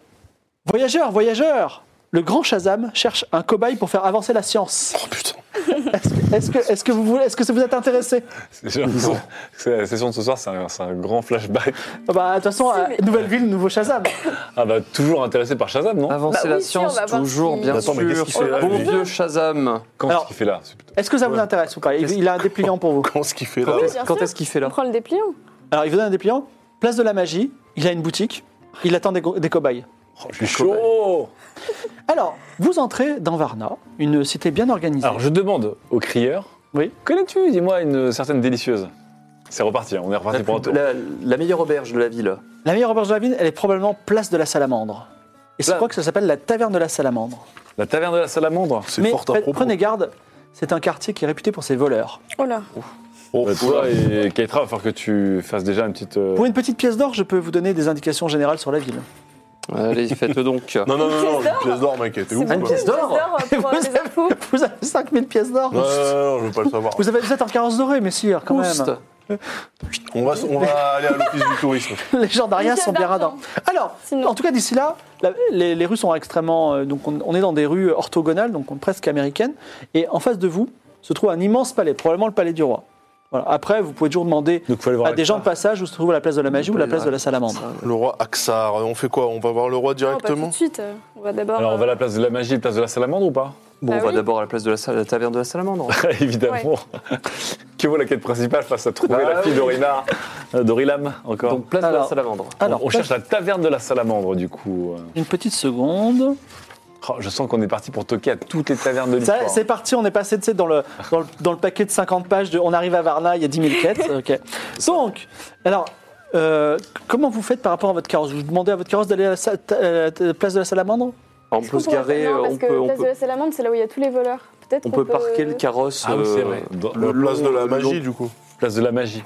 S1: voyageur, voyageur, Le grand Shazam cherche un cobaye pour faire avancer la science.
S2: Oh putain.
S1: Est-ce que, est-ce que, est-ce que vous voulez, est-ce que ça vous êtes intéressé
S3: C'est sûr. C'est- La session de ce soir, c'est un, c'est un grand flashback.
S1: Ah Bah de toute façon, euh, nouvelle ville, nouveau Shazam.
S3: Ah bah toujours intéressé par Shazam, non
S5: Avancer
S6: Bah
S5: la
S6: oui, si, on
S5: science,
S6: va voir
S5: toujours,
S6: si-
S5: bien
S2: Attends, mais qu'est-ce
S5: sûr.
S2: qu'il fait là,
S5: bon
S2: lui
S5: vieux Shazam.
S3: Quand est-ce
S1: Alors-
S3: qu'il fait là C'est plutôt-
S1: Est-ce que ça vous
S2: Ouais.
S1: intéresse ou pas il, il a un dépliant pour vous.
S2: Comment ce qu'il fait là
S5: Quand
S6: bien
S5: est-ce-
S6: sûr.
S5: quand est-ce qu'il fait
S6: On
S5: là
S6: prend le dépliant.
S1: Alors il vous donne un dépliant. Place de la magie. Il a une boutique. Il attend des, co- des cobayes.
S3: Oh, je suis chaud
S1: Alors vous entrez dans Varna, une cité bien organisée.
S3: Alors je demande au crieur
S1: Oui.
S3: Connais-tu, dis-moi, une certaine délicieuse C'est reparti, hein, on est
S2: Ah,
S3: reparti
S5: la,
S3: pour un
S5: plus-
S3: tour.
S5: la- la meilleure auberge de la ville.
S1: La meilleure auberge de la ville, elle est probablement place de la Salamandre. Et je
S3: Là.
S1: crois que ça s'appelle la taverne de la Salamandre.
S3: La taverne de la salamandre
S2: C'est
S1: Mais
S2: fort à
S1: pre-
S2: propos.
S1: prenez garde, c'est un quartier qui est réputé pour ses voleurs.
S6: Oh là.
S3: Bon, Bah, toi et Keitra, il va falloir que tu fasses déjà une petite. euh,
S1: Pour une petite pièce d'or, je peux vous donner des indications générales sur la ville.
S5: Allez, faites donc.
S2: Non, non, non, non, une pièce d'or, mec, t'es ouf ou
S1: Une
S2: quoi
S1: pièce d'or
S6: euh, pour les infos.
S1: Vous avez 5000 pièces d'or
S2: Ouais, ouais, ouais, je veux pas le savoir.
S1: vous, avez, vous êtes en carrosse dorée, messieurs, quand
S5: Oust.
S1: même.
S2: On va, on va aller à l'office du tourisme.
S1: Les gendarmes
S6: Une pièce
S1: sont bien radins.
S6: d'argent.
S1: Alors,
S6: Sinon.
S1: en tout cas, d'ici là, la- les, les rues sont extrêmement. euh, donc, on, on est dans des rues orthogonales, donc presque américaines. Et en face de vous se trouve un immense palais, probablement le palais du roi. Voilà. Après, vous pouvez toujours demander
S3: Donc, faut aller voir
S1: à des gens de passage où se trouve la place de la magie ou la place de la salamandre.
S5: Ah
S2: Le roi Aksar, on fait quoi On va voir le roi
S6: Non, pas tout
S2: directement
S6: de suite. On va d'abord.
S3: Alors on va à
S6: euh,
S3: la place de la magie, place de la salamandre ou pas
S5: Bon,
S6: Bah
S5: on va
S6: oui.
S5: d'abord à la place de la, salle- la taverne de la salamandre.
S3: Évidemment. que vaut la quête principale face à trouver
S5: Bah
S3: la fille
S5: oui.
S3: d'Orina euh, d'Orilam encore
S5: Donc, place de la
S1: Alors.
S5: salamandre.
S1: Alors,
S3: Alors, ah, on cherche la taverne de la salamandre du coup. euh.
S1: une petite seconde.
S3: Oh, je sens qu'on est parti pour toquer à toutes les tavernes de
S1: Ça,
S3: l'histoire.
S1: c'est parti, on est passé tu sais, dans, le, dans, le, dans le paquet de 50 pages, de, on arrive à Varna, il y a 10 000 quêtes. ok. Donc, alors, euh, comment vous faites par rapport à votre carrosse Vous demandez à votre carrosse d'aller à la sa- ta- euh, ta- place de la salamandre
S5: On
S6: est-ce
S5: peut
S6: qu'on
S5: se
S6: pourrait
S5: garer, euh,
S6: faire- euh, non,
S5: on
S6: parce que
S5: peut, on
S6: place de
S5: peut,
S6: la Salamandre, c'est là où il y a tous les voleurs. Peut-être
S5: on
S6: qu'on
S5: peut parquer le carrosse.
S3: Ah oui, c'est
S5: euh,
S3: vrai. Dans-
S5: le
S2: La place
S5: long-
S2: de la
S5: le long-
S2: magie, du coup.
S3: Place de la magie.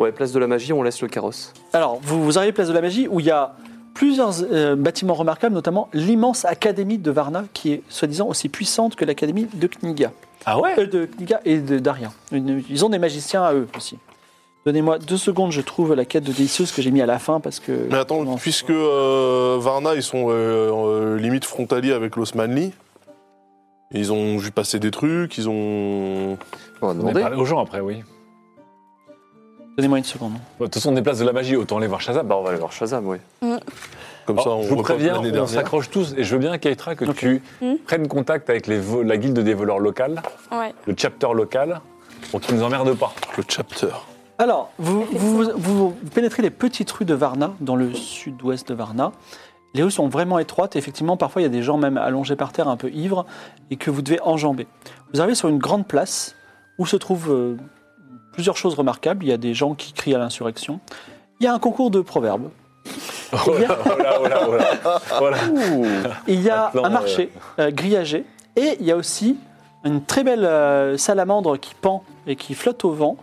S5: Ouais, place de la magie, on laisse le carrosse.
S1: Alors, vous, vous arrivez à place de la magie où il y a plusieurs euh, bâtiments remarquables, notamment l'immense académie de Varna, qui est soi-disant aussi puissante que l'académie de Kniga.
S3: Ah ouais
S1: Euh, de Kniga et de Darien. Une- ils ont des magiciens à eux aussi. Donnez-moi deux secondes, je trouve la quête de Délicieuse que j'ai mis à la fin parce que.
S2: Mais attends,
S1: Non,
S2: puisque euh, Varna, ils sont euh, euh, limite frontaliers avec l'Osmanli, ils ont vu passer des trucs, ils ont.
S5: On va
S3: On
S5: demander.
S3: est parlé aux gens après, oui.
S1: Donnez-moi une seconde.
S3: Bon, De toute façon, on est place de la magie, autant aller voir Shazam.
S5: Bah, on va aller voir Shazam, oui.
S2: Comme ça,
S3: Alors,
S2: on
S3: Oh, je vous
S2: reprend
S3: préviens,
S2: l'année
S3: on
S2: dernière.
S3: s'accroche tous et je veux bien, Keitra, que
S1: Ok.
S3: tu
S6: Hmm.
S3: prennes contact avec les vo- la guilde des voleurs locales,
S6: Ouais.
S3: le chapter local, pour qu'ils ne nous emmerdent pas.
S2: Le chapter.
S1: Alors, vous, vous, vous- vous pénétrez les petites rues de Varna, dans le sud-ouest de Varna. Les rues sont vraiment étroites et effectivement, parfois, il y a des gens même allongés par terre, un peu ivres, et que vous devez enjamber. Vous arrivez sur une grande place où se trouvent euh, plusieurs choses remarquables. Il y a des gens qui crient à l'insurrection. Il y a un concours de proverbes.
S3: Oh là, oh là, oh là, oh là. Voilà.
S1: Il y a
S3: Attends,
S1: un marché euh, grillagé et il y a aussi une très belle euh, salamandre qui pend et qui flotte au vent.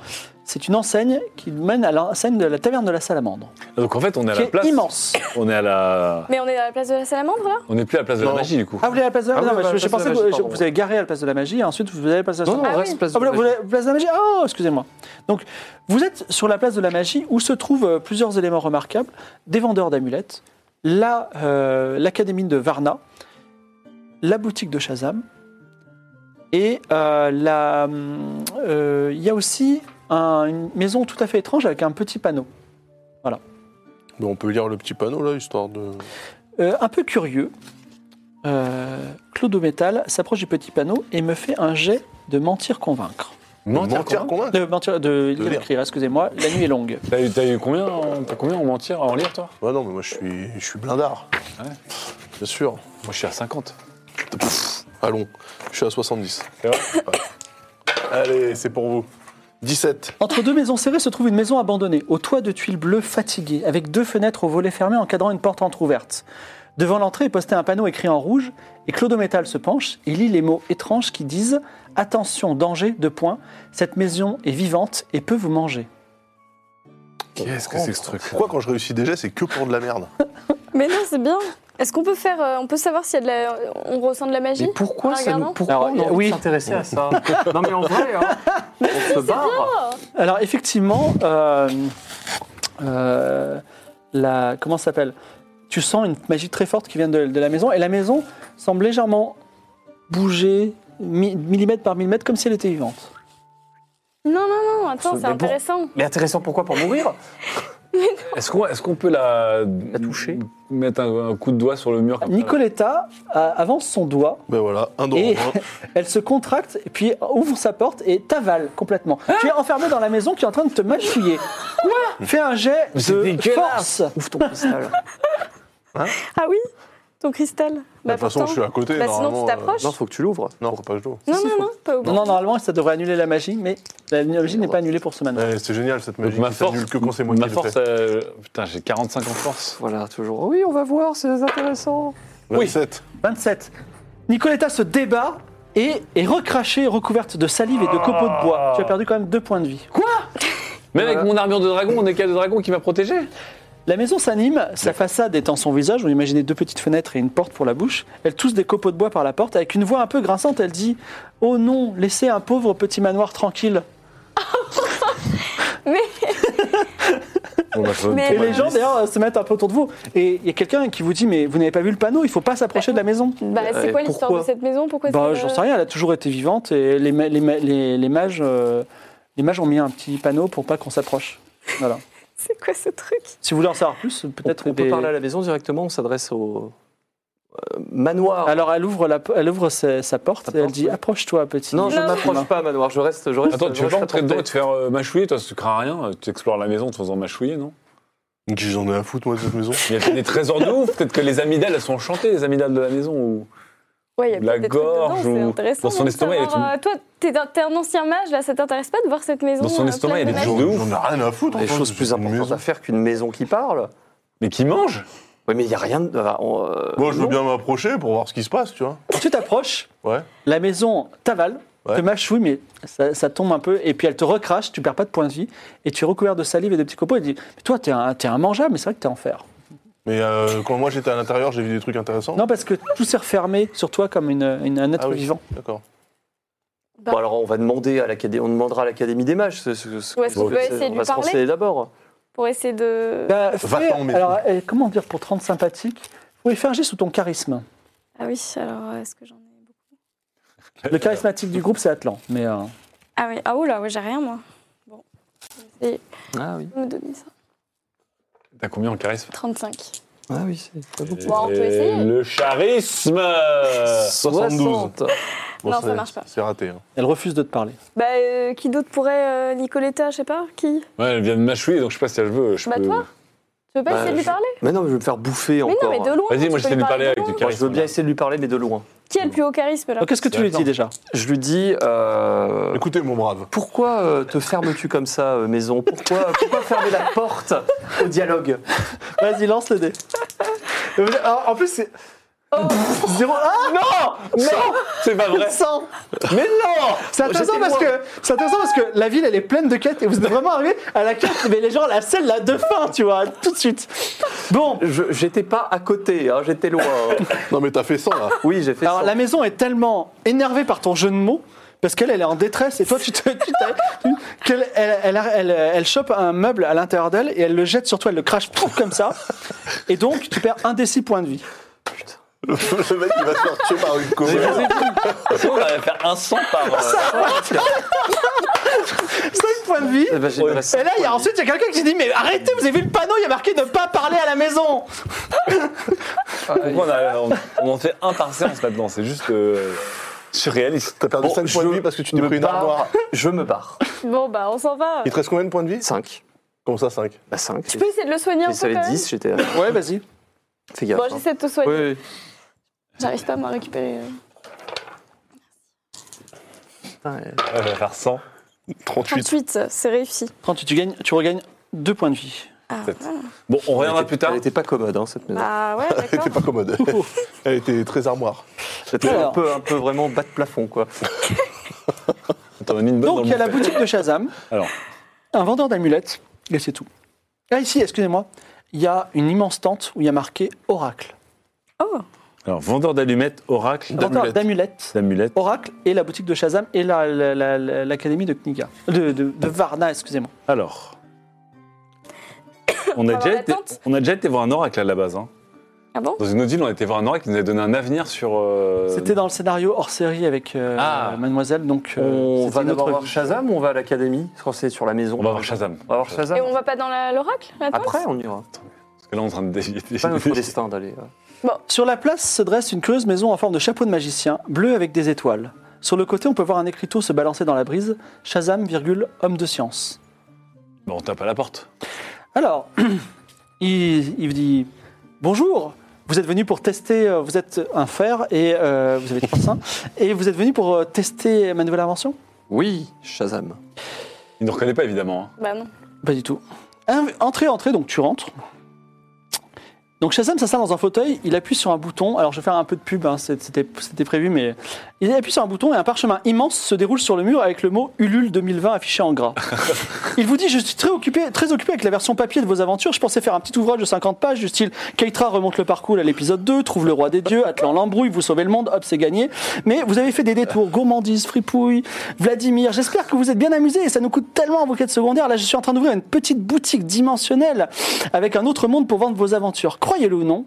S1: C'est une enseigne qui mène à l'enseigne de la taverne de la salamandre,
S3: Donc en fait, on est à
S1: qui
S3: la
S1: est
S3: place.
S1: immense.
S3: On est à la.
S6: Mais on est à la place de la Salamandre là
S3: On n'est plus à la place de la
S2: Non.
S3: magie du coup.
S1: Ah, vous voulez à la place de la
S5: Ah oui,
S1: magie
S5: on va à la
S1: Je, je
S5: place de
S1: pensais
S5: la
S1: que
S5: magie,
S1: je-
S5: pardon.
S1: vous avez garé à la place de la magie et ensuite vous allez à la place de la
S5: Non, non, on
S6: Ah
S5: reste
S6: oui.
S5: place
S1: Ah,
S5: de
S1: vous
S5: la
S1: voulez- vous voulez
S5: magie.
S1: la place de la magie Oh, excusez-moi. Donc, vous êtes sur la place de la magie où se trouvent euh, plusieurs éléments remarquables des vendeurs d'amulettes, la, euh, l'académie de Varna, la boutique de Shazam, et euh, la, hum, euh, il y a aussi un- une maison tout à fait étrange avec un petit panneau.
S2: Mais on peut lire le petit panneau, là, histoire de.
S1: Euh, un peu curieux, euh, Claude au métal s'approche du petit panneau et me fait un jet de mentir-convaincre.
S3: Mentir,
S2: Mentir,
S3: combien
S2: convaincre
S1: De mentir, de,
S2: De
S1: lire,
S2: lire.
S1: écrire, excusez-moi, la nuit est longue.
S3: T'as eu, t'as eu combien, en- t'as combien en mentir, en lire toi
S2: Ouais, non, mais moi, je suis, je suis blindard.
S3: Ouais.
S2: Bien sûr.
S3: Moi je suis à 50.
S2: Pff, allons, je suis à 70.
S3: C'est vrai
S2: Allez, c'est pour vous. 17.
S1: Entre deux maisons serrées se trouve une maison abandonnée, au toit de tuiles bleues fatiguées, avec deux fenêtres aux volets fermés encadrant une porte entr'ouverte. Devant l'entrée est posté un panneau écrit en rouge, et Clodo Métal se penche et lit les mots étranges qui disent « Attention, danger, deux points, cette maison est vivante et peut vous manger
S3: Qu'est-ce que c'est que ce truc
S2: Pourquoi, quand je réussis déjà, c'est que pour de la merde
S6: Mais non, c'est bien. Est-ce qu'on peut faire. euh, on peut savoir s'il y a de la. On ressent de la magie
S5: Mais pourquoi
S6: En
S5: ça nous
S6: regardant
S5: pourquoi
S1: Alors,
S5: on a envie
S1: oui.
S5: de s'intéresser à ça Non mais en vrai, hein, on se barre. ».
S1: Alors effectivement, euh, euh, la, comment ça s'appelle tu sens une magie très forte qui vient de, de la maison, et la maison semble légèrement bouger mi- millimètre par millimètre comme si elle était vivante.
S6: Non, non, non, attends,
S5: Mais
S6: c'est
S5: bon.
S6: intéressant.
S5: Mais intéressant pourquoi Pour mourir
S3: Est-ce qu'on est qu'on peut la,
S5: La toucher
S3: Mettre un, un coup de doigt sur le mur comme ça
S1: Nicoletta euh, avance son doigt,
S2: Ben voilà, un don.
S1: Et- elle se contracte, et puis ouvre sa porte et t'avale complètement. tu es enfermé dans la maison qui est en train de te mâchouiller. Quoi Fais un jet
S5: Mais c'est
S1: de
S5: dégueulasse.
S1: force.
S5: Ouvre ton cristal.
S6: Ah oui Ton cristal
S2: De
S5: Bah,
S2: toute façon, je suis à côté.
S6: Bah, sinon, tu
S2: normalement, euh,
S6: t'approches.
S5: non, faut que tu l'ouvres.
S2: Non, faut pas que je l'ouvre.
S6: Non, non, non, pas
S1: Non,
S6: oublié.
S1: non, normalement, ça devrait annuler la magie, mais la magie n'est pas annulée pour ce manoir.
S2: Ouais, Eh, c'est génial cette
S3: Donc
S2: magie qui s'annule que quand c'est moi
S3: ma
S2: qui le
S3: force,
S2: fais.
S3: euh, putain, j'ai 45 en force.
S5: Voilà, toujours. Oui, on va voir, c'est intéressant.
S1: oui.
S2: 27.
S1: 27. Nicoletta se débat et est recrachée, recouverte de salive et de copeaux de bois. Tu as perdu quand même deux points de vie.
S3: Même avec mon armure de dragon, mon éclat de dragon qui m'a protégé.
S1: La maison s'anime, sa façade étant son visage, on imaginait deux petites fenêtres et une porte pour la bouche. Elle tousse des copeaux de bois par la porte, avec une voix un peu grinçante, elle dit « Oh non, laissez un pauvre petit manoir tranquille
S3: Bon, bah, faut- !»
S6: Mais-
S1: Et les gens d'ailleurs se mettent un peu autour de vous. Et il y a quelqu'un qui vous dit « Mais vous n'avez pas vu le panneau, il faut pas s'approcher de la maison !»
S6: Bah, c'est
S5: Euh,
S6: quoi l'histoire
S5: pourquoi
S6: de cette maison Pourquoi
S1: Bah,
S6: c'est,
S1: j'en
S6: euh,
S1: sais rien, elle a toujours été vivante et les, ma- les, ma- les- les mages, euh, les mages ont mis un petit panneau pour pas qu'on s'approche. Voilà.
S6: C'est quoi ce truc
S1: Si vous voulez en savoir plus,
S5: On,
S1: peut-être
S5: on peut
S1: des-
S5: parler à la maison directement, on s'adresse au euh, manoir.
S1: Alors elle ouvre, la, elle ouvre sa, sa porte et elle
S5: porte,
S1: dit
S5: oui.
S1: Approche-toi, petit.
S5: non, je ne
S6: Non.
S5: m'approche pas, manoir, je reste. Je reste
S3: Attends, tu
S5: je
S3: veux pas
S5: reste
S3: entrer dedans et
S5: attentif.
S3: te faire euh, mâchouiller Toi, ça te crains à rien. Tu explores la maison en te faisant mâchouiller, non
S2: J'en ai à foutre, moi, de cette maison.
S3: Il y a des trésors de ouf. Peut-être que les amygdales, elles sont enchantées, les amygdales de la maison. Ou...
S6: Ouais, il y a
S3: La
S6: peut-être des trucs
S3: gorge
S6: dedans, c'est
S3: ou-
S6: intéressant.
S3: dans son
S6: de
S3: estomac, il y a
S6: savoir, euh, Toi, t'es un, t'es un ancien mage, là, ça t'intéresse pas de voir cette maison
S3: Dans son
S6: euh,
S3: estomac,
S6: pleine
S3: il y a
S6: de
S3: des jours
S6: magie
S3: de ouf.
S2: J'en ai rien à foutre.
S5: Il y a des
S2: enfin,
S5: choses
S2: c'est
S5: plus
S2: une
S5: importantes
S2: maison.
S5: à faire qu'une maison qui parle.
S3: Mais qui mangent
S5: Oui, mais il n'y a rien de. ah, on, euh,
S2: Moi, je veux
S5: non.
S2: bien m'approcher pour voir ce qui se passe, tu vois.
S1: Tu t'approches,
S2: Ouais.
S1: la maison t'avale,
S2: Ouais.
S1: te mâchouille, mais ça, ça tombe un peu, et puis elle te recrache, tu perds pas de points de vie, et tu es recouvert de salive et de petits copeaux. Elle dit Mais toi, t'es un, t'es un mangeable, mais c'est vrai que t'es en fer.
S2: Mais euh, quand moi j'étais à l'intérieur, j'ai vu des trucs intéressants.
S1: Non, parce que tout s'est refermé sur toi comme une, une- un être
S2: Ah oui.
S1: vivant.
S2: D'accord.
S5: Bon, alors on va demander à l'académie, on demandera à l'académie des mages. ce- ce- ce-
S6: Ou est-ce qu'on
S5: ce-
S6: peut essayer de
S5: On
S6: lui
S5: va se
S6: parler
S5: renseigner d'abord.
S6: Pour essayer de.
S1: Bah, fais-
S2: t'en, mais-
S1: alors, euh, comment dire pour te rendre sympathique Vous pouvez faire un geste sous ton charisme.
S6: Ah oui, alors euh, est-ce que j'en ai beaucoup
S1: Le charismatique du groupe, c'est Atlan. Mais euh,
S6: Ah oui, ah oh là, ouais, j'ai rien moi. Bon, je vais essayer
S5: Ah oui,
S6: de me donner ça.
S3: T'as combien en charisme
S6: 35.
S5: ah oui, c'est pas beaucoup.
S6: Bon, on peut
S3: Et
S6: essayer.
S3: Le charisme
S2: Euh, 72.
S5: 60.
S6: Non,
S2: c'est-
S6: ça marche pas.
S2: C'est raté. hein.
S1: elle refuse de te parler.
S6: Bah, euh, qui d'autre pourrait. euh, Nicoletta, je sais pas, qui
S3: Ouais, elle vient de mâchouiller, donc je sais pas si elle veut. Je
S6: Bah,
S3: peux...
S6: toi. Tu veux pas
S5: Bah,
S6: essayer de lui
S5: je-
S6: parler
S5: Mais non, mais je vais me faire bouffer
S6: Mais non,
S5: encore.
S6: mais de loin.
S3: hein. Vas-y,
S6: tu
S3: moi
S6: peux
S3: j'essaie de
S6: lui
S3: lui parler
S6: de
S3: avec
S6: loin.
S3: du
S5: Moi, je
S3: charisme.
S5: veux bien essayer de lui parler, mais de loin.
S6: Qui a le plus haut charisme là
S1: Alors, qu'est-ce que tu lui dis déjà
S5: Je lui dis. euh,
S2: Bah, Écoutez, mon brave.
S5: Pourquoi euh, te fermes-tu comme ça, euh, maison pourquoi, pourquoi fermer la porte au dialogue Ah,
S1: Vas-y, lance le dé. Oh.
S5: En plus, c'est.
S1: Zéro. Ah
S3: C'est pas vrai
S1: 100
S5: Mais non
S1: C'est intéressant,
S5: J'étais
S1: parce que,
S5: loin.
S1: c'est intéressant parce que la ville, elle est pleine de quêtes et vous êtes vraiment arrivé à la quête, mais les gens, la scène, là, de fin, tu vois, tout de suite. Bon,
S5: Je- J'étais pas à côté, hein, j'étais loin. hein.
S2: Non, mais t'as fait 100 là.
S5: Oui, j'ai fait
S1: alors
S5: ça.
S1: la maison est tellement énervée par ton jeu de mots. Parce qu'elle, elle est en détresse et toi, tu te. tu t'as- tu- qu'elle- elle, elle, elle- elle chope un meuble à l'intérieur d'elle et elle le jette sur toi, elle le crache pouf, comme ça. Et donc, tu perds un des six points de vie.
S2: Le mec, il va se faire tuer par une colère.
S3: Sinon, on va faire un sang par. euh,
S1: 5 points de vie.
S5: Eh ben, j'ai
S1: Et
S5: pas cinq
S1: là, il y a,
S5: points de
S1: ensuite, il y a quelqu'un qui dit Mais arrêtez, vous avez vu le panneau, il y a marqué ne pas parler à la maison.
S3: Pourquoi on, a- on- on en fait un par séance maintenant C'est juste euh, surréaliste.
S2: T'as perdu
S5: Bon,
S2: 5 points de
S5: je
S2: vie parce que tu t'es
S5: me
S2: pris une
S5: barre.
S2: armoire.
S5: Je me barre.
S6: Bon, bah, on s'en va.
S2: Il te reste combien de points de vie
S5: 5.
S2: Comment ça, 5
S5: Bah 5.
S6: Tu peux essayer de le soigner un
S5: J'ai
S6: peu quand
S5: salé
S6: même
S5: 10, j'étais. euh,
S1: Ouais, vas-y.
S5: Fais
S6: Bon,
S5: gaffe. hein.
S6: j'essaie de te soigner.
S5: Oui, oui.
S6: J'arrive pas à me récupérer. euh,
S5: Putain, euh,
S3: Ouais, on va faire 100.
S2: 38.
S6: 38, euh, c'est réussi.
S1: Quand tu, tu gagnes, tu regagnes 2 points de vie.
S6: Ah,
S3: Peut-être.
S6: voilà.
S3: Bon, on
S5: elle
S3: reviendra
S5: était-
S3: plus tard.
S5: Elle était pas commode, hein, cette maison.
S6: Bah, ouais,
S2: Elle était
S6: d'accord.
S2: pas commode. Elle était très armoire.
S5: C'était un
S1: Alors.
S5: peu, un peu vraiment bas de plafond, quoi.
S3: T'en as mis une bonne dans
S1: Donc,
S3: le
S1: il y a la
S3: buffet.
S1: boutique de Shazam.
S3: Alors.
S1: Un vendeur d'amulettes, et c'est tout. Ah, ici, excusez-moi, il y a une immense tente où il y a marqué Oracle.
S6: Oh,
S3: Alors, vendeur d'allumettes, oracle,
S1: Vendeur d'amulettes.
S3: d'amulettes.
S1: Oracle et la boutique de Shazam et la- la- la- la- l'académie de Kniga. De, de- de Varna, excusez-moi.
S3: Alors. On a,
S6: va
S3: déjà
S6: voir la
S3: été,
S6: tente.
S3: on a déjà été voir un oracle à la base. hein.
S6: Ah bon
S3: Dans une autre ville, on était voir un oracle qui nous avait donné un avenir sur. euh,
S1: C'était dans le scénario hors série avec euh,
S3: Ah.
S1: Mademoiselle, donc. euh,
S5: On
S1: c'était
S5: va
S1: une autre
S5: d'abord voir
S1: vie.
S5: Shazam ou on va à l'académie Je crois que c'est sur la maison.
S3: On va voir Shazam.
S5: On va voir Shazam.
S6: Et on va pas dans la- l'oracle maintenant
S5: Après, on ira.
S3: Parce que là, on est en train de dévier.
S5: C'est pas notre destin d'aller. euh.
S1: Sur la place se dresse une curieuse maison en forme de chapeau de magicien, bleu avec des étoiles. Sur le côté, on peut voir un écriteau se balancer dans la brise Shazam, virgule, homme de science.
S3: Bon, on tape à la porte.
S1: Alors, il, il dit Bonjour, vous êtes venu pour tester, euh, vous êtes un fer et euh, vous avez trois seins, et vous êtes venu pour euh, tester ma nouvelle invention
S5: Oui, Shazam.
S3: Il ne reconnaît pas, évidemment. hein.
S6: Bah non.
S1: Pas du tout. Un- Entrée, entrée, donc tu rentres. Donc Shazam s'installe dans un fauteuil, il appuie sur un bouton. Alors je vais faire un peu de pub, hein, c'est- c'était c'était prévu, mais il appuie sur un bouton et un parchemin immense se déroule sur le mur avec le mot Ulule 2020 affiché en gras. il vous dit Je suis très occupé, très occupé avec la version papier de vos aventures. Je pensais faire un petit ouvrage de 50 pages du style Keitra remonte le parcours à l'épisode 2, trouve le roi des dieux, Atlan l'embrouille, vous sauvez le monde, hop, c'est gagné. Mais vous avez fait des détours, gourmandise, fripouille, Vladimir. J'espère que vous êtes bien amusés et ça nous coûte tellement vos quêtes secondaires. Là, je suis en train d'ouvrir une petite boutique dimensionnelle avec un autre monde pour vendre vos aventures. Croyez-le ou non,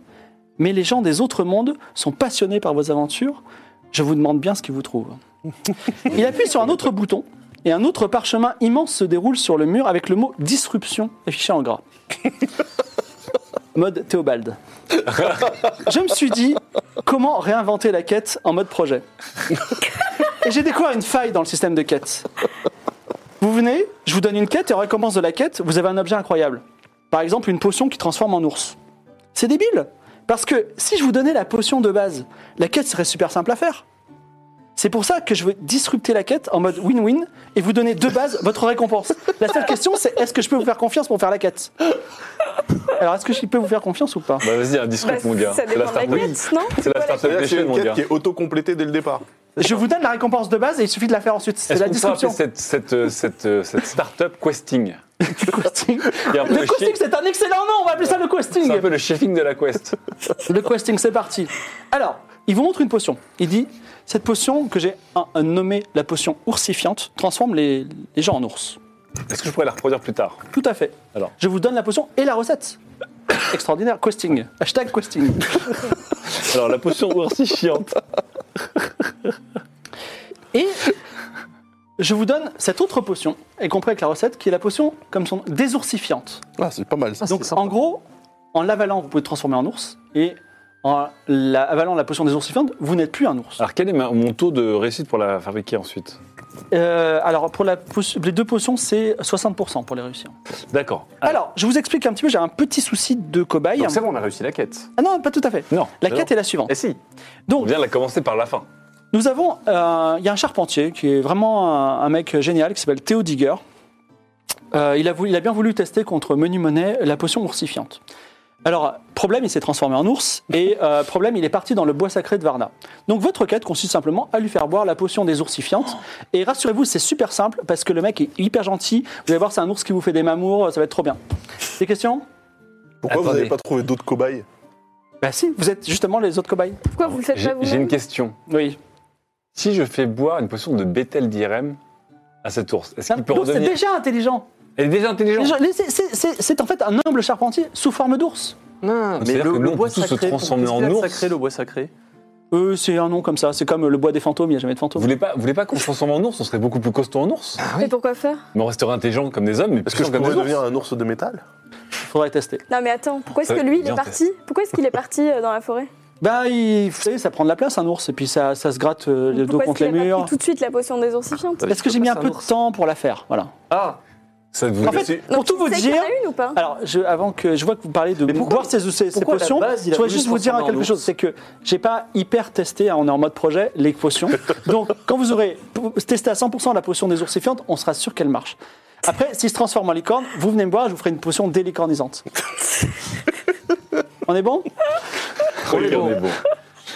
S1: mais les gens des autres mondes sont passionnés par vos aventures. Je vous demande bien ce qu'ils vous trouvent. Il appuie sur un autre bouton et un autre parchemin immense se déroule sur le mur avec le mot disruption affiché en gras. Mode Théobald. Je me suis dit, comment réinventer la quête en mode projet Et j'ai découvert une faille dans le système de quête. Vous venez, je vous donne une quête et en récompense de la quête, vous avez un objet incroyable. Par exemple, une potion qui transforme en ours. C'est débile Parce que si je vous donnais la potion de base, la quête serait super simple à faire. C'est pour ça que je veux disrupter la quête en mode win-win et vous donner de base votre récompense. La seule question, c'est est-ce que je peux vous faire confiance pour faire la quête Alors, est-ce que je peux vous faire confiance ou pas
S3: Bah, vas-y, un
S6: Bah,
S3: discrète, mon gars.
S6: ça
S3: C'est la
S6: dépend de la
S3: start-up.
S6: quête, non
S3: C'est la startup
S2: C'est-à-dire que c'est
S3: déchets,
S2: une
S3: mon
S2: quête
S3: gars.
S2: qui est auto-complétée dès le départ.
S1: Je vous donne la récompense de base et il suffit de la faire ensuite. C'est
S3: Est-ce
S1: la
S3: qu'on peut appeler
S1: disruption.
S3: cette, cette, euh, cette, euh, cette startup questing
S1: Le questing,
S3: Il y a un peu
S1: Le
S3: le
S1: questing,
S3: chi-
S1: c'est un excellent nom, on va appeler ça le questing.
S3: C'est un peu le chefing de la quest.
S1: Le questing, c'est parti. Alors, il vous montre une potion. Il dit Cette potion que j'ai un- un nommée la potion oursifiante transforme les, les gens en ours.
S3: Est-ce que je pourrais la reproduire plus tard
S1: Tout à fait.
S3: Alors.
S1: Je vous donne la potion et la recette. Extraordinaire, questing. Hashtag questing.
S3: Alors, la potion oursifiante.
S1: Et je vous donne cette autre potion, y compris avec la recette, qui est la potion comme son désoursifiante.
S2: Ah, c'est pas mal ça.
S1: Donc en gros, en l'avalant, vous pouvez le transformer en ours. Et en la- avalant la potion des oursifiantes, vous n'êtes plus un ours.
S3: Alors, quel est ma- mon taux de réussite pour la fabriquer ensuite
S1: Euh, alors pour la potion- les deux potions, c'est 60% pour les réussir.
S3: D'accord.
S1: Alors, je vous explique un petit peu, j'ai un petit souci de cobaye.
S5: Donc c'est bon, on a réussi la quête.
S1: Ah non, pas tout à fait.
S3: Non.
S1: La
S3: non.
S1: quête est la suivante.
S5: Eh si,
S3: On vient la commencer par la fin.
S1: Nous avons, euh, il y a un charpentier qui est vraiment un, un mec génial qui s'appelle Théo Digger. Euh, il, a voulu- il a bien voulu tester contre Menu Monnaie la potion oursifiante. Alors, problème, il s'est transformé en ours et euh, problème, il est parti dans le bois sacré de Varna. Donc, votre quête consiste simplement à lui faire boire la potion des oursifiantes. Et rassurez-vous, c'est super simple parce que le mec est hyper gentil. Vous allez voir, c'est un ours qui vous fait des mamours, ça va être trop bien. Des questions
S2: Pourquoi vous
S3: Attendez.
S2: n'avez pas trouvé d'autres cobayes
S1: Bah, si, vous êtes justement les autres cobayes.
S6: Pourquoi vous le faites
S3: J'ai
S6: pas
S3: j'ai une
S6: vous-même
S3: question.
S1: Oui.
S3: Si je fais boire une potion de Bethel d'Irem à cet ours, est-ce qu'il peut
S1: L'ours est
S3: redevenir.
S1: déjà intelligent.
S3: Elle est déjà
S1: Les
S3: intelligente.
S1: gens- les- c'est- c'est- C'est c'est en fait un humble charpentier sous forme d'ours.
S5: Non, mais
S3: C'est-à-dire
S5: le,
S3: que nous,
S5: le
S3: on peut
S5: bois
S3: tous se
S5: sacré.
S3: transformer
S5: qu'est-ce
S3: en
S5: qu'il a de
S3: ours.
S5: sacré, le bois sacré.
S1: Euh, c'est un nom comme ça. C'est comme le bois des fantômes, il n'y a jamais de
S3: Vous
S1: fantômes.
S3: voulez pas, vous voulez pas qu'on se transforme en ours On serait beaucoup plus costaud en ours.
S6: Mais pourquoi faire
S3: Mais on resterait intelligent comme des hommes, mais
S2: Est-ce que je
S3: puissant comme
S2: pourrais
S3: des ours.
S2: devenir un ours de métal
S1: Il faudrait tester.
S6: Non mais attends, pourquoi est-ce
S3: Ça
S6: que
S3: va
S6: lui il
S3: bien
S6: est parti Pourquoi est-ce qu'il est parti euh, dans la forêt
S1: Ben, il, vous savez, ça prend de la place un ours et puis ça, ça se gratte euh, le dos
S6: Pourquoi est-ce
S1: contre les
S6: qu'il a pas
S1: murs.
S6: pris tout de suite la potion des oursifiantes
S1: Est-ce que j'ai mis un peu de temps pour la faire Voilà.
S5: Ah,
S3: Ça vous
S1: En fait,
S2: c'est-
S1: pour tout vous
S6: Vous savez qu'il y
S1: dire. Ah,
S6: en a une ou pas
S1: Alors, je, avant que je vois que vous parlez de
S5: Mais pourquoi-
S1: boire ces, ces, ces
S5: pourquoi à la
S1: potions,
S5: base, il a
S1: je voulais
S5: voulu
S1: juste
S5: se
S1: vous dire
S5: transformer en
S1: quelque
S5: ours
S1: chose, c'est que j'ai pas hyper testé, hein, on est en mode projet, les potions. Donc, quand vous aurez p- testé à 100% la potion des oursifiantes, on sera sûr qu'elle marche. Après, s'il se transforme en licorne, vous venez me voir, je vous ferai une potion délicornisante. on est bon
S5: Ah
S3: regardez beau.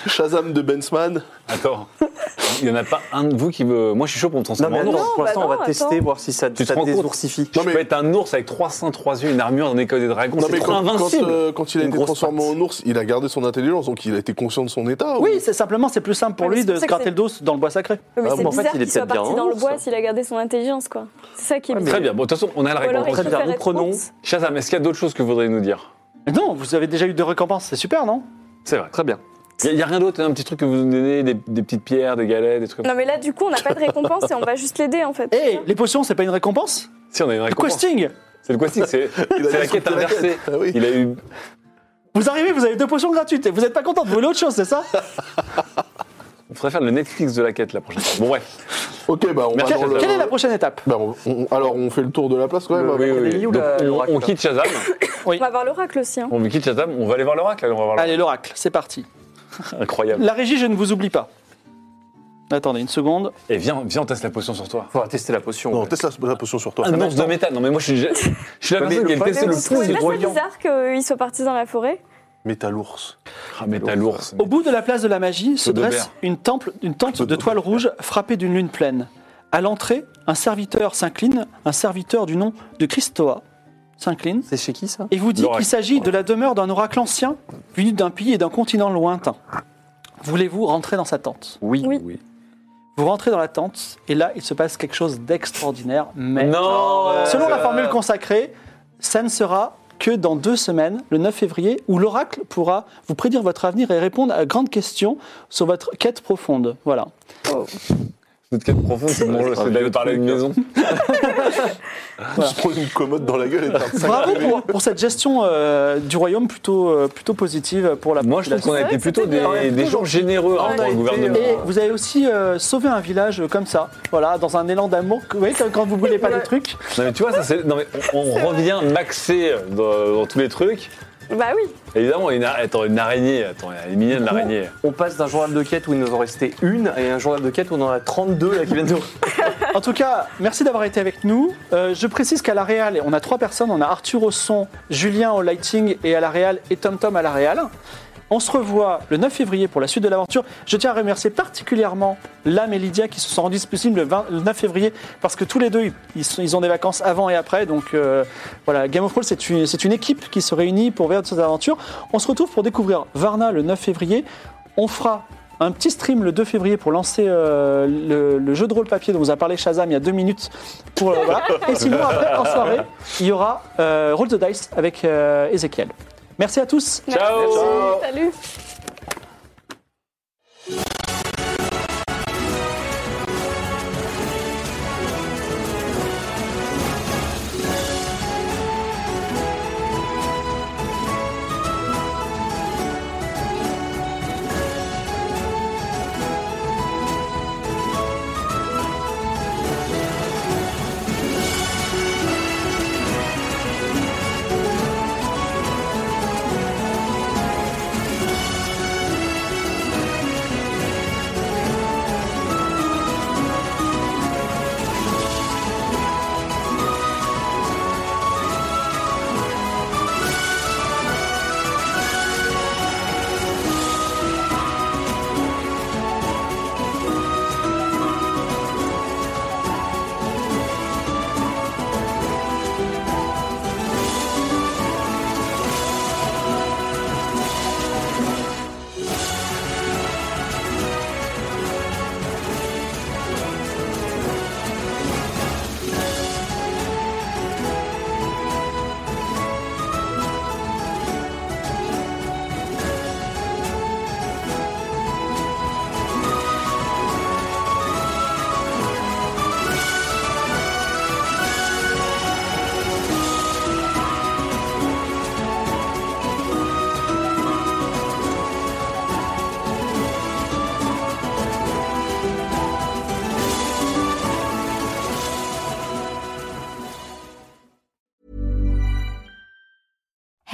S2: Shazam de Bensman
S3: Attends, il y en a pas un de vous qui veut. Moi, je suis chaud pour me
S5: non,
S3: transformer
S5: mais
S3: en
S5: attends,
S3: ours.
S5: pour
S6: bah
S5: l'instant, on
S6: non,
S5: va
S6: attends.
S5: tester, voir si ça,
S3: Tu te
S5: ça
S3: rends compte
S5: désourcifie.
S3: Je
S2: Non, mais-
S3: peux être un ours avec 3 seins, 3 yeux, une armure, un école des dragons.
S2: Non, mais
S3: C'est trop
S2: quand, quand,
S3: invincible.
S2: euh, quand il a
S3: Une
S2: été
S3: grosse
S2: transformé
S3: patte.
S2: en ours, il a gardé son intelligence, donc il a été conscient de son état. ou-
S1: Oui, c'est simplement, c'est plus simple pour
S6: Ouais, Ah, mais
S1: lui
S6: c'est
S1: de
S6: pour
S1: se
S6: ça que
S1: gratter
S6: c'est-
S1: le dos dans le bois sacré.
S6: Mais
S5: Ah
S6: c'est
S5: bon, en fait,
S6: bizarre
S5: il est
S6: qu'il soit
S5: peut-être bien
S6: parti dans le
S5: ours.
S6: bois s'il a gardé son intelligence quoi. C'est ça qui est
S3: Très bien, bon, de toute façon, on a la
S6: Ou alors,
S3: récompense.
S6: il préfère
S5: nous
S6: être
S5: prenons-
S6: ours.
S3: Shazam, est-ce qu'il y a d'autres choses que vous voudriez nous dire
S1: Mais non, vous avez déjà eu deux récompenses, c'est super, non
S3: C'est vrai.
S5: Très bien.
S3: Il n'y a, rien d'autre, hein, un petit truc que vous nous donnez, des, des petites pierres, des galets, des trucs comme
S6: Non, mais là, du coup, on n'a pas de récompense et on va juste l'aider en fait.
S1: Hé, Eh, les potions, c'est pas une récompense
S3: Si, on a une
S1: Le
S3: récompense.
S1: questing
S3: C'est le questing, c'est
S2: Il a
S3: c'est la
S2: des
S3: quête
S2: trucs de la quête.
S3: inversée.
S2: Ah oui.
S3: Il a eu.
S1: Vous arrivez, vous avez deux potions gratuites et vous n'êtes pas contente, vous voulez autre chose, c'est ça
S3: On pourrait faire le Netflix de la quête la prochaine fois. Bon, bref.
S2: Ok, bah on va
S3: Merci,
S2: dans
S3: Joseph.
S2: le-
S1: Quelle est la prochaine étape
S2: Bah, on- on- alors on fait le tour de la place quand même. hein.
S3: Oui, oui, oui.
S5: Camille ou
S3: Donc,
S5: la-
S3: on,
S5: l'oracle,
S3: on
S5: là
S3: quitte Shazam.
S6: On va voir l'oracle aussi. hein.
S3: On quitte Shazam. On va aller voir l'oracle. allez, on va voir l'oracle.
S1: Allez, l'oracle, c'est parti.
S3: Incroyable.
S1: La régie, je ne vous oublie pas. Attendez une seconde.
S3: Et viens, viens, on teste la potion sur toi.
S5: On va tester la potion.
S2: Non, teste la, la potion sur toi.
S3: Annonce de méthane. Non, mais moi, je suis, je suis la
S5: Mais
S3: personne
S5: le
S3: qui a
S5: problème,
S3: testé
S6: Mais
S3: le
S6: vous trouvez
S3: plus
S6: pas ça
S3: broyant.
S6: bizarre qu'ils soient partis dans la forêt
S2: Mais t'as l'ours.
S3: Ah, mais t'as l'ours.
S1: Au bout de la place de la magie se
S3: Claude
S1: dresse
S3: Aubert.
S1: une, temple, une tente de toile rouge frappée d'une lune pleine. À l'entrée, un serviteur s'incline, un serviteur du nom de Christoa s'incline
S5: C'est chez qui ça
S1: et vous dit
S3: L'oracle.
S1: qu'il s'agit de la demeure d'un oracle ancien venu d'un pays et d'un continent lointain. Voulez-vous rentrer dans sa tente
S5: Oui.
S6: Oui.
S1: Vous rentrez dans la tente et là, il se passe quelque chose d'extraordinaire, mais euh,
S3: Non
S1: Selon la
S3: euh,
S1: formule consacrée, ça ne sera que dans deux semaines, le 9 février, où l'oracle pourra vous prédire votre avenir et répondre à grandes questions sur votre quête profonde. Voilà.
S3: Notre quête profonde, c'est de manger-
S5: C'est un
S3: c'est d'aller
S5: vieux
S3: parler à une
S5: truc,
S3: maison.
S2: On se prend une commode dans la gueule et t'as un sac
S1: Bravo pour, pour cette gestion euh, du royaume plutôt, euh, plutôt positive pour la
S3: Moi, je trouve qu'on a
S6: C'est
S3: été
S6: vrai que
S3: plutôt
S6: c'était bien.
S3: des, des gens généreux hein,
S6: On
S3: dans
S6: a
S3: le
S6: été,
S3: gouvernement.
S1: Et vous avez aussi euh, sauvé un village comme ça, voilà, dans un élan d'amour. Vous voyez, quand- quand vous voulez pas des trucs.
S3: Non, mais tu vois, ça, c'est- non, mais on, on revient maxé dans, dans tous les trucs.
S6: Bah oui.
S3: Évidemment, une, ara- attends, une araignée. Attends, elle est mignonne, l'araignée.
S5: On passe d'un journal de quête où il nous en restait une et un journal de quête où on en a 32 là qui viennent de.
S1: En tout cas, merci d'avoir été avec nous. Euh, je précise qu'à la Réal, on a trois personnes. On a Arthur au son, Julien au lighting et à la Réal et Tom Tom à la Réal. On se revoit le 9 février pour la suite de l'aventure. Je tiens à remercier particulièrement Lame et Lydia qui se sont rendus disponibles le, 20 le 9 février parce que tous les deux, ils, sont- ils ont des vacances avant et après. Donc euh, voilà, Game of Thrones, c'est une, c'est une équipe qui se réunit pour vivre cette aventure. On se retrouve pour découvrir Varna le 9 février. On fera un petit stream le 2 février pour lancer euh, le, le jeu de rôle papier dont vous a parlé Shazam il y a deux minutes. Pour, euh, voilà. Et sinon, après, en soirée, il y aura euh, Roll the Dice avec euh, Ezekiel. Merci à tous.
S6: Merci.
S3: Ciao.
S6: Salut.